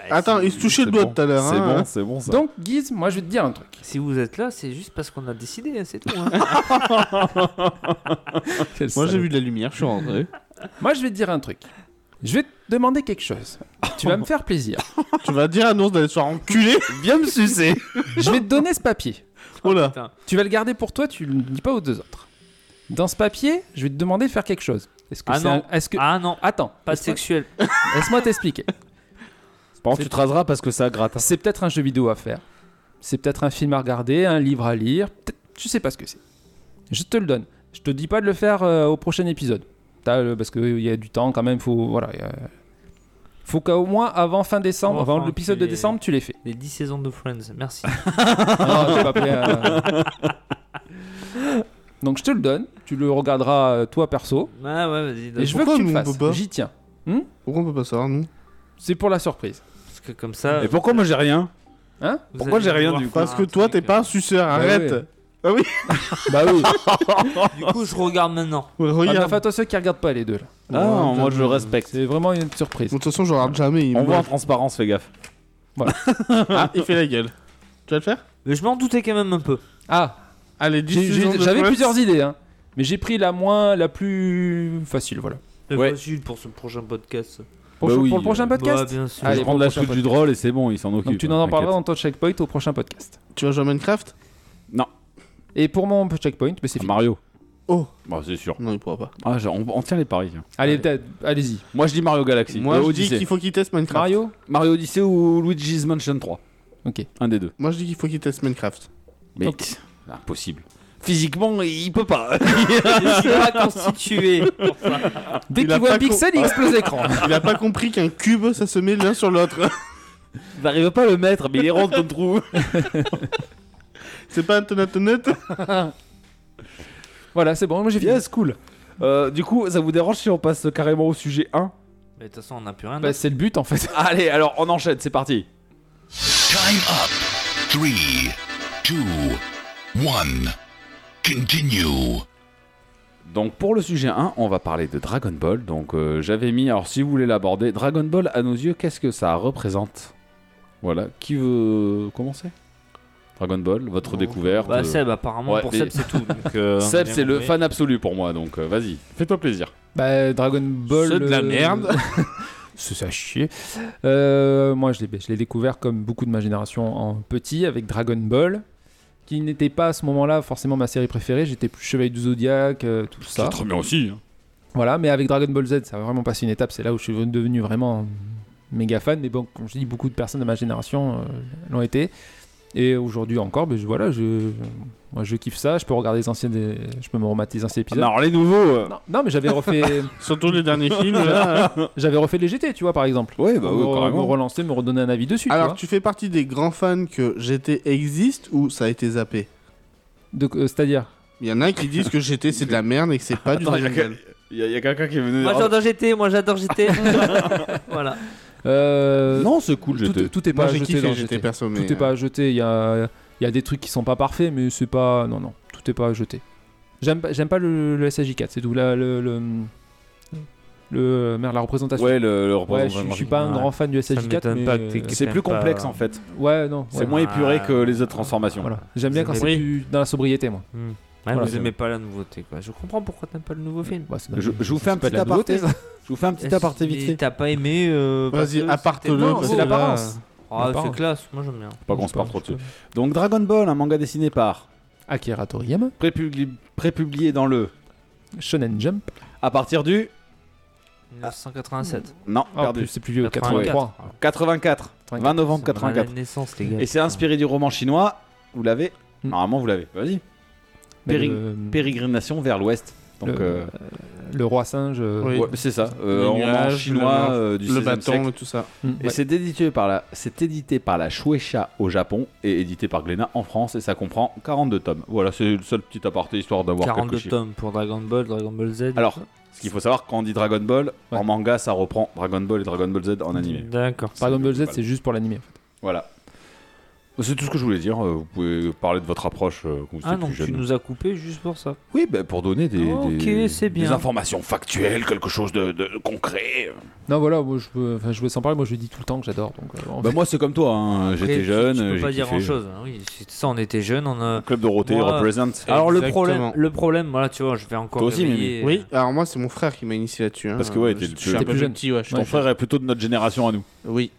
Attends, il se touchait le doigt tout à l'heure.
C'est
hein.
bon, c'est bon ça.
donc Guise, moi je vais te dire un truc.
Si vous êtes là, c'est juste parce qu'on a décidé, hein, c'est tout. hein.
Moi, j'ai vu de la lumière, je suis rentré.
Moi, je vais te dire un truc. Je vais te demander quelque chose. Tu vas me faire plaisir.
tu vas dire à Nours d'aller se faire enculer
[LAUGHS] Viens me sucer.
Je vais te donner ce papier.
Oh là
Putain.
Tu vas le garder pour toi, tu ne le dis pas aux deux autres. Dans ce papier, je vais te demander de faire quelque chose. Est-ce que
Ah
c'est un-
non.
Est-ce que...
Ah non,
Attends,
pas
laisse-moi-
sexuel.
laisse-moi t'expliquer.
Par contre, tu te raseras parce que ça gratte. hein.
C'est peut-être un jeu vidéo à faire. C'est peut-être un film à regarder, un livre à lire. Peut-être- Tu sais pas ce que c'est. Je te le donne. Je te dis pas de le faire euh, au prochain épisode. T'as le- parce qu'il y a du temps quand même. Faut voilà. y a- Faut qu'au moins avant fin décembre,
Oh,
avant
Franck,
l'épisode
tu
de
es-
décembre, tu l'aies fait.
Les 10 saisons de Friends, merci.
Non, j'ai Ah, pas pris, euh. Donc je te le donne, tu le regarderas euh, toi perso,
[LAUGHS] Ah ouais, vas-y. donne.
et je veux que
pourquoi
tu le
nous, on
fasses.
peut pas
J'y tiens.
Pourquoi on peut pas savoir, nous
C'est pour la surprise.
Parce que comme
Ah.
ça.
Et pourquoi moi j'ai rien
vous
pourquoi
allez
j'ai rien
pouvoir
du coup
faire
Parce que
un
toi,
truc,
t'es pas un suceur, arrête
ouais. Bah oui.
euh, Du coup, je regarde maintenant.
Ouais,
Ah, mais
Regarde.
fais attention qu'ils regardent pas les deux là.
Ah, non, moi je respecte.
C'est vraiment une surprise.
Bon, De toute façon, je regarde jamais. il
On
me-
voit en transparence, fais gaffe.
Ah, [LAUGHS] il fait la gueule. Tu vas le faire
Mais je m'en doutais quand même un peu.
Ah,
Allez,
j'ai-
10 saisons
j'ai-
de
j'avais
Friends.
plusieurs idées, hein. mais j'ai pris la moins, la plus facile, voilà.
C'est
Ouais.
facile pour ce prochain podcast.
Pour,
Bah oui,
pour le prochain podcast.
Bah, bien sûr.
Allez,
je
pour
prends
le
la
prochain
chute du drôle et c'est bon, il s'en occupe.
Donc tu n'en en parleras
t'inquiète.
dans ton checkpoint au prochain podcast.
Tu vas jouer à Minecraft
Et pour mon checkpoint, mais c'est
Ah,
fini.
Mario.
Oh.
Bah, c'est sûr.
Non, il pourra pas.
Ah, genre, on, on tient les paris.
Allez, peut-être- allez-y.
Moi je dis Mario Galaxy.
Moi,
Euh,
je dis
Odyssey.
qu'il faut qu'il teste Minecraft.
Mario.
Mario Odyssey ou Luigi's Mansion 3.
Ok.
Un des deux.
Moi, je dis qu'il faut qu'il teste Minecraft.
Mais
Ok.
impossible. Physiquement, il
[LAUGHS]
peut pas.
Je suis pas constitué.
Dès
Il
qu'il
a
voit
pas
un pixel, il explose
[LAUGHS]
l'écran.
Il a pas compris qu'un cube, ça se met l'un sur l'autre. [LAUGHS]
Il n'arrive pas à le mettre, mais il est rond comme trou.
C'est pas un tonatonate
Voilà, c'est bon, moi j'ai fini.
Yes, cool. Euh, du coup, ça vous dérange si on passe carrément au sujet 1
Mais de toute façon, on n'a plus rien.
Bah, c'est le but en fait.
[LAUGHS] Allez, alors on enchaîne, c'est parti.
Time up. Three, two, one. Continue.
Donc pour le sujet 1, on va parler de Dragon Ball. Donc euh, j'avais mis, alors si vous voulez l'aborder, Dragon Ball à nos yeux, qu'est-ce que ça représente Voilà, qui veut commencer Dragon Ball, votre
Non.
découverte.
Bah,
euh,
Seb, apparemment,
Ouais,
pour
mais-
Seb, c'est
[LAUGHS]
tout. donc, euh, on a
Seb,
bien
c'est le
compris.
fan absolu pour moi, donc euh, vas-y, fais-toi plaisir.
Bah, Dragon Ball.
C'est de la
euh,
merde.
[LAUGHS] c'est ça chier. Euh, moi, je l'ai, je l'ai découvert comme beaucoup de ma génération en petit avec Dragon Ball, qui n'était pas à ce moment-là forcément ma série préférée. J'étais plus Chevalier du Zodiac, euh, tout ça.
très bien aussi. hein.
Voilà, mais avec Dragon Ball Z, ça a vraiment passé une étape. C'est là où je suis devenu vraiment méga fan. Mais bon, comme je dis, beaucoup de personnes de ma génération euh, l'ont été. Et aujourd'hui encore, ben, je, voilà, je, moi, je kiffe ça. Je peux regarder les anciens, des- je peux me remater les anciens épisodes.
Alors les nouveaux. euh,
Non, non, mais j'avais refait,
Surtout les derniers films, là.
j'avais refait les GT, tu vois, par exemple.
Ouais, bah
me,
ouais,
me
carrément.
relancer, me redonner un avis dessus. tu
[LAUGHS] Alors,
vois.
tu fais partie des grands fans que GT existe ou ça a été zappé
Donc, euh, c'est-à-dire,
Il y en a qui disent que GT c'est de la merde et que c'est pas du
Attends, il y a
Dragon Ball.
que- il y a, il y a quelqu'un qui est venu.
Moi
Oh,
j'adore GT, moi j'adore
[LAUGHS]
GT. voilà.
Euh,
non, c'est cool,
tout,
j'étais.
tout est pas
Moi j'ai
jeté dans
kiffé
GT.
GT perso, mais. euh,
Tout est pas à jeter. Il y a, il y a des trucs qui sont pas parfaits, mais c'est pas. Non, non, tout est pas à jeter. J'aime pas- j'aime pas le, le SAJ4, c'est tout. La, le, le, le- merde, la représentation.
Ouais, le, le
Ouais,
représentant
je, je suis
graphique.
pas un
Ouais.
grand fan du
Ça
SAJ4.
m'étonne
Mais... euh,
pas que t'aies-
C'est
T'aimes
plus
pas-
complexe en fait.
Ouais, non.
C'est
ouais.
moins épuré que les autres transformations.
Voilà. J'aime bien
Vous
quand
aimez-
c'est plus dans la sobriété, moi.
Hmm. Ouais,
Voilà,
vous
c'est-
aimez pas la nouveauté quoi. Je comprends pourquoi t'aimes pas le nouveau film.
Bah, c'est
Je,
dingue.
je vous fais un
C'est pas de
petit
la
aparté.
nouveauté, ça.
Je vous fais un petit
Est-ce
aparté
que
vite fait.
T'as pas aimé. euh, parce
Vas-y,
que
appartez-le,
c'était- Non,
parce
c'est
que
oh,
là- euh,
l'apparence.
Ah, c'est
L'apparence.
classe, moi j'aime bien.
Pas qu'on
Je
se
sais pas,
parle trop
je sais
dessus. Donc Dragon Ball, un manga dessiné par,
Akira Toriyama,
prépubli- prépublié dans le,
Shonen Jump.
à partir du, Ah.
1987.
non,
Ah, en
perdu,
plus, c'est plus vieux,
84.
83.
84, 20
Voilà
novembre
la
84.
naissance, les gars.
Et c'est inspiré du roman chinois. Vous l'avez
Hmm.
Normalement, vous l'avez. Vas-y.
Mais
Péri-
le-
Pérégrination vers l'ouest. Donc
Le-
euh,
Le roi singe. euh,
Oui.
ouais, c'est ça.
Les
Euh, roman
nuages,
chinois
le-
euh, du
Le
16e
bâton
siècle.
et tout ça.
mm,
Et
ouais.
c'est édité par la, c'est édité par la Shueisha au Japon et édité par Glénat en France et ça comprend 42 tomes. Voilà, c'est le seul petit aparté histoire d'avoir quelques
42
chiffres.
tomes pour Dragon Ball, Dragon Ball Z.
Alors, ce qu'il faut savoir quand on dit Dragon Ball
Ouais.
en manga, ça reprend Dragon Ball et Dragon Ball Z en animé.
D'accord.
Dragon Ball Z,
global.
c'est juste pour l'animé. en fait.
Voilà. C'est tout ce que je voulais dire. euh, Vous pouvez parler de votre approche euh, quand vous étiez
Ah non,
plus
tu
jeune.
nous as coupé juste pour ça.
Oui, bah, pour donner des,
Ok,
des-
c'est bien.
des informations factuelles, quelque chose de, de concret.
Non, voilà, moi, je, veux- enfin, je voulais s'en parler. Moi, je le dis tout le temps que j'adore. Donc, euh, en
Bah
fait,
moi, c'est comme toi. hein,
Après,
J'étais
tu-
jeune.
Tu peux
j'ai
pas dire
kiffé.
grand chose. Oui, c'est ça, on était jeunes. On a...
Club Dorothée
Moi,
represent.
Alors le
Exactement.
problème, le problème, voilà, tu vois, je vais encore.
Toi aussi,
réveiller-
Oui, alors moi c'est mon frère qui m'a initié là-dessus. hein.
Parce que, ouais, t'es-
je,
tu-
je suis
t'es
un peu
plus
plus
jeune.
petit, ouais. je suis
Ouais,
ton
Ton frère est plutôt de notre génération à nous.
frère. Oui.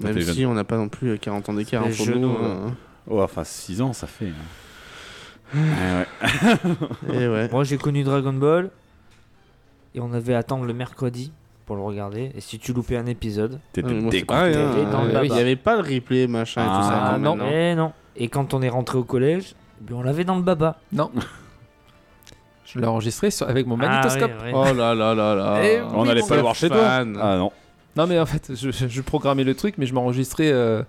Toi,
Même
t'es
si on n'a pas non plus euh, 40 ans d'écart
Les
entre
genoux,
nous. hein.
Oh, enfin, 6 ans, ça fait. hein.
Ah,
Ah,
Et
[LAUGHS]
Eh ouais.
Moi, j'ai connu Dragon Ball et on avait à attendre le mercredi pour le regarder. Et si tu loupais un épisode,
Ah,
T'étais
mais moi, c'est
dégoûté.
pareil, hein.
T'étais dans le
Euh,
baba.
Il n'y avait pas le replay, machin et tout ça.
Ah,
quand même,
non.
hein.
eh non. Et quand on est rentré au collège, eh bien, on l'avait dans le baba.
je l'ai enregistré sur- avec mon
Ah,
magnétoscope.
oui, oui.
Oh là là là là.
Eh
On n'allait pas le voir chez toi.
fan.
Ah non.
Non, mais en fait, je, je programmais le truc, mais je m'enregistrais euh,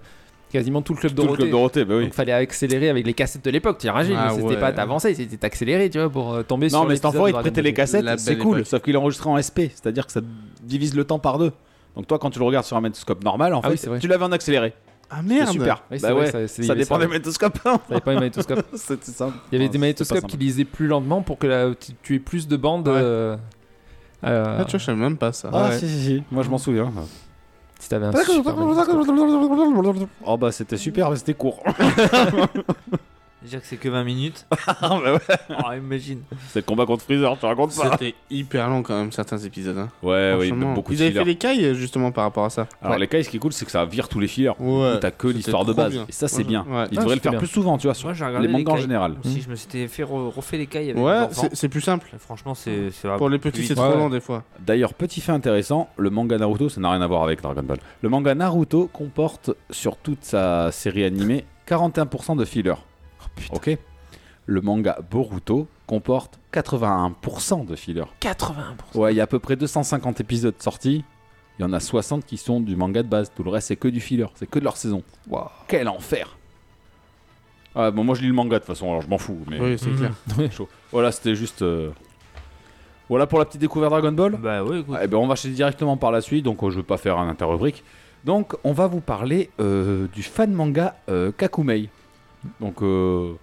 quasiment tout le club
Tout le
Dorothée.
Club Dorothée, bah oui.
Donc, fallait accélérer avec les cassettes de l'époque. Tu imagines,
Ah
c'était
ouais.
pas t'avancer, c'était accéléré, tu vois, pour euh, tomber sur.
Non, mais cet
l'épisode
enfant,
de
il te
Dragon
prêtait
Ball
les
Z.
La
cassettes,
belle
c'est cool.
époque.
Sauf qu'il est enregistré en SP, c'est-à-dire que ça divise le temps par deux. Donc toi, quand tu le regardes sur un métoscope normal, en
Ah
fait,
oui, c'est vrai.
tu l'avais en accéléré.
Ah
C'est
merde.
super.
Oui, c'est
bah
vrai,
ouais,
ça-
ça,
c'est- c'est
dépend
vrai.
des magnétoscopes. [LAUGHS]
T'avais pas les magnétoscopes.
C'était simple.
Il y avait
Ah,
des
c'était
magnétoscopes
pas
qui lisaient plus lentement pour que la- tu, tu aies plus de bandes. euh, euh,
Ah, tu vois, je savais même pas ça.
sympa. Ah,
Ouais.
si, si, si. Moi, je m'en souviens. Ah, bah,
si t'avais un Ah, super magnétoscope.
Oh, bah, c'était super, mais c'était court. [LAUGHS]
Dire que c'est que 20 [LAUGHS] minutes.
Ah, bah ouais.
oh, imagine.
C'est le combat contre Freezer, tu racontes ça.
C'était hyper long quand même certains épisodes. hein.
Ouais, Eh oui,
Franchement.
beaucoup de
Ils avaient fait
fillers.
des cailles justement par rapport à ça.
Alors,
Ouais.
les cas, ce qui est cool, c'est que ça vire tous les fillers.
Ouais.
T'as que
C'était
l'histoire de
trop
base.
bien.
Et ça, c'est
Moi, je-
bien.
ouais.
Il
Ah,
devrait le
c'était
faire
bien.
plus souvent, tu vois, sur
Moi, j'ai regardé
les mangas en
cailles.
général. Hmm.
Si je me s'étais fait re- refait les cailles avec
Ouais,
les enfants.
c'est c'est plus simple.
Franchement, c'est c'est-
Pour les petits,
vite.
c'est
Ouais.
trop long des fois.
D'ailleurs, petit fait intéressant, le manga Naruto, ça n'a rien à voir avec Dragon Ball. Le manga Naruto comporte sur toute sa série animée 41% de fillers.
Oh,
ok Le manga Boruto comporte 81% de fillers.
80%.
Ouais, il y a à peu près 250 épisodes sortis. Il y en a 60 qui sont du manga de base. Tout le reste, c'est que du filler. C'est que de leur saison. Quel enfer ah, bon, Moi, je lis le manga de toute façon, alors je m'en fous. Mais
Oui, c'est
Mhm.
clair.
[LAUGHS] voilà, c'était juste. euh, Voilà pour la petite découverte Dragon Ball.
Bah ouais, écoute.
Eh ben, on va chez directement par la suite, donc euh, je vais pas faire un interrubrique. Donc, on va vous parler euh, du fan manga euh, Kakumei. Donc, euh,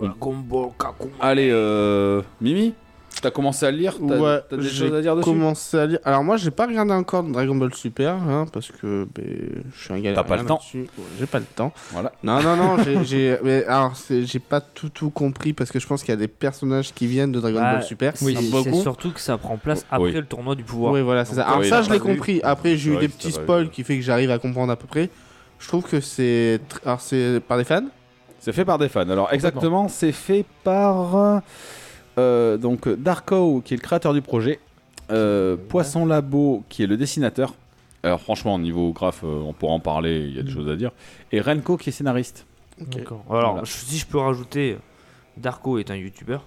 Dragon Ball Kakuma.
allez, euh, Mimi, t'as commencé à le lire T'as
Ouais,
t'as des
j'ai
choses à dire dessus
commencé à lire. Alors moi, j'ai pas regardé encore Dragon Ball Super, hein, parce que ben, je suis un gars.
T'as pas le temps.
là-dessus. Ouais, j'ai pas le temps.
Voilà.
Non, non, non.
[LAUGHS]
j'ai- j'ai, mais alors, c'est- j'ai pas tout tout compris parce que je pense qu'il y a des personnages qui viennent de Dragon
Bah,
Ah,
Ball Super.
Oui,
Un
c'est- c'est
beaucoup.
surtout que ça prend place
Oui.
après le tournoi du pouvoir.
Oui, voilà, c'est ça.
Donc,
Alors
ouais, il a
ça, je
pas
l'ai
vu.
compris. Après, j'ai eu
Ouais,
des
ça
petits
va,
spoils
je-
qui fait que j'arrive à comprendre à peu près. Je trouve que c'est, tr- alors c'est par des fans.
C'est fait par des fans. Alors exactement, c'est fait par euh, donc Darko qui est le créateur du projet, euh, Poisson Labo qui est le dessinateur. Alors franchement, au niveau graphe, euh, on pourra en parler, il y a des choses à dire. Et Renko qui est scénariste.
D'accord. Alors,
Voilà.
je- si je peux rajouter, Darko est un youtubeur.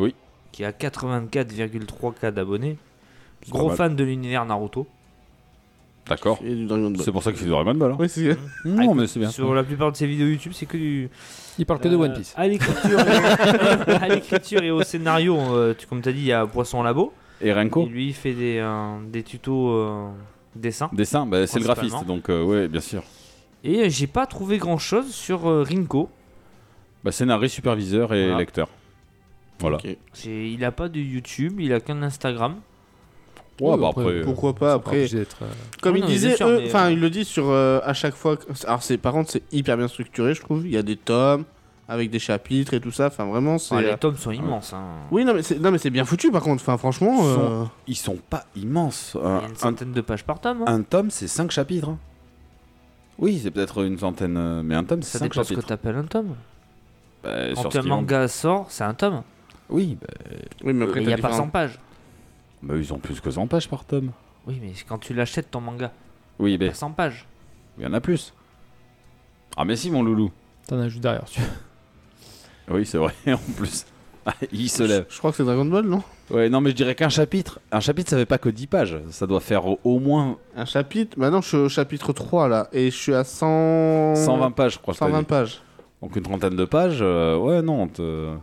Oui.
Qui a 84,3K d'abonnés.
C'est pas
Gros
mal.
fan de l'univers Naruto.
D'accord.
Et du Dragon Ball.
C'est pour ça qu'il fait Dragon Ball. hein.
Oui, c'est
Non, mais c'est bien.
Sur la plupart de ses vidéos YouTube, c'est que du.
Il parle que de
Euh,
One Piece.
À l'écriture, et- à l'écriture et au [LAUGHS] scénario, euh, tu- comme tu as dit, il y a Poisson Labo.
Et
Et
Renko
lui, il fait des, euh, des tutos euh, dessin.
Dessin, bah, c'est le graphiste,
Principalement.
donc euh, ouais, bien sûr.
Et euh, j'ai pas trouvé grand chose sur euh, Rinko.
Bah, scénariste, superviseur et
Voilà.
lecteur. Voilà.
Ok.
J'ai- Il a pas de YouTube, il a qu'un Instagram.
Ouais,
Oui,
bah,
après,
après, euh,
Pourquoi pas après Comme
Non,
il
non, mais bien
disait,
sûr,
eux-
mais-
enfin, il le dit sur euh, à chaque fois. que- Alors, c'est par contre, c'est hyper bien structuré, je trouve. Il y a des tomes avec des chapitres et tout ça. Enfin, vraiment, c'est.
Enfin,
euh,
les tomes sont immenses. hein.
Oui, non, mais c'est non, mais c'est bien foutu. Par contre, enfin, franchement,
Ils sont-
euh,
ils sont pas immenses. hein.
Il y
Un,
a une
un-
centaine de pages par tome. hein.
un tome, c'est 5 chapitres. hein. Oui, c'est peut-être une centaine, euh, mais un tome, c'est
Ça
5
dépend ce que
chapitres.
t'appelles un tome.
Bah,
Quand
sur ce
un
qu'ils vendent.
manga sort, c'est un tome.
Oui, bah,
oui, mais
Et
après,
il
t'as
n'y a pas
différents-
100 pages.
bah, ils ont plus que 100 pages par tome.
Oui, mais c'est quand tu l'achètes ton manga,
Oui,
il
bah,
y a 100 pages.
il y en a plus. Ah, mais si, mon loulou.
T'en as juste derrière. tu-
Oui, c'est vrai, [LAUGHS] en plus. Ah, il se
Je,
lève.
je crois que c'est Dragon Ball, non
Ouais, non, mais je dirais qu'un chapitre, un chapitre, ça fait pas que 10 pages. Ça doit faire au- au moins
Un chapitre. Maintenant, je suis au chapitre 3 là, et je suis à 100.
120 pages, je crois. je t'ai
120
dit.
pages.
Donc une trentaine de pages, euh, ouais, non, te-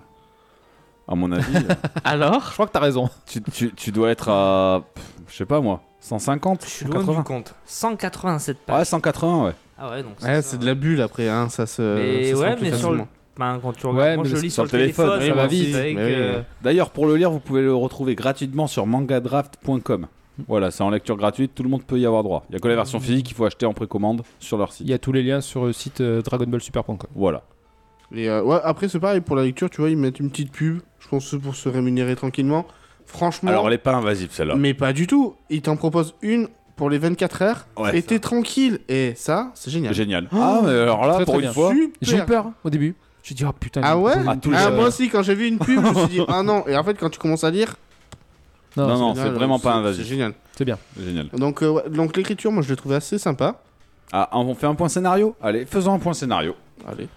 à mon avis, [LAUGHS]
[LAUGHS] Je crois que t'as raison.
tu, tu- tu dois être à, pff, je sais pas moi, 150,
Je suis loin du
180.
compte. 187 pages.
Ouais, 180, ouais.
Ah ouais, donc
Ouais,
ça.
c'est de la bulle après, hein, ça se.
Mais
ça se
ouais,
remplit
mais sur le-
facilement.
Ben, quand tu regardes,
Ouais,
moi
mais
je
c'est
lis sur
sur le
le
téléphone,
téléphone,
oui,
ça
moi
va
aussi.
vite. avec,
Mais oui.
euh,
D'ailleurs, pour le lire, vous pouvez le retrouver gratuitement sur mangadraft.com. Voilà, c'est en lecture gratuite, tout le monde peut y avoir droit. Il y a que la version physique qu'il faut acheter en précommande sur leur
Il
site.
y a tous les liens sur le site euh, dragonballsuper.com.
Voilà.
Et euh, ouais, après, c'est pareil pour la lecture, tu vois, ils mettent une petite pub, je pense, que c'est pour se rémunérer tranquillement. Franchement,
Alors, elle est pas invasive celle-là.
mais pas du tout. Ils t'en proposent une pour les 24 heures,
Ouais,
et t'es tranquille. Et ça, c'est génial.
Génial. Ah, mais alors là,
Très,
pour
très
une
bien.
fois,
J'ai eu
Super.
peur au début. J'ai dit, oh putain.
Ah
ils me
ouais
proposent
Ah,
une
tous les
pub,
Ah,
jours.
euh,
moi aussi, quand j'ai vu une pub, je
[LAUGHS]
me suis dit, ah non. Et en fait, quand tu commences à lire,
Non,
Non,
c'est-
non. c'est vraiment pas invasif.
C'est génial.
C'est bien.
génial.
Donc, euh, ouais, donc l'écriture, moi, je l'ai trouvé assez sympa.
Ah, on fait un point scénario Allez, faisons un point scénario.
Allez.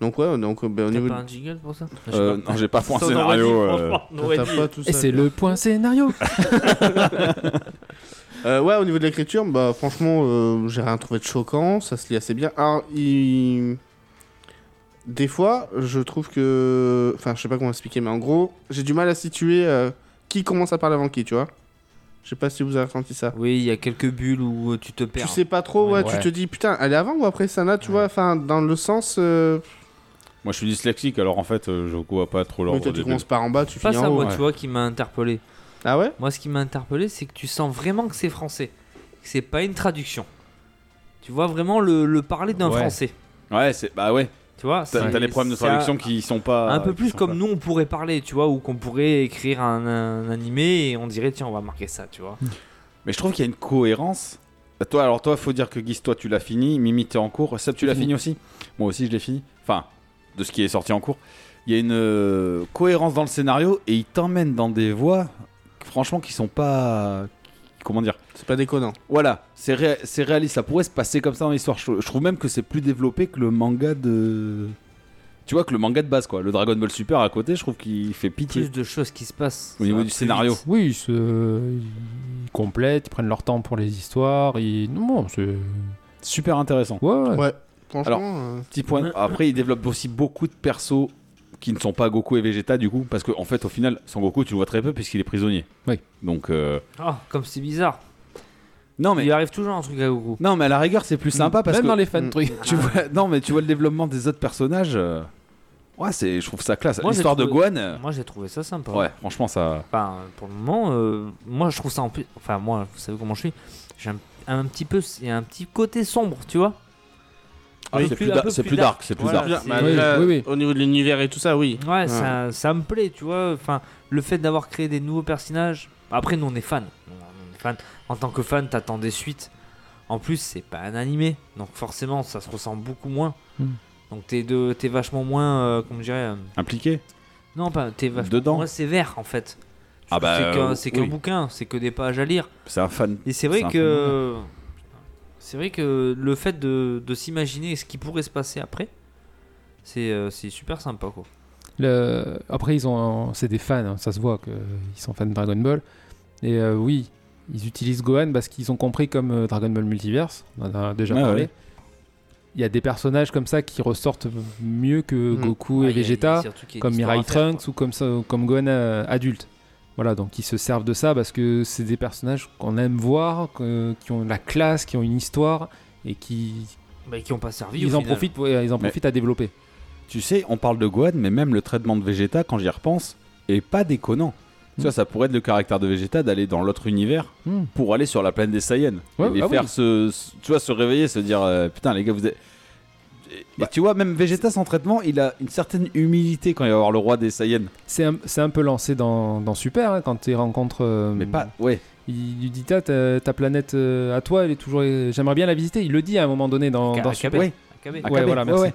Donc, ouais, donc, euh, ben, au
T'as
niveau.
pas un jingle pour ça
Euh, non, j'ai pas [LAUGHS] point
Ça, on aurait
scénario.
dit,
euh.
franchement,
[LAUGHS]
on aurait
T'as
dit.
pas tout ça.
Et c'est le point scénario.
Euh, ouais, au niveau de l'écriture, bah franchement, euh, j'ai rien trouvé de choquant, ça se lit assez bien. Alors, il... des fois, je trouve que, enfin, je sais pas comment expliquer, mais en gros, j'ai du mal à situer euh, qui commence à parler avant qui, tu vois. Je sais pas si vous avez ressenti ça.
Oui, il y a quelques bulles où euh, tu te
Tu
perds.
sais pas trop, ouais,
Ouais.
tu te dis putain, elle est avant ou après Sana, tu
Ouais.
vois, enfin, dans le sens. euh,
Moi, je suis dyslexique, alors en fait, euh, je vois pas trop
oui,
l'ordre.
toi,
des
tu commences par en bas, tu
C'est pas
finis en
ça,
haut.
moi,
ouais.
tu vois, qui m'a interpellé.
Ah ouais
Moi, ce qui m'a interpellé, c'est que tu sens vraiment que c'est français. Que c'est pas une traduction. Tu vois vraiment le, le parler d'un
Ouais.
français.
bulles. Ouais, c'est bah ouais.
Tu vois
T'as
c'est-
t'as les problèmes de
c'est
traduction
un-
qui sont pas.
Un peu
qui
plus
sont
comme
pas-
nous, on pourrait parler, tu vois, ou qu'on pourrait écrire un, un animé et on dirait, tiens, on va marquer ça, tu vois.
Mais je trouve qu'il y a une cohérence. Bah, toi, alors toi, faut dire que Guise, toi, tu l'as fini. Mimi, t'es en cours. Seb, tu l'as fini aussi. Moi aussi, je l'ai fini. Enfin, de ce qui est sorti en cours. Il y a une euh, cohérence dans le scénario et il t'emmène dans des voies, franchement, qui sont pas. Comment dire
C'est pas déconnant.
Voilà, c'est ré- c'est réaliste. Ça pourrait se passer comme ça dans l'histoire. Je, je trouve même que c'est plus développé que le manga de. Tu vois, que le manga de base, quoi. Le Dragon Ball Super à côté, je trouve qu'il fait pitié.
Plus de choses qui se passent.
Au niveau
Ça va
du
plus
scénario.
vite.
[LAUGHS] Oui, ils, se... ils complètent, ils prennent leur temps pour les histoires. Ils... Non, non, c'est.
Super intéressant.
Ouais, ouais.
Ouais. Franchement. euh,
Petit point. Après, il développe aussi beaucoup de persos qui ne sont pas Goku et Vegeta, du coup. Parce qu'en en fait, au final, sans Goku, tu le vois très peu puisqu'il est prisonnier.
Oui.
Donc. euh,
Ah, comme c'est bizarre.
Non, mais.
Il arrive toujours un truc à Goku.
Non, mais à la rigueur, c'est plus sympa parce
Même
que.
dans les fan
Mm.
trucs.
[LAUGHS]
[LAUGHS]
Tu vois... Non, mais tu vois le développement des autres personnages. euh, Ouais, c'est... je trouve ça classe.
Moi, j'ai
L'histoire de
trouvé-
Gohan. euh,
Moi, j'ai trouvé ça sympa.
Ouais, franchement, ça.
Enfin, pour le moment, euh, moi, je trouve ça en plus. Enfin, moi, vous savez comment je suis. J'ai un, un petit peu. Il y a un petit côté sombre, tu vois. Un
Ah Oui,
peu
c'est plus
Ah, un
dark,
peu
c'est plus dark, c'est plus
Voilà,
dark.
Bien,
c'est-
bah,
Ah, Oui,
déjà,
oui, oui.
Au niveau de l'univers et tout ça, oui.
Ouais, Ça, ça me plaît, tu vois. Enfin, le fait d'avoir créé des nouveaux personnages. Après, nous, on est fan. On est fan. En tant que fan, t'attends des suites. En plus, c'est pas un animé, donc forcément, ça se ressent beaucoup moins.
Mm.
Donc t'es de, t'es vachement moins, euh, comment je dirais, euh,
Impliqué
non pas, t'es vachement
Dedans.
moins sévère en fait.
Ah bah,
c'est qu'un,
euh,
c'est qu'un
oui.
bouquin, c'est que des pages à lire.
C'est un fan.
Et c'est vrai
C'est un
que. C'est vrai que le fait de, de s'imaginer ce qui pourrait se passer après, c'est euh, c'est super sympa quoi.
Le- Après, ils ont, c'est des fans, hein, ça se voit qu'ils sont fans de Dragon Ball. Et euh, oui, Ils utilisent Gohan parce qu'ils ont compris comme euh, Dragon Ball Multiverse, on en a déjà
Ah Ouais,
parlé.
ouais.
Il y a des personnages comme ça qui ressortent mieux que
Mm.
Goku
Ah,
et
il y a- il y a
Vegeta
surtout qu'il y a une
comme
histoire
Mirai
à faire,
Trunks ou comme, ça, comme Gohan euh, adulte. Voilà, donc ils se servent de ça parce que c'est des personnages qu'on aime voir, que- qui ont de la classe, qui ont une histoire et qui
quoi. Mais Bah, qui ont pas servi. Ah au
ils en,
final.
profitent, pour- euh, ils en
Mais-
profitent à développer.
Tu sais, on parle de Gohan, mais même le traitement de Vegeta, quand j'y repense, est pas déconnant.
Mm.
Ça, ça pourrait être le caractère de Vegeta d'aller dans l'autre univers
Mm.
pour aller sur la plaine des Saiyans
Ouais,
et les
ah
faire
oui.
se, se- tu vois, se réveiller, se dire euh, putain les gars vous êtes. Et
Bah.
tu vois, même Vegeta sans traitement, il a une certaine humilité quand il va voir le roi des Saiyans.
C'est un, c'est un peu lancé dans, dans Super hein, quand ils rencontrent. euh,
Mais pas, ouais.
Il lui dit Ah, ta, ta planète euh, à toi, elle est toujours. J'aimerais bien la visiter. Il le dit à un moment donné dans,
Ca-
dans
Akabe.
Super.
Akabe.
Ouais,
Accabé.
voilà,
Ouais,
merci.
ouais.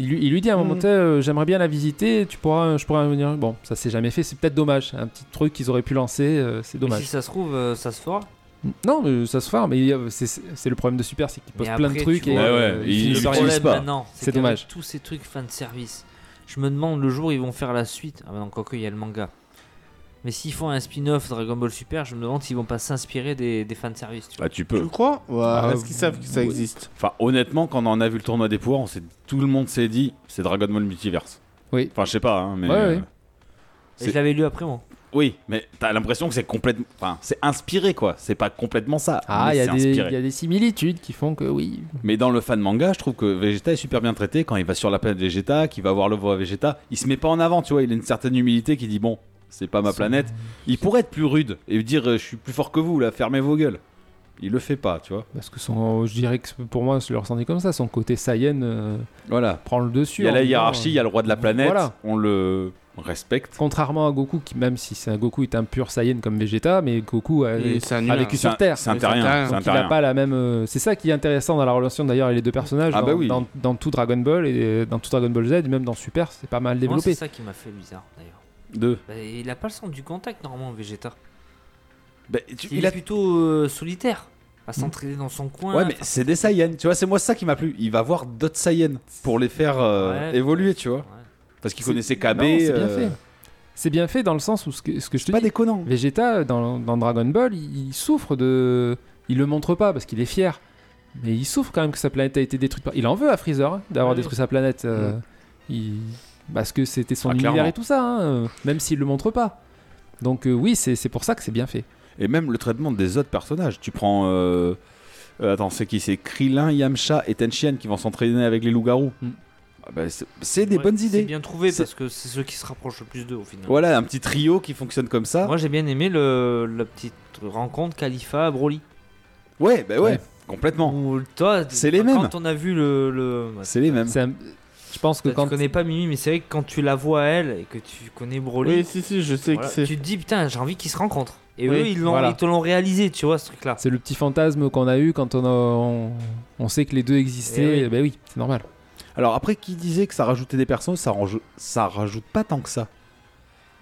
Il, lui, il lui dit à un moment
Mhm.
donné, euh, j'aimerais bien la visiter, tu pourras, je pourrais venir. Bon, ça s'est jamais fait, c'est peut-être dommage. Un petit truc qu'ils auraient pu lancer, euh, c'est
Mais si
dommage.
ça se trouve, euh, ça se fera.
Non, mais ça se fera, mais il y a- c'est- c'est c'est le problème de Super, c'est qu'ils
Mais
posent plein de
après,
trucs
tu
et
vois,
euh,
Ouais, ouais,
ils
ils
finissent
le
par y-
l'utilisent
problème
pas.
maintenant, c'est
C'est
qu'avec
dommage.
Tous ces trucs fan de service. Je me demande le jour ils vont faire la suite. Ah bah non, quoique il y a le manga. Mais s'ils font un spin-off Dragon Ball Super, je me demande s'ils vont pas s'inspirer des, des fan service. Tu vois.
Bah, tu
Tu
peux.
crois Ouais,
Ah,
Est-ce qu'ils savent que ça
oui.
existe
Enfin, honnêtement, quand on a vu le tournoi des pouvoirs, on s'est- tout le monde s'est dit, c'est Dragon Ball Multiverse.
Oui.
Enfin, je sais pas, hein, mais.
Ouais, ouais.
Et
c'est-
je l'avais lu après moi.
Oui, mais t'as l'impression que c'est complètement. Enfin, c'est inspiré quoi. C'est pas complètement ça.
Ah,
mais
il y, a
c'est
des-
inspiré.
il y a des similitudes qui font que oui.
Mais dans le fan manga, je trouve que Vegeta est super bien traité quand il va sur la planète Vegeta, qu'il va voir le voix Vegeta. Il se met pas en avant, tu vois. Il a une certaine humilité qui dit bon, c'est pas ma planète. Il pourrait être plus rude et dire euh, je suis plus fort que vous là, fermez vos gueules. Il le fait pas, tu vois.
Parce que son, je dirais que pour moi, je le ressentais comme ça. Son côté Saiyan euh,
Voilà.
prend le dessus.
Il y a
en
la
disant,
hiérarchie, il y a le roi de la planète.
hein. Voilà.
On le respecte.
euh, Contrairement à Goku, qui même si c'est un Goku est un pur Saiyan comme Vegeta, mais Goku euh, a,
Et C'est un
a
humain.
vécu sur
ah, C'est un-
Terre.
C'est un
Mais c'est un
terrien.
terrien.
C'est un
Donc, il a
terrien.
pas la même. euh, C'est ça qui est intéressant dans la relation d'ailleurs et les deux personnages
Ah
dans,
bah oui.
dans, dans tout Dragon Ball et euh, dans tout Dragon Ball Z, et même dans Super, c'est pas mal
Moi, c'est
développé.
ça qui m'a fait bizarre d'ailleurs.
Deux.
Bah, il a pas le sens du contact normalement Vegeta.
Bah, tu-
Il, est plutôt euh, solitaire, à s'entraîner dans son coin.
Ouais, mais c'est des Saiyans, tu vois, c'est moi ça qui m'a plu. Il va voir d'autres Saiyans pour les faire euh,
Ouais.
évoluer, tu vois.
Ouais.
Parce qu'il
C'est-
connaissait
Non,
KB.
c'est bien
euh,
fait. C'est bien fait dans le sens où ce que, ce que je te
C'est pas
dis,
déconnant.
Vegeta dans, dans Dragon Ball, il, il souffre de. Il le montre pas parce qu'il est fier, mais il souffre quand même que sa planète a été détruite. par- Il en veut à Freezer hein, d'avoir
Ouais.
détruit sa planète. euh, il- Parce que c'était son
Ah,
univers
clairement.
et tout ça, hein, euh, même s'il le montre pas. Donc euh, oui, c'est c'est pour ça que c'est bien fait.
Et même le traitement des autres personnages. Tu prends. euh, euh, attends, c'est qui C'est Krillin, Yamcha et Tenchien qui vont s'entraîner avec les loups-garous.
Mm.
Ah bah, c'est- c'est des
Ouais,
bonnes
C'est
idées.
bien trouvé
C'est-
parce que c'est ceux qui se rapprochent le plus d'eux au final.
Voilà, un petit trio qui fonctionne comme ça.
Moi, j'ai bien aimé le, la petite rencontre Khalifa Broly.
Ouais, bah ouais,
Ouais.
complètement.
Où, toi,
C'est les
quand
mêmes.
on a vu le. le... ouais,
C'est les mêmes.
C'est un- Je pense que
toi,
quand
Bah, Tu connais pas Mimi, mais c'est vrai que quand tu la vois elle et que tu connais Broly,
Oui, si, si, je sais
voilà,
que c'est.
tu te dis putain, j'ai envie qu'ils se rencontrent. Et
Oui,
eux, ils, l'ont-
voilà.
ils te l'ont réalisé, tu vois, ce truc-là.
C'est le petit fantasme qu'on a eu quand on, a- on, on sait que les deux existaient.
Eh oui.
Ben oui, c'est normal.
Alors après, qui disait que ça rajoutait des persos Ça, range- ça rajoute pas tant que ça.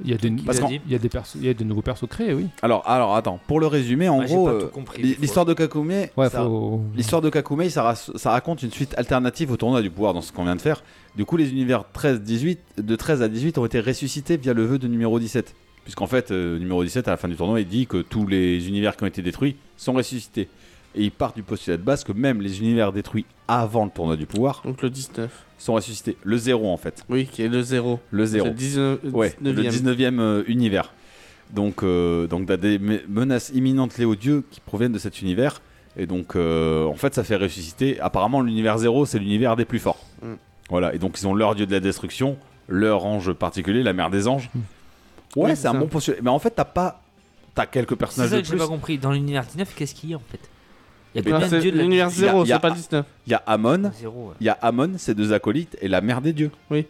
Il y a des,
Parce
a
qu'en-
dit.
il y a des, perso- il y a des nouveaux persos créés, oui.
Alors, alors attends, pour le résumer, en
Moi, j'ai
gros,
pas
euh,
tout compris,
l'hi-
des fois.
l'histoire de Kakume,
Ouais,
ça-
faut...
Mmh. l'histoire de Kakume, ça, ra- ça raconte une suite alternative au tournoi du pouvoir dans ce qu'on vient de faire. Du coup, les univers 13, 18, de 13 à 18 ont été ressuscités via le vœu de numéro 17. Puisqu'en fait, euh, numéro 17, à la fin du tournoi, il dit que tous les univers qui ont été détruits sont ressuscités. Et il part du postulat de base que même les univers détruits avant le tournoi du pouvoir
Donc le 19.
sont ressuscités. Le zéro, en fait.
Oui, qui est le 0.
Le
C'est
zéro.
le 19
Ouais, le
19e.
19e euh, univers. Donc, euh, donc t'as des me- menaces imminentes liées aux dieux qui proviennent de cet univers. Et donc, euh, en fait, ça fait ressusciter. Apparemment, l'univers zéro, c'est l'univers des plus forts.
Mm.
Voilà. Et donc, ils ont leur dieu de la destruction, leur ange particulier, la mère des
Mm.
anges. Ouais,
Oui,
c'est
c'est
un
ça.
bon postulat. Mais en fait, t'as pas. T'as quelques
C'est
personnages
ça
de
que j'ai
plus. Eh ben,
pas compris. Dans l'univers 19, qu'est-ce qu'il y a en fait Il y a
Non,
combien de
Ah, c'est
dieux de la-
L'univers
Il y a-
0,
il y a-
c'est pas le 19.
Il y a Amon.
Zéro, ouais.
Il y a Amon, ses deux acolytes, et la mère des dieux.
Mais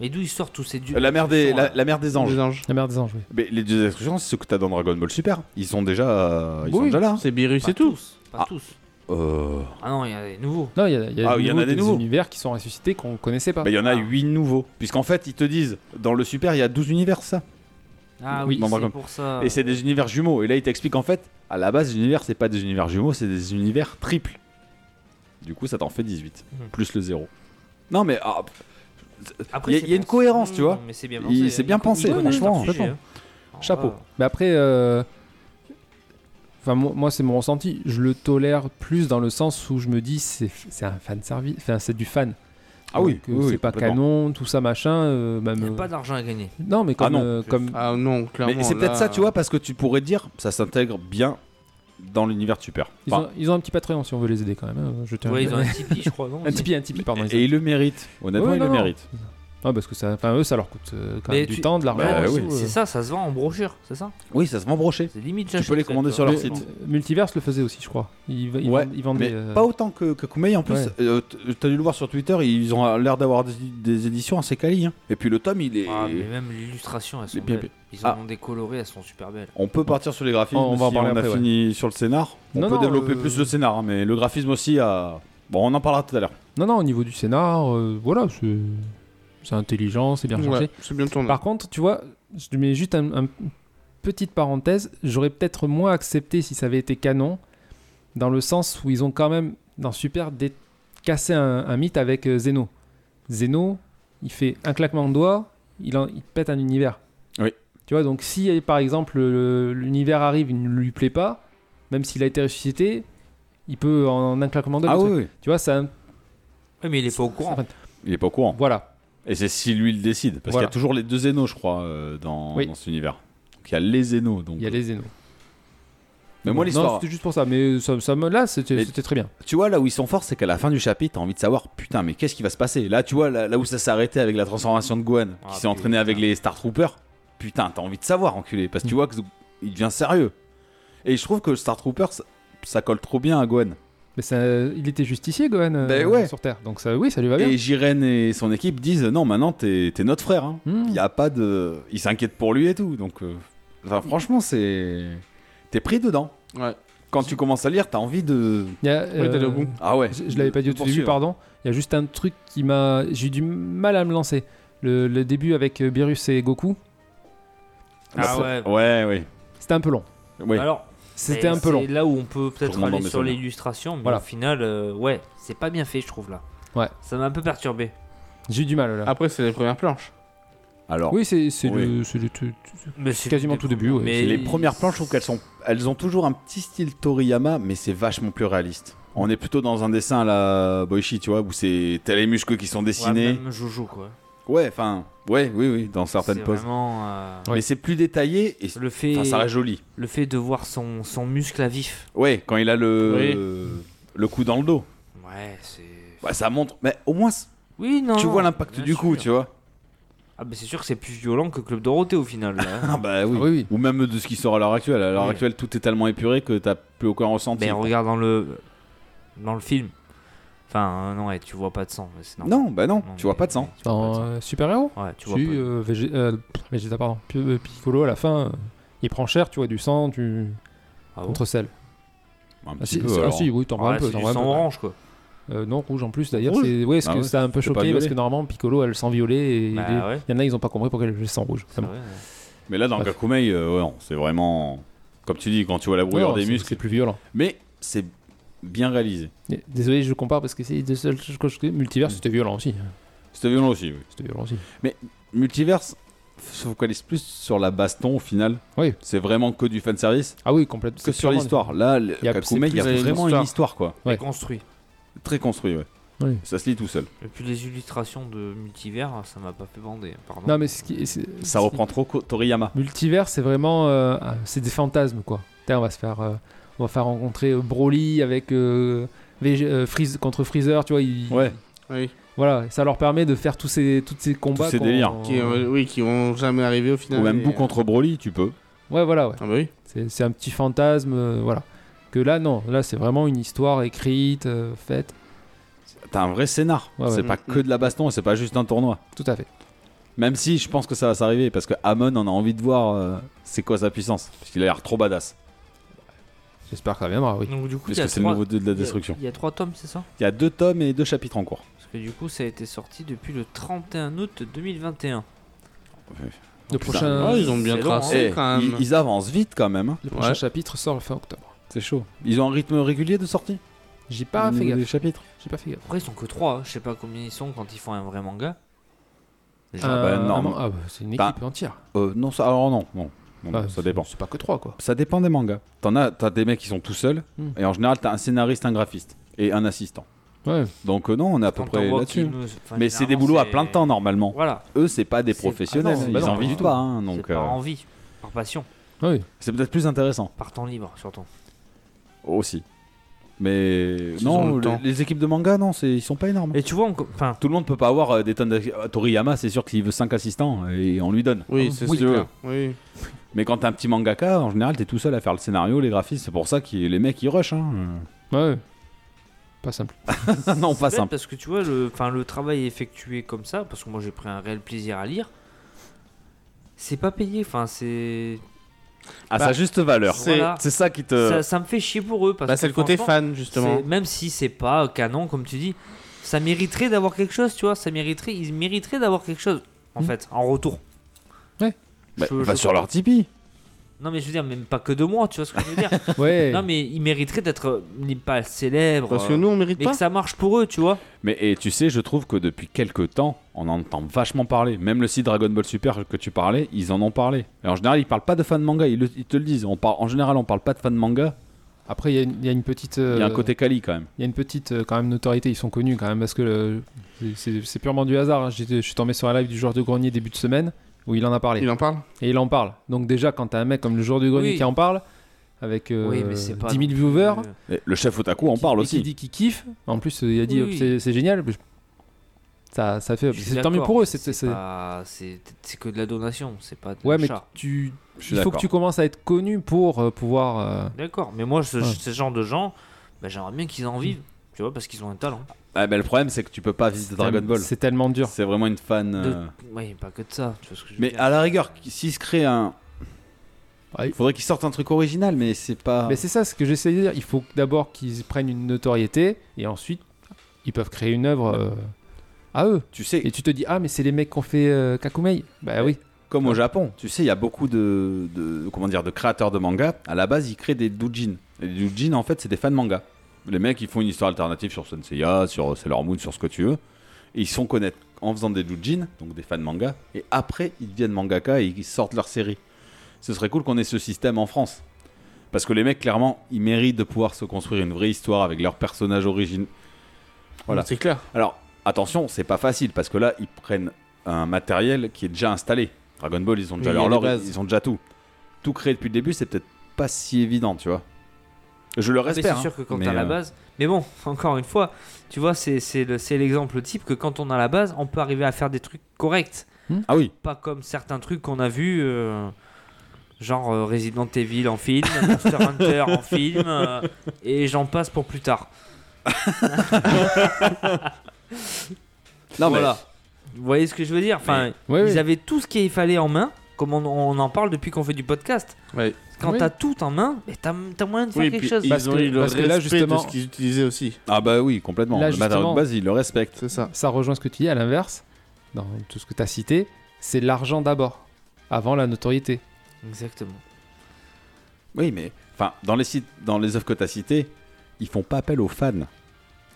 d'où ils sortent tous ces dieux
Euh, la, mère des, la, la mère des anges.
Des anges.
La merde des anges, oui.
Mais les dieux de la destruction, c'est ceux que t'as dans Dragon Ball Super. Ils sont déjà, euh, ils sont
Oui.
déjà là. hein.
C'est Beerus,
Pas
c'est tout.
tous, Pas
Ah.
tous.
Euh,
Ah non, il y a des nouveaux.
Non, il y a, il y a
Ah,
de
il y en
nouveau
a des nouveaux.
univers qui sont ressuscités qu'on connaissait pas.
Bah, il y en a 8 nouveaux. Puisqu'en fait, ils te disent, dans le super, il y a 12 univers, ça.
Ah
Oui,
oui,
bon, par
c'est
contre.
pour ça.
Et c'est des univers jumeaux. Et là, ils t'expliquent en fait, à la base, les univers, c'est pas des univers jumeaux, c'est des univers triples. Du coup, ça t'en fait 18.
Mhm.
Plus le 0. Non, mais ah,
Après,
Il y a-
c'est
il y a une
pensé. Mm,
cohérence, tu vois.
Mais c'est bien
Il-
pensé.
c'est
hein.
bien
Ils connaissent
pensé,
leur
franchement.
sujet, hein.
Chapeau.
Alors,
Mais après, euh, Enfin, mo- moi, c'est mon ressenti. Je le tolère plus dans le sens où je me dis c'est c'est un fan service. Enfin, c'est du fan.
Ah oui,
Donc, euh,
oui, oui,
c'est pas
complètement.
canon, tout ça machin. euh, même.
Il n'y a
euh,
pas d'argent à gagner.
Non, mais comme.
non.
euh, comme...
Ah non, clairement.
Mais c'est peut-être
là-
ça, tu vois, parce que tu pourrais dire, ça s'intègre bien dans l'univers de Super.
Ils,
Enfin,
ont, ils ont un petit Patreon si on veut les aider quand même. hein, Je tiens à-
Ouais, ils ont un Tipeee,
[LAUGHS]
je crois. Non
un Tipeee, un Tipeee, pardon. ils ont-
Et ils le méritent, honnêtement,
Ouais,
ils
non,
le
non.
méritent.
Ah, parce que ça, enfin, eux, ça leur coûte euh, quand
Mais
même du
tu-
temps, de l'argent.
Bah,
et
oui.
tout, euh.
C'est ça, ça se vend en brochure, c'est ça
Oui, ça se vend broché.
C'est limite.
Tu peux les commander sur
Le-
leur site.
le- Multiverse le faisait aussi, je crois. Ils, v- ils
Ouais,
vendent, ils vendent
Mais
des, euh,
pas autant que, que Koumei en plus.
Ouais.
Euh, t- T'as dû le voir sur Twitter, ils ont l'air d'avoir des, des éditions assez quali. hein. Et puis le tome, il est.
Ah, mais même l'illustration, elles sont
Les bien-
belles. Ils
Ah.
en ont décoloré, elles sont super belles.
On peut partir sur les graphismes.
On va en
si
parler
on a
après, ouais.
fini sur le scénar. On
Non,
peut
non,
développer
euh,
plus le scénar, hein, mais le graphisme aussi a. Bon, on en parlera tout à l'heure.
Non, non, au niveau du scénar, euh, voilà, c'est c'est intelligent, c'est bien
Ouais,
cherché.
c'est bien tourné.
Par contre, tu vois, je te mets juste un, un- une petite parenthèse, j'aurais peut-être moins accepté si ça avait été canon, dans le sens où ils ont quand même, dans Super, dé- cassé un, un mythe avec euh, Zeno. Zeno, il fait un claquement de doigts, il, en- il pète un univers.
Oui.
Tu vois, donc si eh, par exemple le- l'univers arrive, il ne lui plaît pas, même s'il a été ressuscité, il peut en, un claquement de doigts. le truc.
Ah oui.
Tu vois, ça.
Oui, mais il est pas au courant.
Il est pas au courant.
Voilà.
Et c'est si lui le décide. Parce
Voilà.
qu'il y a toujours les deux zénos, je crois, euh, dans,
Oui.
dans cet univers. Donc il y a les zénos. Donc...
Il y a les Zeno.
Mais moi,
Non,
l'histoire.
c'était juste pour ça. Mais ça, ça me- là, c'était
Mais-
c'était très bien.
Tu vois, là où ils sont forts, c'est qu'à la fin du chapitre, t'as envie de savoir, putain, mais qu'est-ce qui va se passer Là, tu vois, là, là où ça s'est arrêté avec la transformation de Gwen,
Ah,
qui s'est entraîné
putain.
avec les Star Troopers, putain, t'as envie de savoir, enculé, parce que tu
Mm.
vois qu'il devient sérieux. Et je trouve que Star Troopers, ça, ça colle trop bien à Gwen.
Mais ça, il était justicier, Gohan, euh,
Ben ouais.
sur Terre. Donc ça, oui, ça lui va bien.
Et Jiren et son équipe disent, non, maintenant, t'es t'es notre frère. Hein.
Hmm.
Il y a pas de. Ils s'inquiètent pour lui et tout, donc. euh, Enfin, franchement, c'est. T'es pris dedans.
Ouais.
Quand tu commences à lire, t'as envie de.
Il y a, euh,
Ouais, t'allais au bout.
Ah ouais.
Je, je l'avais pas dit au
de
tout début,
poursuivre.
pardon. Il y a juste un truc qui m'a. J'ai eu du mal à me lancer. Le, le début avec euh, Beerus et Goku,
Ah ouais.
Ouais, ouais.
c'était un peu long.
Oui.
Alors,
C'était
c'est-
un peu long.
C'est là où on peut
Je
peut-être
remonte dans
aller
mes
sur
souvenirs.
l'illustration, mais
Voilà.
au final, euh, ouais, c'est pas bien fait, je trouve là.
Ouais.
Ça m'a un peu perturbé.
J'ai eu du mal
euh,
là.
Après, c'est les premières planches.
Alors.
oui, c'est c'est
Ah, Oui.
le, c'est le tout- tout-
Mais c'est
Quasiment tout début, ouais.
Mais
Et-
les premières planches, je trouve qu'elles sont, elles ont toujours un petit style Toriyama, mais c'est vachement plus réaliste. On est plutôt dans un dessin à la Boichi, tu vois, où c'est t'as les muscles qui sont
ouais,
dessinés.
même Joujou quoi.
Ouais, enfin, ouais, oui, oui, dans certaines
C'est
poses.
Vraiment, euh,
Ouais.
Mais c'est plus détaillé et
le fait,
enfin, ça reste joli.
le fait de voir son, son muscle à vif.
Ouais, quand il a le
Oui.
le- le coup dans le dos,
Ouais, c'est.
Bah, ça montre. Mais au moins, c-
Oui, non.
tu vois l'impact
bien
du coup,
sûr.
tu vois.
Ah, bah c'est sûr que c'est plus violent que Club Dorothée au final. là,
[LAUGHS]
hein.
Ah bah oui.
Ah oui, oui.
Ou même de ce qui sort à l'heure actuelle. À l'heure
Oui.
actuelle, tout est tellement épuré que t'as plus aucun ressenti.
Ben regarde dans le dans le film. Enfin euh, non ouais, tu vois pas de sang, mais c'est normal.
non, bah non, tu vois
mais-
pas de sang.
tu vois
Dans
pas de
euh, Super Héros
sang. Ouais, tu vois
Si,
pas.
euh, Vég- euh, pff, Vegeta, pardon. Pi- euh, Piccolo, à la fin, euh, il prend cher, tu vois, du sang, du.
Ah
Oh.
bon
contre sel.
Un
Ah
petit
si,
peu.
ah
alors.
si, oui, t'en vois
Ouais,
un peu.
c'est
t'en
du
vois un
sang
peu.
orange quoi.
Euh, non, rouge en plus d'ailleurs.
Rouge
C'est ouais, ce
Ah
que
ouais,
ça a un peu
c'était pas
choqué parce
violet.
que normalement Piccolo a le sang violet et il
Bah
est-
ouais.
il y en a ils n'ont pas compris pourquoi il a le sang rouge.
C'est
Enfin,
vrai, ouais.
Mais là, dans
Bref.
Kakumei, euh, ouais, non, c'est vraiment. Comme tu dis, quand tu vois la brûlure
ouais,
des
c'est-
muscles.
c'est plus violent.
Mais c'est bien réalisé.
Et- Désolé, je compare parce que c'est les deux seules choses que je connais. Multivers, c'était violent aussi. hein,
C'était violent aussi, oui.
C'était violent aussi.
Multiverse se focalise plus sur la baston au final.
Oui.
C'est vraiment que du fanservice
Ah oui, complètement.
que sur l'histoire. Là, le-
Il y a-
Kakumei,
c'est
il y a
plus une
vraiment
histoire.
une histoire, quoi.
Ouais.
Construit.
Très construit, ouais.
Oui.
Ça se lit tout seul.
Et puis les illustrations de multivers, ça m'a pas fait bander, pardon.
Non mais ce qui c'est-
Ça
c'est-
reprend trop Ko- Toriyama.
Multivers, c'est vraiment euh, ah, c'est des fantasmes quoi. Tiens, on va se faire euh, on va faire rencontrer euh, Broly avec euh, Vég- euh, Freeze contre Freezer, tu vois. il-
Ouais.
Oui.
Voilà, ça leur permet de faire tous ces tous ces combats.
ces
qu'on-
délires.
Qui, euh, oui, qui ont jamais arrivé au
Ah
final.
Oh. Ou même
et-
Bou contre Broly, tu peux.
Ouais, voilà, ouais.
Ah bah oui.
C'est c'est un petit fantasme, euh, voilà. Que là, non, là, c'est vraiment une histoire écrite, euh, faite,
T'as un vrai scénar.
Ouais, ouais.
C'est pas que de la baston, c'est pas juste un tournoi.
tout à fait.
Même si je pense que ça va s'arriver, parce que Amon, on a envie de voir euh, c'est quoi sa puissance. Parce qu'il a l'air trop badass.
J'espère que ça viendra, oui.
Donc du coup, il
Parce
y a
que c'est le
trois-
nouveau dieu de la
il y a-
destruction.
Il y a trois tomes, c'est ça
Il y a deux tomes et deux chapitres en cours.
Parce que du coup, ça a été sorti depuis le 31 août 2021.
Le
putain.
prochain,
Ah, ils ont bien
c'est long,
tracé
Eh,
quand
ils,
même.
ils avancent vite quand même. hein.
le prochain
Ouais.
chapitre sort le fin octobre.
C'est chaud. Ils ont un rythme régulier de sortie
J'ai pas
Au
fait
niveau
gaffe.
des chapitres
J'ai pas fait gaffe.
Après, ils sont que trois. hein. Je sais pas combien ils sont quand ils font un vrai manga.
bah, non.
ah, bah, c'est une
Bah.
équipe entière.
Euh, Non, ça, alors non, non. Bon,
Enfin,
ça dépend.
C'est pas que 3 quoi.
Ça dépend des mangas. T'en as, t'as des mecs qui sont tout seuls,
Hmm.
et en général, t'as un scénariste, un graphiste et un assistant.
Ouais.
Donc euh, non, on est à peu
Quand
près
on voit
là-dessus.
qu'ils nous- enfin,
Mais c'est des
généralement,
boulots à
c'est-
plein temps normalement.
Voilà,
Eux, c'est pas des
C'est-
professionnels,
Ah non, bah
ils
non,
en
pas
vivent
du tout.
pas. hein, donc
c'est par
euh,
envie, par passion,
Ouais.
c'est peut-être plus intéressant
par temps libre surtout.
aussi. Mais
Ils ont
non,
le
les,
temps.
les équipes de manga, non, c'est, ils sont pas énormes.
Et tu vois, on co- enfin,
Tout le monde peut pas avoir euh, des tonnes d'assistants. Ah, Toriyama, c'est sûr qu'il veut 5 assistants et on lui donne.
Oui, c'est
Oui,
c'est
tu
clair. Oui.
Mais quand t'es un petit mangaka, en général, t'es tout seul à faire le scénario, les graphistes. C'est pour ça que les mecs ils rushent. Hein. [LAUGHS]
Ouais. Pas simple.
non, pas
bête
simple.
Parce que tu vois, le, enfin, le travail effectué comme ça, parce que moi j'ai pris un réel plaisir à lire, c'est pas payé. Enfin, c'est.
À
Bah,
sa juste valeur.
c'est-
Voilà.
C'est ça qui te.
Ça, ça me fait chier pour eux. Parce
Bah,
que
c'est le côté
franchement,
fan, justement.
c'est- Même si c'est pas canon, comme tu dis, ça mériterait d'avoir quelque chose, tu vois. Ça mériterait, ils mériteraient d'avoir quelque chose, en
Hmm.
Mm.
fait, en retour.
Bah,
Je-
va
je-
sur leur Tipeee.
Non, mais je veux dire, même pas que de moi, tu vois ce que je veux dire.
[LAUGHS]
Ouais.
[LAUGHS] non, mais ils mériteraient d'être euh, ni pas célèbres.
Parce que
euh,
nous, on mérite
Mais
pas.
que ça marche pour eux, tu vois.
Mais et tu sais, je trouve que depuis quelques temps, on en entend vachement parler. Même le site Dragon Ball Super que tu parlais, ils en ont parlé. Et en général, ils parlent pas de fans de manga, ils, le- ils te le disent. On par- en général, on parle pas de fans de manga.
Après, il y a une- il y, a une petite.
Il
euh,
y a un côté quali quand même.
Il y a une petite euh, quand même notoriété, ils sont connus quand même parce que euh, c'est c'est purement du hasard. hein. J'étais- Je suis tombé sur un live du joueur de grenier début de semaine où il en a parlé
Il en parle
et il en parle. Donc déjà quand t'as un mec comme le joueur du grenier
Oui.
qui en parle avec euh,
oui, mais c'est pas.
10 000
non plus,
viewers,
euh,
Et le chef otaku en parle
et qui
aussi.
dit qu'il kiffe. En plus il a dit
Oui,
euh,
oui.
c'est- c'est génial. Je- Ça, ça fait
je suis
c'est tant mieux
d'accord,
pour eux. c'est- c'est-
pas- C'est c'est que de la donation, c'est pas de
Ouais mais
l'achat.
tu
Je suis
il faut que
d'accord.
tu commences à être connu pour euh, pouvoir euh,
D'accord, mais moi, ce,
Ouais.
ce genre de gens, bah, j'aimerais bien qu'ils en vivent, tu vois, parce qu'ils ont un talent.
Ah, bah, le problème, c'est que tu peux pas visiter Dragon Ball.
C'est tellement dur.
C'est vraiment une fan. euh,
De- Ouais, pas que de ça, tu vois ce que je veux
Mais
dire.
à la rigueur, qui- s'il se crée un.
Ouais.
Il faudrait qu'il sorte un truc original, mais c'est pas.
Mais c'est ça ce que j'essaie de dire. Il faut d'abord qu'ils prennent une notoriété et ensuite ils peuvent créer une œuvre euh, à eux.
Tu sais,
Et tu te dis ah mais c'est les mecs qui ont fait euh, Kakumei. Bah oui.
comme au Japon, tu sais, il y a beaucoup de, de- comment dire de créateurs de manga. À la base, ils créent des doujins. Et les doujins, en fait, c'est des fans de manga. Les mecs, ils font une histoire alternative sur Senseiya, sur euh, Sailor Moon, sur ce que tu veux. Et ils se font connaître en faisant des doujins, donc des fans de manga. Et après, ils deviennent mangaka et ils sortent leur série. Ce serait cool qu'on ait ce système en France. Parce que les mecs, clairement, ils méritent de pouvoir se construire une vraie histoire avec leurs personnages originaux. Voilà.
C'est clair.
Alors, attention, c'est pas facile parce que là, ils prennent un matériel qui est déjà installé. Dragon Ball, ils ont déjà
Oui, il y
leur
a des
lore,
bases.
ils ont déjà tout. Tout créé depuis le début, c'est peut-être pas si évident, tu vois. Je le
Mais
respecte. hein. euh,
c'est sûr que quand t'as la base. Mais bon, [LAUGHS] encore une fois, tu vois, c'est- c'est le- c'est l'exemple type que quand on a la base, on peut arriver à faire des trucs corrects.
Ah oui,
Pas comme certains trucs qu'on a vus, euh, genre euh, Resident Evil en film, [LAUGHS] Monster Hunter en film, euh, et j'en passe pour plus tard.
non, mais
Voilà. Vous voyez ce que je veux dire enfin,
Ouais,
Ils
ouais.
avaient tout ce qu'il fallait en main, comme on, on en parle depuis qu'on fait du podcast.
Ouais.
Quand
Oui.
t'as tout en main, mais t'as as moyen de faire
Oui,
quelque
puis
chose.
ils
Parce
ont
que-
eu le
parce que là,
respect
justement-
de ce qu'ils utilisaient aussi.
Ah bah oui, complètement.
Là,
le matériel
justement.
de base, ils le respectent.
C'est ça.
Ça rejoint ce que tu dis à l'inverse. Dans tout ce que tu as cité, c'est l'argent d'abord avant la notoriété.
Exactement.
Oui, mais enfin, dans les sites, dans les œuvres que t'as citées, ils font pas appel aux fans.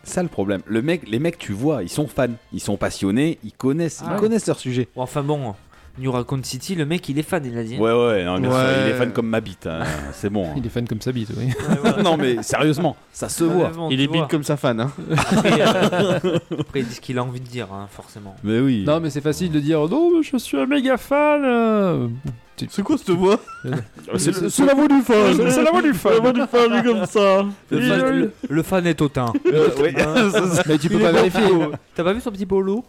C'est Ça le problème. Le mec, les mecs, tu vois, ils sont fans, ils sont passionnés, ils connaissent,
Ah.
ils connaissent leur sujet.
Bon, enfin bon, New Raccoon City, le mec il est fan, il a dit. hein.
Ouais, ouais, hein, non, bien sûr,
Ouais.
il est fan comme ma bite. hein. C'est bon. hein.
Il est fan comme sa bite, oui.
Ouais, ouais.
non mais sérieusement, ça se voit.
Ouais, bon,
Il
tu
est
vois.
big comme sa fan. Hein.
Après, [LAUGHS] euh, après, il dit ce qu'il a envie de dire, hein, forcément.
Mais oui.
non mais c'est facile de dire non mais je suis un méga fan. euh.
[LAUGHS] C'est quoi cette voix
Ah, c'est le,
la voix du fan. C'est la voix du fan.
comme ça.
Le fan, le- le fan est autant.
Euh,
[LAUGHS] Mais tu peux pas vérifier.
T'as pas vu son petit polo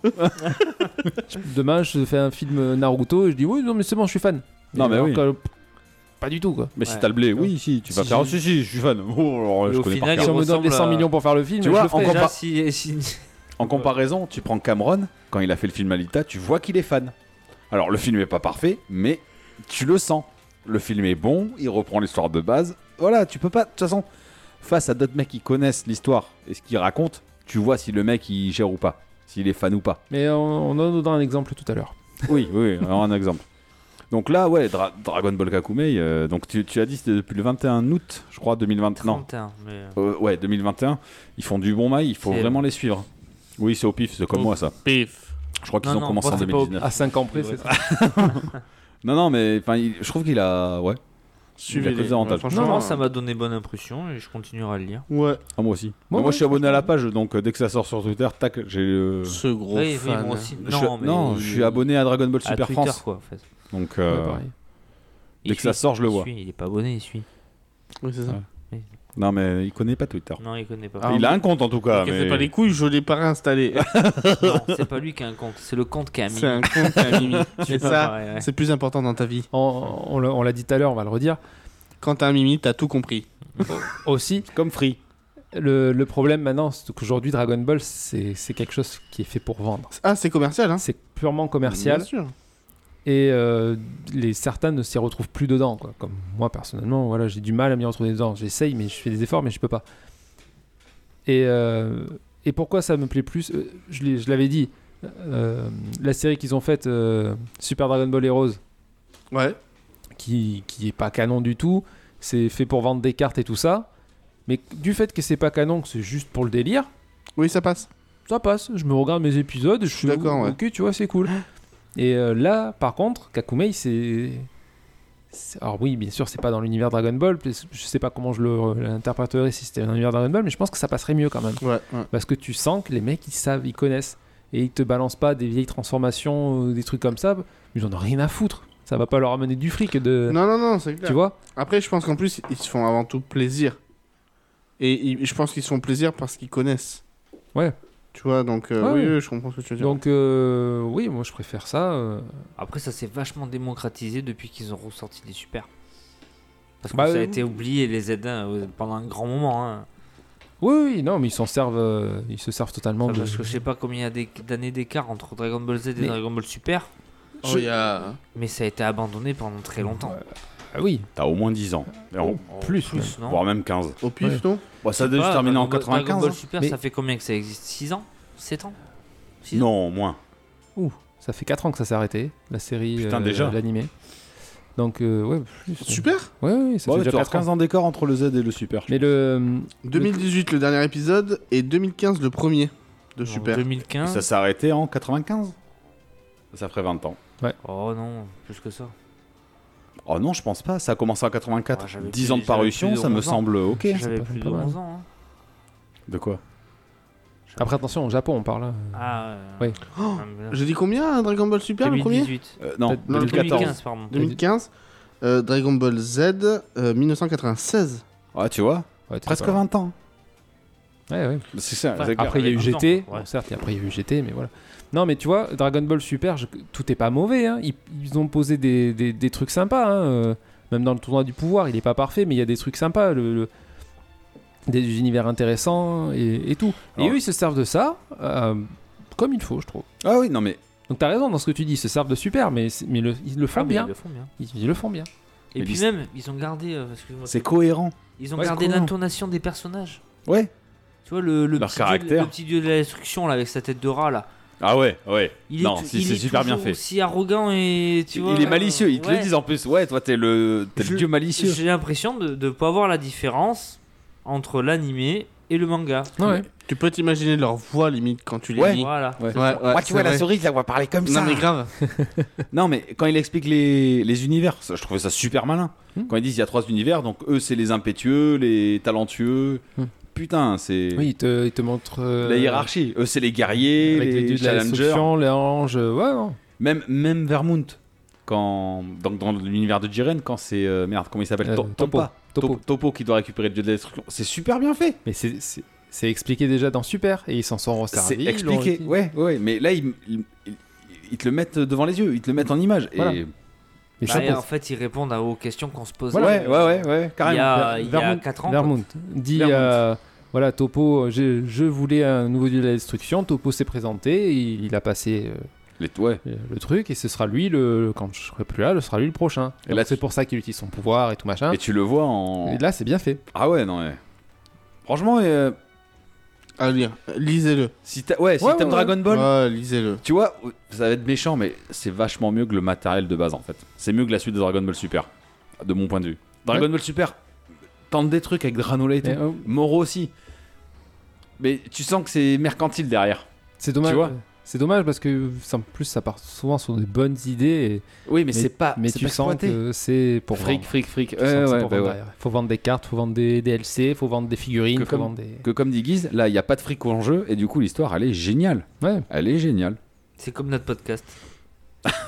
Demain, je fais un film Naruto et je dis oui, non, mais c'est bon, je suis fan.
Non, mais
alors
oui.
que, pff, Pas du tout, quoi.
Mais si
Ouais.
t'as le blé, oui, si, tu vas
Si
faire.
je-
Oh, si, si, je suis fan. Oh, alors,
Et
je
au
connais par
final,
cœur.
Si on me donne les
ressemble
100
à-
millions pour faire le film,
Tu
je
vois,
le ferai. hein.
encore-
Déjà, si,
compare-
si-
En comparaison, tu prends Cameron, quand il a fait le film Alita, tu vois qu'il est fan. Alors, le film est pas parfait, mais tu le sens. Le film est bon, il reprend l'histoire de base. Voilà, tu peux pas. De toute façon, face à d'autres mecs qui connaissent l'histoire et ce qu'ils racontent, tu vois si le mec il gère ou pas, s'il est fan ou pas.
Mais on, on en donnera un exemple tout à l'heure.
Oui, oui, alors un exemple. Donc là, ouais, Dra- Dragon Ball Kakumei, euh, donc tu, tu as dit c'était depuis le 21 août, je crois, 2020. Non,
31, mais...
Euh, ouais, 2021, ils font du bon mail, il faut
C'est-
vraiment les suivre. Oui, c'est au pif, c'est comme
Au
moi ça.
Pif.
Je crois qu'ils
Non,
ont
non,
commencé
moi,
en
c'est pas au
2019.
À 5 ans près, c'est ça.
Non, non, mais enfin, il- je trouve qu'il a. Ouais.
Suivez-les.
cause d'avantage.
Ouais, franchement,
Non, non,
euh,
ça m'a donné bonne impression et je continuerai à le lire.
Ouais,
Ah, moi aussi.
Moi,
moi,
oui,
je suis abonné à la page, donc euh, dès que ça sort sur Twitter, tac, j'ai. euh,
ce gros
Oui, oui,
fan.
moi aussi.
je suis-
Non, mais
je suis abonné à Dragon Ball
à
Super
Twitter,
France.
quoi, en fait.
Donc, euh,
Ouais, pareil.
dès
Il
que ça
suit,
sort, je le
il
vois.
suit, il est pas abonné, il suit.
Oui, c'est ça.
Ouais. non, mais il connaît pas Twitter.
Non, il connaît pas.
Ah,
il a un compte en tout cas.
Il cassait
mais-
pas les couilles, je l'ai pas réinstallé.
Non,
[LAUGHS]
c'est pas lui qui a un compte, c'est le compte qui a mis.
c'est un compte à Mimi.
[LAUGHS] C'est
Et
pas
ça,
pareil, ouais.
c'est plus important dans ta vie.
On, on l'a- on l'a dit tout à l'heure, on va le redire.
Quand t'as un Mimi, t'as tout compris.
Aussi,
Comme Free.
le, le problème maintenant, c'est qu'aujourd'hui, Dragon Ball, c'est c'est quelque chose qui est fait pour vendre.
Ah, c'est commercial, hein
C'est purement commercial
Bien sûr.
et euh, les certains ne s'y retrouvent plus dedans. quoi. Comme moi, personnellement, voilà, j'ai du mal à m'y retrouver dedans. J'essaye, mais je fais des efforts, mais je peux pas. Et, euh, et pourquoi ça me plaît plus Euh, Je l'ai- je l'avais dit, euh, la série qu'ils ont faite, euh, Super Dragon Ball Heroes,
Ouais.
qui, qui est pas canon du tout. C'est fait pour vendre des cartes et tout ça. Mais du fait que c'est pas canon, que c'est juste pour le délire,
Oui, ça passe.
ça passe. Je me regarde mes épisodes, je suis oh,
d'accord, ouais.
Ok, tu vois, c'est cool. Et euh, là, par contre, Kakumei, c'est. c'est- Alors oui, bien sûr, c'est pas dans l'univers Dragon Ball. parce que Je sais pas comment je le- l'interpréterais si c'était dans l'univers Dragon Ball, mais je pense que ça passerait mieux quand même.
Ouais, ouais.
Parce que tu sens que les mecs, ils savent, ils connaissent. Et ils te balancent pas des vieilles transformations ou des trucs comme ça. Ils en ont rien à foutre. Ça va pas leur amener du fric de.
Non, non, non, c'est clair.
Euh, tu vois
Après, je pense qu'en plus, ils se font avant tout plaisir. Et ils- je pense qu'ils se font plaisir parce qu'ils connaissent.
Ouais.
Tu vois, donc euh,
Ouais,
oui,
ouais.
oui, je comprends ce que tu veux dire.
Donc euh, oui, moi je préfère ça. euh.
Après, ça s'est vachement démocratisé depuis qu'ils ont ressorti les super. Parce que
Bah,
ça a
euh,
été oublié les Z1 euh, pendant un grand moment. hein.
Oui, oui, non, mais ils s'en servent, euh, ils se servent totalement.
Enfin,
de-
Ah, parce que je sais pas combien il y a des- d'années d'écart entre Dragon Ball Z et
Mais-
Dragon Ball Super,
Oh, il y a-
mais ça a été abandonné pendant très longtemps.
Ah oui,
T'as au moins 10 ans. Et on-
En
plus,
non
Voire même 15.
Au pif,
Ouais.
non
Bon, Oh. Bah, ça a
Je sais
dû se
pas,
terminer en
Dragon Ball- Dragon
95.
Ball
hein.
Super,
Mais-
ça fait combien que ça existe 6 ans 7 ans Six ans
Non, moins.
ça fait 4 ans que ça s'est arrêté, la série,
Putain,
euh,
déjà.
l'animé. Donc euh, ouais, plus, euh,
Super
Ouais, ouais, ça
Bon,
fait
ouais, tu
déjà
as
4 ans.
15 ans d'écart entre le Z et le Super.
Mais le, euh,
2018, le dernier épisode, et 2015, le premier de
En
Super.
2015
Ça s'est arrêté en 95 Ça ferait 20 ans.
Oh non, plus que ça.
Oh non, je pense pas. Ça a commencé en 84.
Ouais, j'avais
10
plus-
ans de
j'avais
parution,
plus de
ça me
11 ans.
semble ok.
J'avais
pas-
plus
pas
de
mal.
11 ans. hein.
De quoi
après attention, au Japon on parle. hein.
Ah, euh,
Oui.
ah, merde.
J'ai dit combien, hein, Dragon Ball Super, le premier
2018.
Euh, Non,
Peut-être
non,
2014.
2015, pardon.
2015, euh, Dragon Ball Z, euh, 1996.
Ah, tu vois
Ouais, t'es
Presque
pas-
20 ans.
Ouais, ouais.
C'est ça,
Enfin,
c'est clair.
Après il y a eu
Avec 20
GT,
ans, ouais.
bon, certes, et après il y a eu GT, mais voilà. Non, mais tu vois, Dragon Ball Super, je- tout est pas mauvais. hein. Ils, ils ont posé des, des- des trucs sympas. hein, euh, Même dans le tournoi du pouvoir, il est pas parfait, mais il y a des trucs sympas. le- le- Des univers intéressants et, et tout.
Alors-
Et eux, ils se servent de ça euh, comme il faut, je trouve.
Ah oui, non mais
Donc t'as raison dans ce que tu dis, ils se servent de super, mais, c'est- mais le- ils le font
Ah, mais
bien.
ils le font bien.
Ils, ils le font bien.
Et
Mais
puis
dis-
même, ils ont gardé, euh, excuse-moi,
c'est cohérent.
ils ont
Ouais,
gardé
c'est cool.
l'intonation des personnages.
Ouais.
Tu vois, le, le
Leur
petit dieu de-
caractère.
le petit dieu de la destruction, là, avec sa tête de rat, là.
Ah ouais, ouais.
Il
non,
est, tou-
si,
il
c'est
est
super bien
toujours
fait.
aussi arrogant et tu
Il-
vois. euh,
il est malicieux, ils te le
ouais.
disent en plus. Ouais, toi t'es le, t'es le
Je-
dieu malicieux.
J'ai l'impression de ne pas voir la différence entre l'animé et le manga.
Ouais.
Tu peux t'imaginer leur voix limite quand tu les
Ouais.
lis.
Voilà.
Ouais.
Ouais, ouais, c'est vrai.
souris, je la vois parler comme
Non, mais grave.
Non, mais quand il explique les, les univers, ça, je trouvais ça super malin.
Hmm.
Quand ils disent il y a trois univers, donc eux, c'est les impétueux, les talentueux.
Hmm.
Putain, c'est
Oui, ils te, ils te montrent. euh,
la hiérarchie. Eux, c'est les guerriers,
Avec les
les,
dieux de la
challengers.
destruction, les anges. euh, Ouais, non.
Même, même Vermount, quand, donc dans l'univers de Jiren, quand c'est. euh, merde, comment il s'appelle
Euh,
To-
Topo.
Tompa. Topo.
Topo.
Topo qui doit récupérer le dieu de la destruction. C'est super bien fait.
Mais c'est- c'est c'est expliqué déjà dans Super, et ils s'en sont resservis.
C'est
ils
expliqué.
l'ont-
Ouais, ouais. Mais là, ils, ils- ils- ils te le mettent devant les yeux, ils te le mettent en image. Et-
Voilà. Et
Bah,
ça,
et en
pour-
fait, ils répondent à aux questions qu'on se pose.
Ouais, ouais, ouais, ouais,
Il y
carrément.
a, il y a
Vermouth-
4 ans.
Vermouth dit
Vermouth.
euh, voilà, Topo, euh, je, je voulais un nouveau dieu de la destruction. Topo s'est présenté, il, il a passé
Les, ouais.
euh, le truc, et ce sera lui, le, quand je serai plus là, ce sera lui le prochain. Et
Et là,
là, c'est
tu-
pour ça qu'il utilise son pouvoir et tout machin.
Et tu le vois en.
Et là, c'est bien fait.
Ah ouais, non, ouais. Franchement, euh,
À lire. Lisez-le.
si t'a- ouais, si
Ouais,
t'aimes
ouais,
Dragon Ball,
Ouais, lisez-le.
tu vois, ça va être méchant, mais c'est vachement mieux que le matériel de base en fait. C'est mieux que la suite de Dragon Ball Super, de mon point de vue. Dragon Ball Super, tente des trucs avec Granola et tout.
Mais, euh,
Moro aussi. Mais tu sens que c'est mercantile derrière.
C'est dommage.
Tu vois
C'est dommage parce que ça- en plus ça part souvent sur des bonnes idées. et-
Oui, mais,
Mais-
c'est
Ah,
pas.
mais
c'est
tu
pas
sens
exploité.
que c'est pour
fric,
vendre.
fric, fric.
Tu sens
Ouais,
que c'est
ouais,
pour
bah
vendre
ouais.
derrière. Faut vendre des cartes, faut vendre des DLC, faut vendre des figurines,
Que
faut
comme-
vendre des.
Que comme dit Guise, là, il n'y a pas de fric en jeu, et du coup, l'histoire, elle est géniale.
Ouais.
Elle est géniale.
C'est comme notre podcast.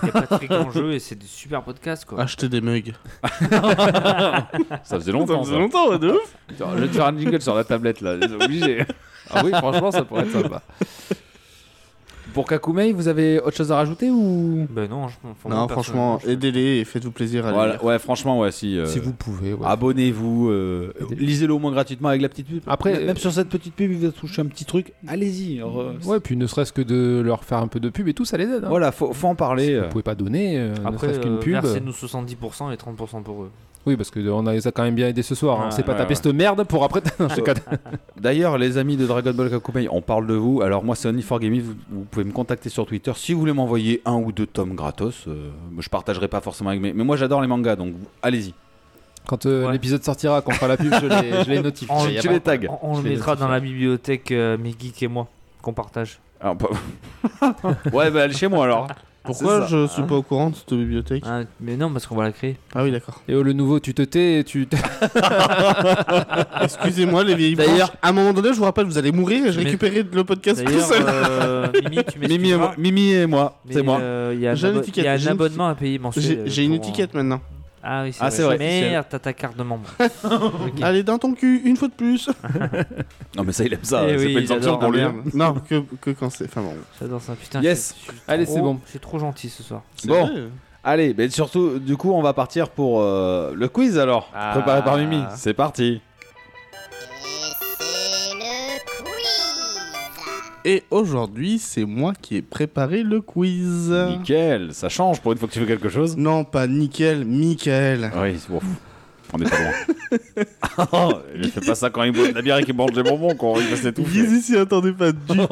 Il a pas de fric en jeu et c'est des super podcasts
Ah,
quoi.
Acheter des mugs.
Ça
[LAUGHS]
faisait longtemps. ça.
longtemps, de ouf.
Attends, Je vais te faire un jingle sur la tablette, là. C'est obligé. Ah oui, franchement, ça pourrait être sympa. Pour Kakumei, vous avez autre chose à rajouter ou
Ben non, je m'en fous,
non,
personne-
franchement,
je-
aidez-les et faites-vous plaisir à les
Voilà,
lire.
Ouais, franchement, ouais, si. euh,
Si vous pouvez. ouais.
Abonnez-vous, euh,
Aidez-
lisez-le au moins gratuitement avec la petite pub.
Après,
même
euh,
sur cette petite pub, il vous a touché un petit truc. Allez-y. re-
Ouais, puis ne serait-ce que de leur faire un peu de pub et tout, ça les aide. hein.
Voilà, faut, faut en
Si
parler.
vous pouvez pas donner, euh, ne
Après,
serait-ce qu'une
euh,
pub.
versez-nous 70% et 30% pour eux.
Oui, parce que euh, on a les a quand même bien aidés ce soir. hein.
Ouais,
c'est pas
ouais,
taper
ouais.
cette merde pour après. [LAUGHS] Non, je déconne.
D'ailleurs, les amis de Dragon Ball Kakumei, on parle de vous. Alors moi, c'est Only4Gaming, vous, vous pouvez me contacter sur Twitter. Si vous voulez m'envoyer un ou deux tomes gratos, euh, je partagerai pas forcément avec mes... Mais moi, j'adore les mangas, donc vous- allez-y.
Quand euh,
Ouais.
l'épisode sortira, qu'on fera la pub, je les, je les notifie.
En-
Y a
Tu
pas-
les tags.
On, on
Je
le
l'ai
mettra
notifié.
dans la bibliothèque, euh, mes geeks et moi, qu'on partage.
Alors, Ah, pas- [LAUGHS] ouais, bah allez chez moi alors.
Pourquoi
ça,
je suis pas au courant de cette bibliothèque
Hein, mais non, parce qu'on va la créer.
Ah oui, d'accord.
Et oh, le nouveau, tu te tais et tu.
Excusez-moi, les vieilles
D'ailleurs-
D'ailleurs, à un moment donné, je vous rappelle, vous allez mourir et je
Mais-
récupérerai le podcast tout
D'ailleurs,
seul.
euh, Mimi, tu
Mimi et moi,
m'expliqueras.
Mimi et moi,
mais,
c'est moi.
euh, Il y a un,
J'ai une
abo-
étiquette,
il y a
j'ai
un
une
abonnement à payer mensuel.
J'ai
euh,
j'ai une
pour-
étiquette maintenant.
Ah oui, c'est
Ah, c'est vrai,
vrai. Merde, t'as ta carte de membre. Ok.
Allez, dans ton cul, une fois de plus.
Non mais ça, il aime ça.
Eh
C'est
oui,
pas une sanction
j'adore,
pour lui.
merde.
Oh, non, que, que quand c'est. Enfin bon.
J'adore ça, putain.
Yes.
je- je suis
Allez,
trop-
c'est bon.
Je suis trop gentil ce soir.
Bon.
C'est vrai.
Allez, mais surtout, du coup, on va partir pour euh, le quiz alors.
Ah.
Préparé par Mimi. C'est parti.
Et aujourd'hui, c'est moi qui ai préparé le quiz.
Euh. Nickel. Ça change pour une fois que tu fais quelque chose.
Non, pas nickel, Michael.
Oui, c'est bon. On est [LAUGHS] pas loin. il fait pas ça quand il boit de la bière et qu'il mange des bonbons, qu'on il va s'étouffer.
Guiz ici, attendez
[LAUGHS]
pas du tout.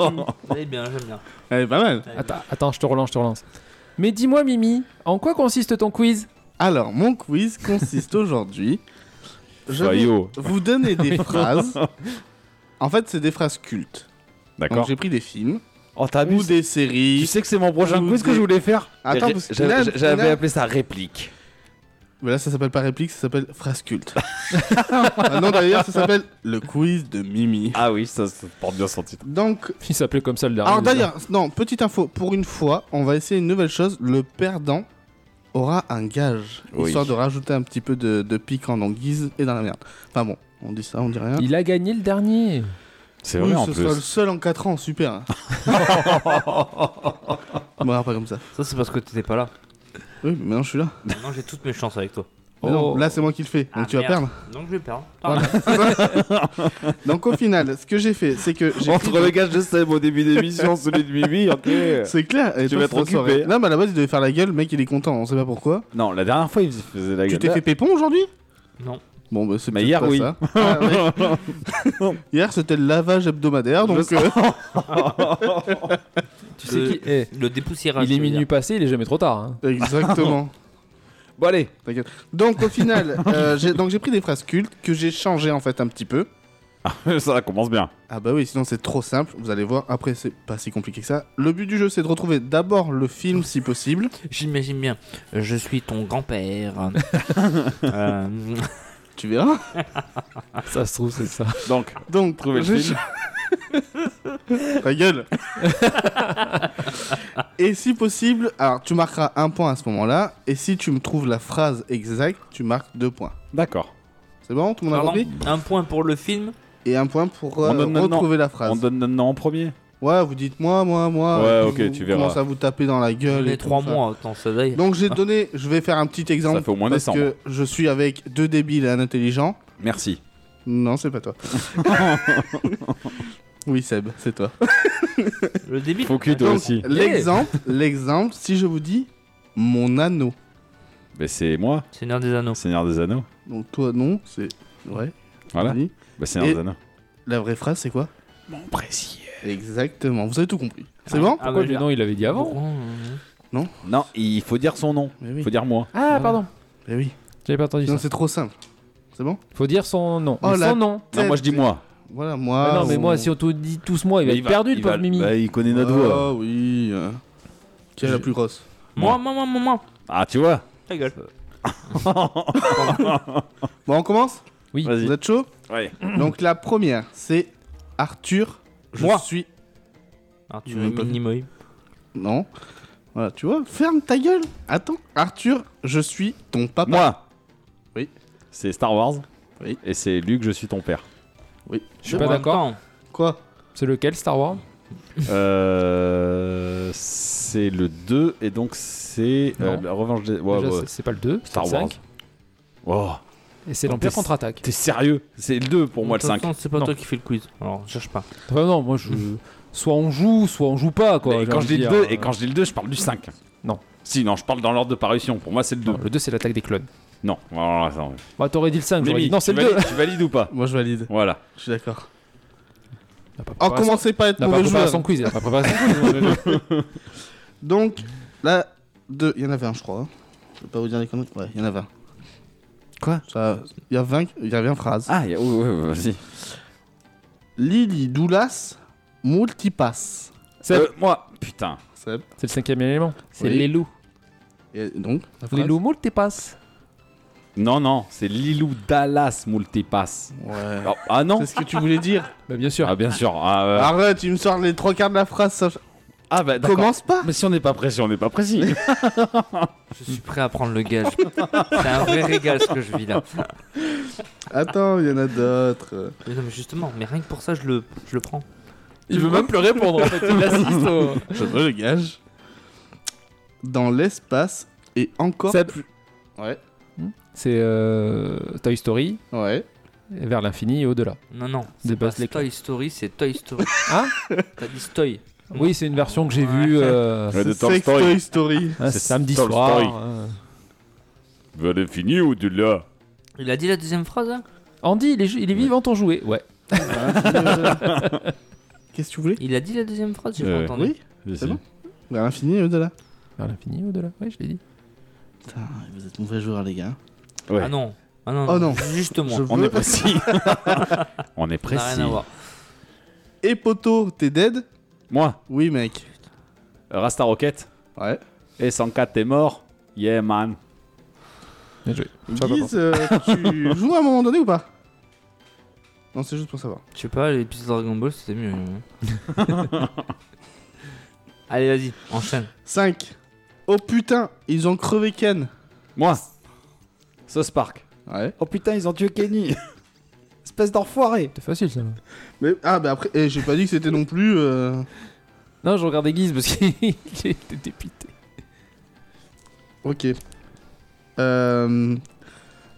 Eh bien, j'aime bien.
Elle est pas mal.
Attends, attends, je te relance, je te relance. Mais dis-moi, Mimi, en quoi consiste ton quiz
Alors, mon quiz
[LAUGHS]
consiste aujourd'hui. Je vais
Soyo.
vous
[LAUGHS]
donner des phrases. En fait, c'est des phrases cultes. Donc,
D'accord.
j'ai pris des films
Oh,
ou
t'abuses.
des
Tu
séries.
sais que c'est mon prochain
Ou
quiz que
des-
je voulais faire.
Attends,
J'ai-
parce que
j'avais-
là,
j'avais
là-
appelé ça réplique.
Mais là, ça s'appelle pas réplique, ça s'appelle phrase culte. [LAUGHS] Ah non, d'ailleurs, ça s'appelle le quiz de Mimi.
Ah oui, ça, ça porte bien son titre.
Donc,
Il s'appelait comme ça le dernier.
alors
déjà.
d'ailleurs, non, petite info, pour une fois, on va essayer une nouvelle chose. Le perdant aura un gage,
Oui.
histoire de rajouter un petit peu de, de piquant dans Guise et dans la merde. Enfin bon, on dit ça, on dit rien.
Il a gagné le dernier.
C'est
Oui,
vrai en
ce
plus. [LAUGHS]
sera le seul en 4 ans, super. On me pas comme ça.
Ça, c'est parce que t'étais pas là.
Oui, mais maintenant je suis là.
Maintenant, j'ai toutes mes chances avec toi.
Mais non,
Oh.
là c'est moi qui le fais, donc
Ah,
tu vas
merde.
perdre.
Donc, je vais perdre.
Donc au final, ce que j'ai fait, c'est que j'ai. pris-
Entre le gage de Seb au début d'émission, celui de Mimi, ok.
[LAUGHS] C'est clair. Et
Tu
toi,
vas
tu
être
t'en sors.
occupé.
Non, mais à la base, il devait faire la gueule. Le mec, il est content. On sait pas pourquoi.
Non, la dernière fois, il faisait la
Tu
gueule.
t'es fait pépon aujourd'hui
Non.
Bon, bah, c'est
Mais
peut-être
hier,
pas
oui. [LAUGHS]
ça. Ah, ouais. [LAUGHS] hier, c'était le lavage hebdomadaire.
Je
Donc,
sais.
euh,
Tu sais
Euh,
qui eh,
Le
ah,
dépoussiérage.
Il est
tu veux dire.
minuit passé, il est jamais trop tard. hein.
[LAUGHS]
euh, exactement.
Bon, allez. [LAUGHS]
T'inquiète. Donc, au final, euh, j'ai- donc j'ai pris des phrases cultes que j'ai changées en fait un petit peu.
ça commence bien.
Ah bah oui, sinon c'est trop simple, vous allez voir, après c'est pas si compliqué que ça. Le but du jeu c'est de retrouver d'abord le film si possible.
J'imagine bien. Je suis ton [LAUGHS] grand-père. Euh,
Tu verras.
Ah,
Ça se trouve, c'est ça.
Donc,
Donc,
Trouver le
je-
film.
[LAUGHS]
[LAUGHS]
Ta gueule. et si possible, alors tu marqueras un point à ce moment-là. Et si tu me trouves la phrase exacte, tu marques deux points.
d'accord.
C'est bon, tout le monde a
pardon,
compris
un point pour le film.
Et un point pour
On
euh,
donne maintenant-
retrouver la
On
phrase.
donne notre nom en premier.
Ouais, vous dites moi, moi, moi.
Ouais,
et puis
ok,
vous
tu verras.
commencez à vous taper dans la gueule. et
Les
tout,
trois
enfin.
mois, autant ça d'ailleurs.
Donc j'ai donné, je vais faire un petit exemple.
Ah. Ça fait au moins
parce
décembre.
que je suis avec deux débiles et un intelligent.
Merci.
Non, c'est
[LAUGHS]
pas toi. oui, Seb, c'est toi.
Le débit.
Faut que toi
Donc,
aussi.
L'exemple, l'exemple, si je vous dis mon anneau.
Mais Ben, c'est moi,
Seigneur des Anneaux.
Seigneur des Anneaux.
Donc toi non, c'est ouais.
Voilà.
vas-y.
Bah, Seigneur
Et-
des Anneaux.
La vraie phrase c'est quoi
Mon précieux.
Exactement. Vous avez tout compris.
Ah,
C'est bon
Ah,
Pourquoi
bah,
le nom, il avait dit avant
Mmh.
Non, il faut dire son nom.
Mais oui.
Faut dire moi.
Ah, pardon.
Mais oui.
J'avais pas entendu
Non,
ça.
c'est trop simple. C'est bon
Faut dire son nom.
Oh,
Mais
la
son nom.
Non, moi je dis moi.
Voilà, moi.
Mais Ah, non, mais
on-
moi, si on te dit tous moi, il va
Mais
être perdu, le
il va-
pauvre Mimi.
bah, il connaît
Ah
notre voix.
oui. euh, Qui est la plus grosse
Moi, moi, moi, moi, moi.
Ah, tu vois
Ta gueule.
Bon, on commence
Oui.
Vous
Vas-y.
êtes
[CLEARS THROAT]
chaud
Ouais.
Donc la première, c'est Arthur. Je
Moi.
suis.
Alors, tu
Je
veux
veux pas
minimoï.
Non. Voilà, tu vois, ferme ta gueule. Attends, Arthur, je suis ton papa.
Moi
Oui.
C'est Star Wars.
Oui.
Et c'est Luc, je suis ton père.
Oui.
Je suis pas d'accord.
Quoi
C'est lequel, Star Wars
Euh, c'est le 2 et donc c'est euh,
Non.
la revanche des. Ouais,
Déjà,
ouais.
c'est- C'est pas le 2,
Star
c'est le
Wars.
5.
Wow.
Et c'est
Non,
l'Empire
t'es-
contre-attaque.
T'es sérieux C'est le 2 pour moi le 5.
C'est pas
Non.
toi qui fais le quiz. Alors, cherche pas.
Enfin, non, moi, je... soit on joue, soit on joue pas, quoi.
Mais
j'ai
quand
envie
je dis
de
le
dire.
2 et quand je dis le 2, je parle du 5.
Non.
Si, non, je parle dans l'ordre de parution. Pour moi, c'est le 2.
Non, le 2, c'est l'attaque des clones.
Non. Voilà, attends.
Bah, t'aurais dit le 5, j'aurais
Mimi,
dit non, c'est
tu
le 2.
valides- Tu valides ou pas
Moi, je valide.
Voilà.
Je suis d'accord.
Il a Ah, pas
Oh,
préparé son-
commencez pas à être
il a pas
mauvais
préparé
joueur.
son quiz, il a pas préparé son quiz.
Donc, là, deux. Il y en avait un, je crois. hein. Je vais pas vous dire les conneries. Ouais, il y en avait un.
Quoi
Ça- Il y a 20. Il y avait une phrase.
Ah, y a- ouais, ouais, ouais, vas-y.
Lily Doulas multipass.
Seb.
Euh, moi, putain.
Seb.
[LAUGHS] C'est le cinquième élément. C'est
Oui.
les loups.
Et donc, la phrase
Les loups moules, t'es passes.
Non, non, c'est Lilou Dallas Multipass.
Ouais.
Ah, ah non
C'est ce que tu voulais dire.
Bah, bien Bah, sûr.
Ah, bien sûr. Ah, euh,
[LAUGHS] Arrête, tu me sors les trois quarts de la phrase. ça-
ah, bah, d'accord.
Commence pas.
Mais si on n'est pas précis, on n'est
[LAUGHS]
pas précis.
Je suis prêt à prendre le [LAUGHS] gage. c'est un vrai régal ce que je vis là.
Attends, il y en a d'autres.
Mais non, mais justement, mais rien que pour ça, je le, je le prends.
Il veut même plus répondre, en fait. Il assiste [LAUGHS] au...
Je le gage. Dans l'espace et encore.
Seb.
Ouais.
Hmm. C'est euh, Toy Story,
Ouais.
vers l'infini et au-delà.
Non, non.
Des
C'est pas
bases l'écran.
Toy Story, c'est Toy Story.
Hein
T'as dit Toy.
Oui, c'est une version que j'ai
Ouais.
vue euh,
Ouais, de Toy
Sex
Story.
Toy Story.
hein,
C'est
samedi
Toy
soir.
Story.
euh.
Vers l'infini ou de là
Il a dit la deuxième phrase hein
Andy, il est, ju- il est vivant, ton jouet. Ouais.
Euh, Qu'est-ce que tu voulais Bah,
Il a dit la deuxième phrase, j'ai
Euh,
pas entendu.
Oui. C'est bon Vers l'infini au-delà.
Vers l'infini et au-delà. Ouais, je l'ai dit.
Putain, vous êtes mauvais joueur, les gars.
Ouais.
Ah non. Ah non,
Oh non.
Juste moi.
Je
[LAUGHS] On
veux-
est précis.
Ça
on est
n'a
précis.
rien à voir.
Et poto, t'es dead
Moi,
Oui, mec.
Rasta Rocket.
Ouais.
Et 104, t'es mort. Yeah, man.
Bien joué. Ça va pas.
Guise, euh, [LAUGHS] tu joues à un moment donné ou pas Non, c'est juste pour savoir.
Je sais pas, l'épisode Dragon Ball, c'était
[LAUGHS]
mieux. Allez, vas-y, enchaîne.
5. Oh putain, ils ont crevé Ken.
Moi, Sauce Park.
Ouais.
Oh putain, ils ont tué Kenny. [LAUGHS] Espèce d'enfoiré.
C'était facile, ça.
Mais, ah, bah après, eh, j'ai pas dit que c'était non plus. euh,
Non, je regardais Guise parce qu'il [LAUGHS] était dépité.
Ok. Euh...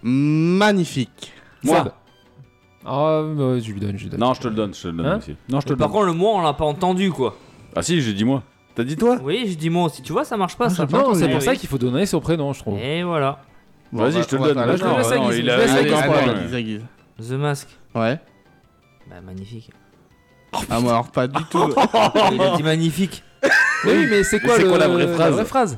Magnifique.
Moi.
Seb. Ah, bah, je lui donne, je lui donne.
Non, je te le donne, je te le donne
Hein
aussi. Non, je te
Mais
le
Par
donne.
contre, le mot, on l'a pas entendu, quoi.
Ah si, j'ai dit moi. T'as dit toi
Oui, je dis moi aussi. Tu vois, ça
Ah,
marche pas,
Ah,
ça.
Non, c'est
Eh
pour ça
oui.
qu'il faut donner son prénom, je trouve.
Et voilà.
Bon, bah,
Vas-y,
on
je te
va-
le
on
donne.
va
Ah,
faire
le
non,
laisse à
non,
Guise,
il
je
a-
le laisse
il
à
a
Allez,
Guise.
encore un
allez,
Ouais.
problème.
allez, allez, allez.
The Mask.
Ouais.
Bah, magnifique.
[LAUGHS]
Ah, moi, alors pas du [LAUGHS] tout.
Oh.
Il a dit magnifique.
Mais oui, mais c'est quoi,
c'est
le-
quoi la vraie phrase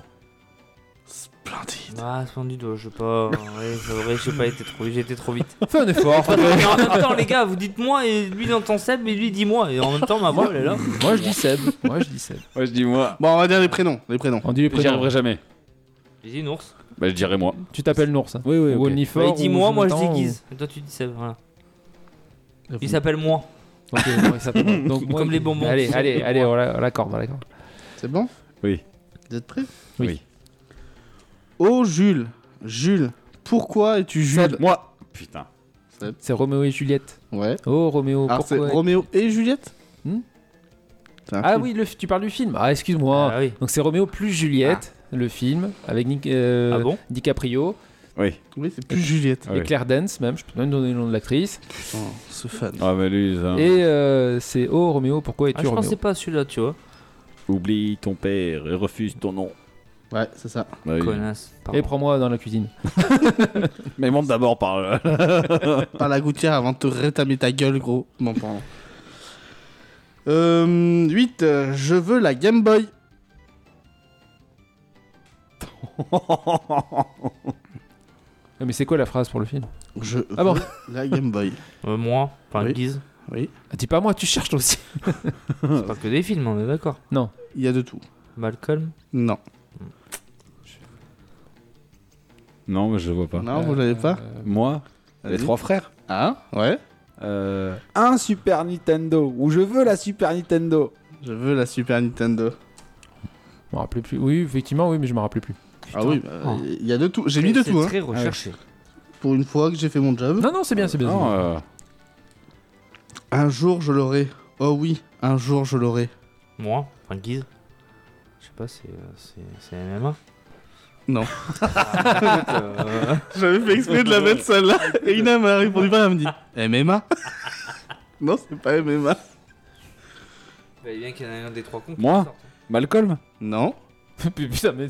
Splendide.
Ah, splendide, ouais, je sais pas. Ouais, c'est vrai, j'ai pas été trop, j'ai été trop
[LAUGHS]
vite.
Fais un effort.
En même temps, les gars, vous dites moi et lui il entend Seb et lui il dit moi. Et en même temps, ma voix elle est là.
Moi, je dis Seb. Moi, je dis Seb.
Ouais, je dis moi.
Bon, on va dire les prénoms. Les prénoms.
On dit les
J'y
prénoms.
arriverai jamais.
Il dit une ours.
Bah, je dirais moi.
Tu t'appelles Nours. hein.
Oui, oui,
Ou Onlyfort,
Bah, il dit moi,
ou
moi je dis
Jonathan, ou-
Guise. Et toi tu dis Seb, voilà. Il
Ok,
s'appelle moi.
non, il
[LAUGHS]
s'appelle- Donc, moi,
Comme les bonbons.
Allez, allez, allez, on la- on l'accorde, on l'accorde.
C'est bon
Oui.
Vous êtes prêts
Oui.
Oui.
Oh, Jules. Jules, pourquoi es-tu Jules
Moi. Putain.
C'est Roméo et Juliette.
Ouais.
Oh, Roméo,
Alors, Ah, c'est
pourquoi
Roméo et Juliette
Hmm
C'est un
Ah
film.
oui, le, tu parles du film. Ah, excuse-moi.
Ah oui.
Donc, c'est Roméo plus Juliette, le film, avec Nick, euh,
Ah bon
DiCaprio
Oui.
Oui, c'est plus Juliette.
Ah
et
oui.
Claire Dance, même. Je peux même donner le nom de l'actrice.
Putain, ce fan.
Ah, mais lui, ça.
Et euh, c'est Oh, Roméo, pourquoi
Ah,
es-tu
je
Roméo
pensais pas à celui-là, tu vois.
Oublie ton père et refuse ton nom.
Ouais, c'est ça.
Bah, oui.
Connasse.
Et
Pardon.
prends-moi dans la cuisine.
Mais monte d'abord par là. [LAUGHS]
Par la gouttière avant de te rétamer ta gueule, gros. Bon, pardon. Euh, 8. euh, je veux la Game Boy.
Ah, Mais c'est quoi la phrase pour le film
Je
Ah bon
veux la Game Boy.
Ah
Euh, moi, enfin
Oui.
Guise.
Oui.
Ah, Dis pas moi, tu cherches toi aussi.
C'est pas que des films, hein, on est d'accord.
Il y a de tout.
Malcolm.
Non.
[LAUGHS] Non, mais je vois pas.
Non, vous l'avez pas
Euh,
Moi, les
Vas-y.
trois frères.
Ah, ouais.
Euh, un Super Nintendo. Ou je veux la Super Nintendo.
Je veux la Super Nintendo.
Je me rappelais plus. Oui, effectivement, oui, mais je me rappelais plus.
Ah oui,
Oh.
il y a de tout. J'ai mis de
C'est
tout, hein.
très recherché.
Pour une fois que j'ai fait mon job.
Non, non, c'est bien, c'est bien.
Non, euh,
Un jour, je l'aurai. Oh oui, un jour, je l'aurai.
Moi, enfin Guise. Je sais pas, c'est, euh, c'est, c'est MMA.
Non.
[LAUGHS] Ah, écoute, euh,
[LAUGHS] J'avais fait exprès de la mettre celle-là. Et Ina m'a répondu pas, elle [LAUGHS] me dit MMA Non, c'est pas MMA.
Bah, Il fallait bien qu'il y en ait un des trois cons. qui
Moi
sorte.
Malcolm
Non.
c'est bien. [LAUGHS] Putain, mais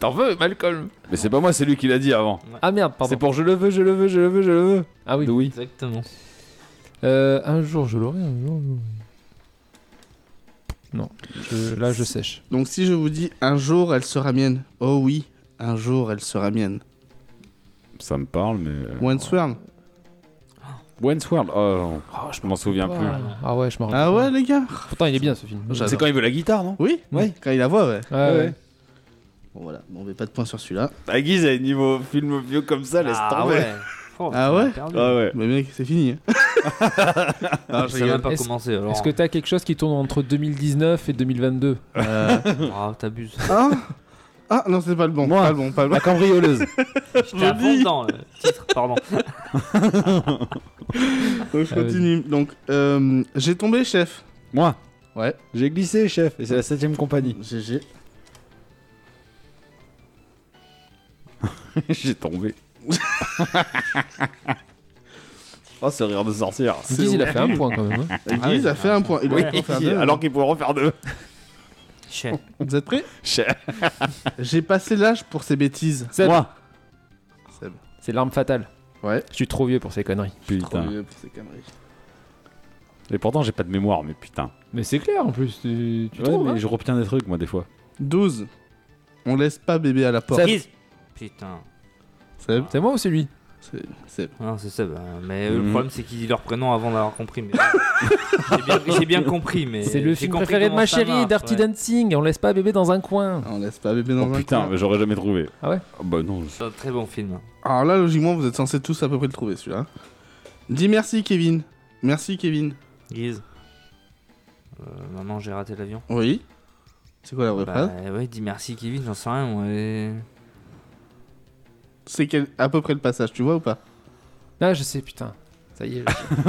t'en veux, Malcolm
Mais c'est pas moi, c'est lui qui l'a dit avant.
Ah merde,
C'est
pardon.
pour je le veux, je le veux, je le veux, je le veux.
Ah oui.
Oui.
Exactement.
Euh, un jour, je l'aurai. Un jour, je l'aurai. Non, je- là, je sèche.
Donc si je vous dis un jour, elle sera mienne. Oh oui, un jour, elle sera mienne.
Ça me parle, mais.
Once World.
Wentz World. Oh, je m'en souviens plus.
Ah, ah ouais, je me rappelle.
Ah ouais,
pas.
les gars
Pourtant, il est bien ce film.
J'adore.
C'est quand il veut la guitare, non
Oui
Ouais.
Quand il la voit, ouais.
Ouais, ouais.
Bon, voilà. Bon, mais pas de points sur celui-là.
À Guise, à niveau film vieux comme ça, laisse
ah
tomber.
ouais. Oh,
Ah
on a
ouais
perdu.
Ah ouais.
Mais mec, c'est fini. hein. Non, je
Ça n'a
rigole.
même pas
Est-ce-
commencé alors.
Est-ce que t'as quelque chose qui tourne entre 2019 et 2022
Euh,
Ah, t'abuses.
[LAUGHS] Ah Ah, non, c'est pas le bon.
Moi.
Pas le bon, pas le bon.
La cambrioleuse.
J'étais à fond
dis.
dedans, le titre, pardon.
[LAUGHS] Donc, je
Ah,
continue. Donc, euh, j'ai tombé, chef.
Moi
Ouais.
J'ai glissé, chef, et c'est la 7ème compagnie.
GG.
[LAUGHS] J'ai tombé. [LAUGHS] oh, ce rire de sorcière.
Guise, il a fait un point quand même.
[LAUGHS]
hein.
Ah, Guise a fait un point. Il aurait pu en [LAUGHS] faire deux.
alors qu'il pourrait en faire deux. hein.
Chef.
Vous êtes prêts
Chef.
J'ai passé l'âge pour ces bêtises.
Seb,
Moi
Seb.
c'est l'arme fatale.
Ouais.
Je suis trop vieux pour ces conneries.
Putain.
pour ces conneries.
Et pourtant, j'ai pas de mémoire, mais putain.
Mais c'est clair en plus. Tu, tu
Ouais,
trouves,
mais
hein
je retiens des trucs, moi, des fois.
12. On laisse pas bébé à la porte.
Seb.
Guise. Putain.
Seb.
hein. C'est moi ou c'est lui
Seb. Seb.
Ah Non, c'est ça. bah, mais euh,
Mhm.
le problème, c'est qu'ils disent leur prénom avant d'avoir compris. mais- j'ai, bien, j'ai bien compris, mais.
C'est le
j'ai
film
compris
préféré de
comment
ma
ça
chérie,
marche,
Dirty
ouais.
Dancing. On laisse pas bébé dans un coin.
On laisse pas bébé dans
Oh
un
putain,
coin.
mais j'aurais jamais trouvé.
Ah ouais
Ah Bah non. je-
C'est un très bon film. hein.
Alors là, logiquement, vous êtes censés tous à peu près le trouver celui-là. Dis merci, Kevin. Merci, Kevin.
Guise. Euh, maman, j'ai raté l'avion.
Oui. C'est quoi la vraie
Bah
phrase
ouais, dis merci Kevin, j'en sais rien moi. et-
C'est quel... à peu près le passage, tu vois ou [LAUGHS] pas
Ah, je sais, putain. Ça y est.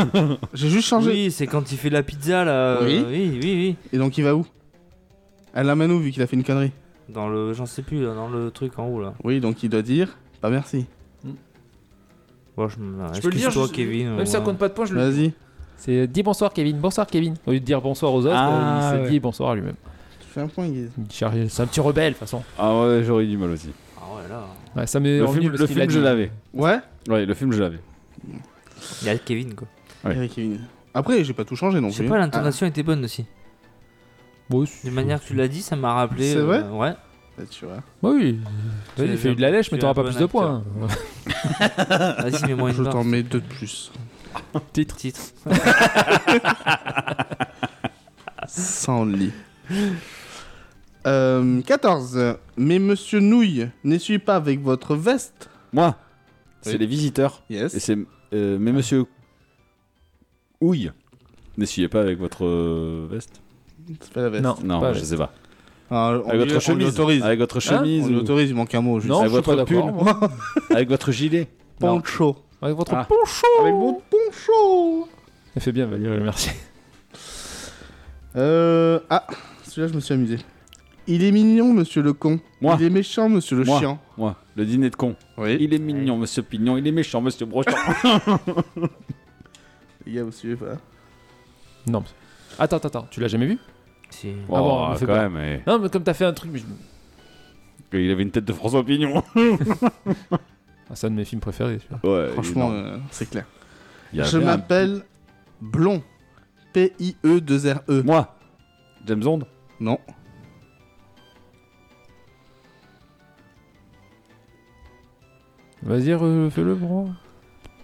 [LAUGHS]
J'ai juste changé.
Oui, c'est quand il fait la pizza là. euh,
Oui.
oui, oui,
Et donc il va où Elle l'amène où vu qu'il a fait une connerie
oui. Dans le, j'en sais plus, là, dans le truc en haut là.
Oui, donc il doit dire pas merci.
Ouais, je, me- excuse-toi, Kevin.
Même si ça
ouais.
compte pas de points, je le
Vas-y,
C'est euh, dis bonsoir, Kevin. Bonsoir, Kevin. Au lieu de dire bonsoir aux autres,
Ah,
euh, il s'est
ouais.
dit bonsoir à lui-même.
tu fais un point, Guise.
Il charge- C'est un petit rebelle, de toute façon.
Ah ouais, j'aurais eu du mal aussi.
Ah ouais là.
Ouais, ça m'est
Le
revenu
film,
parce
le
qu'il
film,
l'a
je
dit.
l'avais.
Ouais
Ouais, le film, je l'avais.
Il y a Kevin quoi.
Ouais.
Eric Kevin. Après, j'ai pas tout changé non
Je
plus.
sais pas, l'intonation était bonne aussi.
Bon, c'est-
De manière que tu l'as dit, ça m'a rappelé. euh,
C'est vrai
Ouais.
Ah, tu vois.
Bah oui.
Tu
il
es
fait
un-
eu de la lèche, mais
tu es
t'auras
un
pas
bon
plus de points.
Vas-y, mets-moi
Je
une
t'en
barre.
mets deux de plus.
Titre. Titre.
Sans lit. [LAUGHS] Euh, 14. Mais monsieur Nouille, n'essuie pas avec votre veste.
Moi C'est
Oui.
les visiteurs. Et
Yes.
c'est. euh, mais monsieur. Ouille N'essuyez pas avec votre euh, veste
C'est pas la veste.
Non,
Non,
pas
je
vrai.
sais pas.
Ah, on
Avec
lui-
votre
on lui
chemise
autorise.
Avec votre
Hein
chemise
On lui
ou-
autorise, il manque un mot. Juste.
Non,
Avec
je suis pas
votre
d'accord.
pull.
[LAUGHS]
moi.
Avec votre gilet
Poncho.
Avec votre
Ah.
poncho.
Avec mon poncho.
Elle fait bien, Valérie, merci. [LAUGHS]
Euh. Ah, celui-là, je me suis amusé. Il est mignon, monsieur le con.
Moi.
Il est méchant, monsieur le
Moi.
chien.
Moi, le dîner de con.
Oui.
Il est mignon, monsieur Pignon. Il est méchant, monsieur Brochant.
Les gars, vous suivez
Euh,
pas
Non. mais- Attends, attends, attends. Tu l'as jamais vu
Si.
Oh,
Ah bon, on fait
quand
pas.
même. eh.
Non, mais comme t'as fait un truc, mais je-
Il avait une tête de François Pignon.
Ah, c'est un de mes films préférés. celui-là.
Ouais,
Franchement,
énorme.
euh, c'est clair.
Il y
Je
avait un-
m'appelle Blond. E P-I-E-2-R-E.
Moi James Bond
Non.
Vas-y, re- fais-le, bro.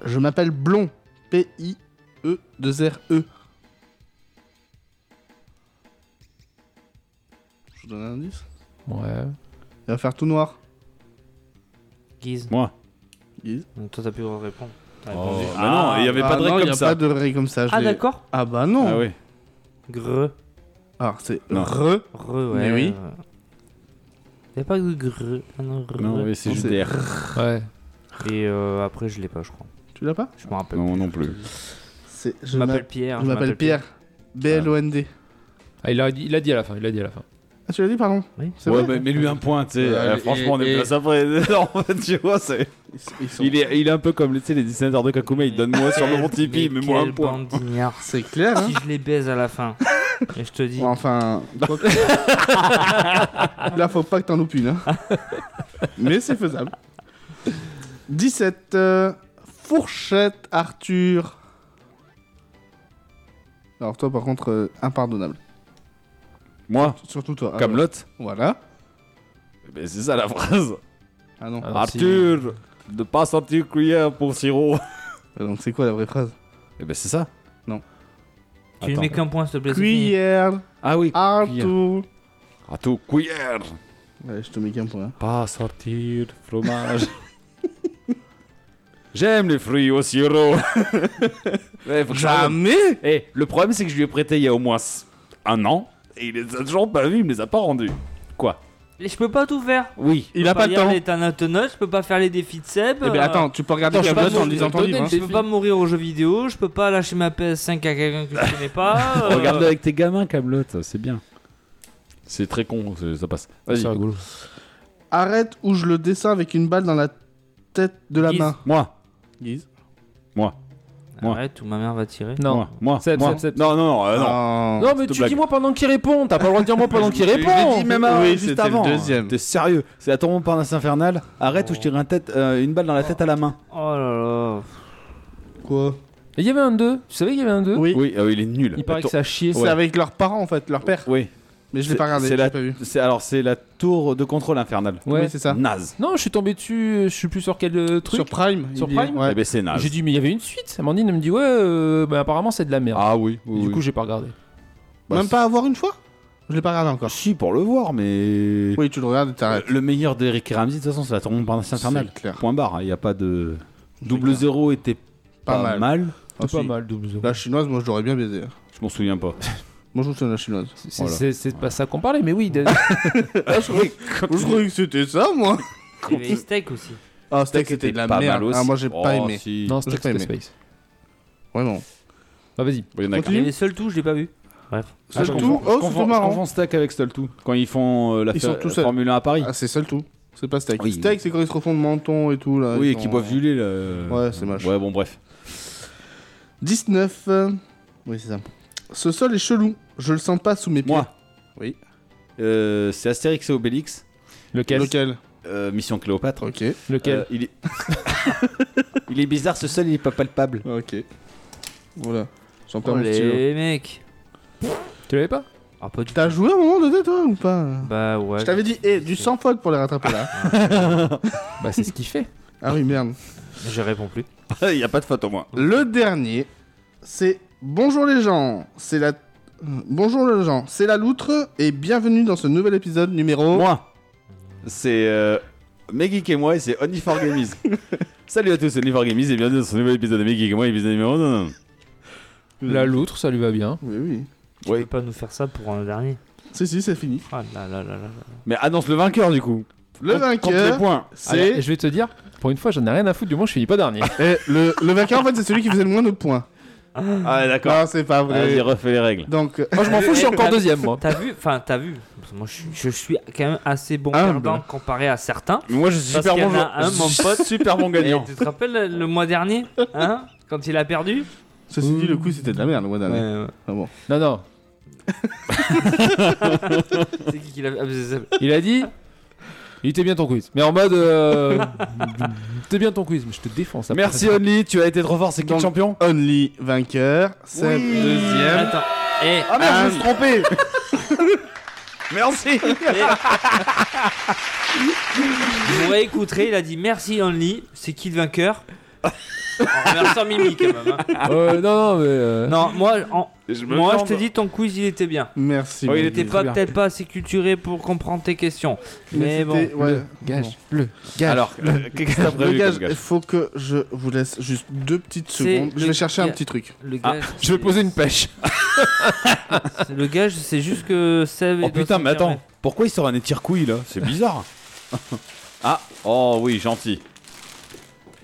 Je m'appelle Blond. P-I-E-2-R-E. E 2 R E. Je vous donne un indice.
Ouais.
Il va faire tout noir.
Guise.
Moi.
Guise.
Toi, t'as pu répondre. T'as
Oh,
répondu.
bah
Ah.
non, il n'y avait pas de
non,
règle
y
comme
a
ça.
pas de règle comme ça. je
Ah,
l'ai-
d'accord.
Ah bah non.
Ah oui.
Gre.
Alors c'est euh,
Non.
re.
Re, ouais.
Mais oui.
Il n'y a pas de gre. Ah non, re.
Non, oui, c'est
Non,
juste
c'est-
des R.
Ouais.
Et euh, après, je l'ai pas, je crois.
Tu l'as pas
Je me rappelle.
Non, non plus.
C'est.
Je m'appelle Pierre.
Je m'appelle Pierre. B L O N D.
Ah, il, a, dit- il a dit à la fin, il a dit à la fin.
Ah tu l'as dit pardon.
Oui.
C'est
Ouais, bah.
vrai.
mais lui un point, tu sais.
Euh,
euh,
et-
Franchement, on est
et-
place après. [LAUGHS] Non, en fait, tu vois, c'est.
Ils sont- ils sont-
Il est, il est un peu comme tu sais, les dessinateurs de Kakuma, ils donnent moi sur le
Quel-
mon Tipeee, mais moi un
quel
point.
[LAUGHS]
bandignard.
C'est clair. Hein
si je les baise à la fin, et je te dis.
Bon, enfin. quoi que- [LAUGHS] Là faut pas que t'en loupes une. [LAUGHS] hein. mais c'est faisable. 17 euh, fourchette Arthur. Alors toi par contre euh, impardonnable.
Moi,
Surtout toi.
comme
l'autre.
l'autre.
Voilà.
Ben, c'est ça la phrase.
Ah non.
Ah.
Arthur, ne pas sentir cuillère pour sirop.
Euh, Donc c'est quoi la vraie phrase
Et ben c'est ça.
Non.
tu lui
Attends.
mets qu'un point, s'il te plaît. c'est fini.
Cuillère
Ah oui.
Arthur.
Arthur, cuillère.
Ouais, je te mets qu'un point. hein.
Pas sortir fromage. [LAUGHS] J'aime les fruits au sirop. [LAUGHS] Ouais, faut que je ramène.
Jamais
Eh, le problème c'est que je lui ai prêté il y a au moins s- un an et il les a toujours pas vus, il me les a pas rendus. Quoi
Et je peux pas tout faire.
Oui.
Il a
peux
pas le
lire
temps.
les Thanatonautes, je peux pas faire les défis de Seb.
Eh ben
euh,
attends, tu peux regarder
Attends,
comme
je
l'autre en
peux-
lisant ton
je
livre. hein.
Je peux pas mourir aux jeux vidéo, je peux pas lâcher ma PS5 à quelqu'un que je connais
[LAUGHS]
pas. euh,
Regarde-le avec tes gamins, Camelot, c'est bien. C'est très con, c'est- ça passe.
Ah,
Vas-y.
C'est rigolo.
Arrête ou je le dessin avec une balle dans la tête de la
Guise.
main.
Moi,
Guise.
Moi.
Arrête ou ma mère va tirer.
Non.
moi, moi,
Seb,
moi.
Seb, Seb.
Non, non, non, Oh, euh, non.
Ah Non.
Non, mais
te
tu
blague.
dis moi pendant qu'il répond. T'as pas le droit de dire moi pendant qu'il
Je l'ai
répond.
dit même avant,
Oui,
juste
c'était
avant.
le deuxième.
T'es sérieux C'est à ton Montparnasse infernal. Arrête
Oh.
ou je tire un tête, euh, une balle dans la tête à la main.
Oh là là.
Quoi
Et [LAUGHS] Il y avait un 2. Tu savais qu'il y avait un 2
Oui.
Oui, euh, il est nul.
Il paraît
Attends.
que ça a chié.
C'est
ça.
avec leurs parents en fait, leur père.
Oui.
Mais je l'ai
C'est-
pas regardé,
c'est
j'ai
la-
pas vu.
C'est alors c'est la tour de contrôle infernale.
Ouais.
Oui, c'est ça.
Naze.
Non, je suis tombé dessus. euh, Je suis plus sur quel euh, truc.
Sur Prime.
Sur
il est-
Prime
ouais.
Eh ben c'est naze.
J'ai dit mais il y avait une suite. Amandine elle me dit ouais. euh, bah, apparemment c'est de la merde.
Ah oui. oui,
du
oui.
coup j'ai pas regardé.
Bah,
Même pas avoir une fois Je l'ai pas regardé encore.
si pour le voir, mais
Oui, tu le regardes et t'arrêtes.
le meilleur d'Eric et Ramsey de toute façon c'est la tour Montparnasse infernale.
C'est clair.
Point barre. hein, Il n'y a pas de double
clair.
zéro était
Pas
Euh, pas,
mal.
mal.
Ah,
C'est pas
si.
mal double zéro.
La chinoise, moi je l'aurais bien baisé.
Je m'en souviens pas.
Moi je me souviens de la chinoise.
C'est- C'est
Voilà.
c'est- c'est pas ça qu'on parlait mais [LAUGHS] oui. de-
je croyais que c'était ça
[LAUGHS]
moi
Il y avait les steaks aussi.
Ah, c'était c'était de la
pas
merde.
mal aussi.
Ah, moi j'ai
Oh,
pas aimé.
si.
non
J'ai
c'était
pas
Space
aimé.
Space.
Vraiment.
Ah vas-y.
Il y en a qu'un.
Il y avait seul tout, je l'ai pas vu. Bref.
Ah, je
Seul
confonds- je
tout Oh,
confonds-
c'était
Je
marrant.
confonds Stack avec Stall tout quand ils font euh, la
Ils sont
fer-
tous seuls.
Formule 1 à Paris.
Ah, c'est seul tout. C'est pas steak.
Oui.
Steak, c'est quand ils se refont de menton et tout là.
oui,
ils
et qui
sont-
boivent du lait. Là.
Ouais, c'est moche.
Ouais, bon, bref.
19. euh, Oui, c'est ça. Ce sol est chelou. Je le sens pas sous mes pieds.
Moi.
Oui.
Euh, c'est Astérix et Obélix,
Lequel
Lequel
euh, Mission Cléopâtre.
Ok.
Lequel
Euh, il, est... [LAUGHS] il est bizarre, ce seul, il est pas palpable.
Ah, Ok. Voilà. J'en perds
Oh,
mon stylo.
les mecs.
Tu l'avais pas
Ah, pas du tout.
T'as joué un moment de toi ou pas
Bah ouais.
Je t'avais dit, eh, du sang folle pour les rattraper là.
Bah c'est ce qu'il [LAUGHS] fait.
[LAUGHS] ah oui, merde.
Je réponds plus.
[LAUGHS] il y a pas de faute au moins.
Le dernier, c'est Bonjour les gens. C'est la. Bonjour les gens. C'est la loutre et bienvenue dans ce nouvel épisode numéro.
Moi, c'est euh, Meggeek et moi, et c'est only for gamies [LAUGHS] Salut à tous, c'est only for gamies et bienvenue dans ce nouvel épisode de Meggeek et moi, épisode numéro 1.
La loutre ça lui va bien.
Oui, oui.
Tu
Oui.
peux pas nous faire ça pour un dernier.
Si, si, c'est fini.
Ah là là là là.
Mais annonce le vainqueur du coup.
Le
Compte- Compte les
vainqueur,
points.
Alors,
c'est.
je vais te dire pour une fois j'en ai rien à foutre du moment je finis pas [LAUGHS] dernier.
Eh, le, le vainqueur, en fait, c'est celui qui faisait le moins de points.
Ah, d'accord.
Non, c'est pas
Vas-y,
vrai.
refais les règles.
Donc, euh,
Moi je m'en fous je suis [LAUGHS] encore deuxième moi.
T'as vu Enfin, t'as vu. Parce que Moi, je, suis- je suis quand même assez bon
Humble.
perdant comparé à certains.
Mais Moi, je suis
Parce
super
qu'il y
bon
en a
joueur.
un, mon pote.
super bon
Et
gagnant.
tu te rappelles le, le mois dernier Hein Quand il a perdu
ceci dit, le coup, c'était de la merde le mois dernier. Ah bon.
Non non.
C'est qui qui l'a. Ah, c'est- c'est-
Il a dit Il était bien ton quiz. Mais en mode. Euh, T'es bien ton quiz, mais je te défends ça.
Merci Only, tu as été trop fort, c'est qui le
Donc-
champion
Only vainqueur, c'est deuxième.
Attends. Eh,
Ah merde, je me suis
Un-
trompé Merci
Vous réécouterez, il a dit merci Only, c'est qui le vainqueur En remerciant Mimi quand même. hein.
Euh, non, non, mais. euh,
Non, moi, en-
[LAUGHS] Je me
moi je
forme.
te dis, ton quiz il était bien.
[LAUGHS] Merci.
Oh, il
Mimi.
était [LAUGHS]
T'es
Très
pas
bien.
peut-être pas assez culturé pour comprendre tes questions. Mais
Mais
bon.
c'était- ouais.
Gage. Le gage.
Alors, euh, qu'est-ce que t'as
Le
prévu
gage,
comme gage
il faut que je vous laisse juste deux petites
C'est
secondes. Je
le-
vais chercher
y
un
a-
petit truc.
Le
Ah,
gage,
Je vais
c'est-
poser une pêche.
c'est- Le gage, c'est juste que Seb. il doit
Oh putain, mais
sortir,
attends, pourquoi il sort un étire-couille là C'est bizarre. [LAUGHS] ah, oh oui, gentil.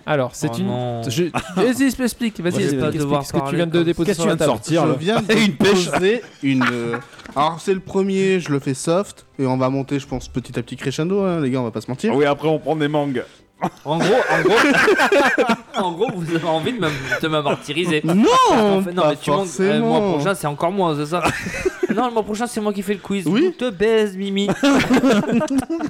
Alors, c'est
Oh
une.
non.
Je... Vas-y, explique, explique,
Moi,
Vas-y,
je vais pas
explique,
devoir
explique ce que tu
parler
viens de
comme-
déposer
Qu'est-ce que
sur
tu viens
la
de
table.
sortir
je
là
viens de
[LAUGHS] Et une pêche
poser une. euh, Alors c'est le premier, je le fais soft et on va monter, je pense, petit à petit crescendo, hein, les gars, on va pas se mentir.
Oui, après on prend des mangues.
En gros, en gros, [LAUGHS] en gros, vous avez envie de me- de me martyriser.
Non,
En fait, non,
pas
mais tu manques- euh, le
forcément.
mois prochain, c'est encore moi, c'est ça Non, le mois prochain, c'est moi qui fais le quiz.
Oui.
Je te baise, Mimi.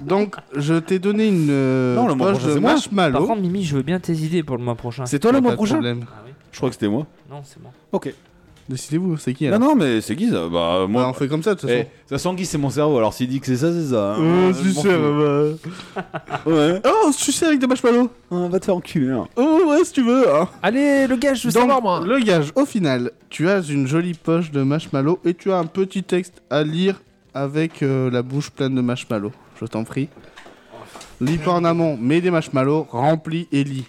Donc je t'ai donné une euh,
Non, le mois
poche
prochain,
de
c'est moi.
Par
marshmallow.
contre, Mimi, je veux bien tes idées pour le mois prochain.
C'est toi le
Pas
mois
de
prochain
problème.
Ah oui
Je crois que c'était moi.
Non, c'est moi.
Ok.
Décidez-vous, c'est qui
Non,
alors
non, mais c'est Guise. Bah,
Bah,
moi.
on fait comme ça de toute
Eh, de
façon.
toute façon, Guise, c'est mon cerveau, alors s'il dit que c'est ça, c'est ça. hein.
Euh, bah,
Je m'en fous. [LAUGHS] Ouais.
Oh, on se sucer avec des marshmallows
Ah, va te faire enculer. hein.
Oh, ouais, si tu veux hein.
Allez, le gage, je veux
Donc,
savoir, moi.
Le gage, au final, tu as une jolie poche de marshmallow et tu as un petit texte à lire avec euh, la bouche pleine de marshmallow. Je t'en prie. Lis pas en amont, mets des marshmallows, remplis et lis.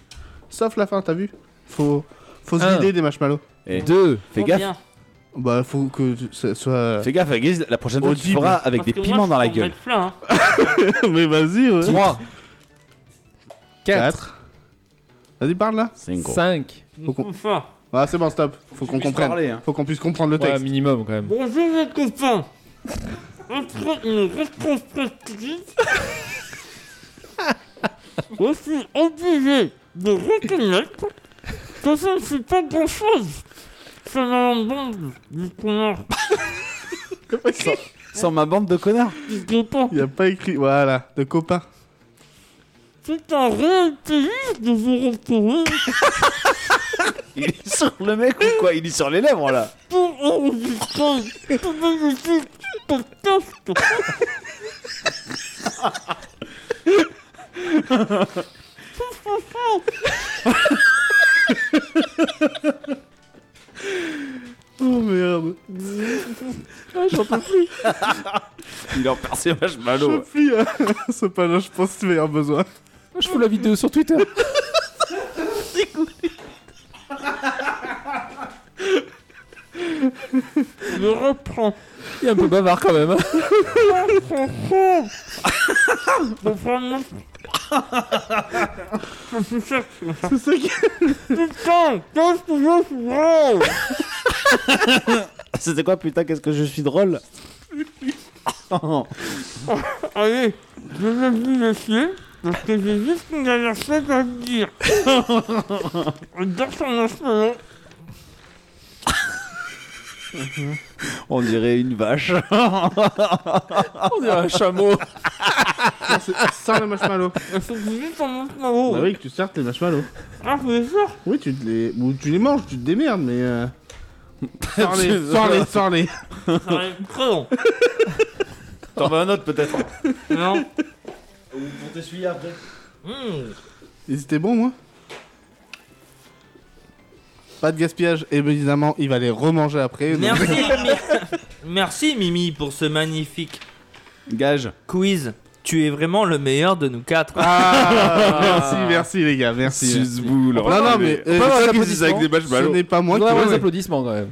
Sauf la fin, t'as vu Faut, faut se
Un.
vider des marshmallows.
Eh,
Deux.
Fais
Oh,
gaffe,
bien.
Bah, faut que tu- ce soit.
fais gaffe, eh, Guise, la prochaine fois, tu
Audible.
feras avec
Parce
des
que moi,
piments
je
dans la
peux en
gueule.
mettre plein, hein.
[LAUGHS] Mais vas-y, ouais.
Trois. Quatre.
4. Vas-y, parle là.
Cinq.
Cinq.
Faut qu'on-
Enfin.
Ah, c'est bon, stop. Faut qu'on
puisses
comprenne.
parler, hein.
Faut qu'on puisse comprendre le
Ouais,
texte.
minimum, quand même.
Bonjour, les copains. Après une rétrospective, je suis obligé de reconnaître que ça ne fait pas grand-chose. Ça m'a demande du connard
Sans- Sans ma bande de connards.
qui [LAUGHS] dépend.
Il y a pas écrit. Voilà, de copain.
C'est un réel plaisir de vous retrouver
[LAUGHS] Il est sur le mec ou quoi Il est sur les lèvres là.
pour enregistrer ce magnifique podcast.
Oh merde.
Il est en personnage malo.
Plie, hein. [LAUGHS] ce panneau, je pense qu'il va y avoir besoin.
Je fous la vidéo sur [LAUGHS] Twitter.
Je reprends.
Il est un peu bavard, quand même. hein.
Je prends Je suis sûr que
C'est ça qui
Putain, qu'est-ce que je suis drôle
[LAUGHS] C'était quoi putain Qu'est-ce que je suis drôle
Allez, je vais vous laisser, parce que j'ai juste une dernière chose à vous dire. [LAUGHS] Dans son instrument,
On dirait une vache.
On dirait un [LAUGHS] chameau.
Sors les marshmallows.
il faut que juste en instrument.
Bah oui, que tu sortes les marshmallows.
Ah, c'est sûr
Oui, tu te les, ou tu les manges, tu te démerdes, mais. Euh... [LAUGHS] Sors-les, sors-les, sors-les.
Ça va être très long.
T'en veux un autre peut-être
[LAUGHS] Non
Pour t'essuyer après.
Hmm.
Ils étaient bons, moi. Pas de gaspillage, et bien évidemment, il va les remanger après. donc-
Merci, Mi- Merci Mimi pour ce magnifique
Gage.
quiz. Tu es vraiment le meilleur de nous quatre.
Ah, merci, merci, les gars, merci.
Susboul.
Non, non, mais. euh,
avoir
ça,
des
qui-
applaudissements
avec des bâches
ce
ballots.
n'est pas moi
On
qui.
doit avoir des
ouais, ouais.
applaudissements, quand même.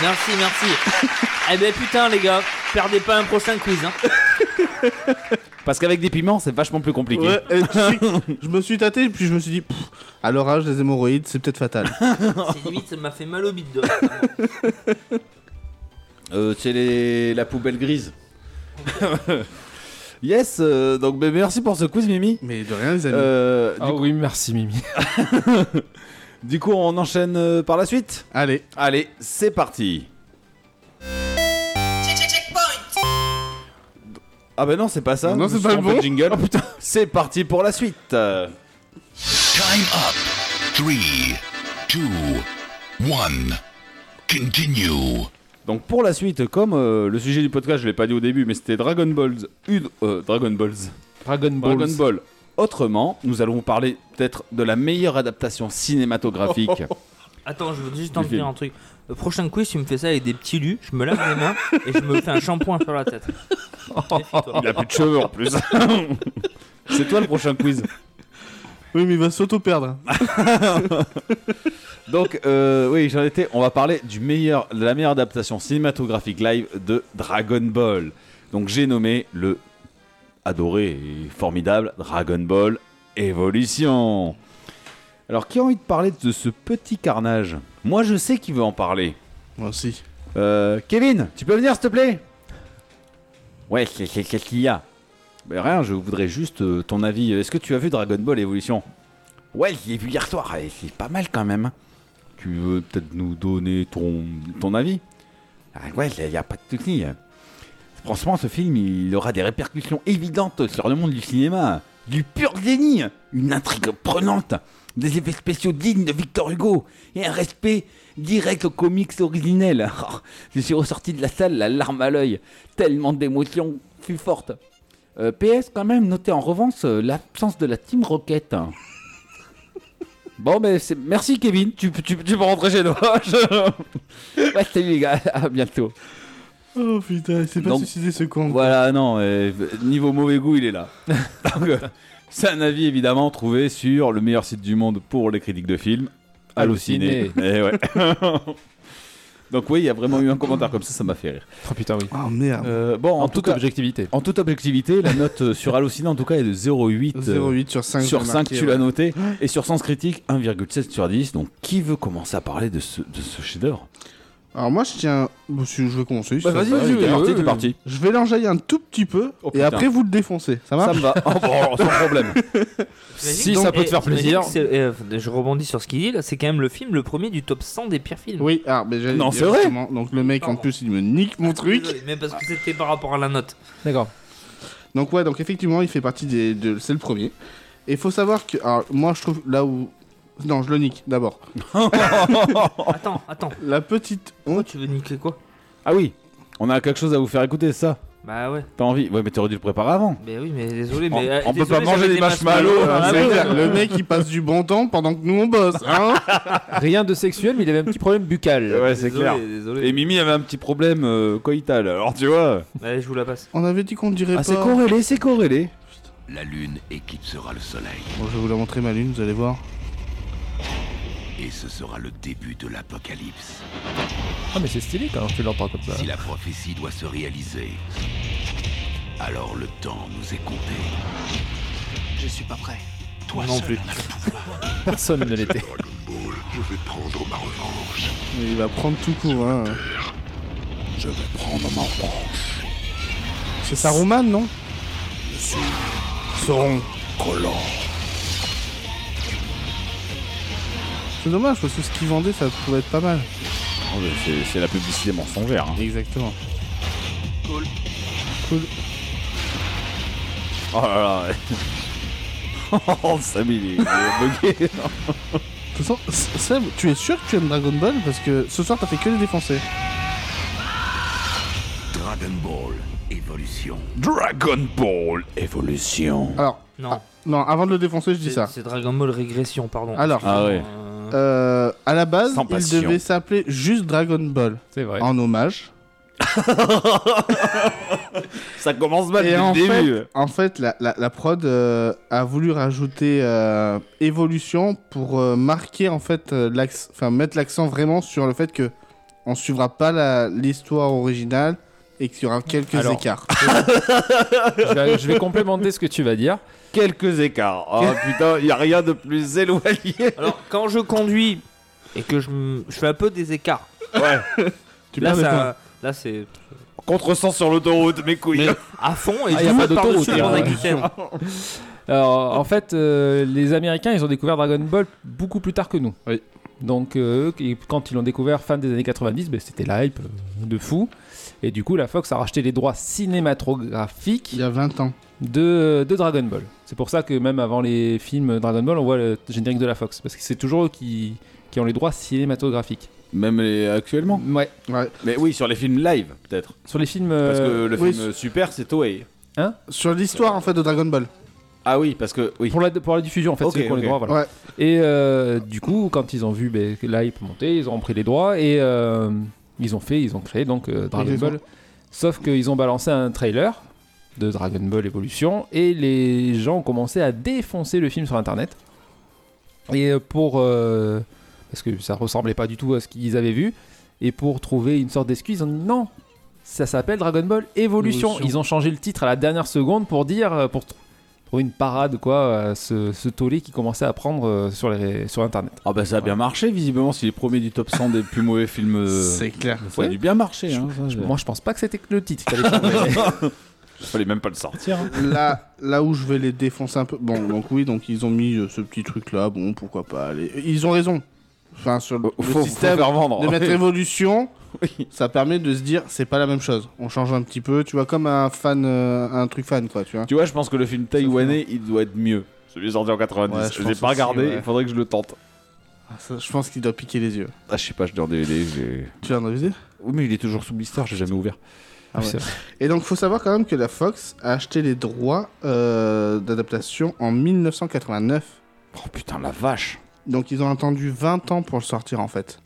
Merci, merci. eh ben putain les gars, perdez pas un prochain quiz. Hein.
Parce qu'avec des piments, c'est vachement plus compliqué.
Ouais, et tu sais que je me suis tâté, puis je me suis dit, pff, à l'orage des hémorroïdes, c'est peut-être fatal.
C'est limite, ça m'a fait mal au bide. hein. de-
Euh, c'est les... la poubelle grise. yes, euh, donc bah, merci pour ce quiz, Mimi.
Mais de rien, les amis.
Euh,
Ah oui, merci, Mimi.
Du coup, on enchaîne euh, par la suite
Allez.
Allez, c'est parti Ah bah non, c'est pas ça.
Non,
Je
c'est
me
pas
suis
le
trompé de
bon. Oh,
jingle. C'est parti pour la suite Euh,
Time up. Three, two, one. Continue.
Donc pour la suite, comme euh, le sujet du podcast, je l'ai pas dit au début, mais c'était Dragon Balls. Une, euh, Dragon Balls.
Dragon Ball.
Dragon Ball. autrement. Nous allons vous parler peut-être de la meilleure adaptation
Oh,
cinématographique.
Attends, je veux juste
Du
en dire
film.
un truc. Le prochain quiz, tu me fais ça avec des petits lus, je me lave les mains et je me fais un shampoing sur la tête. Méfie-toi.
Il a plus de cheveux en plus. [LAUGHS] C'est toi le prochain quiz.
Oui, mais il va s'auto-perdre.
Donc euh, oui, j'en étais. On va parler du meilleur, de la meilleure adaptation cinématographique live de Dragon Ball. Donc j'ai nommé le adoré et formidable Dragon Ball Evolution. Alors qui a envie de parler de ce petit carnage Moi je sais qui veut en parler.
Moi aussi.
Euh, Kevin, tu peux venir s'il te plaît Ouais, qu'est- qu'est- qu'est-ce qu'il y a Ben rien, je voudrais juste euh, ton avis. Est-ce que tu as vu Dragon Ball Evolution Ouais, je l'ai vu hier soir, et c'est pas mal quand même. Tu veux peut-être nous donner ton, ton avis Ah ouais, il n'y a pas de souci. Franchement, ce film, il aura des répercussions évidentes sur le monde du cinéma. Du pur génie Une intrigue prenante Des effets spéciaux dignes de Victor Hugo Et un respect direct aux comics originels. [LAUGHS] Oh, je suis ressorti de la salle la larme à l'œil. Tellement d'émotions fut forte. Euh, PS quand même, notez en revanche euh, l'absence de la Team [LAUGHS] Rocket. Bon, mais c'est... merci Kevin, tu, tu, tu peux rentrer chez nous. Je- [LAUGHS] ouais, salut les gars, à bientôt.
Oh putain, il s'est pas
Donc-
suicidé ce con.
Voilà, non, euh, niveau mauvais goût, il est [LAUGHS] là. Donc, euh, c'est un avis évidemment trouvé sur le meilleur site du monde pour les critiques de films, Allociné. Eh ouais. [LAUGHS] Donc oui, il y a vraiment eu un commentaire comme ça, ça m'a fait rire.
Oh putain, oui.
Oh merde.
Euh, bon, en,
En
tout
toute
cas,
objectivité.
en toute objectivité, la note [LAUGHS] euh, sur Allociné en tout cas est de 0,8 euh,
0,8 sur 5.
sur 5, tu l'as [LAUGHS] noté, et sur Sens Critique 1,7 sur 10. Donc qui veut commencer à parler de ce, de ce chef-d'œuvre
Alors moi, je tiens... bon, si Je vais commencer. si ça
vas-y,
va.
vas-y,
t'es
oui,
parti,
oui,
t'es
oui.
parti.
Je vais l'enjailler un tout petit peu,
Oh,
et
putain.
après vous le défoncez. Ça marche
Ça me va. [LAUGHS] Oh, bon, sans problème.
Si ça peut te
eh,
faire plaisir.
je rebondis sur ce qu'il dit là, c'est quand même le film le premier du top 100 des pires films.
Oui, alors, mais j'allais
Non,
dire
c'est vrai.
justement, Donc le mec, en
Pardon.
plus, il me nique mon truc.
Désolé, Mais parce que c'était par rapport à la note.
D'accord.
Donc ouais, donc effectivement, il fait partie des... de- C'est le premier. Et il faut savoir que... Alors moi, je trouve là où... Non, je le nique d'abord.
Attends, attends.
La petite
Pourquoi
honte...
tu veux niquer quoi
Ah oui, on a quelque chose à vous faire écouter, c'est ça
Bah ouais.
T'as envie Ouais, mais t'aurais dû le préparer avant.
Mais oui, mais désolé,
On-
mais. euh,
on peut
désolé,
pas manger
j'avais
des marshmallows,
marshmallows.
hein,
Ah
C'est
ouais,
clair,
ouais.
euh, le mec, il passe du bon temps pendant que nous, on bosse. Hein
Rien de sexuel, mais il avait un petit problème buccal.
Ouais, c'est
Désolé,
clair.
Désolé.
Et Mimi avait un petit problème euh, coïtal, alors tu vois.
Allez, je vous la passe.
on avait dit qu'on dirait
Ah,
pas.
corrélé, Ah, c'est corrélé.
La lune éclipsera le soleil
Bon, je vais vous la montrer ma lune, vous allez voir.
et ce sera le début de l'apocalypse.
Ah, mais c'est stylé quand tu l'entends comme ça.
Si la prophétie doit se réaliser, alors le temps nous est compté.
Je suis pas prêt.
Toi
Non
seul
plus.
en as le pouvoir.
Personne ne l'était.
Dragon Ball, je vais prendre ma revanche.
Mais il va prendre tout court. Hein.
Je vais prendre ma revanche.
C'est Saruman, non Sauron.
Collant.
C'est dommage parce que ce qu'il vendait, ça pouvait être pas mal.
Oh, mais c'est- C'est la publicité mensongère. hein.
Exactement.
Oh là là. ouais. [LAUGHS] Oh, Sam, il est- il est bugué.
De toute façon, S- Seb, tu es sûr que tu aimes Dragon Ball Parce que ce soir, t'as fait que les défoncer.
Dragon Ball, évolution.
Dragon Ball Evolution.
Alors,
Non.
non, avant de le défoncer, je dis
C'est
ça.
c'est Dragon Ball Régression, pardon.
Alors.
Ah ouais.
Euh,
Euh, à la base,
Sans
il
passion.
devait s'appeler juste Dragon Ball
C'est vrai.
en hommage.
Ça commence mal
Et
depuis
en
le début.
fait, en fait, la, la- la prod euh, a voulu rajouter euh, évolution pour euh, marquer en fait euh, l'acc- enfin mettre l'accent vraiment sur le fait que on suivra pas la- l'histoire originale et qu'il y aura quelques
Alors,
écarts.
je, vais, je vais complémenter ce que tu vas dire.
Quelques écarts. Oh putain, il y a rien de plus [LAUGHS] éloigné.
Alors, quand je conduis et que je, m- je fais un peu des écarts, [LAUGHS]
Ouais.
Tu
là,
perds de temps.
ça, là c'est
Contresens sur l'autoroute, mes couilles.
à fond et
Ah,
je
y a
me
pas
pars
d'autoroute,
dessus
hein.
dans la glissade.
Alors, en fait, euh, les Américains, ils ont découvert Dragon Ball beaucoup plus tard que nous.
Oui.
Donc, euh, eux, qui- quand ils l'ont découvert fin des années 90, ben, c'était l'hype euh, de fou. Et du coup, la Fox a racheté les droits cinématographiques
Il y a 20 ans.
de, de Dragon Ball. C'est pour ça que même avant les films Dragon Ball, on voit le générique de la Fox. Parce que c'est toujours eux qui, qui ont les droits cinématographiques.
[LAUGHS] Même les- actuellement.
Ouais.
Ouais.
Mais oui, sur les films live, peut-être.
Sur les films.
Parce
euh,
que le
oui,
film super, c'est Toei.
Sur l'histoire en fait de Dragon Ball.
Ah oui, parce que. Oui.
Pour la, pour la diffusion, en fait,
Ok,
c'est eux qui ont les
ok.
droits. voilà.
Ouais.
Et euh, du coup, quand ils ont vu ben, que l'hype monter, ils ont pris les droits et euh, ils ont fait, ils ont créé donc euh, Dragon
Ils ont-
Ball. Sauf qu'ils ont balancé un trailer de Dragon Ball Evolution et les gens ont commencé à défoncer le film sur internet. Et euh, pour. euh, parce que ça ressemblait pas du tout à ce qu'ils avaient vu. Et pour trouver une sorte d'excuse, ils ont dit non, ça s'appelle Dragon Ball Evolution.
Evolution.
Ils ont changé le titre à la dernière seconde pour dire, euh, pour tr- trouver une parade, quoi, à ce, ce tollé qui commençait à prendre euh, sur, les, sur Internet.
Ah bah ça a bien marché, visiblement, s'il est premier du top 100 des plus mauvais films. euh,
C'est clair.
Ça a
Ouais.
dû bien marcher. hein, ça, je-
Moi, je pense pas que c'était que le titre. [LAUGHS] qu'il fallait changer.
Fallait même pas le sortir. hein.
là, là où je vais les défoncer un peu. Bon, donc oui, donc ils ont mis euh, ce petit truc là. Bon, pourquoi pas. Allez. Ils ont raison. Enfin, sur le,
Faut-
le
faut
système
faire vendre.
de
[LAUGHS]
mettre
Oui.
évolution,
Oh. Oui.
ça permet de se dire c'est pas la même chose. On change un petit peu, tu vois, comme un fan, euh, un truc fan quoi, tu vois.
Tu vois, je pense que le film taïwanais, il doit être mieux. Celui sorti en 90.
Ouais, je
je l'ai
pense
pas
aussi,
regardé,
ouais.
il faudrait que je le tente.
Ça, je pense qu'il doit piquer les yeux.
Ah, je sais pas, je l'ai en DVD. j'ai-
Tu viens de réviser
Oui, mais il est toujours sous blister, j'ai jamais ouvert.
Ah ouais. Et donc, faut savoir quand même que la Fox a acheté les droits euh, d'adaptation en 1989.
Oh putain, la vache.
Donc, ils ont attendu 20 ans pour le sortir en fait.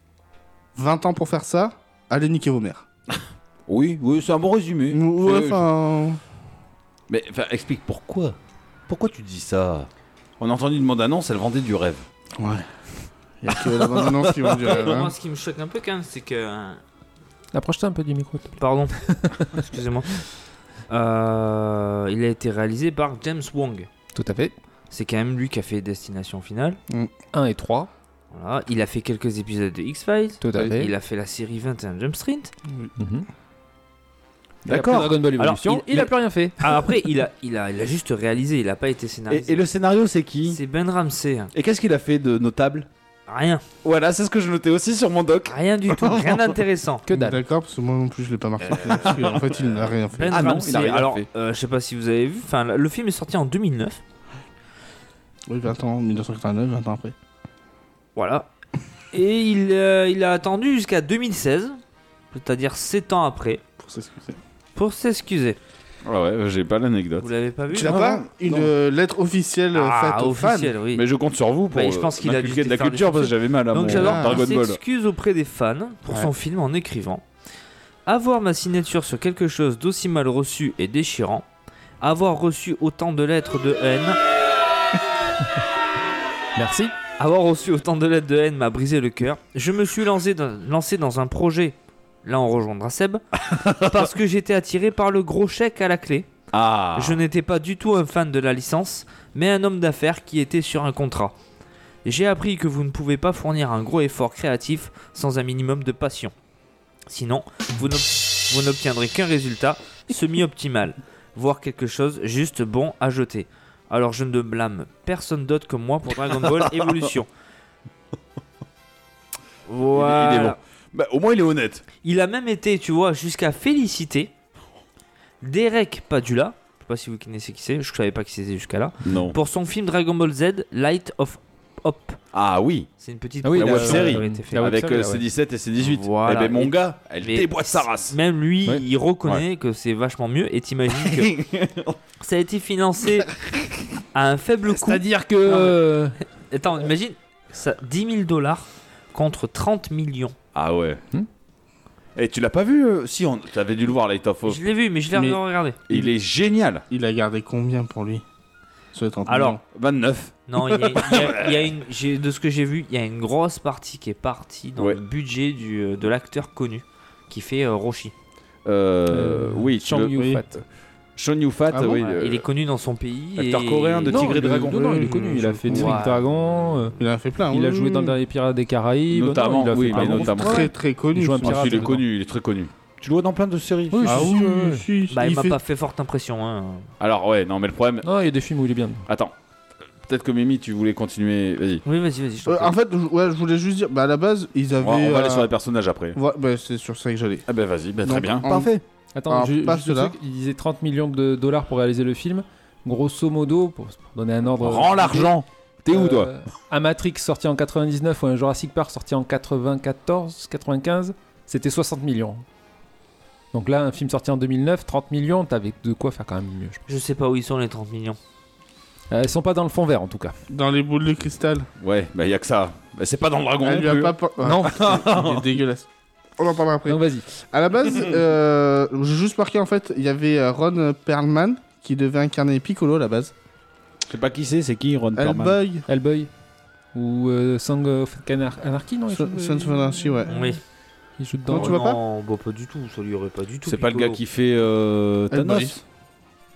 20 ans pour faire ça Allez, niquer vos mères.
Oui, oui, c'est un bon résumé.
Ouais,
C'est-
enfin.
Mais enfin, explique pourquoi. Pourquoi tu dis ça On a entendu une bande-annonce, elle vendait du rêve.
Ouais. Il y a que la bande-annonce qui vend du
[LAUGHS]
rêve. hein.
Moi, ce qui me choque un peu quand même, c'est que
Approche-toi un peu du micro.
Pardon, [LAUGHS] excusez-moi. Euh, il a été réalisé par James Wong.
Tout à fait.
C'est quand même lui qui a fait Destination Finale.
1 et 3.
Voilà. Il a fait quelques épisodes de X-Files.
Tout à fait.
Il a fait la série 21 Jump Street.
Mhm. Il a
D'accord.
pris Dragon Ball
Alors,
Evolution.
il-
il, a plus rien fait.
Ah, après, il a, il, a, il a juste réalisé, il a pas été scénarisé.
Et, et le scénario, c'est qui
C'est Ben Ramsey. hein.
Et qu'est-ce qu'il a fait de notable
Rien,
Voilà, c'est ce que je notais aussi sur mon doc.
rien du tout,
[LAUGHS]
rien d'intéressant.
Que dalle.
D'accord, parce que moi non plus je l'ai pas marqué. Parce que, en fait, il n'a rien fait.
Ben
Ah non,
Ramsey,
il a rien
alors,
fait.
euh, je sais pas si vous avez vu, enfin, le film est sorti en 2009.
Oui, 20 ans, 1989, 20 ans après.
[LAUGHS] Voilà. Et il, euh, il a attendu jusqu'à 2016, c'est-à-dire 7 ans après,
Pour s'excuser.
pour s'excuser.
Ah ouais, j'ai pas l'anecdote.
Vous l'avez pas vu
Tu n'as
Non,
pas
non,
une
non.
euh, lettre officielle euh,
Ah,
faite aux fans
officiel, oui.
Mais je compte sur vous pour euh,
Bah, je pense qu'il a dû
m'inculquer de la
faire des
culture parce que
chercheurs.
j'avais mal à mon
Donc j'adore
Dragon
qu'il
Ball.
s'excuse auprès des fans pour son film en écrivant Avoir ma signature sur quelque chose d'aussi mal reçu et déchirant, avoir reçu autant de lettres de haine,
Merci.
Avoir reçu autant de lettres de haine m'a brisé le cœur. Je me suis lancé dans, lancé dans un projet, là on rejoindra Seb, parce que j'étais attiré par le gros chèque à la clé.
Ah
Je n'étais pas du tout un fan de la licence, mais un homme d'affaires qui était sur un contrat. J'ai appris que vous ne pouvez pas fournir un gros effort créatif sans un minimum de passion. Sinon, vous n'ob- vous n'obtiendrez qu'un résultat semi-optimal, voire quelque chose juste bon à jeter. Alors je ne blâme personne d'autre que moi pour Dragon Ball Evolution. Voilà.
bon. Bah, au moins il est honnête.
Il a même été, tu vois, jusqu'à féliciter Derek Padula, je sais pas si vous connaissez qui c'est, je savais pas qui c'était jusqu'à là,
Non.
pour son film Dragon Ball Z Light of Hop.
Ah oui,
C'est une petite
Ah oui,
la
production
web-série.
qui avait été faite.
La Ah oui,
avec
ça,
euh,
là, ouais.
C17 et C18.
Voilà.
Eh ben mon
Et-
gars, elle
Mais
déboîte sa race.
Même lui,
Ouais.
il reconnaît que c'est vachement mieux et t'imagines que ça a été financé à un faible coût.
C'est-à-dire que.
mais-
euh,
Attends, imagine, ça, 10 000 dollars contre 30 millions.
Ah ouais.
Hmm
Et tu l'as pas vu euh, Si, on... t'avais dû le voir, Light of Hope.
Je l'ai vu, mais je l'ai
Mais-
regardé.
Il est génial.
Il a gardé combien pour lui Sur les 30
Alors,
millions
29.
Non, il y a- il y a- il y a une- j'ai- de ce que j'ai vu, il y a une grosse partie qui est partie dans
Ouais.
le budget du, euh, de l'acteur connu qui fait euh, Roshi.
Euh, oui, tu
Shang
le-
Yu
oui.
Fat.
Sean Yu Fat,
Ah bon
oui. euh,
Voilà,
le-
Il est connu dans son pays.
acteur
et-
coréen de
Non,
Tigre et
il est-
Dragon. Mmh.
Non, non, il est
Oui,
connu. Il a
je
fait
vois.
Tigre et Dragon. euh,
il en a fait plein.
Il a
oui,
joué
oui,
dans
oui.
le dernier Pirate des Caraïbes.
Ah Notamment,
Non, il a
oui,
fait
mais
un gros
notamment.
travail.
Très très connu.
Il joue un
ce
Ah,
pirate.
mec.
si, il est
dedans.
connu, il est très connu. Tu le vois dans plein de séries.
Oui,
Ah
si, si,
oui,
oui, oui.
si, si,
Bah, il
il
m'a
fait-
pas fait forte impression. hein.
Alors ouais, non mais le problème...
Non, Ah, il y a des films où il est bien.
Attends, peut-être que Mimi, tu voulais continuer... Vas-y.
Oui, vas-y, vas-y. je t'en
Euh,
prie.
En fait, je- ouais, je voulais juste dire, bah à la base, ils
On
avaient.
va, on va aller
euh,
sur les personnages après.
ouais, bah, c'est sur ça que j'allais.
Ah ben vas-y, ben, très
Donc,
bien.
en-
Attends,
Alors,
ju-
pas
juste le
ceux-là.
truc, il disait 30 millions de dollars pour réaliser le film. Grosso modo, pour, pour donner un ordre.
Rends l'argent T'es où
Euh,
toi
Un Matrix sorti en 99 ou un Jurassic Park sorti en 94, 95, c'était 60 millions. Donc là, un film sorti en 2009, 30 millions, t'avais de quoi faire quand même mieux. je pense.
Je sais pas où ils sont les 30 millions.
Euh, elles sont pas dans le fond vert en tout cas.
Dans les boules de cristal.
Ouais, bah y a que ça. Bah, c'est pas dans le dragon.
Elle
non
lui a
plus. hein.
pas. pen-
Non,
[LAUGHS] Il est dégueulasse. On en parlera après.
donc vas-y.
À la base, euh, j'ai juste marqué en fait, il y avait euh, Ron Perlman qui devait incarner Piccolo à la base.
Je sais pas qui c'est, c'est qui Ron Perlman
Hellboy,
Hellboy ou euh, Song of Anar- Anarchy, non il
Son-
joue- euh,
Sons of Anarchy, ouais.
Oui.
Il joue dedans.
Non,
ouais.
tu vois pas
Euh, non, bah, pas du tout, ça lui aurait pas du tout.
C'est pas le gars
Piccolo.
qui fait euh, Thanos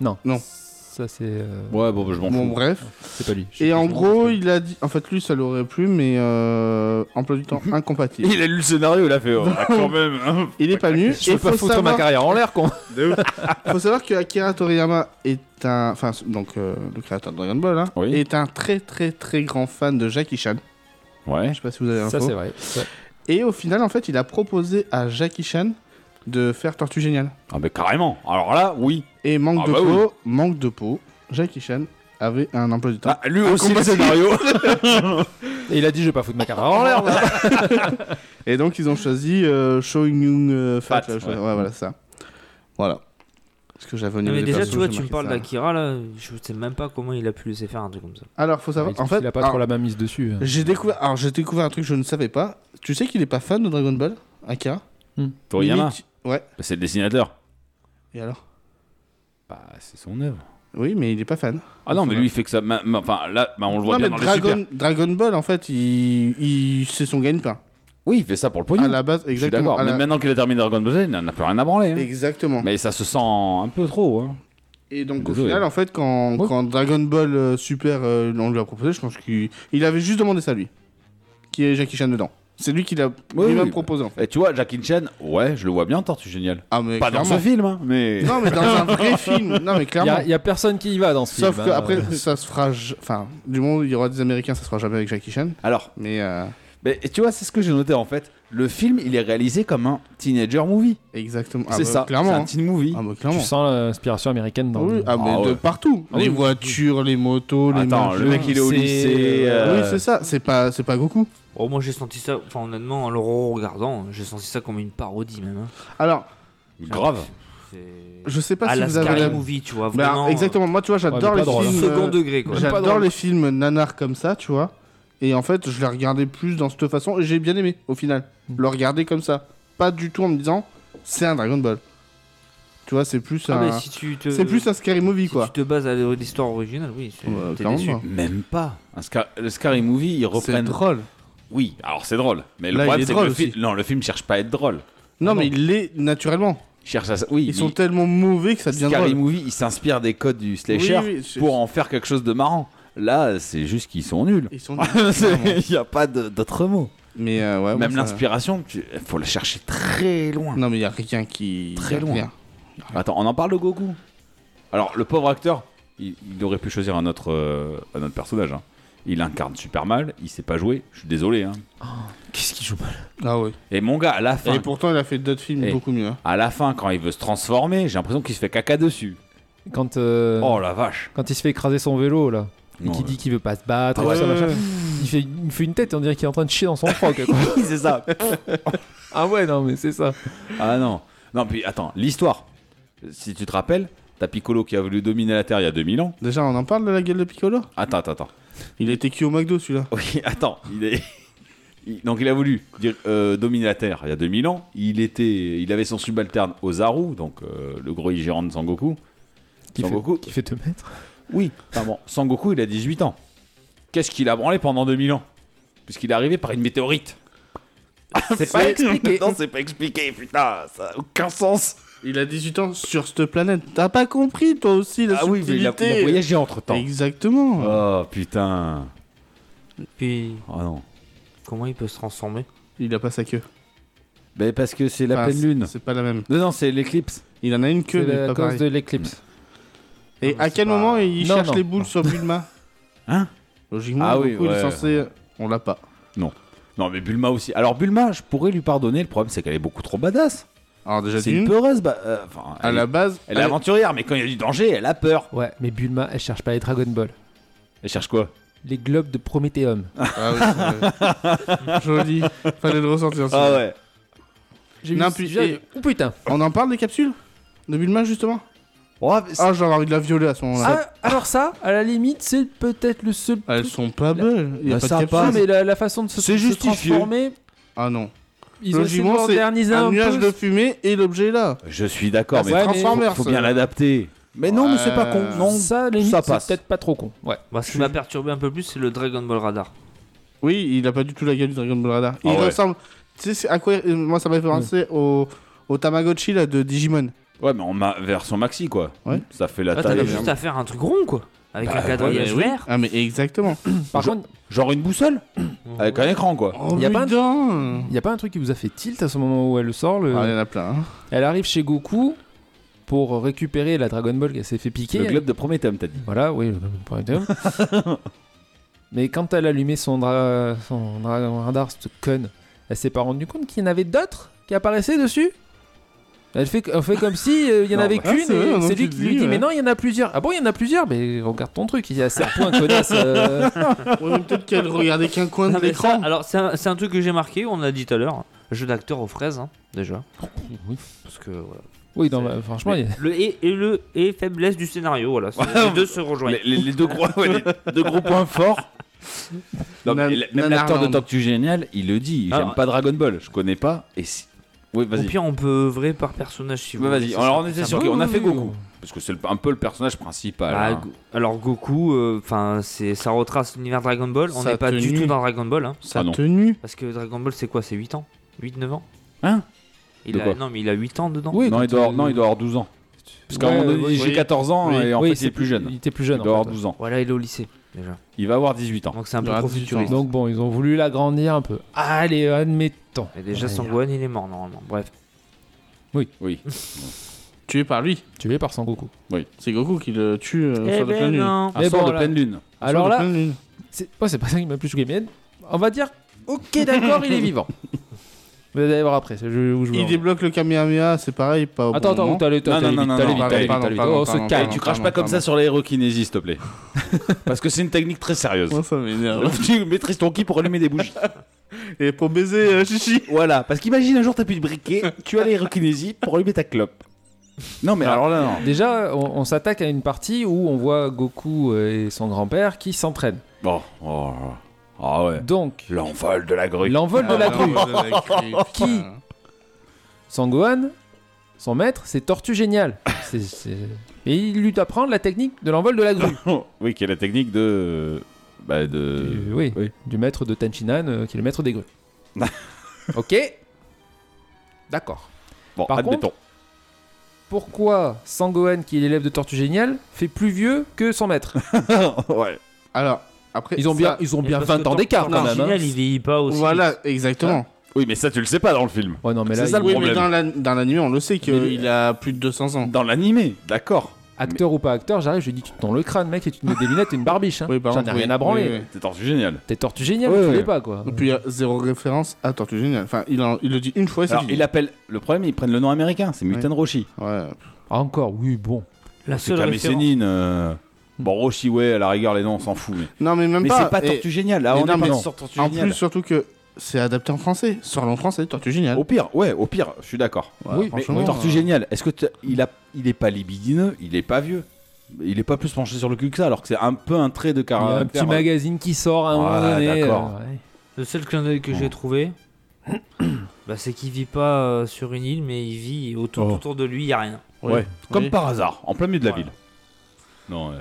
Non.
Non.
Ça c'est. euh,
Ouais, bon, bah, je m'en
Bon,
fous.
bref.
c'est pas lui. Je sais
Et
plus
en
son nom,
gros,
c'est
il a dit. En fait, lui, ça l'aurait plu, mais euh, emploi du temps
Mhm.
incompatible.
[LAUGHS]
Il a lu le scénario, il a
[LAUGHS]
fait. oh, ah, quand même. hein.
Il est pas venu.
Je
et
peux pas
faut
foutre
savoir-
ma carrière en l'air,
[LAUGHS]
con.
faut savoir que Akira Toriyama est un, enfin donc euh, le créateur de Dragon Ball, hein,
Oui.
est un très très très grand fan de Jackie Chan.
Ouais.
Je sais pas si vous avez
Ça
l'info.
c'est vrai. Ouais.
Et au final, en fait, il a proposé à Jackie Chan de faire Tortue Géniale.
Ah, bah carrément. Alors là, oui.
Et manque
Ah
de
bah
peau, manque de peau, Jackie Chan avait un emploi du temps.
Ah, lui aussi le
combat-
scénario.
Et il a dit je vais pas foutre ma carrière en l'air. là.
Et donc ils ont choisi euh, Show Young euh, Fat.
Fat,
là, je-
ouais.
ouais. voilà ça. Voilà. Parce que j'avais au
Non,
niveau
mais
des
déjà,
persos,
tu vois,
j'ai
tu me
marqué
parles
ça.
d'Akira là, je sais même pas comment il a pu laisser faire un truc comme ça.
Alors faut savoir,
Ah, Il
en fait, ah.
il a pas
alors,
trop la main mise dessus. hein.
j'ai découvert, alors j'ai découvert un truc que je ne savais pas. Tu sais qu'il est pas fan de Dragon Ball, Akira.
[LAUGHS] Toriyama.
Limite- Ouais.
Bah, c'est le dessinateur.
Et alors
Bah, c'est son œuvre.
Oui, mais il est pas fan.
Ah non, mais lui, il fait que ça. ma- ma- Enfin, là, bah, on le voit
Non,
bien
mais
dans les super.
Dragon, Dragon Ball, en fait, il, il- c'est son gagne-pain.
Oui, il fait ça pour le
À
pognon.
la base,
Je suis
Ah, exactement.
d'accord.
à
Mais
la-
maintenant qu'il a terminé Dragon Ball Z, il n'en a plus rien à branler. hein.
Exactement.
Mais ça se sent un peu trop. hein.
Et donc, au
Désolé.
final, en fait, quand,
Ouais.
quand Dragon Ball euh, Super, euh, on lui a proposé, je pense qu'il il avait juste demandé ça, lui. Qui est Jackie Chan dedans. C'est lui qui l'a
Oui,
lui-même
oui,
proposé, en fait.
Et tu vois, Jackie Chan, ouais, je le vois bien en Tortue Géniale.
Ah, mais
Pas dans
clairement.
ce film, hein, mais.
Non, mais dans un [LAUGHS] vrai film. Non, mais
Il y
clairement.
a, il y a personne qui y va
Eh
dans ce film.
ben,
Sauf que
hein.
après,
euh,
ça se fera. j- Enfin, du moment où il y aura des Américains, ça se fera jamais avec Jackie Chan.
Alors,
Mais euh,
mais, tu vois, c'est ce que j'ai noté en fait. Le film, il est réalisé comme un teenager movie.
exactement. Ah,
c'est
bah,
ça,
Clairement.
c'est un
hein.
teen movie.
Ah, bah,
tu
clairement.
sens l'inspiration américaine dans.
Oui,
le-
ah, mais
Ah
de
ouais.
partout.
Ah
les
oui.
voitures, les motos, les
Attends,
machins.
le mec, il est au
c'est-
lycée. euh,
Oui, c'est ça. C'est pas, c'est pas Goku.
Oh, moi j'ai senti ça, enfin honnêtement, en le regardant, j'ai senti ça comme une parodie même. hein.
Alors,
Grave.
C'est-
je sais pas
à
si
la
vous avez
Scary
la...
Movie, tu vois,
Ben,
vraiment. euh,
exactement. Moi, tu vois,
Ouais,
j'adore
mais
les
pas drôle.
films... euh,
Second degré quoi.
Même pas
J'adore
drôle.
les films nanars comme ça, tu vois. Et en fait, je les regardais plus dans cette façon. Et j'ai bien aimé, au final. Le regarder comme ça. Pas du tout en me disant, c'est un Dragon Ball. Tu vois, c'est plus
Ah,
un...
mais si tu te...
c'est plus un Scary Movie,
si
quoi.
tu te bases à l'histoire originale, oui, c'est-
Ouais,
t'es
clairement
déçu.
pas.
Même pas. Un Scar- le Scary Movie, ils
C'est
reprennent.
drôle.
Oui, alors c'est drôle. Mais le
Là, il
problème,
est
c'est que
drôle
le film.
aussi.
Non, le film cherche pas à être drôle.
Non, mais il l'est naturellement.
Il cherche à. Oui,
Ils
il-
sont tellement mauvais que ça devient
Scary
drôle.
Movie, il s'inspire des codes du slasher
Oui, oui, c'est-
pour en faire quelque chose de marrant. Là, c'est juste qu'ils sont nuls.
Ils sont...
[LAUGHS] Il n'y a pas de- d'autre mot.
mais euh, ouais,
Même
moi, ça-
l'inspiration, il faut la chercher très loin.
Non, mais il y a rien qui.
Très
y a
loin.
rien.
Attends, on en parle de Goku Alors, le pauvre acteur, il, il aurait pu choisir un autre, euh, un autre personnage. hein. Il incarne super mal, il sait pas jouer, je suis désolé. hein.
Qu'est-ce qu'il joue mal
Ah oui.
Et mon gars, à la
Et
fin,
pourtant, il a fait d'autres films
Eh.
beaucoup mieux. hein.
à la fin quand il veut se transformer, j'ai l'impression qu'il se fait caca dessus.
Quand euh,
Oh la vache
quand il se fait écraser son vélo là. Et
Non,
qui
euh,
dit qu'il veut pas se battre,
Ah
et tout ça,
ouais.
machin. Il, fait, il fait une tête et on dirait qu'il est en train de chier dans son froc.
[LAUGHS]
quoi.
c'est ça
ah ouais, non, mais c'est ça.
[LAUGHS] Ah non. Non, puis attends, l'histoire. Si tu te rappelles, t'as Piccolo qui a voulu dominer la Terre il y a 2000 ans.
Déjà, on en parle de la gueule de Piccolo
Attends, attends, attends.
Il était cuit au McDo, celui-là.
Oui, attends. Il est... il- Donc il a voulu dire, euh, dominer la Terre il y a 2000 ans. Il, était... il avait son subalterne Ozaru, donc euh, le gros gérant de Sangoku.
Qui fait,
Sangoku
qui fait 2 mètres.
Oui, enfin bon, Sangoku il a 18 ans. Qu'est-ce qu'il a branlé pendant 2000 ans Puisqu'il est arrivé par une météorite. Ah, C'est [LAUGHS] pas expliqué. Non, c'est pas expliqué, putain, ça a aucun sens.
Il a 18 ans sur cette planète. T'as pas compris, toi aussi, la
Ah oui, mais il a, il a
subtilité.
voyagé entre temps.
Exactement.
Oh putain.
Puis,
Oh non.
comment il peut se transformer
Il a pas sa queue.
Ben parce que c'est la
Enfin,
pleine lune.
C'est pas la même.
Non, non, c'est l'éclipse.
Il en a une queue,
C'est
mais
la- à
pas
cause
pareil.
de l'éclipse.
Et à quel
pas-
moment il
Non,
cherche
non.
les boules sur Bulma
Hein
Logiquement,
Ah
ah,
oui,
il
ouais.
est censé... On l'a pas.
Non, mais Bulma aussi. Alors, Bulma, je pourrais lui pardonner. Le problème, c'est qu'elle est beaucoup trop badass.
Alors déjà,
C'est une
d'une,
peureuse. Bah, euh, enfin, elle,
à Ah, la
est-
base...
elle est aventurière, mais quand il y a du danger, elle a peur.
Ouais, mais Bulma, elle cherche pas les Dragon Ball.
Elle cherche quoi
Les globes de Prométhéum.
Ah oui,
[LAUGHS]
c'est- Joli. Fallait le ressentir. ça.
Ah ouais.
J'ai
Non,
vu-
puis-
j'ai-
et-
Oh putain
On en parle des capsules De Bulma, justement
Oh, mais c'est-
Ah, j'aurais envie de la violer à ce moment-là.
Ah, alors ça, à la limite, c'est peut-être le seul.
Elles
truc-
sont pas belles. Il y a
Ah. Bah, ça
pas de
va
Ah,
capsule.
mais la, la façon de se,
C'est
se
justifié.
transformer,
Ah non.
ils ont essayé de
Logiquement, c'est
moderniser un,
Un nuage
peu.
de fumée et l'objet est là.
Je suis d'accord,
Ah,
mais
ouais,
faut-
mais-
faut,
Transformers,
bien
euh,
l'adapter. Mais non, mais c'est pas con.
Ouais.
Non,
ça, à la limite,
ça
c'est
passe.
peut-être pas trop con. Ouais.
Moi, Bah, ce qui m'a perturbé un peu plus, c'est le Dragon Ball Radar.
Oui, il a pas du tout la gueule du Dragon Ball Radar. Il
Ah ouais.
ressemble. Tu sais, c'est à quoi euh, Moi, ça m'a fait penser au, au Tamagotchi là, de Digimon.
Ouais, mais en ma- version maxi, quoi.
Ouais.
Ça fait la
Là,
taille.
t'avais
merde.
Ah, juste à faire un truc rond, quoi. Avec
Bah,
un quadrillage
hein. ouais, mais oui.
vert.
Ah, mais exactement.
Par
Je-
contre,
Genre une boussole Avec un écran, quoi.
Oh,
Il y a pas un-
putain
il n'y a pas un truc qui vous a fait tilt à ce moment où elle le sort le-
Ah, il y en a plein. hein.
Elle arrive chez Goku pour récupérer la Dragon Ball qu'elle s'est fait piquer.
Le globe de Prométhée, t'as dit.
Voilà, oui, le point est
[LAUGHS]
homme. Mais quand elle a allumé son, dra- son dragon radar, cette conne, elle s'est pas rendue compte qu'il y en avait d'autres qui apparaissaient dessus elle fait, elle fait comme si euh, il y en
Non,
avait
bah,
qu'une
c'est vrai,
et
maintenant
c'est
que
lui
tu
qui
le
lui
dis,
dit
ouais.
mais non il y en a plusieurs ah bon il y en a plusieurs mais regarde ton truc il y a 7 points connasse euh.
Ouais, mais [LAUGHS] Peut-être qu'elle regardait qu'un coin de
Non, mais ça,
l'écran.
alors c'est un, c'est un truc que j'ai marqué, on l'a dit tout à l'heure. hein. Jeu d'acteur aux fraises, hein,
[LAUGHS]
déjà.
Oui.
Parce que voilà.
oui non, bah, franchement il y a-
le et, et le et faiblesse du scénario,
[LAUGHS]
voilà. c'est-
Ouais,
les deux se rejoignent.
Les, les- les deux, gros, ouais, les deux gros points forts. Non, mais
Nan-
la- même l'acteur de
Nanarland.
Talk Génial, il le dit. J'aime
Alors-
pas Dragon Ball, je connais pas. Et si- Oui,
Au
vas-y.
pire, on peut œuvrer par personnage si vous
Ouais,
voulez.
Bah, vas-y.
ça
Alors,
sera
on
plus
était
simple.
sur qui On a
Oui,
fait
oui,
Goku.
oui.
Parce que c'est le- un peu le personnage principal.
Bah,
hein.
Go- alors Goku, euh, enfin c'est ça retrace l'univers Dragon Ball. On
Ça
n'est pas du
tenue.
tout dans Dragon Ball, hein,
Sa
Ah non.
tenue.
parce que Dragon Ball c'est quoi C'est 8 ans, 8 9 ans.
Hein
il
De
a,
quoi
Non mais il a 8 ans dedans.
oui,
non,
quand,
il doit avoir,
euh,
non, il doit avoir 12 ans. Parce qu'à un
ouais,
moment
oui,
donné, j'ai
oui.
14 ans
Oui.
et en
Oui,
fait, il est plus jeune.
il était plus
Il
jeune
doit
en
avoir
fait.
12 ans.
Voilà, il est au lycée déjà.
Il va avoir 18 ans.
Donc c'est un
Il
peu
aura
trop
18 ans.
futuriste.
donc bon ils ont voulu l'agrandir un peu allez admettons
Et déjà,
Ouais.
Sangohan il est mort normalement. Bref.
Oui.
Tué par lui.
tué par Son Goku
C'est Goku qui le tue euh, au soir de pleine lune. Au
non.
Un
Mais
soir
bon,
de
là-
pleine lune.
soir
Eh ben alors
de
là
pleine lune.
C'est moi, c'est pas ça qui m'a plus choqué, mais on va dire OK, d'accord, il est vivant. [LAUGHS] Vous allez voir après, c'est le jeu où je veux en
Il
venir.
débloque le Kamehameha, c'est pareil, pas au
Attends,
bon
attends,
moment.
t'allais vite,
Non, non,
t'allais
non,
vite,
non,
t'allais
non,
vite,
pardon,
t'allais vite,
pardon,
t'allais vite.
pardon,
Oh, se
pardon.
calme.
Et tu craches pas comme
pardon.
ça sur l'aérokinésie, s'il te plaît. Parce que c'est une technique très sérieuse. [LAUGHS]
Moi, ça m'énerve.
tu maîtrises ton ki pour allumer des bougies.
Et pour baiser euh, Chichi.
Voilà, parce qu'imagine un jour t'as plus de briquet, tu as l'aérokinésie pour allumer ta clope. Non, mais alors là, non.
Déjà, on, on s'attaque à une partie où on voit Goku euh, et son grand-père qui s'entraînent.
Bon, oh, ah ouais.
Donc,
L'envol de la grue.
l'envol de la
Ah, non,
grue.
de la grue,
Qui
putain.
Sangohan, son maître, c'est Tortue Géniale. C'est- c'est- Et il lui apprend la technique de l'envol de la grue.
Oh, oui, qui est la technique de. Bah, de.
Du- Euh, oui,
oui.
du maître de Tenchinan, euh, qui est le maître des grues. [LAUGHS] ok. D'accord.
Bon,
Par
admettons. [LAUGHS]
pourquoi Sangohan, qui est l'élève de Tortue Géniale, fait plus vieux que son maître
ouais.
Alors, après.
[LAUGHS] Ils ont bien,
ça-
ils ont
Et
bien
parce que
20 ans
Tor-
d'écart
Tortue
quand même.
Géniale,
hein.
il vieillit pas aussi.
Voilà, exactement.
Oui, mais ça, tu le sais pas dans le film.
Ouais, non, mais là,
C'est ça,
il-
le
Oui,
problème.
mais dans la- dans l'anime, on le sait
Mais-
qu'il a plus de 200 ans.
Dans l'animé, d'accord.
acteur ou pas acteur, j'arrive, je lui dis tu te tends le crâne, mec, et tu te mets des lunettes et une barbiche. Hein.
Oui, par
J'en ai
contre,
rien
oui,
à branler.
oui, oui.
C'est tortue génial.
T'es Tortue Géniale,
Ouais,
tu
ouais.
l'es pas quoi.
Et puis il y a zéro référence à Tortue Géniale. Enfin, il, en- il le dit une fois et c'est
Alors,
fini.
il appelle. Le problème, ils prennent le nom américain, c'est Mutant Roshi.
Ouais.
Ah, encore, oui, bon.
La
C'est
seule
la
référence-
mécénine. euh, Bon, Roshi, ouais, à la rigueur, les noms, on s'en fout. Mais,
Non, mais même
mais
pas.
c'est pas
Et
tortue génial. Là,
mais
on
non,
est pas
mais
sur tortue
En
géniale.
plus, surtout que c'est adapté en français. Sur l'en français, Tortue Géniale.
Au pire, ouais, au pire, je suis d'accord.
Ouais,
oui,
Mais
franchement,
Tortue
euh,
Géniale, est-ce que t'as- il a, il est pas libidineux, il est pas vieux, il est pas plus penché sur le cul que ça, alors que c'est un peu un trait de
Il y a
caractère. euh,
un petit magazine qui sort à un moment
Ouais,
donné.
d'accord.
euh, Ah, hein. ouais.
Le seul clin d'œil que j'ai trouvé, bah, c'est qu'il vit pas euh, sur une île, mais il vit autour,
Oh.
autour de lui, il n'y a rien.
oui.
Ouais, comme
Oui.
par hasard, en plein milieu de la
Voilà.
ville. Non, ouais,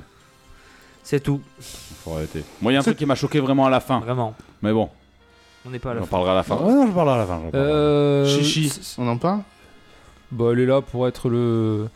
C'est tout,
faut arrêter. Moi, il y a un truc qui m'a choqué vraiment à la fin,
vraiment.
mais bon,
On n'est pas à la
j'en
fin.
parlerai à la fin. Ouais, non, je parlerai à la fin. j'en parlerai.
Euh,
Chichi,
c- c-
on en parle
Bah, elle est là pour être le,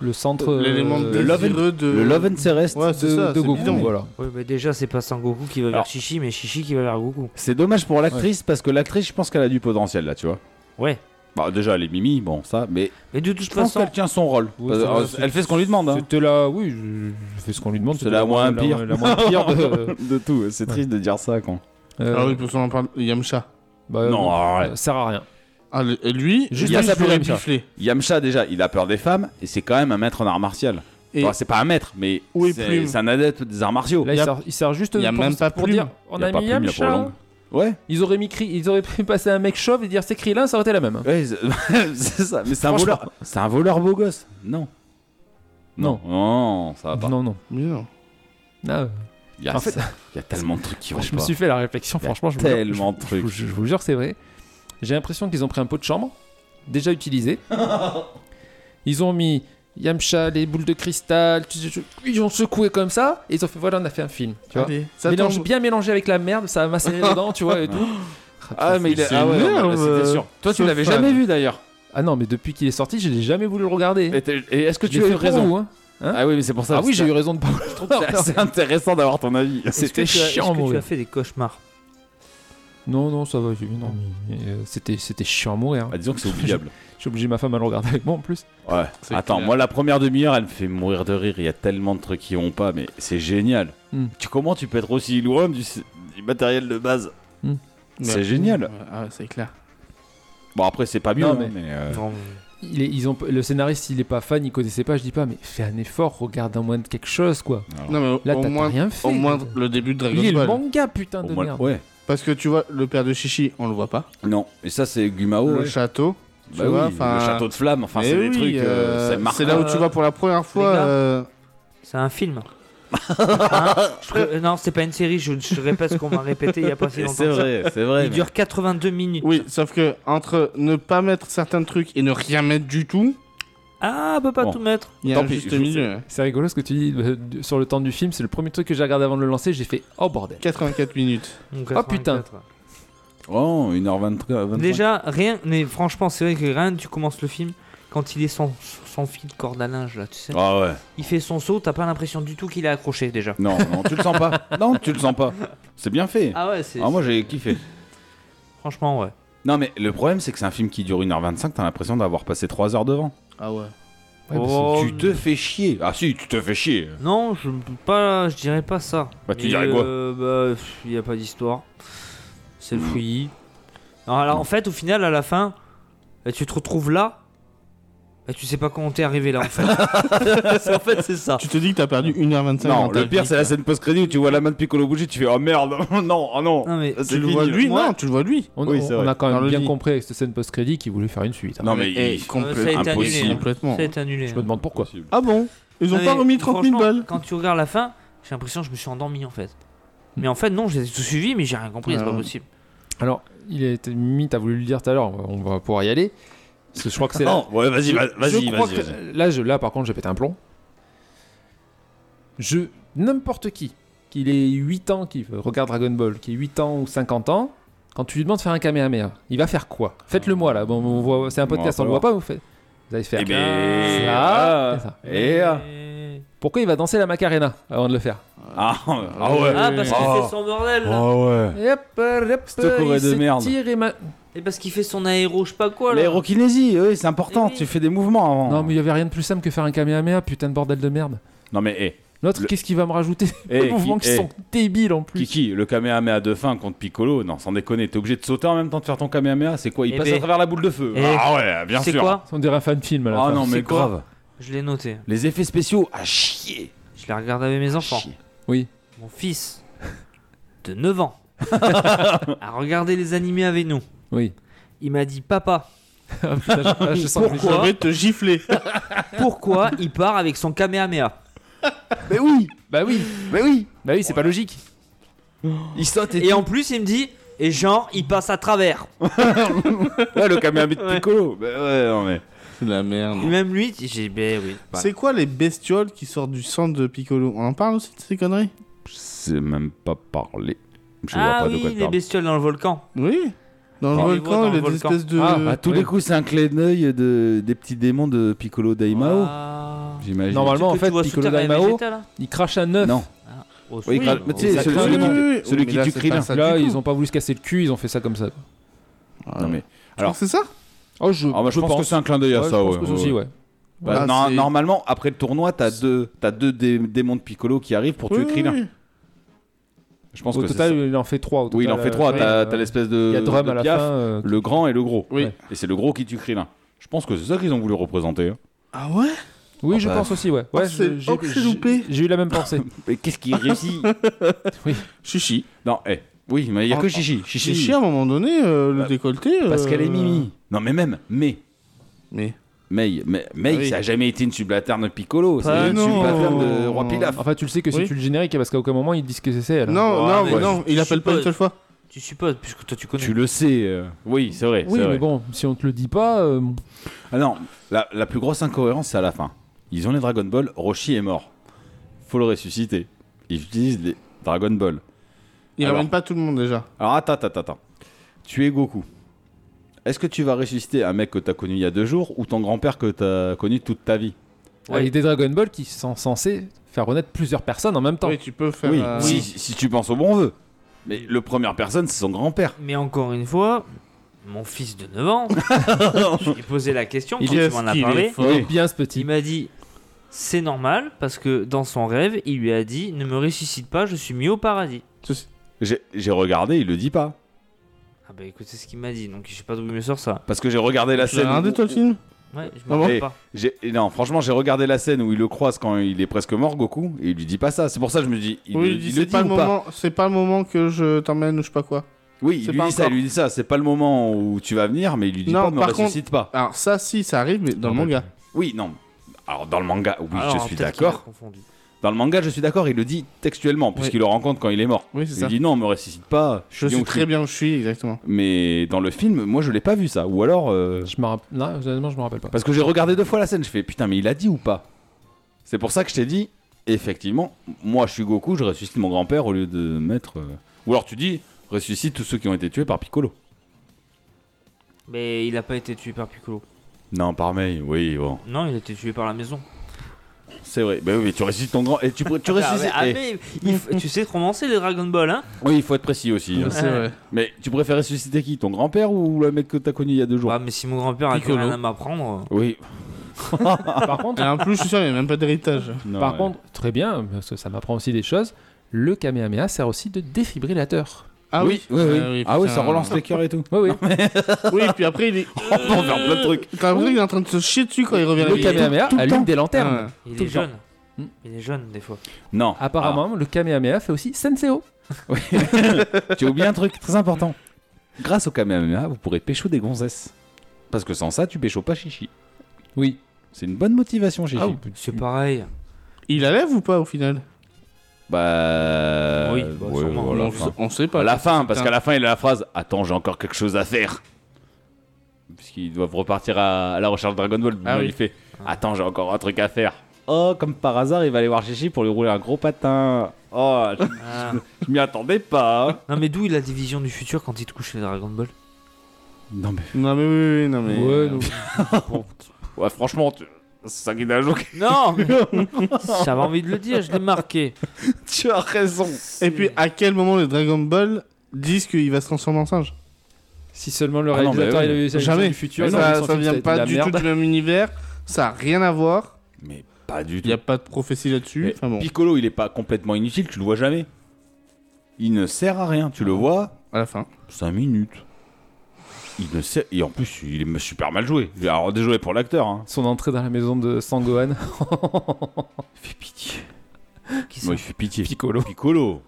le centre. euh,
L'élément
de,
le love and-
désireux de.
Le Love and Ceres,
Ouais, c'est ça,
de
c'est
Goku.
bidon.
Voilà.
Ouais, bah, déjà, c'est pas Sangoku qui va vers
Alors-
Chichi, mais Chichi qui va vers Goku.
c'est dommage pour l'actrice parce que l'actrice, je pense qu'elle a du potentiel là, tu vois.
Ouais.
Bah, déjà, elle est mimi, bon, ça, mais
Mais de toute
je pense
façon,
qu'elle tient son rôle.
Ouais,
Euh,
c'est vrai,
elle- elle fait ce qu'on lui demande. hein.
C'était la. Oui, je, je fais ce qu'on lui demande.
C'est
c'était
la moins pire.
La, moins pire de.
[LAUGHS]
[LAUGHS]
De tout, c'est triste de dire ça, con.
euh,
Ah oui, parce qu'on en parle. Yamcha.
bah,
non, arrête.
Ça sert à rien.
Ah, le- et lui,
Juste
lui,
à sa
je l'aurais
bourrine, ça.
biflé.
Yamcha déjà, il a peur des femmes et c'est quand même un maître en arts martiaux.
Et-
Enfin, c'est pas un maître, mais
Oui,
c'est
plume.
c'est un adepte des arts martiaux.
Là,
Y
il,
a-
sert, il sert juste
y a
pour,
même pas
pour
plume.
dire on
Y
a,
pas
mis
plume, y a pour
Yamcha.
langue. Ouais,
Ils auraient, mis cri- ils auraient pu [LAUGHS] passer un mec chauve et dire c'est Krillin, ça aurait été la même.
ouais [LAUGHS] c'est c'est ça. Mais c'est un
Franchement.
voleur. C'est un voleur beau gosse. Non.
Non.
Non, ça va pas.
Non, non.
Mais non.
Ah, euh,
Il y, a,
en
[LAUGHS]
fait,
il y a tellement de trucs qui vont
je me
pas.
suis fait la réflexion,
Il y a
franchement. Je vous jure-
tellement de
je-
trucs.
Je, je vous jure que c'est vrai. J'ai l'impression qu'ils ont pris un pot de chambre, déjà
[LAUGHS]
utilisé. ils ont mis Yamcha, les boules de cristal, tu- tu- tu- ils ont secoué comme ça, et ils ont fait voilà, on a fait un film.
Ah,
Tu vois
Allez, ça
Mélange,
tombe.
Bien mélangé avec la merde, ça a macéré dedans, tu vois, et tout.
[LAUGHS] Ah, mais il est.
C'est
Ah ouais,
énorme,
non, mais là, c'était
euh,
sûr. Toi, tu
ce
l'avais
fan.
jamais vu d'ailleurs.
Ah non, mais depuis qu'il est sorti, je n'ai jamais voulu le regarder.
Et, t'es- et est-ce que
Je
tu
l'ai
as eu
fait pour
raison
vous, hein.
Ah oui, mais c'est pour ça.
Ah oui, j'ai eu raison de pas.
C'est intéressant d'avoir ton avis.
C'était
Est-ce que tu as-
chiant,
Est-ce que tu
mauvais.
as fait des cauchemars
Non, non, ça va, j'ai non. mais, euh, C'était c'était chiant à mourir. hein.
Ah, disons que
[LAUGHS]
c'est oubliable.
J'ai obligé ma femme à le regarder avec moi en plus.
Ouais.
C'est
Attends,
clair.
moi la première demi-heure, elle me fait mourir de rire. Il y a tellement de trucs qui vont pas, mais c'est génial.
Hmm.
Tu comment tu peux être aussi loin du, du matériel de base C'est génial.
Ah, ouais, c'est clair.
Bon après c'est pas mieux,
Non,
hein,
mais-
mais, euh,
Il est- ils ont, le scénariste, il est pas fan, il connaissait pas, je dis pas, mais fais un effort, regarde un moins de quelque chose, quoi.
Non, mais au-
Là,
au
t'as
moins,
rien fait.
au moins
quoi.
le début de Dragon
il est le
Ball.
manga, putain
au
de
moins-
merde.
ouais.
Parce que tu vois, le père de Chichi, on le voit pas.
Non, et ça c'est Gumao.
le
ouais.
château. tu
Bah oui,
vois, enfin-
le château de flamme. Enfin
Mais
c'est
oui,
des trucs,
euh,
euh, c'est marquant.
c'est là où tu vas pour la première fois.
gars.
euh,
C'est un
[LAUGHS]
film. Hein Je pré- euh, non, c'est pas une série, je, je répète ce qu'on m'a répété il y a pas si
Et
longtemps.
C'est
que ça.
vrai, c'est vrai.
Il dure 82 minutes.
Oui, sauf que entre ne pas mettre certains trucs et ne rien mettre du tout,
Ah, on peut pas
Bon.
tout mettre.
il y a
Tant
un
pis,
juste
je-
milieu.
C'est rigolo ce que tu dis euh, du- sur le temps du film. C'est le premier truc que j'ai regardé avant de le lancer. J'ai fait oh bordel.
84 minutes.
Donc,
Oh, putain.
84.
Oh, 1h23.
Déjà, rien. Mais franchement, c'est vrai que rien, tu commences le film. Quand il est sans, sans fil de corde à linge, là, tu sais,
Ah ouais.
il fait son saut, t'as pas l'impression du tout qu'il est accroché déjà.
Non, non, tu le sens pas. Non, tu le sens pas. C'est bien fait.
Ah ouais, c'est.
Ah, moi j'ai kiffé.
Franchement, ouais.
Non mais le problème c'est que c'est un film qui dure 1h25, t'as l'impression d'avoir passé 3 heures devant.
Ah ouais.
Ouais, parce que-
Oh,
Tu te fais chier. Ah si, tu te fais chier.
Non, je ne peux pas, je dirais pas ça.
Bah, tu
Mais,
dirais quoi
euh, Bah, pff, il n'y a pas d'histoire. C'est
Hmm.
le fouillis. Non, alors en fait, au final, à la fin, bah, tu te retrouves là. Et tu sais pas comment t'es arrivé là en fait. C'est- en fait, c'est ça.
Tu te dis que t'as perdu 1h25
Non,
dans ta
le pire
vie,
c'est la
quoi.
scène post-crédit où tu vois la main de Piccolo bouger, tu fais oh merde, [LAUGHS] non, oh non.
Non, mais
Ah, c'est
Tu le
fini.
vois lui
Moi-
Non, tu le vois lui.
On,
Oui,
on-
c'est
on
vrai.
a quand
Dans
même
le
bien
lit.
compris avec cette scène post-crédit qu'ils voulaient faire une suite. hein.
Non mais,
eh,
il-
complètement.
Ça a été annulé,
impossible.
hein.
Complètement.
Ça a été annulé.
Je me demande pourquoi.
Ah bon Ils ont
Non,
pas
mais
remis 30 000
franchement,
balles.
Quand tu regardes la fin, j'ai l'impression que je me suis endormi en fait. Mais en fait, non, j'ai tout suivi, mais j'ai rien compris, c'est
Ouais,
pas
ouais.
possible.
Alors, il a été mis, t'as voulu le dire tout à l'heure, on va- on va pouvoir y aller. Parce que je crois que c'est là.
Non, ouais, vas-y, va- vas-y,
Je crois
vas-y.
que-
vas-y.
Là, je, là, par contre, j'ai pété un plomb. Je. N'importe qui, qu'il ait 8 ans, qui regarde Dragon Ball, qui ait 8 ans ou 50 ans, quand tu lui demandes de faire un Kamehameha, il va faire quoi Faites-le moi là, bon, on voit- c'est un podcast, on
On va
le voit pas, vous faites. Vous allez faire.
Eh
ça,
ben,
et ça.
Et ah,
Mais-
Pourquoi il va danser la Macarena avant de le faire
ah, ah
Euh,
ouais.
Ah, parce qu'il
Ah.
fait son bordel là.
Ah ouais.
Et hop, hop,
Cette choré
il
de
se
merde.
tire et ma-
Et parce qu'il fait son aéro, je sais pas quoi Oh là.
L'aérokinésie, oui, c'est important.
Eh oui.
Tu fais des mouvements avant.
Non, mais il y avait rien de plus simple que faire un Kamehameha, putain de bordel de merde.
Non, mais eh,
L'autre,
Le-
qu'est-ce qu'il va me rajouter [LAUGHS]
Eh,
Des mouvements
qui-
qui,
eh.
sont débiles en plus.
Kiki, le Kamehameha de fin contre Piccolo, non, sans déconner, t'es obligé de sauter en même temps de faire ton Kamehameha, c'est quoi Il
Eh
passe
ben.
à travers la boule de feu.
Eh.
Ah ouais, bien
C'est
sûr.
quoi
On dirait un fan film à la
Ah
fin.
non, mais
C'est quoi
grave.
Je l'ai noté.
Les effets spéciaux, à chier.
Je la regarde avec mes enfants.
Chier.
Oui.
Mon fils de 9
[LAUGHS]
ans a regardé les animés avec nous.
Oui.
Il m'a dit Papa,
Ah, putain, je- ah, [LAUGHS] je sens que-
Je vais te gifler.
pourquoi il part avec son Kamehameha
Mais oui,
Bah oui,
mais oui.
bah oui, c'est pas logique.
Il saute
Et en plus, il me dit Et genre, il passe à travers.
Ouais, le Kamehameha de Piccolo. Bah ouais, non, mais.
C'est de la merde.
Et même lui, j'ai dit Ben oui. voilà.
C'est quoi les bestioles qui sortent du sang de Piccolo On en parle aussi de ces conneries
Je sais même pas parler. Je
Ah
vois pas de quoi
oui,
te
les
parler.
bestioles dans le volcan.
Oui. Dans le
On les voit
volcan,
dans
il y a
le
des
volcan.
espèces de.
Ah,
À tous les coups, c'est un clé d'œil de, des petits démons de Piccolo Daimao,
Ah.
j'imagine.
Normal. Normalement,
Le
en
truc
fait,
que tu vois
Piccolo
sous terre, il y a
Daimao-
Vegeta, là
Il crache un œuf.
Non,
Oh, oui,
Oui, grave. Mais tu sais,
oh,
celui-
celui-
celui qui tue Krillin.
Là, ils ont pas voulu se casser le cul, ils ont fait ça comme ça.
non mais.
Alors, c'est ça
Oh, je,
Ah, bah, je, pense, que c'est un clin d'œil à
Ouais,
ça,
je pense
ouais,
que c'est
ouais,
aussi,
ouais.
ouais.
Bah,
Ah,
non,
c'est-
normalement, après le tournoi, t'as deux, t'as deux dé- démons de Piccolo qui arrivent pour tuer
Oui,
Krillin.
oui.
Je pense
Au
que c'est
total,
ça.
il en fait 3.
Oui, il en fait trois. T'as t'as l'espèce de.
euh, Il y a Drum
de
à la
Piaf,
fin. euh,
Le grand et le gros.
Oui.
Ouais.
Et c'est le gros qui tue Krillin. Je pense que c'est ça qu'ils ont voulu représenter. hein.
Ah ouais
Oui,
Ah,
je
bah.
pense aussi, ouais. Ouais,
Oh, c'est-
je- j'ai-
oh, que c'est
j'ai-
loupé.
J'ai eu la même [LAUGHS] pensée.
Mais qu'est-ce qui réussit
[LAUGHS]
Chichi.
Non, eh. Oui, mais il y a
Ah,
En-
que Chichi.
Chichi,
Chichi.
à un moment donné, euh, le
Bah,
décolleté. euh,
Parce qu'elle est Mimi. Non, mais même, mais.
Mais.
May, mais May,
Oui.
ça a jamais été une sublaterne Piccolo,
Pas
c'est une
non.
sublaterne de Roi Pilaf.
Enfin, tu le sais que c'est
Oui.
tu le générique hein, parce qu'à aucun moment ils disent que c'est hein. elle.
Non,
Ouais,
non,
mais
mais non,
tu-
il
tu
appelle pas une
supposes.
seule fois.
Tu supposes, puisque toi tu connais.
Tu le sais. euh, Oui, c'est vrai.
Oui,
c'est
mais
vrai.
bon, si on te le dit pas, euh,
Ah non, la, la plus grosse incohérence, c'est à la fin. Ils ont les Dragon Ball, Roshi est mort. Faut le ressusciter. Ils utilisent les Dragon Ball.
Il
Alors.
ramène pas tout le monde déjà.
Alors attends, attends, attends, attends. Tu es Goku. Est-ce que tu vas ressusciter un mec que t'as connu il y a deux jours ou ton grand-père que t'as connu toute ta vie
il y a des Dragon Ball qui sont censés faire renaître plusieurs personnes en même temps.
Oui, tu peux faire.
Oui,
euh,
si, si tu penses au bon vœu. Mais le première personne, c'est son grand-père.
Mais encore une fois, mon fils de 9
[LAUGHS]
ans, j'ai posé la question quand
Il
tu
est-
m'en as
il est
parlé.
fort.
Il est
Oui.
bien ce
Il
petit.
m'a dit c'est normal parce que dans son rêve, il lui a dit ne me ressuscite pas, je suis mis au paradis.
J'ai j'ai regardé, il le dit pas.
Ah bah écoute, c'est ce qu'il m'a dit, donc je sais pas d'où il me sort ça.
Parce que j'ai regardé la
J'ai
scène.
regardé
où-
toi le film
Ouais, je
Ah
m'en
bon
rappelle pas.
j'ai- Non, franchement, j'ai regardé la scène où il le croise quand il est presque mort, Goku, et il lui dit pas ça. C'est pour ça que je me dis, il,
Oui,
le-
il dit
il
c'est
le dit
pas
ou
le
pas
moment, c'est pas le moment que je t'emmène ou je sais pas quoi.
Oui, il
C'est
lui
pas
dit ça, il
encore.
lui dit ça. C'est pas le moment où tu vas venir, mais il lui dit
Non,
pas, ne
par contre-
ressuscite pas.
Alors ça, si, ça arrive, mais dans le
Ah,
manga.
Oui, non. Alors dans le manga, oui,
Alors,
je suis
peut-être qu'il m'a
d'accord.
confondu.
Dans le manga, je suis d'accord, il le dit textuellement, puisqu'il le rencontre quand il est mort.
Oui, c'est
Il
ça.
dit non, on me ressuscite pas.
Je
bien
suis
où
très bien où je suis, exactement.
Mais dans le film, moi, je l'ai pas vu ça. Ou alors, euh,
Je me rappelle. Non, honnêtement, je me rappelle pas.
parce que j'ai regardé deux fois la scène, je fais putain, mais il a dit ou pas C'est pour ça que je t'ai dit, effectivement, moi, je suis Goku, je ressuscite mon grand-père au lieu de mettre. euh, Ou alors tu dis, ressuscite tous ceux qui ont été tués par Piccolo.
Mais il a pas été tué par Piccolo.
Non, par May, oui, bon,
Non, il a été tué par la maison.
c'est vrai. Mais oui, mais tu ressuscites ton grand, et tu, tu
Ah,
ressuscites.
mais- ah,
eh,
mais il f- tu sais romancer les Dragon Ball, hein
Oui, il faut être précis aussi. hein.
C'est vrai.
Mais tu préfères ressusciter qui Ton grand-père ou le mec que t'as connu il y a deux jours
Bah, mais si mon grand-père a que
Piccolo.
rien à m'apprendre. euh,
Oui.
Par contre,
Et en plus, je suis sûr, il n'y a même pas d'héritage.
Non,
Par
ouais.
contre, très bien, parce que ça m'apprend aussi des choses. Le Kamehameha sert aussi de défibrillateur.
Ah oui,
oui, oui.
Ah oui,
ah oui,
putain.
ça relance les cœurs et tout.
Oui, oui.
Oui, et puis après, il est.
[LAUGHS] On peut en faire plein de trucs.
T'as l'impression qu'il est en train de se chier dessus quand il revient à la
le
vie.
Kamehameha
Tout le
allume
temps.
des lanternes.
Ah.
Il
Tout
est
le temps.
jeune.
Hmm.
Il est jeune des fois.
Non.
Apparemment, le Kamehameha fait aussi Senseo.
Ah, tu as oublié un truc très important. Grâce au Kamehameha, vous pourrez pécho des gonzesses. Parce que sans ça, tu pécho pas Chichi.
Oui.
C'est une bonne motivation, Chichi.
Ah oui.
C'est pareil.
Il la lève ou pas au final
Bah.
Oui, bah,
ouais,
sûrement.
voilà,
on,
enfin.
s- on sait pas.
À la fin, parce
Putain.
qu'à la fin, il a la phrase Attends, j'ai encore quelque chose à faire. Puisqu'ils doivent repartir à, à la recherche de Dragon Ball.
Ah oui.
Il fait Attends, j'ai encore un truc à faire. Oh, comme par hasard, il va aller voir Chichi pour lui rouler un gros patin. Oh, je,
Ah.
je [LAUGHS] m'y attendais pas. hein.
non, mais d'où il a des visions du futur quand il te couche les Dragon Ball
Non, mais.
Non, mais oui, oui, non, mais.
Ouais, non.
Ouais, franchement, tu... c'est un guinage, ok.
Non mais- J'avais envie de le dire, je l'ai marqué.
[LAUGHS] tu as raison.
Et puis, à quel moment les Dragon Ball disent qu'il va se transformer en singe
Si seulement le
Ah non,
réalisateur
bah oui.
il avait eu sa vision
Jamais.
du futur, il aurait
ça,
dit son
ça
film,
vient
c'était de
pas
la
du
merde.
tout du même univers. Ça a rien à voir.
Mais pas du
Il
tout.
n'y a pas de prophétie là-dessus.
Mais
Enfin bon,
Piccolo, il est pas complètement inutile, tu le vois jamais. Il ne sert à rien, tu le vois
à la fin.
5 minutes. Il ne sait... Et en plus, il est super mal joué. Alors, désolé pour l'acteur. Hein.
Son entrée dans la maison de
[LAUGHS]
Sangohan.
Fait pitié.
Qui
Moi,
sont-
il fait pitié.
Piccolo.
Piccolo.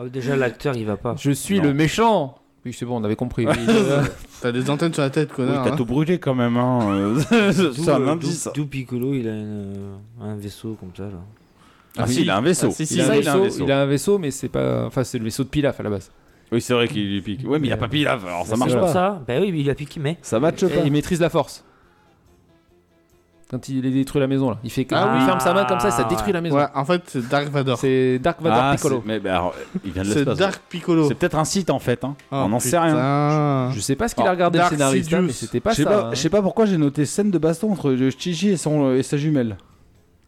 Ah, déjà l'acteur il va pas.
Je suis
Non.
le méchant. Oui, c'est bon, on avait
[LAUGHS]
compris. Oui, euh,
T'as des antennes sur la tête,
Oui,
connard.
t'as
hein.
tout brûlé quand même. Hein. c'est un
euh,
indice.
d'où- D'où Piccolo il a une, euh, un vaisseau comme ça là.
Ah, si, il a un vaisseau.
Ah, si, si,
il, a
Ça,
un
il a un
vaisseau-
vaisseau.
il a un vaisseau, mais c'est pas. Enfin, c'est le vaisseau de Pilaf à la base.
Oui, c'est vrai qu'il lui pique. Ouais, mais il a pas pilaf, alors ça
C'est
marche
vrai.
pas. Eh,
Ça Bah oui, mais il a piqué mais.
Ça matche
Et il maîtrise la force. Quand il détruit la maison, là. Il, fait que-
Ah
il
oui.
ferme sa main comme ça, ça
Ah,
détruit la maison.
Ouais, en fait, c'est Dark Vador.
C'est Dark Vador
Ah,
Piccolo.
c'est- Mais, bah, alors, il vient de
C'est
l'espace.
Dark Oh, Piccolo.
C'est peut-être un site en fait. Hein. On n'en
n'en
sait rien.
Je sais pas ce qu'il a
Alors,
regardé
Ah. Dark
le scénariste, hein,
Sidious.
mais c'était pas
Je sais
ça.
pas,
hein.
je sais pas pourquoi j'ai noté scène de baston entre euh, Chichi et, son, et sa jumelle.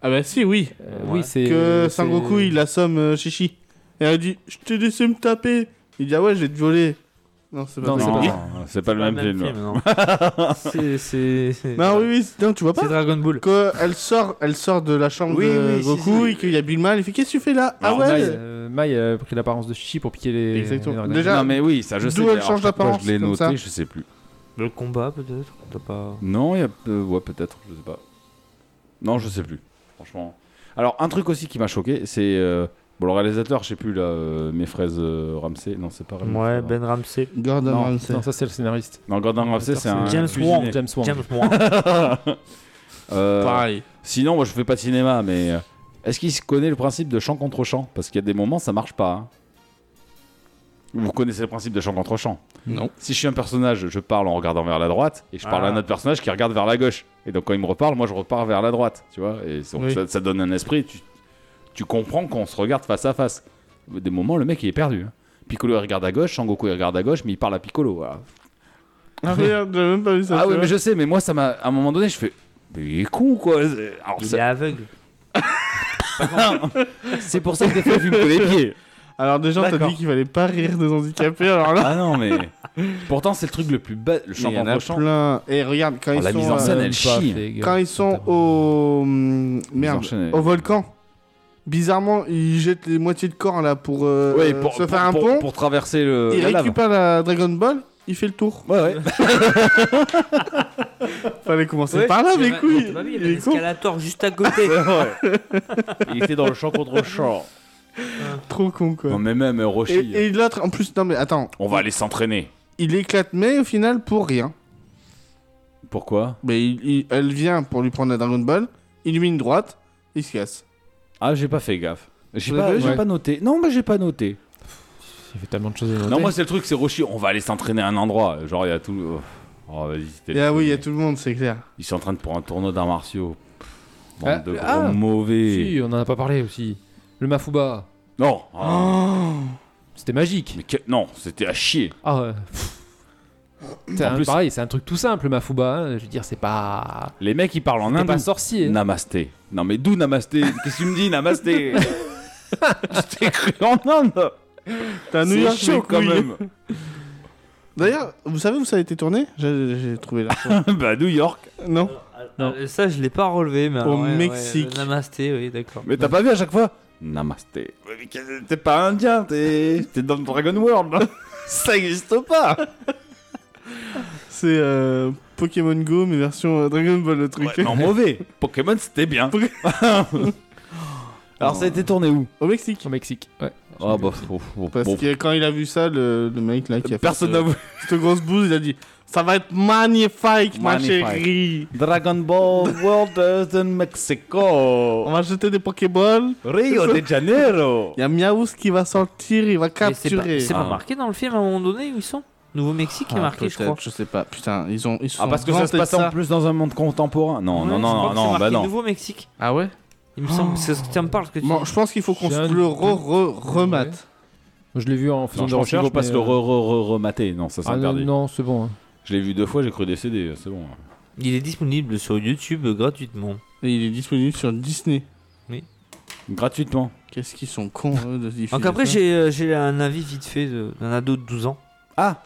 Ah bah si, oui.
Euh, Oui, c'est.
Que
c'est-
Sangoku, il assomme euh, Chichi. Et elle dit, je t'ai laissé me taper. Il dit, ah ouais, je vais te voler. Non, c'est pas
Non,
ça.
c'est pas
Non,
ça.
c'est pas le
Pas
même film. ouais.
non. c'est c'est c'est-
Bah oui, oui, c'est- non, tu vois
C'est
pas
Dragon Ball.
que elle sort, elle sort de la chambre
Oui,
de
oui, si,
Goku
si.
et qu'il y a Big Man. Il fait, qu'est-ce que tu fais là Ah
Alors,
ouais
Mai,
euh,
Euh, Mai a pris l'apparence de Chichi pour piquer les.
Exactement.
les organes.
Déjà-
Non, mais oui, ça je
D'où
sais.
elle
mais alors,
change
pourquoi
d'apparence,
Je l'ai
comme
noté,
ça
je sais plus.
Le combat peut-être T'as pas.
Non, il y a. euh, ouais, peut-être, je sais pas. Non, je sais plus. Franchement. Alors, un truc aussi qui m'a choqué, c'est euh, Bon, le réalisateur, je sais plus, là, euh, mes fraises euh, Ramsey. Non, c'est pas Ramsey.
Ouais, Ben Ramsey.
Gordon
Non,
Ramsay.
non, ça c'est le scénariste.
Non, Gordon Ramsay, c'est un.
James
cuisinier.
Wong.
James Wan.
James Wan.
Euh,
Pareil.
Sinon, moi, je fais pas de cinéma, mais. euh, Est-ce qu'il se connaît le principe de chant contre chant Parce qu'il y a des moments, ça marche pas. hein. Vous connaissez le principe de chant contre chant
Non.
Si je suis un personnage, je parle en regardant vers la droite, et je parle
Ah.
à un autre personnage qui regarde vers la gauche. Et donc quand il me reparle, moi je repars vers la droite, tu vois. Et donc,
Oui.
ça, ça donne un esprit. Tu, tu comprends qu'on se regarde face à face. Des moments, le mec il est perdu. hein. Piccolo il regarde à gauche, Sangoku il regarde à gauche, mais il parle à Piccolo. voilà.
Ah, merde, j'avais même pas vu ça.
Ah
tu
oui,
vois.
mais je sais, mais moi ça m'a. À un moment donné, je fais. Mais il est con quoi C'est- alors,
Il
ça-
est aveugle.
C'est pour ça que des fois il fume que les pieds.
Alors déjà, t'as
D'accord.
dit qu'il fallait pas rire des handicapés, alors là...
[LAUGHS] Ah non, mais. Pourtant, c'est le truc le plus bas. Le
Il y
champ
en a
contre Ah, chant.
plein. Et regarde, quand
Oh,
ils
la
sont...
mise en
euh,
scène, elle chie.
Quand ils sont au... hum, Merde,
enchaînent.
au volcan. Bizarrement, ils jettent les moitiés de corps, là, pour euh,
Ouais, pour,
se
pour-
faire un
pour-
pont.
pour traverser le.
il
la lave.
récupère la Dragon Ball, il fait le tour.
Ouais, ouais.
Bah, [LAUGHS] Fallait commencer par là, mes couilles
Il y
Il est
avait un
con,
escalator juste à côté.
Il était dans le champ contre le champ.
trop con, quoi.
Non, mais même euh, Roshi.
Et, et l'autre, en plus, non mais attends,
On va aller s'entraîner.
il éclate mais au final pour rien.
Pourquoi
Mais il- il- elle vient pour lui prendre la Dragon Ball, il lui met une droite, il se casse.
Ah, j'ai pas fait gaffe. J'ai
Vous
pas,
avez
j'ai
Ouais.
pas noté. Non, mais j'ai pas noté.
Il fait tellement de choses. à noter.
Non, moi, c'est le truc, c'est Roshi. On va aller s'entraîner à un endroit. Genre, il y a tout. Oh, vas-y, c'était-
Et ah oui, il y a tout le monde, c'est clair.
Ils s'entraînent pour un tournoi d'arts martiaux. Bande
Ah,
de gros
ah,
mauvais.
Si, on en a pas parlé aussi. Le Mafuba,
Non. ah,
c'était magique.
mais que- Non, c'était à chier.
Ah ouais. Pff. C'est
En
un-
plus-
pareil, c'est un truc tout simple, le Mafuba. hein. Je veux dire, c'est pas.
Les mecs, ils parlent en
T'es
indou.
pas sorcier. hein.
Namasté. Non, mais d'où Namasté Qu'est-ce que tu me dis, [LAUGHS] Namasté Je t'ai cru en Inde.
T'as New
C'est
York, mes
chaud quand
couilles.
même.
D'ailleurs, vous savez où ça a été tourné J'ai j'ai trouvé là.
[LAUGHS] bah, New York.
[LAUGHS] non
Non.
Euh, Ça, je l'ai pas relevé, mais alors, ouais, ouais,
Mexique.
euh, namasté, oui, d'accord.
Mais t'as pas vu à chaque fois Namasté. Ouais, mais qu'est- T'es pas indien, t'es t'es dans Dragon World. [LAUGHS] là. Ça existe pas.
C'est euh, Pokémon Go, mais version euh, Dragon Ball, le truc.
[LAUGHS] Ouais, non, mauvais. Pokémon, c'était bien. Alors, ça a été tourné où
Au Mexique.
Au Mexique. Ouais.
Ah bah,
Parce que quand il a vu ça, le, le mec là qui a
personne
fait
n'a
ce-
vu.
cette grosse bouse, il a dit Ça va être magnifique, ma
Magnifique.
chérie
Dragon Ball World in [LAUGHS]
On
Mexico.
va jeter des Pokéballs,
Rio de Janeiro.
il y a Miaouz qui va sortir, il va
Mais C'est pas,
capturer.
c'est pas
Ah.
marqué dans le film à un moment donné où ils sont Nouveau-Mexique est
Ah,
marqué, je
peut-être,
crois.
Je sais pas, putain, ils ont. Ils se
Ah,
sont
parce que ça se
vantés de
passe en plus dans un monde contemporain.
Ouais,
Non, non,
je crois
non,
que
non,
c'est
bah
marqué
non.
Nouveau-Mexique.
Ah ouais
Il me semble, c'est
Oh.
ce que tu me parles. ce Que tu...
Bon, je pense qu'il faut qu'on
J'ai un
se
doute.
le re-re-remate.
Je l'ai vu en faisant
Non,
des
je pense qu'il
recherches.
faut pas
mais,
se le
euh,
re re re remater. Non, ça c'est
Ah non,
interdit.
non, c'est bon. hein.
Je l'ai vu deux fois, j'ai cru décédé. C'est bon.
Il est disponible sur YouTube euh, gratuitement.
Et il est disponible sur Disney.
Gratuitement.
Qu'est-ce qu'ils sont cons, eux, de diffuser.
Donc après,
ça.
j'ai euh, j'ai un avis vite fait de- d'un ado de 12 ans.
Ah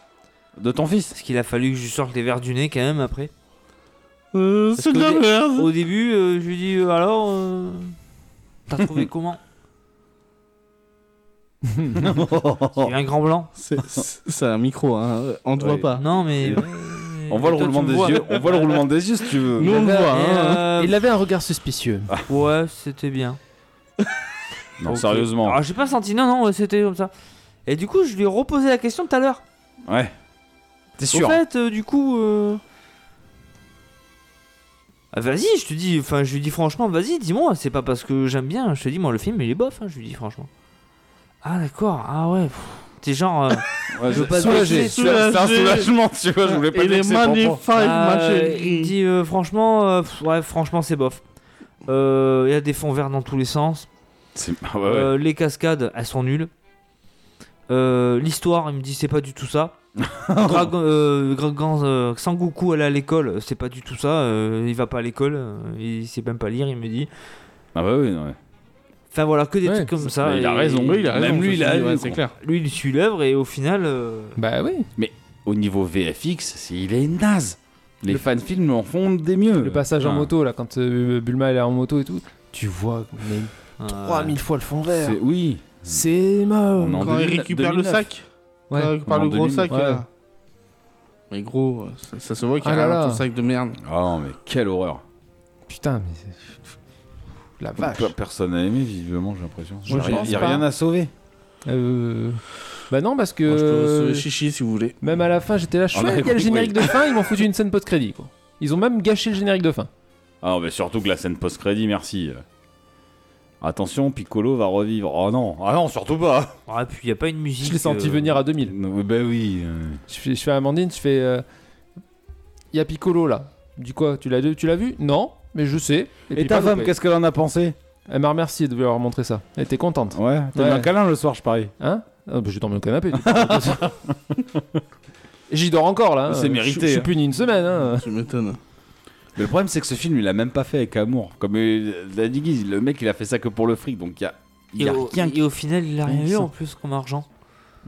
De ton fils
Parce qu'il a fallu que je sorte les verres du nez quand même après.
Euh,
Parce
c'est de
que
la
dé-
merde
Hein
Au début, euh, je lui dis euh, alors, euh, t'as
[LAUGHS]
trouvé comment Il y a un grand blanc.
C'est- C'est c'est un micro, hein, on te
Ouais.
voit pas.
Non mais.
Et- Ah. On voit le roulement des yeux, on voit le roulement des yeux si tu veux.
Nous, on le voit, hein.
Ah.
Il avait un regard suspicieux.
euh, Ouais, c'était bien.
Non,
Ok. Ah.
sérieusement.
Alors j'ai pas senti, non, non, ouais, c'était comme ça. Et du coup, je lui ai reposé la question tout à l'heure.
Ouais. T'es
En
sûr
fait, euh, du coup. euh, ah, vas-y, je te dis, enfin, je lui dis franchement, vas-y, dis-moi, c'est pas parce que j'aime bien, je te dis, moi, le film, il est bof, hein, je lui dis franchement. Ah, d'accord, ah ouais, pff. t'es genre. euh,
Ouais,
je veux
c'est-
pas te
soulagé.
blesser,
C'est c'est un
soulagé.
soulagement, tu vois. Je voulais pas
Il
dire
est
que c'est pour
magnifique,
toi.
ma
Ah, il
chérie
dit euh, franchement, euh, pff, ouais, franchement, c'est bof. Euh, Il y a des fonds verts dans tous les sens.
C'est- ah ouais, ouais.
Euh, les cascades, elles sont nulles. Euh, L'histoire, il me dit c'est pas du tout ça.
[LAUGHS]
Dragon, euh, Dragon- euh, Sangoku aller à l'école, c'est pas du tout ça. euh, il va pas à l'école, euh, il sait même pas lire, il me dit.
Ah bah oui, non, ouais.
Enfin voilà, que des
Ouais,
trucs comme ça.
mais il a
et-
raison,
Oui, il a raison.
Même lui,
je
il a
me suis dit,
vu,
ouais,
quoi.
c'est clair.
Lui, il suit l'œuvre et au final, euh,
Bah oui.
Au niveau VFX, c'est- il est naze. Les fan films en font des mieux.
Le passage en
Putain.
moto, là, quand euh, Bulma elle est en moto et tout, tu vois mais
euh,
3000 fois le fond vert.
C'est- Oui.
C'est mort.
On en-
Quand il
2000
récupère le
2009.
sac,
Ouais.
quand il récupère
En
le gros
2000,
sac,
ouais.
là. Mais gros, ça, ça se voit qu'il y
Ah là
a un
là.
ton sac de merde.
Oh, mais quelle horreur.
Putain, mais. c'est- La vache.
Pe- Personne n'a aimé, visiblement, j'ai l'impression.
je pense
Il n'y a
pas.
rien à sauver.
Euh, Bah non, parce que. euh,
Moi, je peux sauver chichi si vous voulez.
Même à la fin, j'étais là,
On
chouette,
a
il y a le
compris.
générique de fin, ils m'ont foutu une scène post-crédit. quoi. Ils ont même gâché le générique de fin.
Ah non, mais surtout que la scène post-crédit, merci. Attention, Piccolo va revivre. Oh non, ah non, surtout [LAUGHS] pas.
Ah, puis il n'y a pas une musique.
Je l'ai senti
euh,
venir à 2000.
Non, mais ben oui. euh,
Je fais, je fais à Amandine, je fais. euh, Il y a Piccolo là. Du quoi Tu l'as tu l'as vu Non, mais je sais.
Et
puis
ta
pas
femme,
loupé.
qu'est-ce qu'elle en a pensé
Elle m'a remercié de lui avoir montré ça. Elle était contente.
Ouais, t'as
Ouais.
eu un câlin le soir, je parie.
Hein ah, bah, J'ai dormi au canapé. du coup.
[LAUGHS]
J'y dors encore là. hein.
C'est mérité,
Je- Je suis
hein.
puni une semaine. hein.
Tu m'étonnes.
Mais le problème, c'est que ce film, il l'a même pas fait avec amour. Comme euh, l'a dit Guise, le mec, il a fait ça que pour le fric, donc il y a, il y
Et
a
au,
rien. qui-
et au final, il a rien
Rien
eu
ça.
en plus comme argent.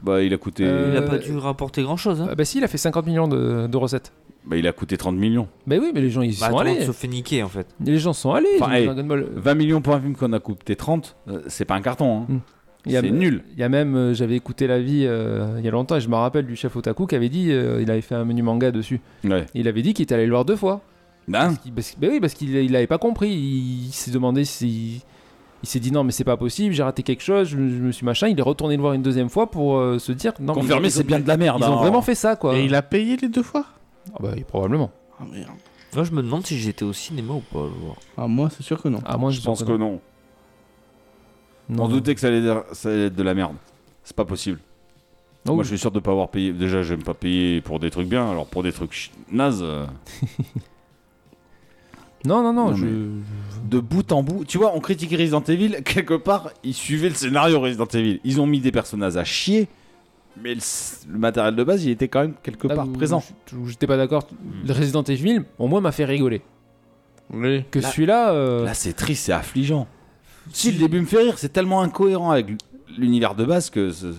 Bah, il a coûté,
Euh,
Il a pas dû rapporter grand chose. Hein.
Ah, bah si, il a fait 50 millions de, de recettes.
bah, il a coûté 30 millions.
Bah oui, mais les gens ils y
Bah, tout
sont
le monde
allés.
se fait niquer en fait.
Les gens sont allés.
Enfin,
ils ont vu
hey,
Dragon Ball.
20 millions pour un film qu'on a coûté 30, euh, c'est pas un carton. hein.
Mm. Il y a-
C'est nul.
Il y a même, euh, j'avais écouté la vie euh, il y a longtemps et je me rappelle du chef Otaku qui avait dit, euh, il avait fait un menu manga dessus.
Ouais.
Il avait dit qu'il était allé le voir deux fois.
Hein
Parce qu'il- parce- ben oui, parce qu'il il avait pas compris. Il, il s'est demandé si. Il s'est dit non, mais c'est pas possible, j'ai raté quelque chose, je, me- je me suis machin. Il est retourné le voir une deuxième fois pour euh, se dire non, mais
Confirmé,
ils-
c'est bien de la merde.
Ils ont
hein.
vraiment fait ça quoi.
Et il a payé les deux fois
Ah bah, oui, probablement.
Ah merde.
Moi, je me demande si j'étais au cinéma ou pas. le voir.
Ah, moi, c'est sûr que non.
À moins
Je pense que non. On doutait que ça allait, dire- ça allait être de la merde. C'est pas possible.
Oh,
Moi, je suis sûr de pas avoir payé. Déjà, j'aime pas payer pour des trucs bien, alors pour des trucs ch- nazes. euh,
Non, non, non.
Non,
je-
de bout en bout. Tu vois, on critiquait Resident Evil, [LAUGHS] quelque part, ils suivaient le scénario Resident Evil. Ils ont mis des personnages à chier, mais le, s- le matériel de base, il était quand même quelque
là
part
où-
présent.
où J'étais pas d'accord. Le Resident Evil, au moins, m'a fait rigoler.
Oui.
Que
Là-
celui-là. euh,
Là, c'est triste, c'est affligeant. Si le début me fait rire, c'est tellement incohérent avec l'univers de base que ce-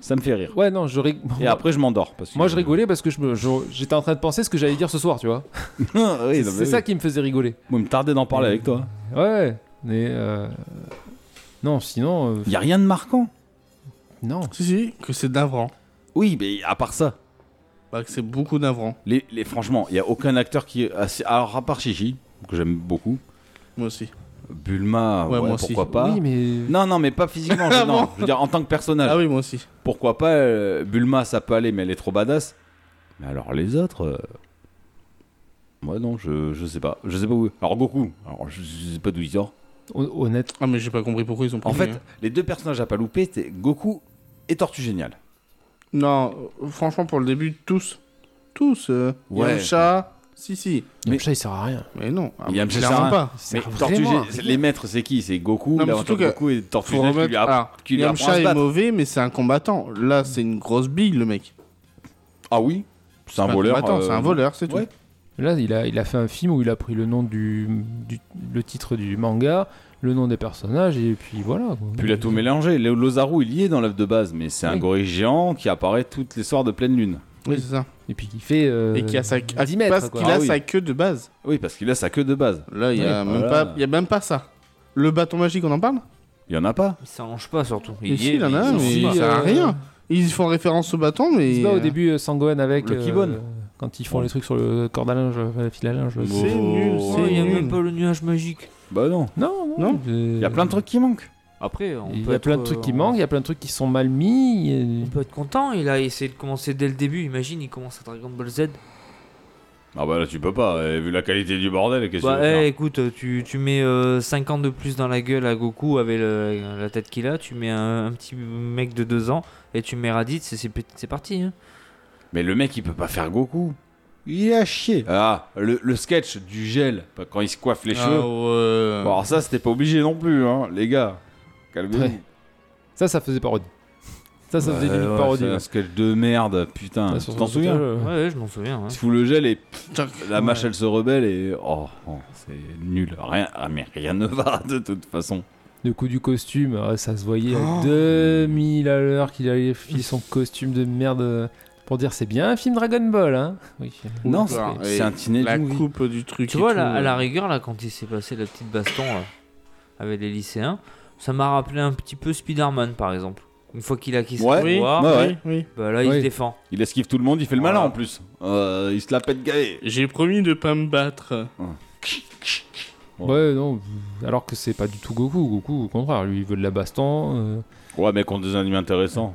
ça me fait rire.
Ouais, non, je rig-
Et après, je m'endors. parce que-
Moi, je rigolais parce que je me- je- j'étais en train de penser ce que j'allais dire ce soir, tu vois.
[LAUGHS] Oui, Eh, non, mais
c'est c'est
oui.
ça qui me faisait rigoler.
Moi, il me tardait d'en parler avec toi.
Ouais, mais euh, non, sinon, euh,
Il y a rien de marquant.
non.
Si, si, que c'est navrant.
Oui, mais à part ça,
Bah, que c'est beaucoup navrant.
les, les- franchement, il y a aucun acteur qui. assez- Alors, à part Chichi, que j'aime beaucoup,
Moi aussi.
Bulma,
Ouais,
ouais,
moi aussi.
pourquoi pas.
Oui, mais
Non, non, mais pas physiquement. je,
Ah
non,
bon
je veux dire en tant que personnage.
Ah oui, moi aussi.
Pourquoi pas euh, Bulma, ça peut aller, mais elle est trop badass. Mais alors les autres. euh, Moi non, je, je sais pas. Je sais pas où. Alors Goku, alors je, je sais pas d'où il sort.
hon- honnête.
Ah, mais j'ai pas compris pourquoi ils ont pris
En fait,
lui, hein.
les deux personnages à pas louper, c'est Goku et Tortue Géniale.
Non, euh, franchement, pour le début, tous. Tous. Euh,
Ouais.
Yamcha. Si, si.
Mais
Mais-
ça, il sert à rien.
Mais non. Ah,
Yamcha,
clairement
ça-
pas.
Ça
Mais
sert
Tortue
vraiment à
Gé-
rien.
les maîtres, c'est qui C'est Goku,
Non, mais
l'aventure
surtout que-
Goku et Tortue
Faut
Géniale qui lui
remettre- ah.
Ah, app-
Alors,
qui lui apprend à
Yamcha
se
est
battre.
mauvais, mais c'est un combattant. Là, c'est une grosse bille, le mec.
Ah oui C'est un voleur.
Bah, Attends,
euh,
c'est un voleur, c'est tout.
ouais.
Là, il a, il a fait un film où il a pris le nom du, du- le titre du manga, le nom des personnages et puis voilà. quoi.
Puis il a tout mélangé. Le- Lozaru, il y est dans l'œuvre de base, mais c'est un
Oui.
gorille géant qui apparaît toutes les soirs de pleine lune.
Oui, c'est ça.
Et puis qui fait. euh,
Et qui a sa,
10 mètres,
parce
quoi.
qu'il a
Ah oui.
sa queue de base.
Oui, parce qu'il a sa queue de base.
Là, il y a
Oui,
même
voilà.
pas, il y a même pas ça. Le bâton magique, on en parle
Il y en a pas.
Il s'arrange pas surtout.
Mais si, il en a
mais
un,
s'arrange
mais
aussi,
pas.
il sert à
euh,
rien. Ils font référence au bâton, mais.
C'est pas au début euh, Sangohan avec
Le
euh,
Kibon.
quand ils font les trucs sur le corde à linge, euh, fil à linge.
Bon.
C'est nul,
Oh,
Oh,
c'est
il y a
nul.
même pas le nuage magique.
Bah non.
Non,
Non.
non.
Il y a plein de trucs qui manquent.
Après, on
Il
peut
y a
être,
plein de trucs qui
euh,
manquent, il y a plein de trucs qui sont mal mis. et-
On peut être content. Il a essayé de commencer dès le début. Imagine, il commence à Dragon Ball Z.
Ah bah là tu peux pas, eh, vu la qualité du bordel, qu'est-ce
Bah,
que tu veux
eh,
faire
écoute, tu, tu mets 5 ans de plus dans la gueule à Goku avec le- la tête qu'il a, tu mets un, un petit mec de 2 ans et tu mets Raditz et c'est p- c'est parti. hein.
eh.
Mais le mec il peut pas faire Goku. Il est à chier. Ah, le, le sketch du gel, quand il se coiffe les
Ah
cheveux.
ouais.
Bon, alors ça c'était pas obligé non plus, hein, les gars. Calmez-vous.
Ouais. Ça, ça faisait parodie. Ça, ça faisait
Ouais,
limite
Euh, ouais,
parodie.
c'est
ouais.
un sketch de merde, putain.
Ça,
Tu
sur
t'en
son
souviens
footage, euh,
Ouais, ouais, je m'en souviens. hein. ouais.
Il se fout le gel et
Putain,
la mâche elle se rebelle et... Oh, oh, c'est nul. Rien, ah, mais rien ne va de toute façon.
Le coup du costume, ah, ça se voyait à
Oh.
2000 à l'heure qu'il avait filé son costume de merde euh, pour dire c'est bien un film Dragon Ball. Hein oui.
non, c'est
Oula, et
c'est un teenage
La
movie.
coupe du truc.
Tu
et
vois,
tout,
là, à la
euh,
rigueur, là, quand il s'est passé la petite baston là, avec les lycéens, ça m'a rappelé un petit peu Spider-Man par exemple. Une fois qu'il a quitté
Ouais.
le
Oui,
pouvoir,
Ouais, ouais.
oui, oui.
bah, là, il
Oui.
se défend.
Il esquive tout le monde, il fait le malin
Voilà.
en plus. Euh, il se la pète gavé.
J'ai promis de pas me battre.
Ouais, non. Alors que c'est pas du tout Goku. Goku, au contraire, lui, il veut de la baston. euh,
Ouais, mais contre des animés intéressants.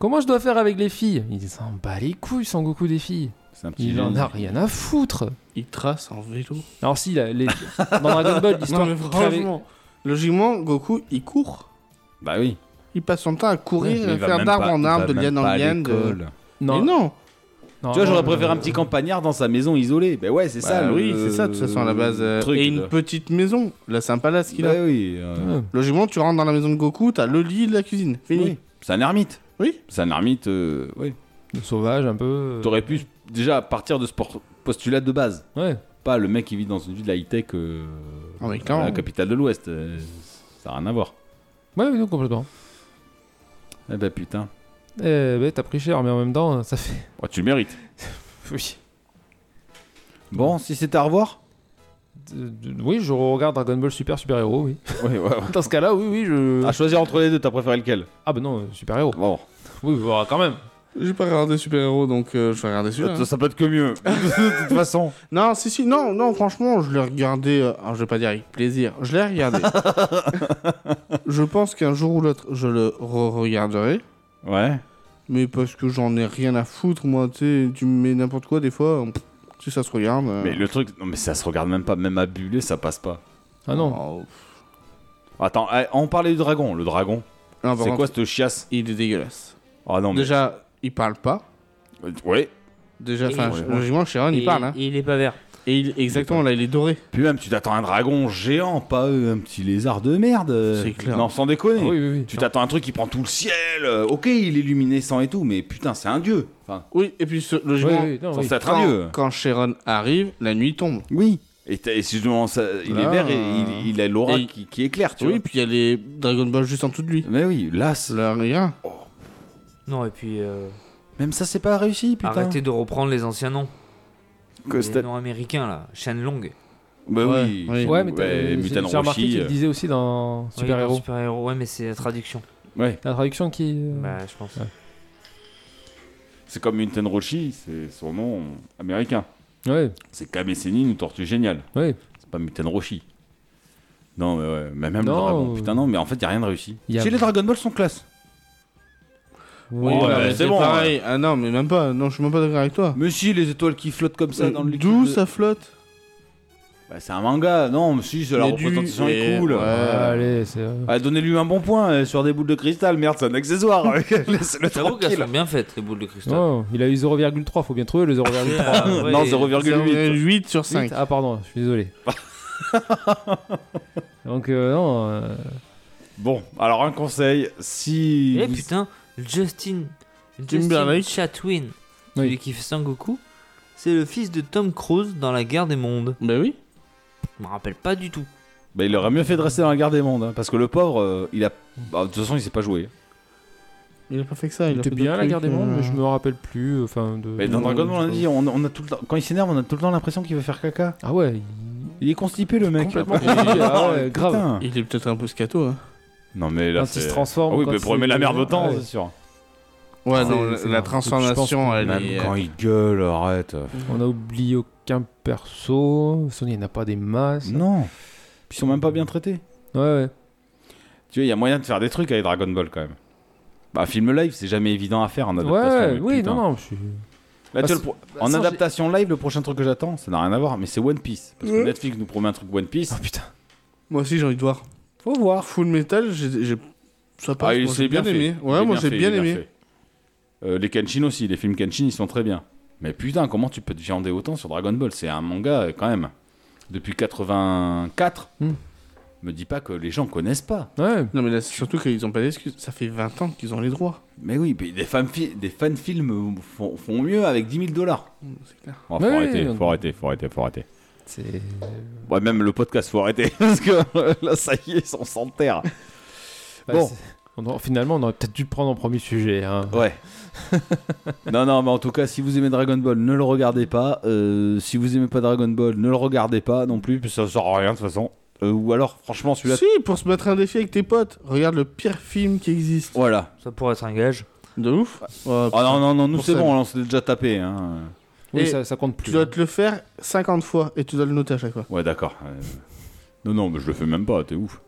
Comment je dois faire avec les filles Il s'en bat les couilles, sans Goku des filles.
C'est un petit.
Il en a rien à foutre.
Il trace en vélo.
Alors si, la- les... dans Dragon Ball, l'histoire...
Non, mais
qu'il avait-
Ah, franchement, logiquement, Goku, il court.
Bah oui.
Il passe son temps à courir,
Mais
à
il va
faire
même
d'arbre
pas-
en
il va
arbre, de
même
liane
pas
en
à
liane. de-
l'école. Bah
Non,
Mais non
non,
Tu vois, j'aurais
non,
préféré
non.
un petit campagnard dans sa maison isolée. Ben ouais, c'est ça.
Bah
le-
oui, c'est ça, de toute façon, à la base. euh,
truc
et
de-
une petite maison. Là, c'est un palace qu'il a.
Bah oui. euh,
Ouais.
Logiquement, tu rentres dans la maison de Goku, t'as le lit, la cuisine. Fini.
oui. C'est un ermite.
Oui.
C'est un ermite. euh, oui.
Sauvage, un peu... euh,
T'aurais pu déjà partir de ce por- postulat de base.
Ouais.
Pas le mec qui vit dans une ville high tech. euh,
Ah, mais
à
clairement.
la capitale de l'Ouest. euh, ça n'a rien à voir.
Ouais, oui, non, complètement.
Eh ben putain.
Eh ben, t'as pris cher, mais en même temps, ça fait... [LAUGHS]
Ouais, Oh, tu le mérites.
Oui.
Bon, si c'était à revoir.
De- de- Oui, je regarde Dragon Ball Super Super Héros, oui.
[LAUGHS] Ouais, ouais, ouais.
Dans ce cas-là, oui, oui, je...
À choisir entre les deux, t'as préféré lequel
Ah ben non, euh, Super Héros.
Bon,
Oui, bah, quand même.
J'ai pas regardé Super-Héros, donc euh, je vais regarder celui-là.
ça, ça peut être que mieux. [LAUGHS] de toute façon.
Non, si, si, non, non, franchement, je l'ai regardé. euh, alors, je vais pas dire avec plaisir, je
[LAUGHS]
l'ai regardé. je pense qu'un jour ou l'autre, je le re-regarderai.
Ouais.
Mais parce que j'en ai rien à foutre, moi, tu sais, tu me mets n'importe quoi, des fois, pff, si ça se regarde. euh,
Mais le truc, non mais ça se regarde même pas, même à buller, ça passe pas.
Ah non.
oh,
Attends, eh, on parlait du dragon. Le dragon,
non, par
c'est
contre,
quoi cette chiasse
Il est dégueulasse.
Ah non, mais.
Déjà, il parle pas.
Ouais.
Déjà,
Et-
enfin,
ouais.
logiquement, Sharon, il
Et-
parle. Hein.
et il est pas vert.
Et il- exactement, là, il est doré.
Puis même, tu t'attends à un dragon géant, pas euh, un petit lézard de merde. euh.
C'est clair.
Non, sans déconner.
Ah oui, oui, oui.
Tu t'attends à un truc qui prend tout le ciel. euh, Ok, il est luminescent et tout, mais putain, c'est un dieu. Enfin,
Oui, et puis, ce-
Oui,
logiquement,
oui, non,
censé
Ah oui.
être un dieu.
quand, quand Sharon arrive, la nuit tombe.
Oui. Et, t'as- et si je demande ça, il est
Ah.
Là,
vert et il, il a l'aura
et-
qui, qui éclaire, tu
oui, puis il y a les Dragon Ball juste en dessous de lui.
vois. Mais oui, là, c'est-
Là, rien.
Non, et puis euh,
même ça, c'est pas réussi, putain.
arrêtez de reprendre les anciens noms.
Costa-
Les noms américains là. Shenlong.
Bah
Ouais,
oui.
oui.
Ouais, mais t'as-
Ouais,
j'ai-
Mutant
j'ai remarqué
Roshi,
qu'il le
euh,
disait aussi dans Super
Oui,
Héros.
Super héros, ouais, mais c'est la traduction.
Ouais,
La traduction qui... euh,
Bah, je pense.
Ah,
Ouais.
c'est comme Mutant Roshi, c'est son nom américain.
Ouais,
C'est Kame Sennin ou Tortue Géniale.
ouais.
C'est pas Mutant Roshi. Non, mais ouais, mais même
Non,
le dragon.
euh,
Putain, non, mais en fait, y a rien de réussi.
y a-
Si les Dragon Ball sont classe.
Oui,
Oh,
voilà.
mais
mais
c'est bon,
Pareil. Ah non, mais même pas. Non, je suis même pas d'accord avec toi.
Mais si, les étoiles qui flottent comme Euh, ça dans le liquide.
D'où ça flotte
Bah, c'est un manga. Non, mais si, c'est la
Mais du-
représentation est
et-
cool.
ouais.
Allez, c'est...
Ah, Donnez-lui un bon point euh, sur des boules de cristal. Merde, c'est un [LAUGHS] accessoire. Laissez-le
J'avoue qu'elles
tranquille.
sont bien faites, les boules de cristal.
Oh, il a eu 0,3, faut bien trouver le 0,3.
Ah, ouais,
non,
et-
0,8.
8 sur 5.
Ah pardon, je suis
[LAUGHS]
désolé. Donc euh, non, euh,
Bon, alors un conseil. Si.
Eh
vous-
putain, Justin, Justin
Timberlake.
Chatwin,
Oui.
celui qui fait Sangoku, c'est le fils de Tom Cruise dans La Guerre des Mondes.
Bah oui.
Je me rappelle pas du tout.
Bah, il aurait mieux fait de rester dans la garde des mondes. hein, parce que le pauvre, euh, il a. bah, de toute façon, il sait pas jouer.
Ah, Il a pas fait euh, que ça.
il était bien la guerre des mondes,
[LAUGHS]
mais je me rappelle plus. euh, Enfin de.
Mais dans
de-
Dragon Ball, on a dit, on, on a tout le temps, quand il s'énerve, on a tout le temps l'impression qu'il veut faire caca.
Ah
[LAUGHS]
ouais, il-
Il est constipé le mec.
complètement. ah ouais, grave.
Putain.
Il est peut-être un peu scato. Hein.
Non mais là,
Quand il se
c'est. Ah
transforme.
oui,
quand
mais
il- Ah,
pour aimer la merde autant,
Ouais.
c'est sûr.
Ouais,
Ah,
non,
c'est-
la-
c'est
la
grave.
transformation,
Je pense
elle
que-
Même
est. euh,
quand il gueule, arrête.
On a oublié aucun perso. Sony n'a pas des masses.
Non. Puis ils sont même pas bien traités.
Ouais, ouais.
Tu vois, il y a moyen de faire des trucs avec Dragon Ball quand même. Bah, film live, c'est jamais évident à faire en adaptation.
Ouais,
mais
oui,
putain.
non, non, je suis.
Là, tu vois, le pro- en
sans-
adaptation live, le prochain truc que j'attends, ça n'a rien à voir, mais c'est One Piece. Parce que Netflix nous promet un truc One Piece.
Oh putain.
Moi aussi, j'ai envie de voir.
Faut voir.
Full Metal, j'ai. j'ai- Ça passe.
Ah, il
moi,
s'est
j'ai
bien, fait.
aimé.
Il
Ouais,
est
moi, j'ai
fait,
bien
il est
aimé.
fait. Euh, les Kenshin aussi, les films Kenshin, ils sont très bien. Mais putain, comment tu peux te viander autant sur Dragon Ball C'est un manga euh, quand même. Depuis 84,
Hmm.
me dis pas que les gens connaissent pas.
Ouais.
Non, mais là, c'est surtout qu'ils ont pas d'excuses. Ça fait 20 ans qu'ils ont les droits.
Mais oui, mais des, fan fi- des fan films font, font mieux avec 10 000 dollars. Oh,
C'est clair.
faut
Ouais,
arrêter,
euh,
ouais.
faut arrêter, faut arrêter, faut arrêter.
C'est.
Ouais, même le podcast, faut arrêter [LAUGHS] parce que euh, là, ça y est, ils sont sans terre.
bah,
Bon.
c'est- on aurait- Finalement, on aurait peut-être dû le prendre en premier sujet. Hein.
Ouais. [LAUGHS] non, non, mais en tout cas, si vous aimez Dragon Ball, ne le regardez pas. Euh, si vous aimez pas Dragon Ball, ne le regardez pas non plus, parce que ça sert à rien de toute façon. Euh, ou alors, franchement, celui-là.
Si, pour se battre un défi avec tes potes, regarde le pire film qui existe.
Voilà.
Ça pourrait être un gage.
De ouf. Oh,
Ah non, non, non, nous
Pour
c'est
ça,
bon, on s'est déjà tapé. Hein.
Oui,
Et
ça, ça compte plus. hein.
Tu dois te le faire 50 fois et tu dois le noter à chaque fois.
Ouais, d'accord. Euh, Non, non, mais je le fais même pas, t'es ouf.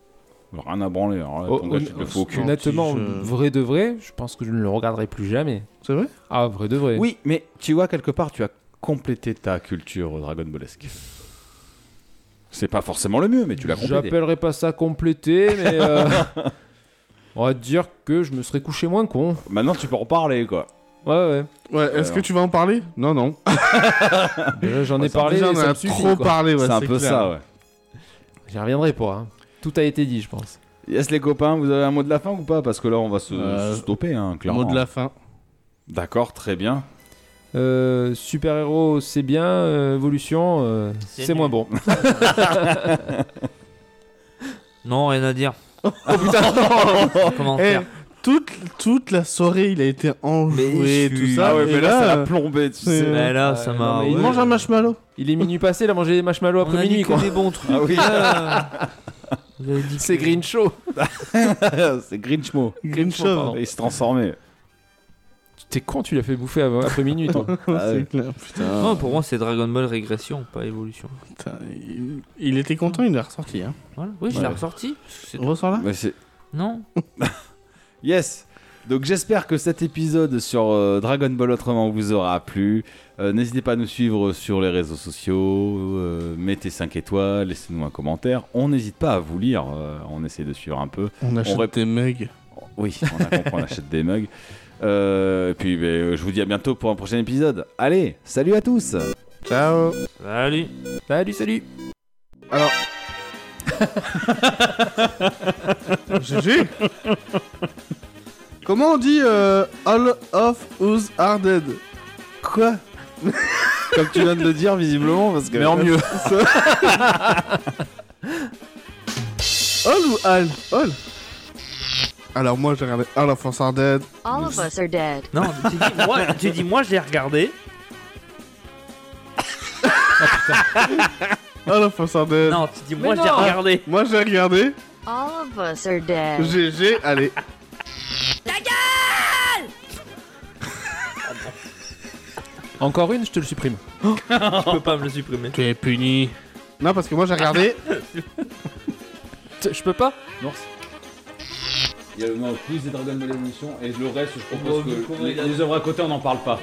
Rien à branler, alors là,
Oh,
ton gars, tu te le fous au cul.
honnêtement,
Gentil, je-
vrai de vrai, je pense que je ne le regarderai plus jamais.
C'est vrai
Ah, vrai de vrai.
Oui, mais tu vois, quelque part, tu as complété ta culture Dragon Ballesque. C'est pas forcément le mieux, mais tu l'as complété.
J'appellerai pas ça complété, mais [LAUGHS] euh, on va dire que je me serais couché moins con.
Maintenant, tu peux en parler, quoi.
Ouais, ouais.
Ouais, est-ce que tu vas en parler Non, non.
Déjà, J'en ai parlé,
Déjà, on en
ça
a
me suffit,
trop
quoi.
parlé, ouais,
c'est un peu
clair.
ça, ouais.
J'y reviendrai pas. hein. Tout a été dit, je pense.
Yes, les copains, vous avez un mot de la fin ou pas Parce que là, on va se,
Euh,
se stopper, hein, clairement.
Mot de la fin.
D'accord, très bien.
Euh, Super-héros, c'est bien. euh, évolution, euh,
C'est
c'est
nul.
moins bon.
Non, rien à
[LAUGHS]
dire.
Oh,
[LAUGHS] Comment
Eh,
faire
toute, toute la soirée, il a été enjoué, tout ça.
Ah ouais,
et
mais là, ça
euh,
l'a plombé, tu
c'est-
sais.
Mais Bah, là,
Euh,
ça
non,
m'a.
mais
il
ouais.
mange un marshmallow.
Il est minuit passé, il a mangé des marshmallows
On
après
a dit
minuit,
que
quoi.
des bons trucs.
Ah oui.
là. Vous avez dit
[LAUGHS] C'est
que-
Green Show.
[LAUGHS] c'est Grinchmo.
Grimshaw.
Pardon.
Il se
[LAUGHS]
transformait.
T'es con, tu l'as fait bouffer avant- après minuit, toi.
Ah ouais.
C'est clair, putain.
Non, pour moi, c'est Dragon Ball régression, pas évolution.
Putain, il, il était content, il est ressorti. Hein.
Voilà. Oui, je
Ouais.
l'ai ressorti. C'est-
Ressort là
Mais c'est-
Non
Yes Donc j'espère que cet épisode sur euh, Dragon Ball Autrement vous aura plu. Euh, N'hésitez pas à nous suivre sur les réseaux sociaux, euh, mettez 5 étoiles, laissez-nous un commentaire. On n'hésite pas à vous lire, euh, on essaie de suivre un peu.
On achète
rép-
des mugs.
Oui, on, a compris, on achète des mugs. Euh, et puis ben, je vous dis à bientôt pour un prochain épisode. Allez, salut à tous
Ciao
Salut
[LAUGHS] Salut, salut.
Ah, GG Comment on dit euh, All of us are dead
Quoi Comme tu viens de le dire visiblement parce que...
Mais en mieux.
All ou all All Alors moi j'ai regardé All of us are dead.
All of us are dead.
Non, tu dis moi, tu dis, moi je l'ai regardé.
All of us are dead.
Non, tu dis moi
Mais
je l'ai
non.
regardé.
Moi j'ai regardé.
All of us are dead.
GG, allez.
Encore une, je te le supprime.
Je peux pas me le supprimer.
Tu es puni. Non parce que moi j'ai regardé.
T- Je peux pas
Il y a le mot plus des Dragon Ball Evolution et le reste, je
propose que les- les
œuvres à côté, on n'en parle pas.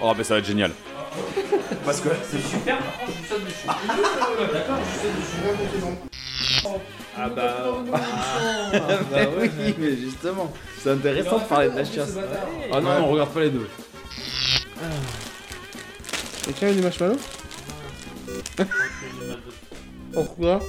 Oh, mais ça va être génial. Parce que c'est super, par contre, je saute dessus. Ah bah. oui, mais justement, c'est intéressant de parler de la chasse. Ah non, on regarde pas les deux.
Quelqu'un a eu du marshmallow Pourquoi